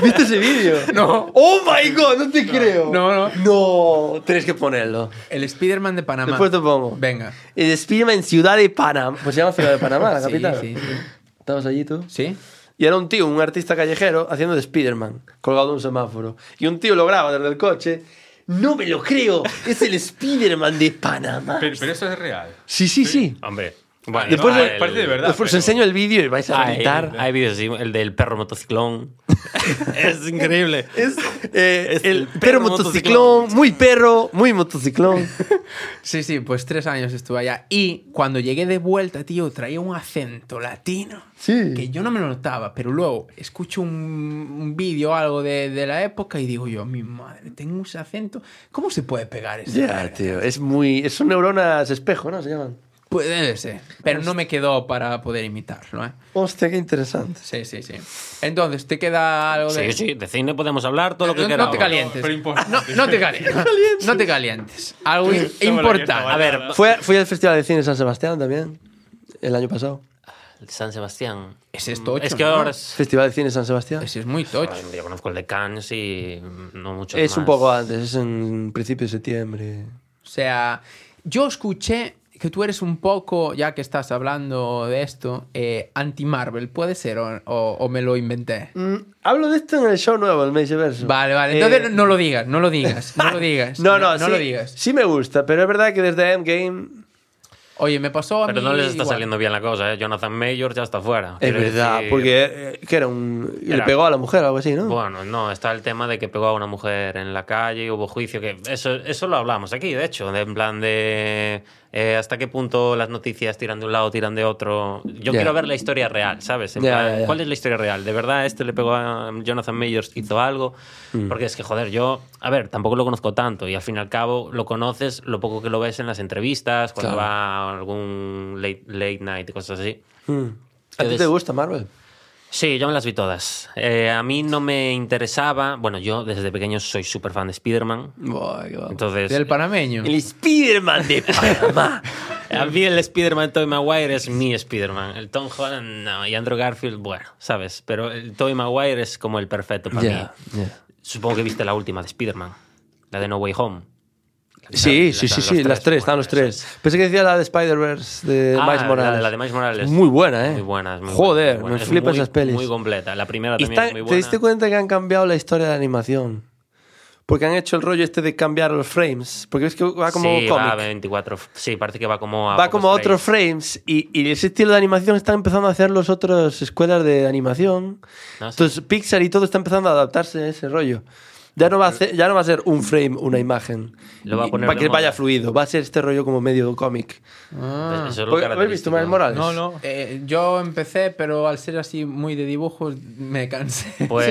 [SPEAKER 1] ¿Viste ese vídeo? No. ¡Oh my god! No te creo.
[SPEAKER 2] No,
[SPEAKER 1] no. No, tienes que ponerlo.
[SPEAKER 2] El Spider-Man de Panamá.
[SPEAKER 1] Después te pongo.
[SPEAKER 2] Venga.
[SPEAKER 1] El Spider-Man Ciudad de Panamá. Pues se llama Ciudad de Panamá, la
[SPEAKER 2] Sí,
[SPEAKER 1] capital.
[SPEAKER 2] sí, sí.
[SPEAKER 1] Estabas allí tú.
[SPEAKER 2] ¿Sí?
[SPEAKER 1] Y era un tío, un artista callejero, haciendo de Spider-Man, colgado de un semáforo. Y un tío lo graba desde el coche. No me lo creo. Es el Spider-Man de Panamá.
[SPEAKER 3] Pero, pero eso es real.
[SPEAKER 1] sí, sí, sí.
[SPEAKER 4] Hombre. Bueno,
[SPEAKER 1] Después
[SPEAKER 4] no,
[SPEAKER 1] de-
[SPEAKER 4] el-
[SPEAKER 3] Parece de verdad.
[SPEAKER 1] Después os
[SPEAKER 3] pero-
[SPEAKER 1] enseño el vídeo y vais a
[SPEAKER 4] Hay,
[SPEAKER 1] gritar.
[SPEAKER 4] hay vídeos, sí, el del perro motociclón. es increíble.
[SPEAKER 1] Es, eh,
[SPEAKER 4] Es
[SPEAKER 1] el,
[SPEAKER 4] el
[SPEAKER 1] perro,
[SPEAKER 4] perro
[SPEAKER 1] motociclón,
[SPEAKER 4] motociclón.
[SPEAKER 1] muy perro, muy motociclón.
[SPEAKER 2] Sí, sí, pues tres años estuve allá. Y cuando llegué de vuelta, tío, traía un acento latino.
[SPEAKER 1] Sí.
[SPEAKER 2] Que yo no me lo notaba, pero luego escucho un, un vídeo o algo de, de la época y digo yo, mi madre, tengo ese acento. ¿Cómo se puede pegar ese?
[SPEAKER 1] Ya, tío, es muy. Son neuronas espejo, ¿no? Se llaman.
[SPEAKER 2] Puede Pues ser. Pero no me quedó para poder imitarlo, ¿eh?
[SPEAKER 1] Hostia, qué interesante.
[SPEAKER 2] Sí, sí, sí. Entonces, ¿te queda algo de...?
[SPEAKER 4] Sí, sí, de cine podemos hablar todo lo
[SPEAKER 2] No,
[SPEAKER 4] que
[SPEAKER 2] no
[SPEAKER 4] queramos.
[SPEAKER 2] te calientes.
[SPEAKER 3] Pero importante.
[SPEAKER 2] No, no te calientes. no te calientes. Algo importante.
[SPEAKER 4] A ver,
[SPEAKER 1] Fui, a- fui al Festival de Cine de San Sebastián también, el año pasado.
[SPEAKER 4] San Sebastián.
[SPEAKER 2] Ese es tocho,
[SPEAKER 4] Es que
[SPEAKER 2] ¿no?
[SPEAKER 4] ahora es...
[SPEAKER 1] Festival de Cine de San Sebastián. Es,
[SPEAKER 2] Ese es muy tocho.
[SPEAKER 4] Yo conozco el de Cannes y no mucho
[SPEAKER 1] un poco antes, es en principio de septiembre.
[SPEAKER 2] O sea, yo escuché que tú eres un poco, ya que estás hablando de esto, eh, anti-Marvel. ¿Puede ser o, o- o me lo inventé?
[SPEAKER 1] Mm, hablo de esto en el show nuevo, el Maze Verso.
[SPEAKER 2] Vale, vale.
[SPEAKER 1] Eh,
[SPEAKER 2] Entonces no lo digas, no lo digas, no lo digas.
[SPEAKER 1] No, no,
[SPEAKER 2] no
[SPEAKER 1] sí,
[SPEAKER 2] lo digas.
[SPEAKER 1] Sí me gusta, pero es verdad que desde Endgame.
[SPEAKER 2] Oye, me pasó a
[SPEAKER 4] Pero
[SPEAKER 2] mí
[SPEAKER 4] no les está
[SPEAKER 2] igual.
[SPEAKER 4] saliendo bien la cosa, ¿eh? Jonathan Mayor ya está fuera.
[SPEAKER 1] Es
[SPEAKER 4] Quiero
[SPEAKER 1] verdad,
[SPEAKER 4] decir,
[SPEAKER 1] porque eh, que era un. Le
[SPEAKER 4] Era-
[SPEAKER 1] pegó a la mujer o algo así, ¿no?
[SPEAKER 4] Bueno, no, está el tema de que pegó a una mujer en la calle y hubo juicio, que eso, eso lo hablamos aquí, de hecho, de- en plan de eh, hasta qué punto las noticias tiran de un lado, tiran de otro.
[SPEAKER 1] Ya.
[SPEAKER 4] Yo quiero ver la historia real, ¿sabes? En
[SPEAKER 1] Ya,
[SPEAKER 4] plan,
[SPEAKER 1] ya, ya.
[SPEAKER 4] ¿Cuál es la historia real? ¿De verdad este le pegó a Jonathan Majors, hizo algo?
[SPEAKER 1] Mm.
[SPEAKER 4] Porque es que, joder, yo, a ver, tampoco lo conozco tanto y al fin y al cabo lo conoces lo poco que lo ves en las entrevistas, cuando
[SPEAKER 1] Claro.
[SPEAKER 4] va a algún late, late night y cosas así.
[SPEAKER 1] Mm. ¿A ti
[SPEAKER 4] Entonces-
[SPEAKER 1] te gusta Marvel?
[SPEAKER 4] Sí, yo me las vi todas. Eh, a mí no me interesaba. Bueno, yo desde pequeño soy súper fan de Spider-Man. Entonces.
[SPEAKER 2] Del panameño.
[SPEAKER 1] El Spider-Man de Panamá.
[SPEAKER 4] A mí el Spider-Man Tobey Maguire es mi Spider-Man. El Tom Holland no. Y Andrew Garfield, bueno, ¿sabes? Pero el Tobey Maguire es como el perfecto para
[SPEAKER 1] Ya,
[SPEAKER 4] mí.
[SPEAKER 1] ya.
[SPEAKER 4] Supongo que viste la última de Spider-Man. La de No Way Home.
[SPEAKER 1] Sí,
[SPEAKER 4] Las-
[SPEAKER 1] sí,
[SPEAKER 4] las-
[SPEAKER 1] sí,
[SPEAKER 4] los
[SPEAKER 1] sí, las tres,
[SPEAKER 4] bueno,
[SPEAKER 1] están los
[SPEAKER 4] eso
[SPEAKER 1] tres. Pensé que decía la de Spider-Verse de
[SPEAKER 4] Ah,
[SPEAKER 1] Miles
[SPEAKER 4] la-
[SPEAKER 1] Morales.
[SPEAKER 4] la de Miles Morales.
[SPEAKER 1] Muy buena, ¿eh?
[SPEAKER 4] Muy buenas. muy
[SPEAKER 1] Joder,
[SPEAKER 4] buena, muy buena.
[SPEAKER 1] me
[SPEAKER 4] Es
[SPEAKER 1] flipan
[SPEAKER 4] muy-
[SPEAKER 1] esas pelis.
[SPEAKER 4] Muy completa. La primera
[SPEAKER 1] Y
[SPEAKER 4] también
[SPEAKER 1] están-
[SPEAKER 4] es muy buena.
[SPEAKER 1] ¿Te diste cuenta que han cambiado la historia de la animación? Porque han hecho el rollo este de cambiar los frames. Porque ves que va como
[SPEAKER 4] sí, va a
[SPEAKER 1] cómic.
[SPEAKER 4] 24. Sí, parece que va como a
[SPEAKER 1] va como a
[SPEAKER 4] pocos
[SPEAKER 1] otros frames y, y ese estilo de animación están empezando a hacer las otras escuelas de animación.
[SPEAKER 4] Ah, sí.
[SPEAKER 1] Entonces Pixar y todo está empezando a adaptarse a ese rollo. Ya no va a ser, ya no va a ser un frame, una imagen.
[SPEAKER 4] Lo va a
[SPEAKER 1] Y-
[SPEAKER 4] poner
[SPEAKER 1] para
[SPEAKER 4] de
[SPEAKER 1] que
[SPEAKER 4] moda.
[SPEAKER 1] vaya fluido. Va a ser este rollo como medio cómic.
[SPEAKER 2] Ah.
[SPEAKER 4] Eso es lo
[SPEAKER 1] ¿Habéis Pues, visto
[SPEAKER 4] característico.
[SPEAKER 1] Miles Morales?
[SPEAKER 3] No, no.
[SPEAKER 2] Eh, yo empecé, pero al ser así muy de dibujos, me cansé.
[SPEAKER 4] Pues-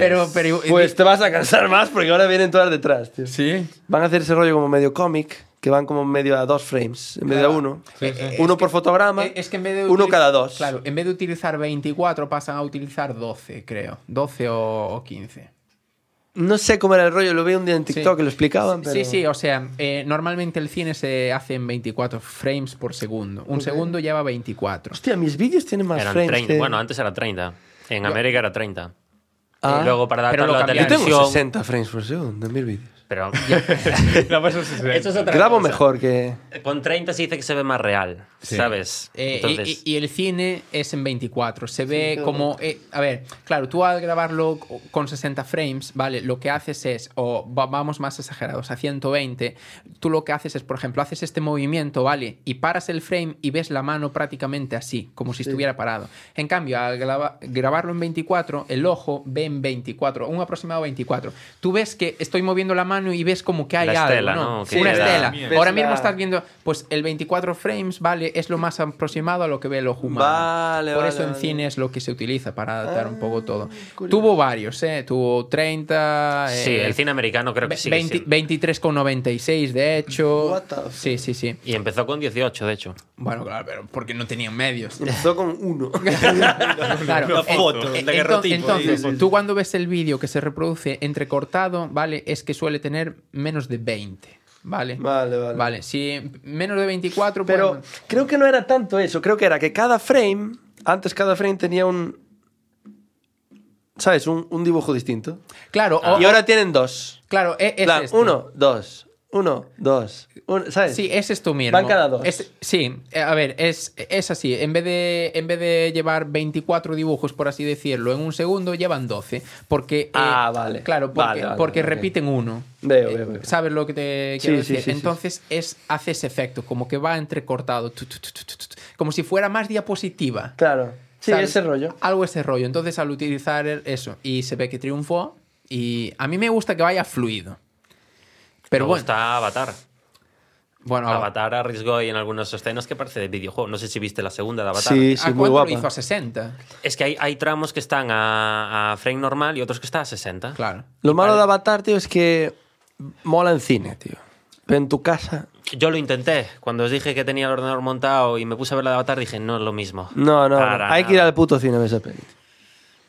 [SPEAKER 2] Pero, pero...
[SPEAKER 1] Pues te vas a cansar más porque ahora vienen todas detrás, tío.
[SPEAKER 2] Sí.
[SPEAKER 1] Van a hacer ese rollo como medio cómic, que van como medio a dos frames, en vez de a uno. eh, uno por fotograma,
[SPEAKER 2] Eh, Es que en vez de
[SPEAKER 1] uno
[SPEAKER 2] utili-
[SPEAKER 1] cada dos.
[SPEAKER 2] Claro, en vez de utilizar 24, pasan a utilizar 12, creo. 12 o, o 15.
[SPEAKER 1] No sé cómo era el rollo, lo vi un día en TikTok que lo explicaban, pero...
[SPEAKER 2] Sí, sí, o sea, eh, normalmente el cine se hace en 24 frames por segundo. Un segundo lleva 24.
[SPEAKER 1] Hostia, mis vídeos tienen más
[SPEAKER 4] Eran
[SPEAKER 1] frames.
[SPEAKER 4] 30.
[SPEAKER 1] que-
[SPEAKER 4] Bueno, antes era 30. En América era 30.
[SPEAKER 1] Ah.
[SPEAKER 4] y luego para
[SPEAKER 2] Pero
[SPEAKER 4] adaptarlo
[SPEAKER 2] lo
[SPEAKER 4] a la
[SPEAKER 2] cambiaron.
[SPEAKER 1] Yo
[SPEAKER 4] televisión.
[SPEAKER 1] tengo 60 frames por segundo en mis vídeos.
[SPEAKER 4] Pero
[SPEAKER 3] La paso 60.
[SPEAKER 4] Eso es otra
[SPEAKER 1] Grabo
[SPEAKER 4] cosa.
[SPEAKER 1] mejor que...
[SPEAKER 4] Con 30 se dice que se ve más real, ¿sabes?
[SPEAKER 2] Eh, y-
[SPEAKER 4] Entonces,
[SPEAKER 2] y, y el cine es en 24. Se ve como. eh, a ver, claro, tú al grabarlo co- con 60 frames, ¿vale? Lo que haces es, o va- vamos más exagerados, a 120. Tú lo que haces es, por ejemplo, haces este movimiento, ¿vale? Y paras el frame y ves la mano prácticamente así, como si estuviera parado. En cambio, al grava- grabarlo en 24, el ojo ve en 24, un aproximado 24. Tú ves que estoy moviendo la mano mano y ves como que hay
[SPEAKER 4] La
[SPEAKER 2] algo,
[SPEAKER 4] estela,
[SPEAKER 2] ¿no?
[SPEAKER 4] ¿no? Que
[SPEAKER 2] Una
[SPEAKER 4] queda-
[SPEAKER 2] estela.
[SPEAKER 1] Ves
[SPEAKER 2] Ahora
[SPEAKER 1] la-
[SPEAKER 2] mismo estás viendo, pues el 24 frames, vale, es lo más aproximado a lo que ve el ojo humano.
[SPEAKER 1] Vale,
[SPEAKER 2] Por
[SPEAKER 1] vale,
[SPEAKER 2] eso en
[SPEAKER 1] vale. Ah,
[SPEAKER 2] cine es lo que se utiliza para adaptar un poco todo.
[SPEAKER 1] curioso.
[SPEAKER 2] Tuvo varios, ¿eh? Tuvo 30...
[SPEAKER 4] Sí,
[SPEAKER 2] eh,
[SPEAKER 4] el cine americano creo que sí.
[SPEAKER 2] 20 23,96 de hecho.
[SPEAKER 1] What the fuck.
[SPEAKER 2] Sí, sí, sí.
[SPEAKER 4] Y empezó con 18, de hecho.
[SPEAKER 2] Bueno, claro, pero porque no tenían medios.
[SPEAKER 1] Empezó con uno.
[SPEAKER 2] Claro,
[SPEAKER 5] Una
[SPEAKER 2] en-
[SPEAKER 5] foto,
[SPEAKER 2] en-
[SPEAKER 5] de guerrotipo.
[SPEAKER 2] Entonces,
[SPEAKER 5] Sí, sí, sí.
[SPEAKER 2] tú cuando ves el vídeo que se reproduce entrecortado, ¿vale? Es que suele tener menos de 20, ¿vale?
[SPEAKER 1] Vale, vale.
[SPEAKER 2] Vale, si menos de 24,
[SPEAKER 1] Pero
[SPEAKER 2] bueno,
[SPEAKER 1] creo que no era tanto eso. Creo que era que cada frame, antes cada frame tenía un. ¿Sabes? Un, un dibujo distinto.
[SPEAKER 2] Claro,
[SPEAKER 4] Ah,
[SPEAKER 2] o-
[SPEAKER 1] Y ahora tienen dos.
[SPEAKER 2] claro, e- es,
[SPEAKER 1] Plan,
[SPEAKER 2] esto.
[SPEAKER 1] uno, dos. Uno, dos. uno, este. ¿Sabes?
[SPEAKER 2] Sí, es esto mismo.
[SPEAKER 1] Van cada dos.
[SPEAKER 2] Es- sí, eh, a ver, es, es así. En vez, de, en vez de llevar 24 dibujos, por así decirlo, en un segundo, llevan 12. Porque. eh,
[SPEAKER 1] Ah, vale.
[SPEAKER 2] Claro, porque,
[SPEAKER 1] Vale, vale,
[SPEAKER 2] porque
[SPEAKER 1] ok.
[SPEAKER 2] repiten uno.
[SPEAKER 1] Veo,
[SPEAKER 2] Eh,
[SPEAKER 1] veo, veo.
[SPEAKER 2] ¿Sabes lo que te
[SPEAKER 1] Sí,
[SPEAKER 2] quiero
[SPEAKER 1] sí,
[SPEAKER 2] decir?
[SPEAKER 1] sí, sí,
[SPEAKER 2] Entonces, es, hace ese efecto, como que va entrecortado. tu, tu, tu, tu, tu, tu, como si fuera más diapositiva.
[SPEAKER 1] Claro. Sí,
[SPEAKER 2] ¿sabes?
[SPEAKER 1] ese rollo.
[SPEAKER 2] Algo ese rollo. Entonces, al utilizar el- eso, y se ve que triunfó. Y a mí me gusta que vaya fluido. Pero
[SPEAKER 4] Luego
[SPEAKER 2] bueno, Ah.
[SPEAKER 4] está Avatar.
[SPEAKER 2] bueno, ahora-
[SPEAKER 4] Avatar arriesgó y en algunos escenas que parece de videojuego. No sé si viste la segunda de Avatar.
[SPEAKER 1] Sí,
[SPEAKER 2] ¿A
[SPEAKER 1] sí, muy
[SPEAKER 2] cuánto
[SPEAKER 1] guapa.
[SPEAKER 2] lo hizo a 60?
[SPEAKER 4] Es que hay, hay tramos que están a, a frame normal y otros que están a 60.
[SPEAKER 2] Claro.
[SPEAKER 1] Lo malo de Avatar, tío, es que mola en cine, tío. Pero en tu casa.
[SPEAKER 4] Yo lo intenté. Cuando os dije que tenía el ordenador montado y me puse a ver la de Avatar, dije, no es lo mismo.
[SPEAKER 1] No, no. no.
[SPEAKER 4] Para
[SPEAKER 1] Hay que ir
[SPEAKER 4] nada.
[SPEAKER 1] al puto cine a ver esa peli.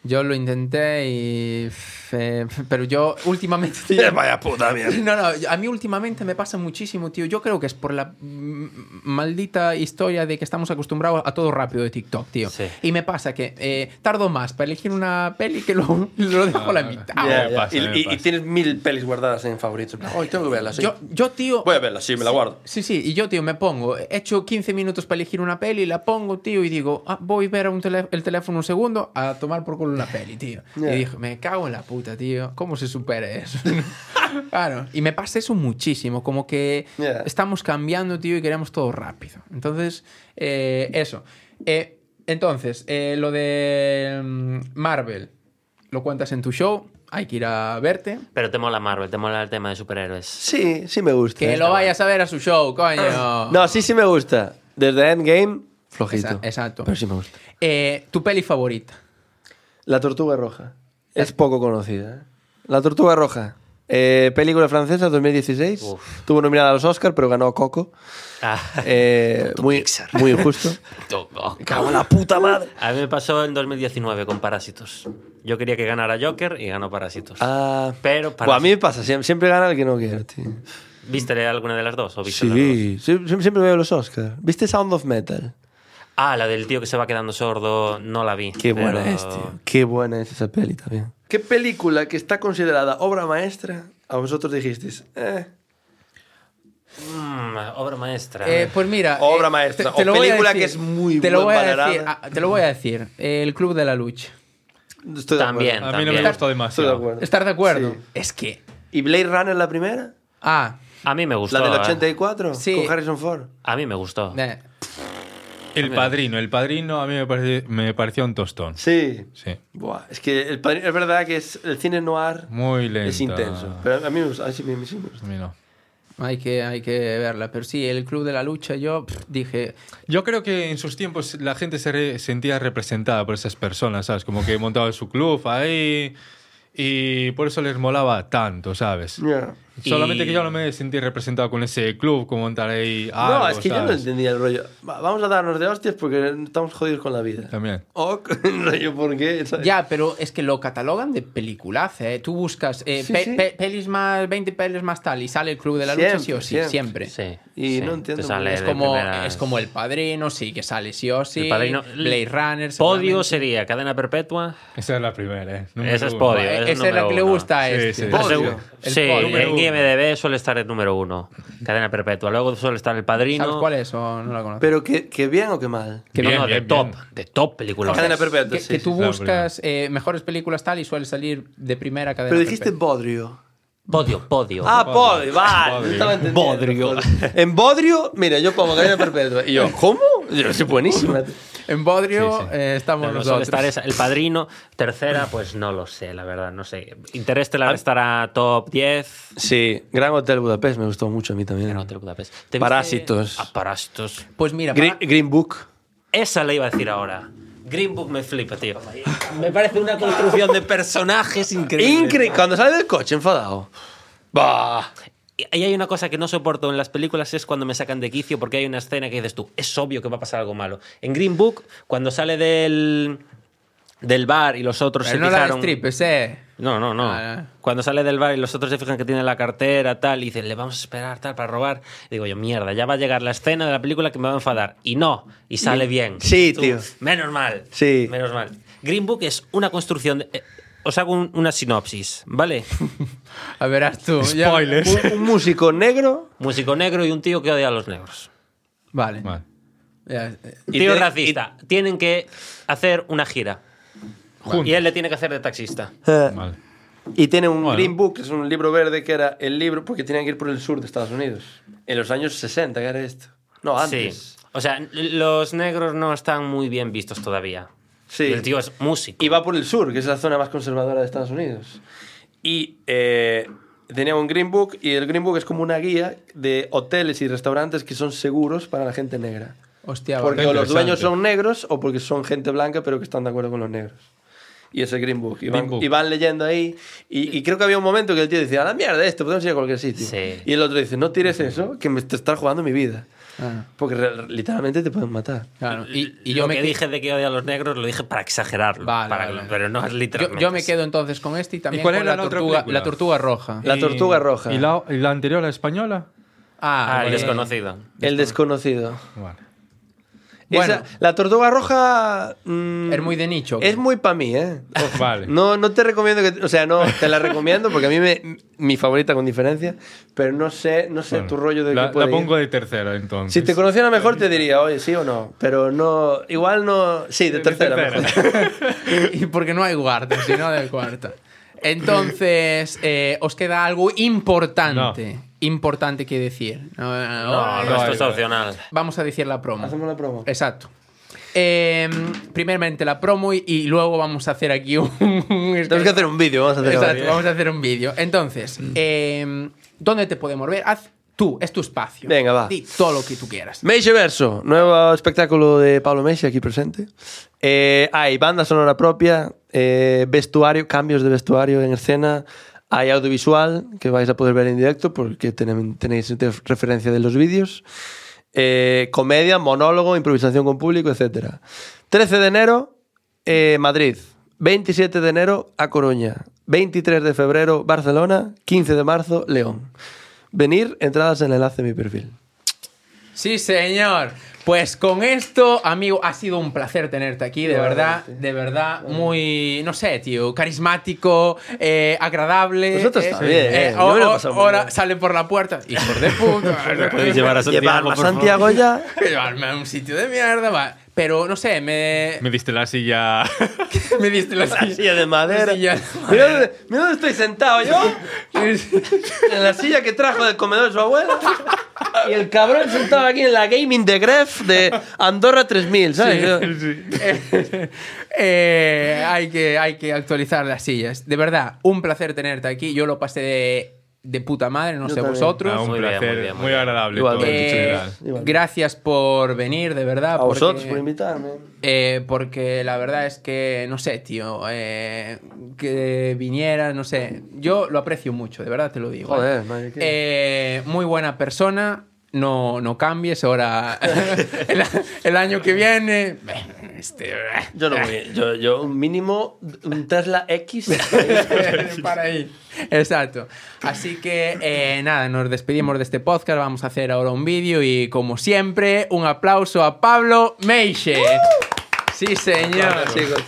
[SPEAKER 2] Yo lo intenté y... f- eh, pero yo últimamente...
[SPEAKER 1] vaya puta
[SPEAKER 2] No, no, yo- a mí últimamente me pasa muchísimo, tío. Yo creo que es por la mm, maldita historia de que estamos acostumbrados a todo rápido de TikTok, tío.
[SPEAKER 4] Sí.
[SPEAKER 2] Y me pasa que eh, tardo más para elegir una peli que lo, lo dejo a la
[SPEAKER 3] Ah,
[SPEAKER 2] mitad.
[SPEAKER 3] ya, ya. pasa,
[SPEAKER 1] Y,
[SPEAKER 3] me
[SPEAKER 1] y- y
[SPEAKER 3] pasa.
[SPEAKER 1] tienes mil pelis guardadas en favoritos. Hoy tengo que verlas. sí.
[SPEAKER 2] Yo, yo, tío...
[SPEAKER 1] Voy a verlas, sí, me la guardo.
[SPEAKER 2] Sí, sí, y yo, tío, me pongo, he hecho 15 minutos para elegir una peli, la pongo, tío, y digo, ah, voy a ver un telé- el teléfono un segundo a tomar por culo una peli, tío.
[SPEAKER 1] Ya.
[SPEAKER 2] Y dije, me cago en la puta, tío, ¿cómo se supera eso? claro, y me pasa eso muchísimo, como que
[SPEAKER 1] Ya.
[SPEAKER 2] estamos cambiando, tío, y queremos todo rápido. Entonces, eh, eso. Eh, entonces, eh, lo de mm, Marvel, lo cuentas en tu show, hay que ir a verte.
[SPEAKER 4] Pero te mola Marvel, te mola el tema de superhéroes.
[SPEAKER 1] Sí, sí me gusta.
[SPEAKER 2] Que lo vayas a ver a su show, coño.
[SPEAKER 1] No, sí, sí me gusta. Desde Endgame, flojito.
[SPEAKER 2] Esa- exacto.
[SPEAKER 1] Pero sí me gusta.
[SPEAKER 2] Eh, tu peli favorita.
[SPEAKER 1] La Tortuga Roja. Es poco conocida. ¿eh? La Tortuga Roja. eh, película francesa 2016.
[SPEAKER 4] Uf.
[SPEAKER 1] Tuvo nominada a los Oscar, pero ganó Coco.
[SPEAKER 4] Ah,
[SPEAKER 1] Eh, muy, muy injusto.
[SPEAKER 4] toco.
[SPEAKER 1] Cago en la puta madre.
[SPEAKER 4] A mí me pasó en 2019 con Parásitos. Yo quería que ganara Joker y ganó Parásitos.
[SPEAKER 1] Ah,
[SPEAKER 4] Pero
[SPEAKER 1] bueno, a mí
[SPEAKER 4] Parásitos.
[SPEAKER 1] me pasa, siem- siempre gana el que no quiere, tío.
[SPEAKER 4] ¿Viste alguna de las dos? ¿O viste las dos?
[SPEAKER 1] Sí, siempre, siempre veo los Oscar. ¿Viste Sound of Metal?
[SPEAKER 4] Ah, la del tío que se va quedando sordo, no la vi.
[SPEAKER 1] Qué buena
[SPEAKER 4] pero-
[SPEAKER 1] es, tío. Qué buena es esa peli también. ¿Qué película que está considerada obra maestra a vosotros dijisteis? Eh,
[SPEAKER 4] Mm, obra maestra.
[SPEAKER 2] Eh, pues mira.
[SPEAKER 1] Obra
[SPEAKER 2] eh,
[SPEAKER 1] maestra, o
[SPEAKER 2] lo voy a
[SPEAKER 1] película que es muy
[SPEAKER 2] te lo voy
[SPEAKER 1] buen
[SPEAKER 2] a decir,
[SPEAKER 1] valorada.
[SPEAKER 2] ah, Te lo voy a decir. eh, el Club de la Lucha.
[SPEAKER 1] estoy de
[SPEAKER 4] También.
[SPEAKER 1] acuerdo.
[SPEAKER 3] A mí no me
[SPEAKER 4] También.
[SPEAKER 3] gustó
[SPEAKER 1] Estoy de
[SPEAKER 3] demasiado.
[SPEAKER 1] acuerdo.
[SPEAKER 2] ¿Estás de acuerdo?
[SPEAKER 1] Sí.
[SPEAKER 2] Es que.
[SPEAKER 1] ¿Y Blade Runner la primera?
[SPEAKER 2] Ah,
[SPEAKER 4] a mí me gustó.
[SPEAKER 1] ¿La del
[SPEAKER 4] eh.
[SPEAKER 1] 84?
[SPEAKER 2] Sí.
[SPEAKER 1] Con Harrison Ford.
[SPEAKER 4] A mí me gustó.
[SPEAKER 2] eh,
[SPEAKER 3] El padrino, el padrino a mí me, parece- me parecía un tostón.
[SPEAKER 1] Sí.
[SPEAKER 3] Sí.
[SPEAKER 1] Buah, es que el padrino- es verdad que es, el cine noir
[SPEAKER 3] Muy lento.
[SPEAKER 1] es intenso. Pero a mí me gusta. a mí sí me- sí me gusta.
[SPEAKER 3] A mí no.
[SPEAKER 2] hay, que, hay que verla. Pero sí, el Club de la Lucha, yo pff, dije.
[SPEAKER 3] Yo creo que en sus tiempos la gente se re- sentía representada por esas personas, ¿sabes? Como que montaban su club ahí y por eso les molaba tanto, ¿sabes?
[SPEAKER 1] Ya.
[SPEAKER 4] Y-
[SPEAKER 3] Solamente que yo no me sentí representado con ese club, como montar ahí algo,
[SPEAKER 1] no, es que yo no
[SPEAKER 3] ¿sabes?
[SPEAKER 1] entendía el rollo. Va- Vamos a darnos de hostias porque estamos jodidos con la vida.
[SPEAKER 3] También.
[SPEAKER 1] O rollo, ¿por qué? ¿Sabes?
[SPEAKER 2] Ya, pero es que lo catalogan de peliculaza, ¿eh? Tú buscas eh,
[SPEAKER 1] Sí,
[SPEAKER 2] pe-
[SPEAKER 1] sí.
[SPEAKER 2] pe- pelis más, 20 pelis más tal y sale el Club de la Lucha, sí o sí,
[SPEAKER 1] Siempre,
[SPEAKER 2] siempre.
[SPEAKER 4] Sí.
[SPEAKER 1] Y
[SPEAKER 4] sí,
[SPEAKER 1] no entiendo muy
[SPEAKER 4] te sale
[SPEAKER 1] bien.
[SPEAKER 2] Es
[SPEAKER 4] de
[SPEAKER 2] como,
[SPEAKER 4] primeras.
[SPEAKER 2] es como El Padrino, sí, que sale sí o sí.
[SPEAKER 4] El Padrino-
[SPEAKER 2] Blade Runner.
[SPEAKER 4] Podio
[SPEAKER 2] seguramente.
[SPEAKER 4] sería Cadena Perpetua.
[SPEAKER 3] Esa es la primera, ¿eh?
[SPEAKER 4] Esa es
[SPEAKER 3] uno.
[SPEAKER 4] podio.
[SPEAKER 2] Eh,
[SPEAKER 4] es
[SPEAKER 2] Esa es la
[SPEAKER 4] número
[SPEAKER 2] que le
[SPEAKER 4] uno.
[SPEAKER 2] gusta a
[SPEAKER 3] Sí,
[SPEAKER 2] este.
[SPEAKER 3] sí.
[SPEAKER 2] El
[SPEAKER 4] La
[SPEAKER 1] Podio.
[SPEAKER 2] podio.
[SPEAKER 4] segu- Sí,
[SPEAKER 3] Número
[SPEAKER 4] en
[SPEAKER 3] uno.
[SPEAKER 4] IMDB suele estar el número uno. Cadena Perpetua. Luego suele estar El Padrino.
[SPEAKER 2] ¿Sabes cuál es? O no la conozco.
[SPEAKER 1] Pero que, que bien o que mal.
[SPEAKER 4] Que
[SPEAKER 3] Bien,
[SPEAKER 4] no, no, de
[SPEAKER 3] bien,
[SPEAKER 4] top.
[SPEAKER 3] bien.
[SPEAKER 4] De top película.
[SPEAKER 1] Cadena perpetua.
[SPEAKER 2] que,
[SPEAKER 1] sí,
[SPEAKER 2] que
[SPEAKER 1] sí,
[SPEAKER 2] tú
[SPEAKER 1] sí.
[SPEAKER 3] la
[SPEAKER 2] buscas eh, mejores películas tal y suele salir de primera cadena.
[SPEAKER 1] Pero dijiste
[SPEAKER 2] perpetua.
[SPEAKER 1] bodrio.
[SPEAKER 4] Podio, podio.
[SPEAKER 1] Ah, podrio,
[SPEAKER 3] Bodrio.
[SPEAKER 1] vale.
[SPEAKER 3] Bodrio.
[SPEAKER 1] no estaba entendiendo. En bodrio, mira, yo pongo cadena perpetua. Y yo, ¿cómo? Yo, es buenísima.
[SPEAKER 2] En Bodrio
[SPEAKER 3] Sí, sí.
[SPEAKER 2] eh, estamos
[SPEAKER 4] Pero no suele
[SPEAKER 2] nosotros.
[SPEAKER 4] estar esa. El padrino, tercera, pues no lo sé, la verdad, no sé. Interestelar estará top 10.
[SPEAKER 1] Sí, Gran Hotel Budapest me gustó mucho a mí también.
[SPEAKER 4] Gran Hotel Budapest. ¿Te viste-
[SPEAKER 1] Parásitos.
[SPEAKER 4] Ah, parásitos.
[SPEAKER 2] Pues mira,
[SPEAKER 1] Green,
[SPEAKER 2] para-
[SPEAKER 1] Green Book.
[SPEAKER 4] Esa la iba a decir ahora. Green Book me flipa, tío. Me parece una construcción de personajes increíble.
[SPEAKER 1] Increíble. Cuando sale del coche enfadado. Bah.
[SPEAKER 4] Y ahí hay una cosa que no soporto en las películas es cuando me sacan de quicio porque hay una escena que dices tú, es obvio que va a pasar algo malo. En Green Book, cuando sale del, del bar y los otros
[SPEAKER 2] pero
[SPEAKER 4] se
[SPEAKER 2] no la
[SPEAKER 4] fijaron...
[SPEAKER 2] strippers, eh.
[SPEAKER 4] No, no, no.
[SPEAKER 2] Ah, no.
[SPEAKER 4] Cuando sale del bar y los otros se fijan que tiene la cartera, tal, y dicen, le vamos a esperar, tal, para robar. Y digo yo, mierda, ya va a llegar la escena de la película que me va a enfadar. Y no, y sale bien.
[SPEAKER 1] Sí,
[SPEAKER 4] Tú,
[SPEAKER 1] tío.
[SPEAKER 4] Menos mal.
[SPEAKER 1] Sí.
[SPEAKER 4] Menos mal. Green Book es una construcción. de- eh, os hago un- una sinopsis, ¿vale?
[SPEAKER 2] A verás tú. ya-
[SPEAKER 3] Spoilers.
[SPEAKER 1] Un, un músico negro.
[SPEAKER 4] Músico negro y un tío que odia a los negros.
[SPEAKER 2] Vale.
[SPEAKER 3] Vale.
[SPEAKER 2] Ya, eh,
[SPEAKER 1] Y
[SPEAKER 4] tío
[SPEAKER 1] tiene-
[SPEAKER 4] racista. Tienen que hacer una gira. Y él le tiene que hacer de taxista.
[SPEAKER 1] Eh,
[SPEAKER 3] Vale.
[SPEAKER 1] Y tiene un
[SPEAKER 3] Bueno.
[SPEAKER 1] Green Book, que es un libro verde que era el libro, porque tenían que ir por el sur de Estados Unidos. En los años 60, que era esto. No, antes.
[SPEAKER 4] Sí. O sea, los negros no están muy bien vistos todavía.
[SPEAKER 1] Sí.
[SPEAKER 4] Y El tío es músico.
[SPEAKER 1] Y va por el sur, que es la zona más conservadora de Estados Unidos. Y eh, tenía un Green Book, y el Green Book es como una guía de hoteles y restaurantes que son seguros para la gente negra.
[SPEAKER 2] Hostia, vale.
[SPEAKER 1] Porque o los
[SPEAKER 3] interesante.
[SPEAKER 1] dueños son negros o porque son gente blanca pero que están de acuerdo con los negros. Y ese Green Book. Y van,
[SPEAKER 3] Green Book.
[SPEAKER 1] y van leyendo ahí. Y, y creo que había un momento que el tío decía, a la mierda esto, podemos ir a cualquier sitio.
[SPEAKER 4] Sí.
[SPEAKER 1] Y el otro dice, no tires eso, que me te estás jugando mi vida.
[SPEAKER 2] Ah,
[SPEAKER 1] Porque re- literalmente te pueden matar.
[SPEAKER 2] claro. Y, y
[SPEAKER 4] yo
[SPEAKER 2] yo
[SPEAKER 4] lo
[SPEAKER 2] me
[SPEAKER 4] que
[SPEAKER 2] que-
[SPEAKER 4] dije de que odia a los negros lo dije para exagerarlo.
[SPEAKER 2] Vale,
[SPEAKER 4] para-
[SPEAKER 2] vale.
[SPEAKER 4] Pero no es
[SPEAKER 2] yo,
[SPEAKER 4] literalmente.
[SPEAKER 2] yo me quedo entonces con este y también
[SPEAKER 3] cuál
[SPEAKER 2] con
[SPEAKER 3] era
[SPEAKER 2] la,
[SPEAKER 3] la otra
[SPEAKER 2] tortuga,
[SPEAKER 3] película?
[SPEAKER 2] la tortuga roja.
[SPEAKER 1] La tortuga roja.
[SPEAKER 3] ¿Y la, y la anterior, la española?
[SPEAKER 2] Ah,
[SPEAKER 4] Ah, el
[SPEAKER 2] bueno.
[SPEAKER 4] desconocido.
[SPEAKER 1] El desconocido.
[SPEAKER 3] Vale.
[SPEAKER 2] Bueno.
[SPEAKER 1] Esa- la tortuga roja... mm,
[SPEAKER 2] Es muy de nicho.
[SPEAKER 1] Es muy para mí, ¿eh?
[SPEAKER 3] Vale.
[SPEAKER 1] No, no te recomiendo que. O sea, no, te la recomiendo porque a mí me. Mi favorita con diferencia. Pero no sé, no sé
[SPEAKER 3] Bueno,
[SPEAKER 1] tu rollo de
[SPEAKER 3] la,
[SPEAKER 1] que puede
[SPEAKER 3] la
[SPEAKER 1] ir.
[SPEAKER 3] pongo de tercera, entonces.
[SPEAKER 1] Si te conociera mejor te diría, oye, sí o no. Pero no. Igual no. Sí, de
[SPEAKER 3] De
[SPEAKER 1] tercera.
[SPEAKER 3] tercera.
[SPEAKER 1] mejor.
[SPEAKER 2] y porque no hay guarda, sino de cuarta. Entonces, eh, os queda algo importante. Importante que decir. No, no, no.
[SPEAKER 4] No,
[SPEAKER 3] no,
[SPEAKER 4] no, esto
[SPEAKER 3] no.
[SPEAKER 4] es opcional.
[SPEAKER 2] Vamos a decir la promo.
[SPEAKER 1] Hacemos la promo.
[SPEAKER 2] Exacto. Eh, primeramente la promo y, y luego vamos a hacer aquí un... este,
[SPEAKER 1] Tenemos que hacer Mm. un vídeo, vamos a hacer
[SPEAKER 2] Exacto,
[SPEAKER 1] ahora.
[SPEAKER 2] vamos a hacer un vídeo. Entonces, eh, ¿dónde te podemos ver? Haz tú, es tu espacio.
[SPEAKER 1] Venga, va.
[SPEAKER 2] Di todo lo que tú quieras.
[SPEAKER 1] Meixe Verso, nuevo espectáculo de Pablo Meixe aquí presente. Eh, hay banda sonora propia, eh, vestuario, cambios de vestuario en escena, hay audiovisual que vais a poder ver en directo porque tenem- tenéis ref- referencia de los vídeos, eh, comedia, monólogo, improvisación con público, etc. 13 de enero, eh, Madrid. 27 de enero, A Coruña. 23 de febrero, Barcelona. 15 de marzo, León. Venir, entradas en el enlace de mi perfil.
[SPEAKER 2] Sí, señor. Pues con esto, amigo, ha sido un placer tenerte aquí, de verdad, de verdad, muy, no sé, tío, carismático, eh, agradable.
[SPEAKER 1] Vosotros
[SPEAKER 2] eh,
[SPEAKER 1] también, eh, yo
[SPEAKER 2] o-
[SPEAKER 1] me lo he
[SPEAKER 2] o-
[SPEAKER 1] pasado muy
[SPEAKER 2] ahora
[SPEAKER 1] bien.
[SPEAKER 2] sale por la puerta, hijo de puta.
[SPEAKER 4] Podéis llevar a Santiago.
[SPEAKER 1] Llevarme a
[SPEAKER 4] por favor.
[SPEAKER 1] Santiago ya.
[SPEAKER 2] Llevarme a un sitio de mierda, va. Pero no sé, me,
[SPEAKER 3] Me diste la silla.
[SPEAKER 2] me diste la silla.
[SPEAKER 1] silla de madera.
[SPEAKER 2] Silla de
[SPEAKER 1] Mira dónde, mira dónde estoy sentado yo. En la silla que trajo del comedor de su abuela. Y el cabrón sentado aquí en la Gaming de Gref de Andorra 3000, ¿sabes? Yo-
[SPEAKER 2] Eh, eh, hay, que, hay que actualizar las sillas. De verdad, un placer tenerte aquí. Yo lo pasé de, de puta madre, no
[SPEAKER 1] Yo
[SPEAKER 2] sé
[SPEAKER 1] también.
[SPEAKER 2] vosotros.
[SPEAKER 3] Ah, un
[SPEAKER 4] Muy bien,
[SPEAKER 3] placer,
[SPEAKER 4] muy bien, muy
[SPEAKER 3] muy
[SPEAKER 4] bien.
[SPEAKER 3] agradable. todo,
[SPEAKER 1] Igualmente,
[SPEAKER 3] en
[SPEAKER 2] Eh,
[SPEAKER 3] general.
[SPEAKER 1] Igualmente.
[SPEAKER 2] gracias por venir, de verdad.
[SPEAKER 1] A vosotros
[SPEAKER 2] Ah, porque-
[SPEAKER 1] por invitarme.
[SPEAKER 2] eh, porque la verdad es que, no sé, tío, eh, que vinieras, no sé. Yo lo aprecio mucho, de verdad te lo digo.
[SPEAKER 1] Joder,
[SPEAKER 2] eh.
[SPEAKER 1] madre, qué-
[SPEAKER 2] Eh, muy buena persona, no, no cambies ahora. el, el año que viene. Este,
[SPEAKER 1] Yo no voy. Yo, yo un mínimo un Tesla X.
[SPEAKER 2] para ahí. Exacto. Así que eh, nada, nos despedimos de este podcast. Vamos a hacer ahora un vídeo y como ¡Uh! siempre, un aplauso a Pablo Meixe. Sí, señor.
[SPEAKER 1] Chicos.